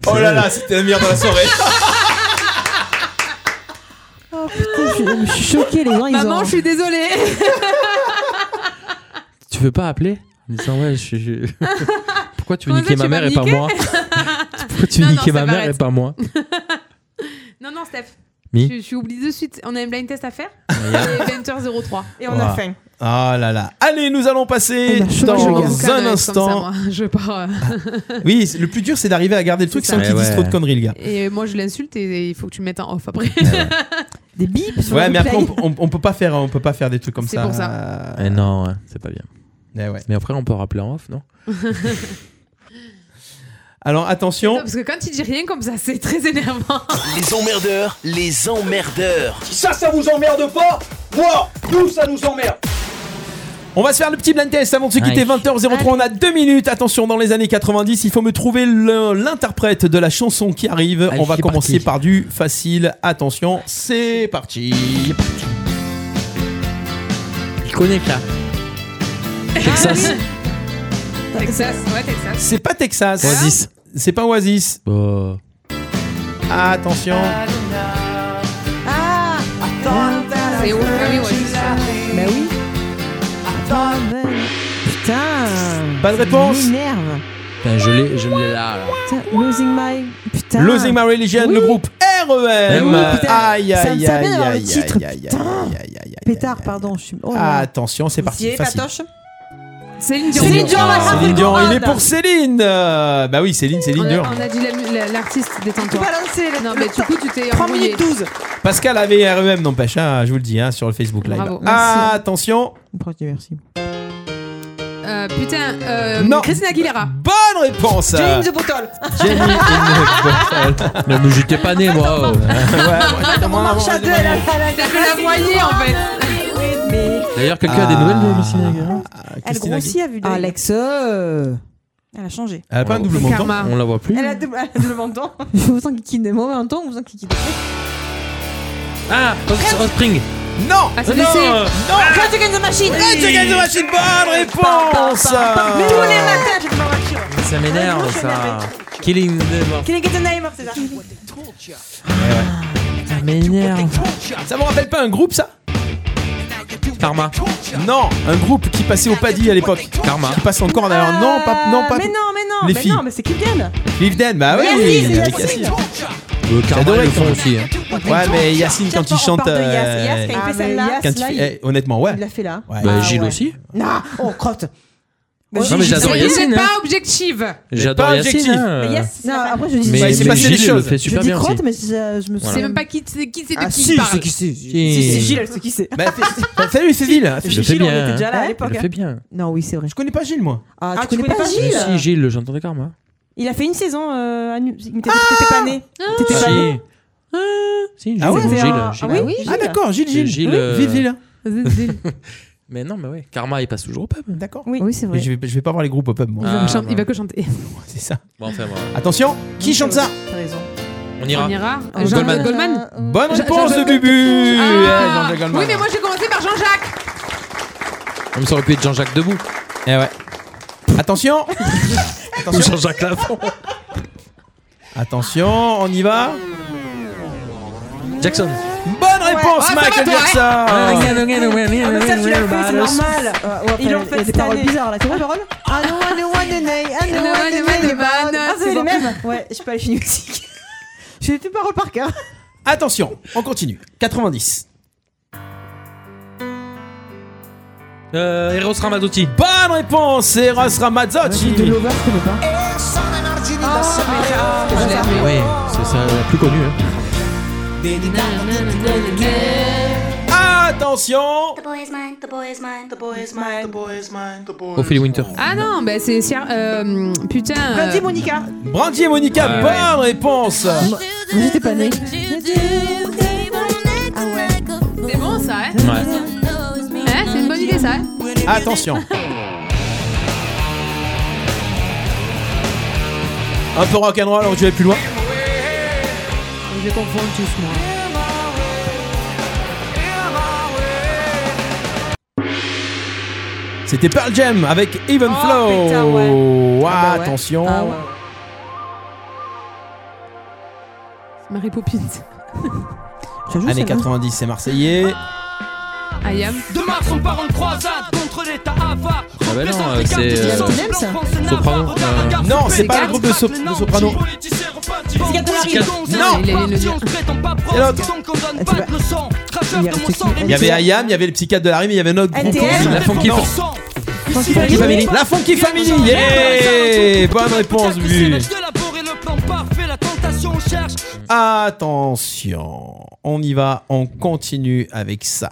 Speaker 7: Oh là là, c'était la meilleure de la soirée
Speaker 9: oh putain, je, je suis choquée, les gens, ils ont.
Speaker 4: Maman, je suis désolée.
Speaker 8: Tu veux pas appeler En disant, ouais, je, je- Pourquoi tu veux
Speaker 4: Comment ça,
Speaker 8: niquer ma
Speaker 4: vas
Speaker 8: mère
Speaker 4: me
Speaker 8: et pas
Speaker 4: niquer
Speaker 8: moi Pourquoi tu veux
Speaker 4: Non, non,
Speaker 8: niquer
Speaker 4: ça
Speaker 8: ma mère
Speaker 4: m'arrête.
Speaker 8: et pas moi
Speaker 4: Non, non, Steph.
Speaker 7: Oui.
Speaker 4: Je, je suis oubliée de suite. On a un blind test à faire.
Speaker 7: Yeah.
Speaker 4: Et 20h03. Et
Speaker 7: Voilà. Ah là là Allez, nous allons passer dans un instant.
Speaker 4: Je pars. euh.
Speaker 7: Oui, c'est- le plus dur, c'est d'arriver à garder le truc
Speaker 4: ça.
Speaker 7: sans qu'il
Speaker 8: Eh
Speaker 4: Ouais,
Speaker 7: dise
Speaker 4: ouais.
Speaker 7: trop de conneries, le gars.
Speaker 4: Et moi, je l'insulte et il faut que tu mettes un off après.
Speaker 9: Des bips
Speaker 7: Ouais, mais après, on, on- on peut pas faire, on peut pas faire des trucs comme
Speaker 4: C'est
Speaker 7: ça. Eh
Speaker 4: pour
Speaker 8: Eh non, ouais, c'est pas bien.
Speaker 7: Mais
Speaker 8: après, on peut rappeler en off, non
Speaker 7: Alors, attention.
Speaker 4: Parce que quand il dit rien comme ça, c'est très énervant.
Speaker 6: Les emmerdeurs, les emmerdeurs.
Speaker 7: Ça, ça vous emmerde pas Moi, nous, ça nous emmerde On va se faire le petit blind test avant de se quitter.
Speaker 11: Aïe.
Speaker 7: 20h03, on a deux minutes. Attention, dans les années 90, il faut me trouver le- l'interprète de la chanson qui arrive.
Speaker 11: Allez,
Speaker 7: on va
Speaker 11: c'est
Speaker 7: commencer
Speaker 11: parti.
Speaker 7: par du facile. Attention, c'est parti.
Speaker 8: Il connaît ça.
Speaker 7: Texas.
Speaker 4: Ah Texas, ouais, Texas.
Speaker 7: C'est pas Texas.
Speaker 8: Oasis.
Speaker 7: C'est pas Oasis. Attention.
Speaker 9: Ah
Speaker 4: C'est Wolfgang Oasis.
Speaker 9: Bah oui. Putain
Speaker 7: Pas de réponse
Speaker 9: Il m'énerve.
Speaker 8: Putain, Ben, je l'ai, je l'ai là. là.
Speaker 9: Putain, Losing My. Putain.
Speaker 7: Losing My Religion, le groupe
Speaker 8: Eh
Speaker 7: REM.
Speaker 8: oui, putain.
Speaker 7: Aïe, aïe,
Speaker 9: Ça me
Speaker 7: aïe,
Speaker 9: savait dans le
Speaker 7: aïe,
Speaker 9: titre,
Speaker 7: aïe, aïe, aïe.
Speaker 9: Pétard, pardon. Je suis... oh là là.
Speaker 7: Attention, c'est parti. Facile.
Speaker 4: Céline Dion.
Speaker 9: Céline Dion,
Speaker 7: Ah,
Speaker 9: la
Speaker 7: Céline Dion, il est
Speaker 9: grande.
Speaker 7: pour Céline. Euh, bah oui, Céline,
Speaker 4: On
Speaker 7: Céline Dion.
Speaker 4: a, on a dit la- la- l'artiste, détends-toi. Non, mais du coup, tu t'es 3 minutes
Speaker 9: 12.
Speaker 7: Pascal avait REM, n'empêche, hein, je vous le dis, hein, sur le Facebook Live.
Speaker 4: Bravo,
Speaker 7: Ah,
Speaker 4: merci.
Speaker 7: attention.
Speaker 9: Merci.
Speaker 4: Euh, putain, euh,
Speaker 7: Non.
Speaker 4: Christina Aguilera.
Speaker 7: Bonne réponse.
Speaker 4: James de
Speaker 9: Bottle.
Speaker 8: Non, mais j'étais pas né, moi.
Speaker 9: On marche à deux, elle a- elle a-
Speaker 4: T'as fait la moitié, en fait.
Speaker 9: Mais
Speaker 8: D'ailleurs, quelqu'un
Speaker 7: Ah,
Speaker 8: a des nouvelles de hein Messina
Speaker 9: elle grossit à vue d'œil. Alex. euh, Elle a changé.
Speaker 8: Elle a pas un double menton Karma. Oh. On la voit plus.
Speaker 9: Elle a double, elle a double menton. Je vous sens qui des mots en même temps, vous sens qui qui
Speaker 8: Ah, Spring.
Speaker 7: Non
Speaker 9: Ah, c'est
Speaker 8: Non
Speaker 9: laissé.
Speaker 8: Non
Speaker 9: Rage Against the Machine
Speaker 7: Rage Against the Machine, bonne réponse
Speaker 9: Tous les matins, je vais voir Rage Against
Speaker 8: Ça m'énerve,
Speaker 9: Ah,
Speaker 8: ça. Killing the Mort.
Speaker 9: Can I get a name, c'est ça
Speaker 8: Ça m'énerve.
Speaker 7: Ça vous rappelle pas un groupe, ça
Speaker 8: Karma.
Speaker 7: Non, un groupe qui passait au paddy à l'époque. Karma. Qui passe encore d'ailleurs.
Speaker 9: Ah.
Speaker 7: Non, pas. Non, pas.
Speaker 9: Mais non, mais non,
Speaker 7: Les
Speaker 9: mais
Speaker 7: filles.
Speaker 9: non, mais c'est Kim Deal.
Speaker 7: Cliff Dead, bah oui,
Speaker 9: Yacine,
Speaker 7: avec
Speaker 9: Yacine.
Speaker 7: Yacine.
Speaker 8: Le Euh, Karma,
Speaker 7: J'adorais
Speaker 8: ils le font
Speaker 7: quand-
Speaker 8: aussi. hein.
Speaker 7: Ouais, mais Yacine, quand il chante. euh,
Speaker 9: Yass, quand il fait celle-là,
Speaker 7: quand il
Speaker 9: là,
Speaker 7: fait-
Speaker 9: il-
Speaker 7: eh, Honnêtement, ouais.
Speaker 9: Il l'a fait là.
Speaker 7: Ouais.
Speaker 8: Bah, Gilles aussi.
Speaker 9: Non, oh crotte. Bah,
Speaker 8: Non, mais
Speaker 9: Gilles,
Speaker 8: j'adore
Speaker 9: c'est-
Speaker 8: Yacine, hein.
Speaker 4: Pas objective.
Speaker 8: J'adore
Speaker 7: pas
Speaker 8: Yacine.
Speaker 7: objectif.
Speaker 8: hein.
Speaker 9: Mais Yass, non, après je dis
Speaker 8: Mais-
Speaker 7: il s'est
Speaker 8: mais
Speaker 7: passé des
Speaker 8: Gilles, il le
Speaker 7: choses.
Speaker 8: fait super
Speaker 9: je dis
Speaker 8: bien aussi.
Speaker 9: crotte, mais je, je me souviens
Speaker 4: C'est même pas qui c'est qui c'est de
Speaker 9: Ah,
Speaker 4: qui
Speaker 9: si,
Speaker 4: il parle.
Speaker 9: c'est qui c'est. Si, c'est Gilles, elle sait qui c'est.
Speaker 7: Bah, fais- fais-lui, fais Gilles.
Speaker 9: Ah,
Speaker 7: Fais
Speaker 8: Je le
Speaker 7: Gilles,
Speaker 8: fais
Speaker 7: on
Speaker 8: bien.
Speaker 7: était
Speaker 9: déjà là à
Speaker 7: hein.
Speaker 9: l'époque,
Speaker 8: Je le
Speaker 9: hein.
Speaker 8: fais bien.
Speaker 9: Non, oui, c'est vrai.
Speaker 7: Je connais pas Gilles, moi.
Speaker 9: Ah, tu, connais, pas Gilles
Speaker 8: Mais Si, Gilles, j'entends des Karma.
Speaker 9: Il a fait une saison euh, à Nu- mais T'étais t'étais pas né. T'étais pas né.
Speaker 8: Si. Si, Gilles.
Speaker 9: Ah ouais,
Speaker 8: Gilles,
Speaker 9: c'est un-
Speaker 8: Gilles.
Speaker 9: ah oui, Gilles.
Speaker 7: Ah, d'accord, Gilles, Gilles.
Speaker 8: Gilles,
Speaker 7: Oui,
Speaker 8: euh,
Speaker 7: Gilles, Gilles.
Speaker 8: Mais non, mais ouais. Karma, il passe toujours au pub.
Speaker 7: D'accord.
Speaker 4: Oui, c'est
Speaker 7: Et je, vais, je vais pas voir les groupes au pub, moi.
Speaker 4: Il, va me chan- il va que chanter.
Speaker 8: Oh,
Speaker 7: C'est ça.
Speaker 8: Bon, enfin, voilà.
Speaker 7: Attention, qui chante ça
Speaker 9: T'as raison.
Speaker 8: On ira.
Speaker 4: On ira.
Speaker 7: Euh,
Speaker 4: Jean-
Speaker 7: Goldman.
Speaker 4: Goldman.
Speaker 7: Bonne
Speaker 4: Jean-
Speaker 7: réponse
Speaker 4: Jean-
Speaker 7: de Bubu
Speaker 4: Ah.
Speaker 8: Eh,
Speaker 7: Ouais, Jean-Jacques Goldman.
Speaker 4: Oui, mais moi j'ai commencé par Jean-Jacques.
Speaker 8: Comme ça aurait pu être Jean-Jacques Debout.
Speaker 7: Eh ouais. Attention
Speaker 8: Ou Jean-Jacques Lafont.
Speaker 7: Attention, on y va.
Speaker 8: Jackson. Ah,
Speaker 7: Bonne réponse,
Speaker 9: Ouais,
Speaker 7: Michael
Speaker 9: ouais, Ah, ça
Speaker 4: hein.
Speaker 7: Jackson
Speaker 9: va, toi, ouais. Ah, mais ça, tu l'as fait, c'est normal. Euh, Ils l'ont fait
Speaker 7: des
Speaker 9: cette
Speaker 7: paroles
Speaker 9: année.
Speaker 7: bizarres,
Speaker 9: là. C'est quoi les paroles Ah non, ah non, ah non, ah non, ah non, ah non, ah non. Ah, c'est les mêmes Ouais, je suis pas allée musique. J'ai fait paroles par cœur.
Speaker 7: Attention, on continue. 90.
Speaker 8: Euh, Eros Ramazzotti.
Speaker 7: Bonne réponse, Eros Ramazzotti.
Speaker 8: Ouais, de
Speaker 9: Lover, je connais pas.
Speaker 8: Ouais, c'est ça la plus connue. hein.
Speaker 7: Attention
Speaker 3: The boy is mine, the boy is mine, the boy is mine, the boy is mine, the boy
Speaker 8: Ophélie Winter.
Speaker 4: Ah non, bah c'est. Sierra- euh, putain.
Speaker 9: Brandy Monica.
Speaker 7: Brandy et Monica,
Speaker 8: Ouais,
Speaker 7: bonne réponse.
Speaker 9: J'étais pas née.
Speaker 4: Ah C'est bon ça, hein Hein, C'est une bonne idée ça, hein
Speaker 7: Attention. Un peu rock'n'roll, on va plus loin.
Speaker 9: Je les confonds tous, moi.
Speaker 7: C'était Pearl Jam avec Even
Speaker 9: Oh,
Speaker 7: Flow.
Speaker 9: putain, ouais.
Speaker 7: Ah,
Speaker 9: Ah bah ouais.
Speaker 7: Attention.
Speaker 9: Ah ouais.
Speaker 4: Marie Poppins.
Speaker 7: Année 90, c'est Marseillais.
Speaker 9: Ah,
Speaker 4: I am.
Speaker 2: De Mars, on part en croisade contre l'État avare.
Speaker 7: Ah bah non,
Speaker 2: euh, c'est, euh,
Speaker 7: Soprano.
Speaker 8: euh,
Speaker 7: Non, c'est pas le groupe de, Sop- de Soprano. Non. Et l'autre Il y avait Ayam, il y avait le psychiatre de la rime, il y avait notre groupe.
Speaker 9: NTM.
Speaker 7: La Funky
Speaker 9: Non. Funky Family.
Speaker 7: Family. La Funky Family. Yeah Bonne réponse, vu. Attention. On y va, on continue avec ça.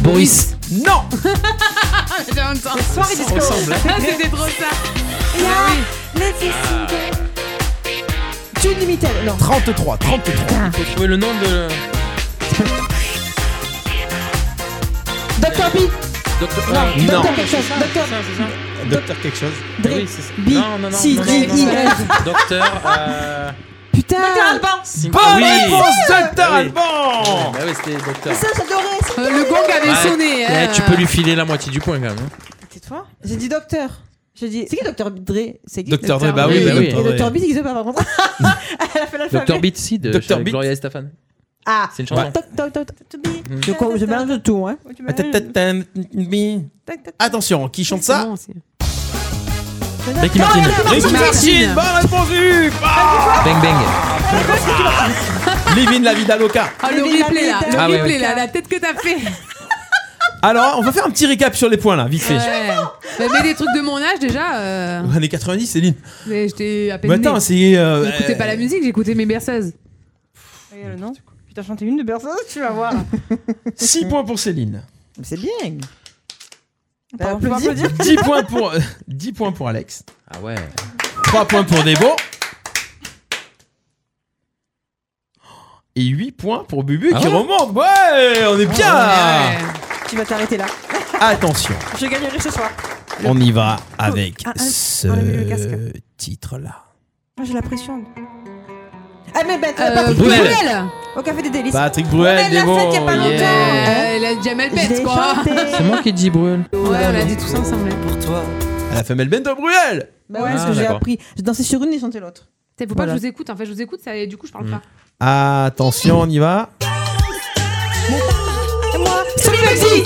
Speaker 8: Boris.
Speaker 7: Non
Speaker 4: Ce soir, il
Speaker 7: disco. ressemble, hein.
Speaker 4: C'était trop ça.
Speaker 9: Tune Limited. Non. Ah.
Speaker 7: 33, 33.
Speaker 8: Faut trouver le nom de.
Speaker 9: Dr. B.
Speaker 8: Docteur.
Speaker 9: Non,
Speaker 8: euh,
Speaker 9: Dr. quelque chose. Dr.
Speaker 7: Docteur quelque chose.
Speaker 8: Dre.
Speaker 9: B.
Speaker 8: Non, non, non.
Speaker 9: C.
Speaker 8: non,
Speaker 9: D.
Speaker 8: non,
Speaker 9: I.
Speaker 8: non.
Speaker 9: L.
Speaker 8: Docteur. euh,
Speaker 9: Putain.
Speaker 7: Bonne réponse, Docteur
Speaker 8: Ah oui.
Speaker 7: Alban
Speaker 8: Bah oui, c'était Docteur.
Speaker 9: Mais ça, j'adorais. ça.
Speaker 4: le gong avait
Speaker 8: Ouais.
Speaker 4: sonné.
Speaker 8: Ouais,
Speaker 4: hein.
Speaker 8: tu peux lui filer la moitié du point quand même. hein.
Speaker 9: Tais-toi. J'ai dit docteur. J'ai dit. C'est qui docteur Dre C'est qui
Speaker 7: Dr. Dre, bah oui, bah oui.
Speaker 9: Et docteur B, c'est qui c'est pas par contre Elle a fait l'alphabet.
Speaker 8: Docteur Beat Seed,
Speaker 7: Dr.
Speaker 8: je suis avec
Speaker 7: Beat.
Speaker 8: Gloria Estefan.
Speaker 9: Ah.
Speaker 8: C'est une Mm. chanson.
Speaker 9: Toc, toc, toc, toc, toc, bi. Je co- Je mélange de tout, hein.
Speaker 7: Ah, Attention, qui chante ça
Speaker 8: Ricky Martin.
Speaker 7: Ricky Martin, bonne réponse Hugues. Ah
Speaker 8: Bang bang.
Speaker 7: Livin Ah. la vida loca.
Speaker 4: Ah, le
Speaker 9: Levez la
Speaker 4: replay là,
Speaker 9: tête.
Speaker 4: le
Speaker 7: Ah, ouais,
Speaker 4: replay
Speaker 7: ouais.
Speaker 4: là, la tête que t'as fait.
Speaker 7: Alors, on va faire un petit récap sur les points là, vite fait.
Speaker 4: Ouais. Bah, mais des trucs de mon âge déjà. euh,
Speaker 7: Années 90, Céline.
Speaker 4: mais J'étais à peine.
Speaker 7: Mais attends,
Speaker 4: née.
Speaker 7: c'est. euh,
Speaker 4: J'écoutais pas la musique, j'écoutais mes berceuses.
Speaker 9: Non. Putain, chanté une de personne, tu vas voir.
Speaker 7: 6 points pour Céline.
Speaker 9: Mais C'est bien.
Speaker 10: peut
Speaker 9: Bah, on peut
Speaker 10: applaudir.
Speaker 9: applaudir.
Speaker 7: 10 points pour, 10 points pour Alex.
Speaker 8: Ah ouais.
Speaker 7: 3 points pour Debo. Et 8 points pour Bubu
Speaker 8: Ah
Speaker 7: qui
Speaker 8: ouais Ah
Speaker 7: remonte. Ouais, on est bien.
Speaker 9: Tu vas t'arrêter là.
Speaker 7: Attention,
Speaker 9: Je gagnerai ce soir.
Speaker 7: on y va avec
Speaker 10: Ah, ah, enlevez le casque.
Speaker 7: ce titre là.
Speaker 10: Ah, J'ai la pression.
Speaker 9: Ah, mais bête,
Speaker 4: Euh,
Speaker 9: Patrick
Speaker 7: Bruel.
Speaker 4: Bruel.
Speaker 9: Au café des délices.
Speaker 7: Patrick Bruel,
Speaker 9: On a
Speaker 7: Debo.
Speaker 9: la fête il y a pas longtemps.
Speaker 7: yeah.
Speaker 4: Euh, la Jamel
Speaker 9: Je
Speaker 4: Bent
Speaker 9: l'ai
Speaker 4: quoi.
Speaker 9: chanté.
Speaker 8: C'est moi qui dis Bruel.
Speaker 4: Ouais, on l'a dit tous ensemble.
Speaker 23: Pour toi.
Speaker 7: La femelle Bento Bruel.
Speaker 9: Bah ouais,
Speaker 8: Ah,
Speaker 9: parce que j'ai
Speaker 8: d'accord.
Speaker 9: appris. J'ai dansé sur une et chanté l'autre.
Speaker 4: Faut pas
Speaker 9: Voilà.
Speaker 4: que je vous écoute, en fait, je vous écoute, ça, et du coup, je parle pas.
Speaker 7: Mm. Attention, on y va.
Speaker 9: Tommy Bugsy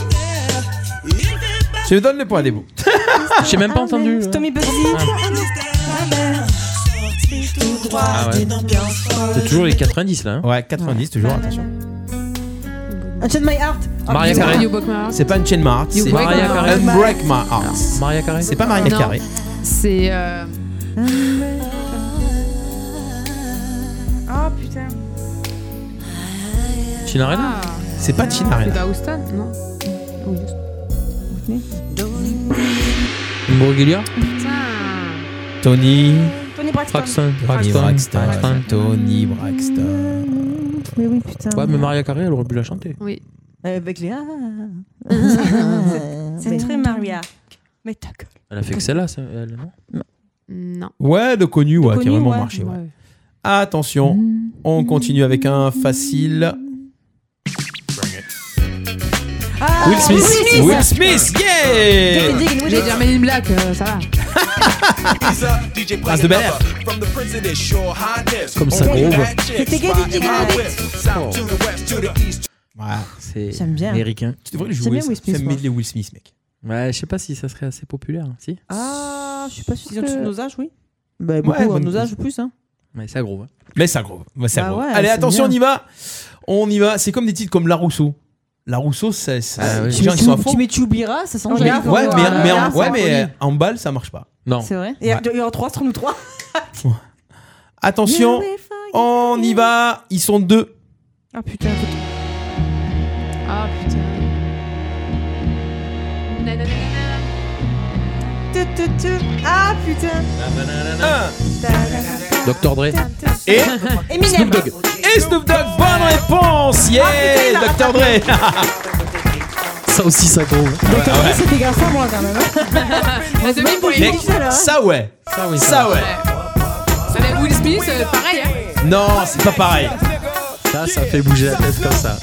Speaker 7: Je donne le point à Debo.
Speaker 8: J'ai même pas entendu. euh.
Speaker 9: Tommy Bugsy
Speaker 8: Ah ouais. C'est toujours les 90 là. hein.
Speaker 7: Ouais, 90 toujours, attention.
Speaker 9: Unchain My Heart Oh,
Speaker 8: Maria
Speaker 9: putain.
Speaker 8: Carré.
Speaker 4: You Broke My Heart.
Speaker 7: C'est pas une chaîne Heart,
Speaker 4: You
Speaker 7: c'est
Speaker 4: Break My
Speaker 8: Mariah
Speaker 4: Heart.
Speaker 8: Carey.
Speaker 7: Unbreak My Heart.
Speaker 8: Maria Carré.
Speaker 7: C'est pas Maria
Speaker 4: Non.
Speaker 7: Carré.
Speaker 4: C'est. euh,
Speaker 10: Oh putain.
Speaker 8: Chinarella.
Speaker 4: ah,
Speaker 7: C'est pas Tina
Speaker 4: C'est
Speaker 7: Arena.
Speaker 4: d'Austin, non Oui, Houston.
Speaker 8: Imbrogulia.
Speaker 4: Putain.
Speaker 7: Tony
Speaker 10: Tony Braxton.
Speaker 8: Braxton.
Speaker 7: Tony Braxton.
Speaker 8: Braxton.
Speaker 7: Tony Braxton.
Speaker 9: Mais oui, putain.
Speaker 8: Ouais, mais Maria Carré, elle aurait pu la chanter.
Speaker 4: Oui.
Speaker 9: Avec les. Ah.
Speaker 10: C'est
Speaker 9: Mais-
Speaker 10: très Maria. Mais ta gueule.
Speaker 8: Elle a fait que celle-là, ça- elle, non
Speaker 4: Non.
Speaker 7: Ouais, de connu, ouais, qui
Speaker 8: connu,
Speaker 7: a vraiment
Speaker 8: ouais.
Speaker 7: marché. ouais. Attention,
Speaker 9: Mm.
Speaker 7: on continue avec un facile.
Speaker 4: Ah,
Speaker 9: Ah,
Speaker 7: Will Smith. Will Smith, yeah
Speaker 4: J'ai déjà Men in Black, euh, ça va.
Speaker 7: Prince de Bel-Air.
Speaker 8: Comme ça, gros.
Speaker 9: C'était gay du
Speaker 8: C'est
Speaker 9: J'aime bien.
Speaker 8: américain.
Speaker 9: Tu devrais le J'aime jouer, bien ça. Will Smith, J'aime moi.
Speaker 7: les Will Smith, mec.
Speaker 8: Ouais, je sais pas si ça serait assez populaire. Si
Speaker 9: Ah, je suis pas sûre
Speaker 8: Disons que
Speaker 9: que...
Speaker 8: sous
Speaker 9: nos
Speaker 8: nos
Speaker 9: âges,
Speaker 8: âges,
Speaker 9: oui. Bah,
Speaker 7: beaucoup,
Speaker 9: beaucoup,
Speaker 7: à
Speaker 9: nos
Speaker 7: nos
Speaker 9: âges ou plus, hein.
Speaker 8: Mais ça gros.
Speaker 7: Mais ça gros. Mais ça
Speaker 9: Bah
Speaker 7: gros.
Speaker 9: ouais,
Speaker 7: Allez,
Speaker 9: c'est
Speaker 7: attention,
Speaker 9: bien.
Speaker 7: on y va. On y va. C'est comme des titres comme La Rousseau. La Rousseau, c'est c'est-
Speaker 8: Ah, oui.
Speaker 7: les gens qui sont à fond.
Speaker 9: Tu mets tu oublieras, ça sent
Speaker 7: Mais-
Speaker 9: jamais.
Speaker 7: ouais, mais, mais en, ouais, mais,
Speaker 9: folie.
Speaker 7: euh, en balle, ça marche pas.
Speaker 8: Non.
Speaker 9: C'est vrai. Et Il y aura trois sur nous trois.
Speaker 7: Attention, on y va. Ils sont deux.
Speaker 10: Ah putain,
Speaker 4: Ah putain.
Speaker 9: Tu, tu, tu. Ah putain.
Speaker 8: Dr. Dre.
Speaker 7: Et
Speaker 9: Eminem.
Speaker 7: Snoop Dogg. Et Snoop Dogg, bonne réponse.
Speaker 4: Ah,
Speaker 7: Yeah, Dr. Dre.
Speaker 8: Ça aussi, ça gros.
Speaker 9: Dr. Dre, c'était grâce à moi quand même.
Speaker 4: La demi pour les
Speaker 7: Mec,
Speaker 4: filles, là.
Speaker 7: ça ouais. Ça ouais.
Speaker 4: Ça lève Will Smith, euh, pareil. Hein.
Speaker 7: Non, c'est pas pareil.
Speaker 8: Ça, ça fait bouger la tête comme ça.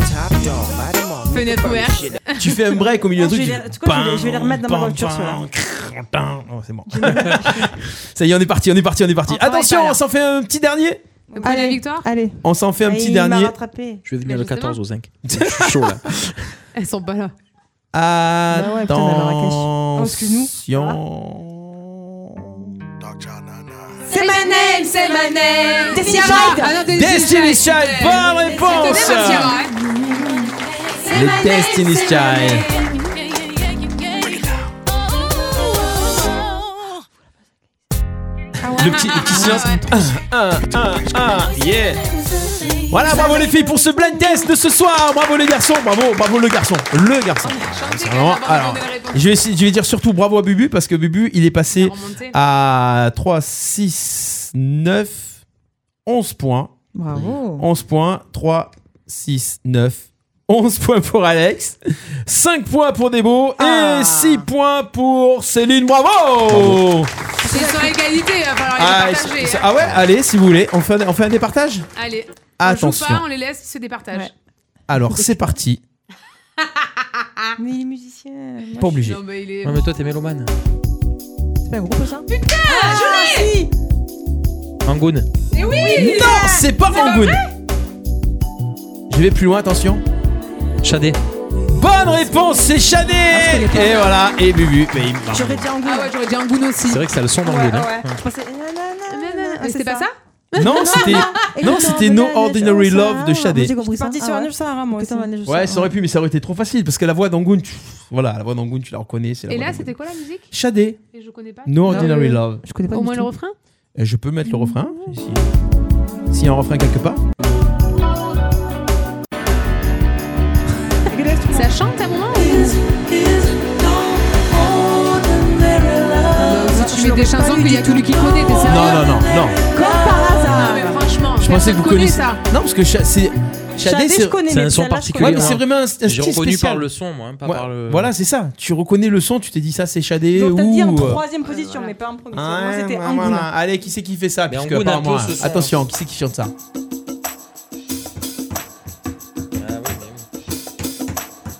Speaker 4: Fenêtre ouverte.
Speaker 7: Tu fais un break au milieu
Speaker 4: Oh,
Speaker 7: du
Speaker 4: je
Speaker 7: truc.
Speaker 4: vais
Speaker 7: tu-
Speaker 4: les- tu vois, je vais les- je vais les remettre dans ma
Speaker 7: Pam,
Speaker 4: voiture,
Speaker 7: pam,
Speaker 4: ceux-là.
Speaker 7: crrr, pam. Oh, c'est bon. Ça y est, on est parti, on est parti, on est parti. Attention,
Speaker 4: hein.
Speaker 7: on s'en fait un petit dernier.
Speaker 4: Allez, victoire.
Speaker 9: Allez.
Speaker 7: On s'en fait un
Speaker 4: Et
Speaker 7: petit
Speaker 4: Ah, il m'a
Speaker 7: dernier.
Speaker 4: rattrapé.
Speaker 8: Je vais venir
Speaker 4: Mais
Speaker 8: le
Speaker 4: justement.
Speaker 8: 14 au 5. Je suis chaud là.
Speaker 4: Elles sont pas là.
Speaker 7: Attends.
Speaker 4: Bah ouais, putain, on a le racache. Oh, excuse-nous.
Speaker 10: C'est ma name, c'est ma name.
Speaker 4: Destiny's Child. Ah non,
Speaker 7: Destiny's Child, bonne réponse. Les hein. Destiny's Child. Le petit, le petit silence.
Speaker 12: Ah,
Speaker 7: Un,
Speaker 12: bah,
Speaker 7: un, un, yeah. Voilà, bravo les filles pour ce blind test de ce soir. Bravo les garçons, bravo, bravo le garçon, le garçon. C'est vraiment- alors, je vais, essayer- je vais dire surtout bravo à Bubu parce que Bubu, il est passé à 3, 6, 9, 11 points.
Speaker 9: Bravo.
Speaker 7: 11 points, 3, 6, 9. 11 points pour Alex, 5 points pour Debo et 6 points pour Céline. bravo.
Speaker 4: C'est sur égalité, il va falloir les
Speaker 7: Ah,
Speaker 4: partager.
Speaker 7: ils sont-
Speaker 4: hein.
Speaker 7: ah ouais, allez, si vous voulez, on fait un, on fait un départage
Speaker 4: Allez.
Speaker 7: Attention.
Speaker 4: On joue pas, on les laisse, c'est des partages.
Speaker 7: Alors, c'est parti.
Speaker 10: Mais il est musicien. Moi,
Speaker 7: Pas obligé.
Speaker 4: Ah. Non, mais il est.
Speaker 8: Ouais, mais toi, t'es mélomane.
Speaker 9: C'est pas
Speaker 7: Ben,
Speaker 9: un groupe
Speaker 7: hein.
Speaker 9: ça
Speaker 4: Putain, je l'ai
Speaker 8: Angoon.
Speaker 3: Eh
Speaker 4: Mais oui
Speaker 7: Ah, Non, c'est pas Rangoon. Je vais plus loin, attention.
Speaker 8: Shadé.
Speaker 7: Bonne réponse, c'est Chané
Speaker 8: Ah,
Speaker 7: Et voilà, et Bubu. mais il marche.
Speaker 9: J'aurais dit Angoon.
Speaker 4: Ah ouais, j'aurais dit Angoon aussi.
Speaker 8: C'est vrai que ça a le son d'Angoon.
Speaker 4: Ouais,
Speaker 8: hein.
Speaker 9: Je pensais.
Speaker 4: Mais c'était pas ça
Speaker 7: Ah, Non, c'était non, c'était No Ordinary Love de Shadé.
Speaker 9: compris
Speaker 10: Je suis partie
Speaker 9: ça.
Speaker 10: sur
Speaker 9: Ah
Speaker 10: un
Speaker 9: ouais.
Speaker 10: neuf Sahara, moi aussi.
Speaker 7: Ouais, ça aurait pu, mais ça aurait été trop facile parce que la voix d'Angoon, tu... voilà, la voix d'Angoon, tu la reconnais. c'est la
Speaker 4: Et
Speaker 7: voix
Speaker 4: là,
Speaker 7: d'Angoon.
Speaker 4: c'était quoi la musique
Speaker 7: Shadé.
Speaker 4: Et je connais pas.
Speaker 7: No Ordinary Love.
Speaker 9: Je connais
Speaker 4: Au moins le refrain
Speaker 7: Je peux mettre le refrain si- si- S'il y a un refrain quelque part.
Speaker 4: Ça chante à un moment Si tu mets des chansons qu'il y a tout lui qui connaît, t'es sérieux
Speaker 7: Non, non, non, non.
Speaker 4: Comme par hasard Non, mais franchement,
Speaker 7: Je pensais que vous
Speaker 4: personne connaît
Speaker 7: connaissiez.
Speaker 4: ça.
Speaker 7: Non, parce que Cha- c'est.
Speaker 4: Shadé,
Speaker 7: c'est-
Speaker 4: je connais, C'est un mais son celle-là, je particulier,
Speaker 7: Ouais, mais
Speaker 8: hein.
Speaker 7: c'est vraiment un, un
Speaker 8: J'ai
Speaker 7: style
Speaker 8: reconnu
Speaker 7: spécial.
Speaker 8: par le son, moi, hein, pas
Speaker 7: Ouais,
Speaker 8: par le-
Speaker 7: Voilà, c'est ça. Tu reconnais le son, tu t'es dit ça, c'est Shadé
Speaker 10: Donc
Speaker 7: ou.
Speaker 10: t'as dit en
Speaker 7: euh,
Speaker 10: troisième position, mais pas en premier. Moi,
Speaker 7: ouais,
Speaker 10: c'était
Speaker 7: ouais,
Speaker 10: Angoon.
Speaker 7: voilà. Allez, qui c'est qui fait ça puisque,
Speaker 8: Angoon a
Speaker 7: apparemment,
Speaker 8: un peu ce son.
Speaker 7: Attention, qui c'est qui chante ça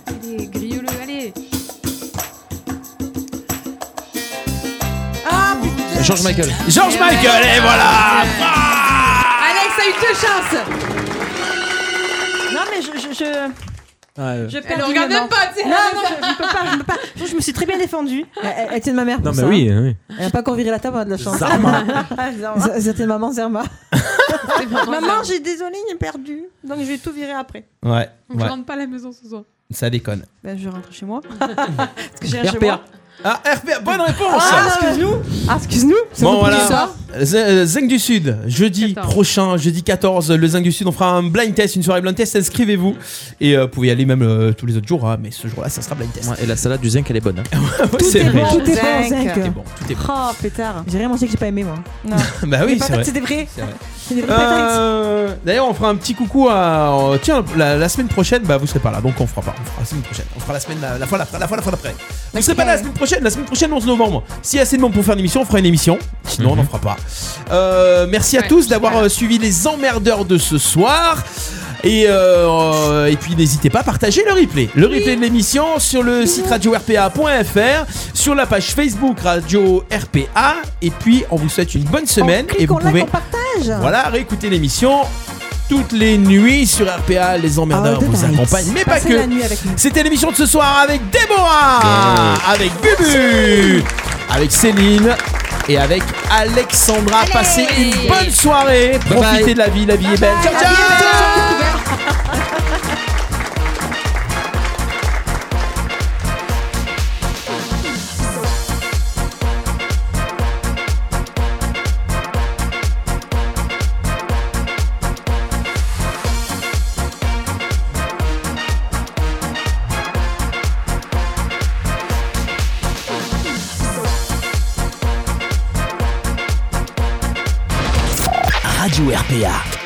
Speaker 4: Allez, grille-le, allez
Speaker 10: Ah putain
Speaker 8: George Michael.
Speaker 7: George Michael, et voilà
Speaker 4: Eh Alex a eu deux chances
Speaker 10: Non, mais je. je, je... Je
Speaker 4: Elle
Speaker 10: perds
Speaker 4: le regarde
Speaker 10: maintenant.
Speaker 4: même pas, tu sais.
Speaker 10: Non, non, je, je peux pas, je peux pas. Je, je me suis très bien défendue.
Speaker 9: Elle, elle- elle tient de ma mère.
Speaker 8: Non,
Speaker 9: pour
Speaker 8: mais
Speaker 9: ça,
Speaker 8: oui,
Speaker 9: hein.
Speaker 8: oui.
Speaker 9: Elle a pas encore viré la table, on a de la chance.
Speaker 8: Zarma.
Speaker 9: Z- C'était maman Zerma.
Speaker 10: Maman, j'ai désolé, j'ai perdu. Donc je vais tout virer après.
Speaker 7: Ouais,
Speaker 10: Je
Speaker 7: ouais,
Speaker 10: rentre pas à la maison ce soir.
Speaker 7: ça déconne.
Speaker 10: Ben, je rentre chez moi. Parce que j'ai chez
Speaker 7: RPA.
Speaker 10: moi.
Speaker 7: Ah, RPA, bonne réponse
Speaker 10: Ah, excuse-nous. Ah, excuse-nous.
Speaker 7: Bon, voilà. Z- euh, Zinc du Sud, jeudi
Speaker 11: 14.
Speaker 7: prochain, jeudi 14, le Zinc du Sud, on fera un blind test, une soirée blind test, inscrivez-vous. Et euh, vous pouvez y aller même euh, tous les autres jours, hein, mais ce jour-là, ça sera blind test.
Speaker 8: et la salade du zinc, elle est bonne. hein.
Speaker 7: Tout est bon,
Speaker 9: tout est bon, Zach.
Speaker 7: Tout est bon, tout est bon.
Speaker 9: Oh, pétard. J'ai rien mangé que j'ai pas aimé, moi. Non.
Speaker 7: Bah oui,
Speaker 9: Les
Speaker 7: c'est
Speaker 9: patates,
Speaker 7: vrai.
Speaker 9: C'était vrai.
Speaker 7: C'est vrai.
Speaker 9: C'est des vraies patates.
Speaker 7: Euh, D'ailleurs, on fera un petit coucou à. euh, Tiens, la, la semaine prochaine, bah vous serez pas là, donc on fera pas. On fera la semaine prochaine. On fera la semaine, la, la fois d'après, la fois, la fois d'après. On serez pas là la semaine prochaine, la semaine prochaine, 11 novembre. S'il y a assez de monde pour faire une émission, on fera une émission. Sinon, on n'en fera pas. Euh, merci à tous d'avoir euh, suivi les emmerdeurs de ce soir. Et, euh, et puis n'hésitez pas à partager le replay. Le replay de l'émission sur le site radio-rpa.fr, sur la page Facebook Radio RPA. Et puis on vous souhaite une bonne semaine. et vous pouvez voilà, réécoutez l'émission toutes les nuits sur RPA. Les emmerdeurs
Speaker 11: Oh, the
Speaker 7: vous
Speaker 11: nights.
Speaker 7: accompagnent, mais
Speaker 11: Passez
Speaker 7: pas que.
Speaker 11: la nuit avec nous.
Speaker 7: C'était l'émission de ce soir avec Déborah, avec Bubu, avec Céline. Et avec Alexandra, passez une bonne soirée.
Speaker 11: Bye bye.
Speaker 7: Profitez de la vie, la vie est belle. Ciao, ciao.
Speaker 6: Radio RPA.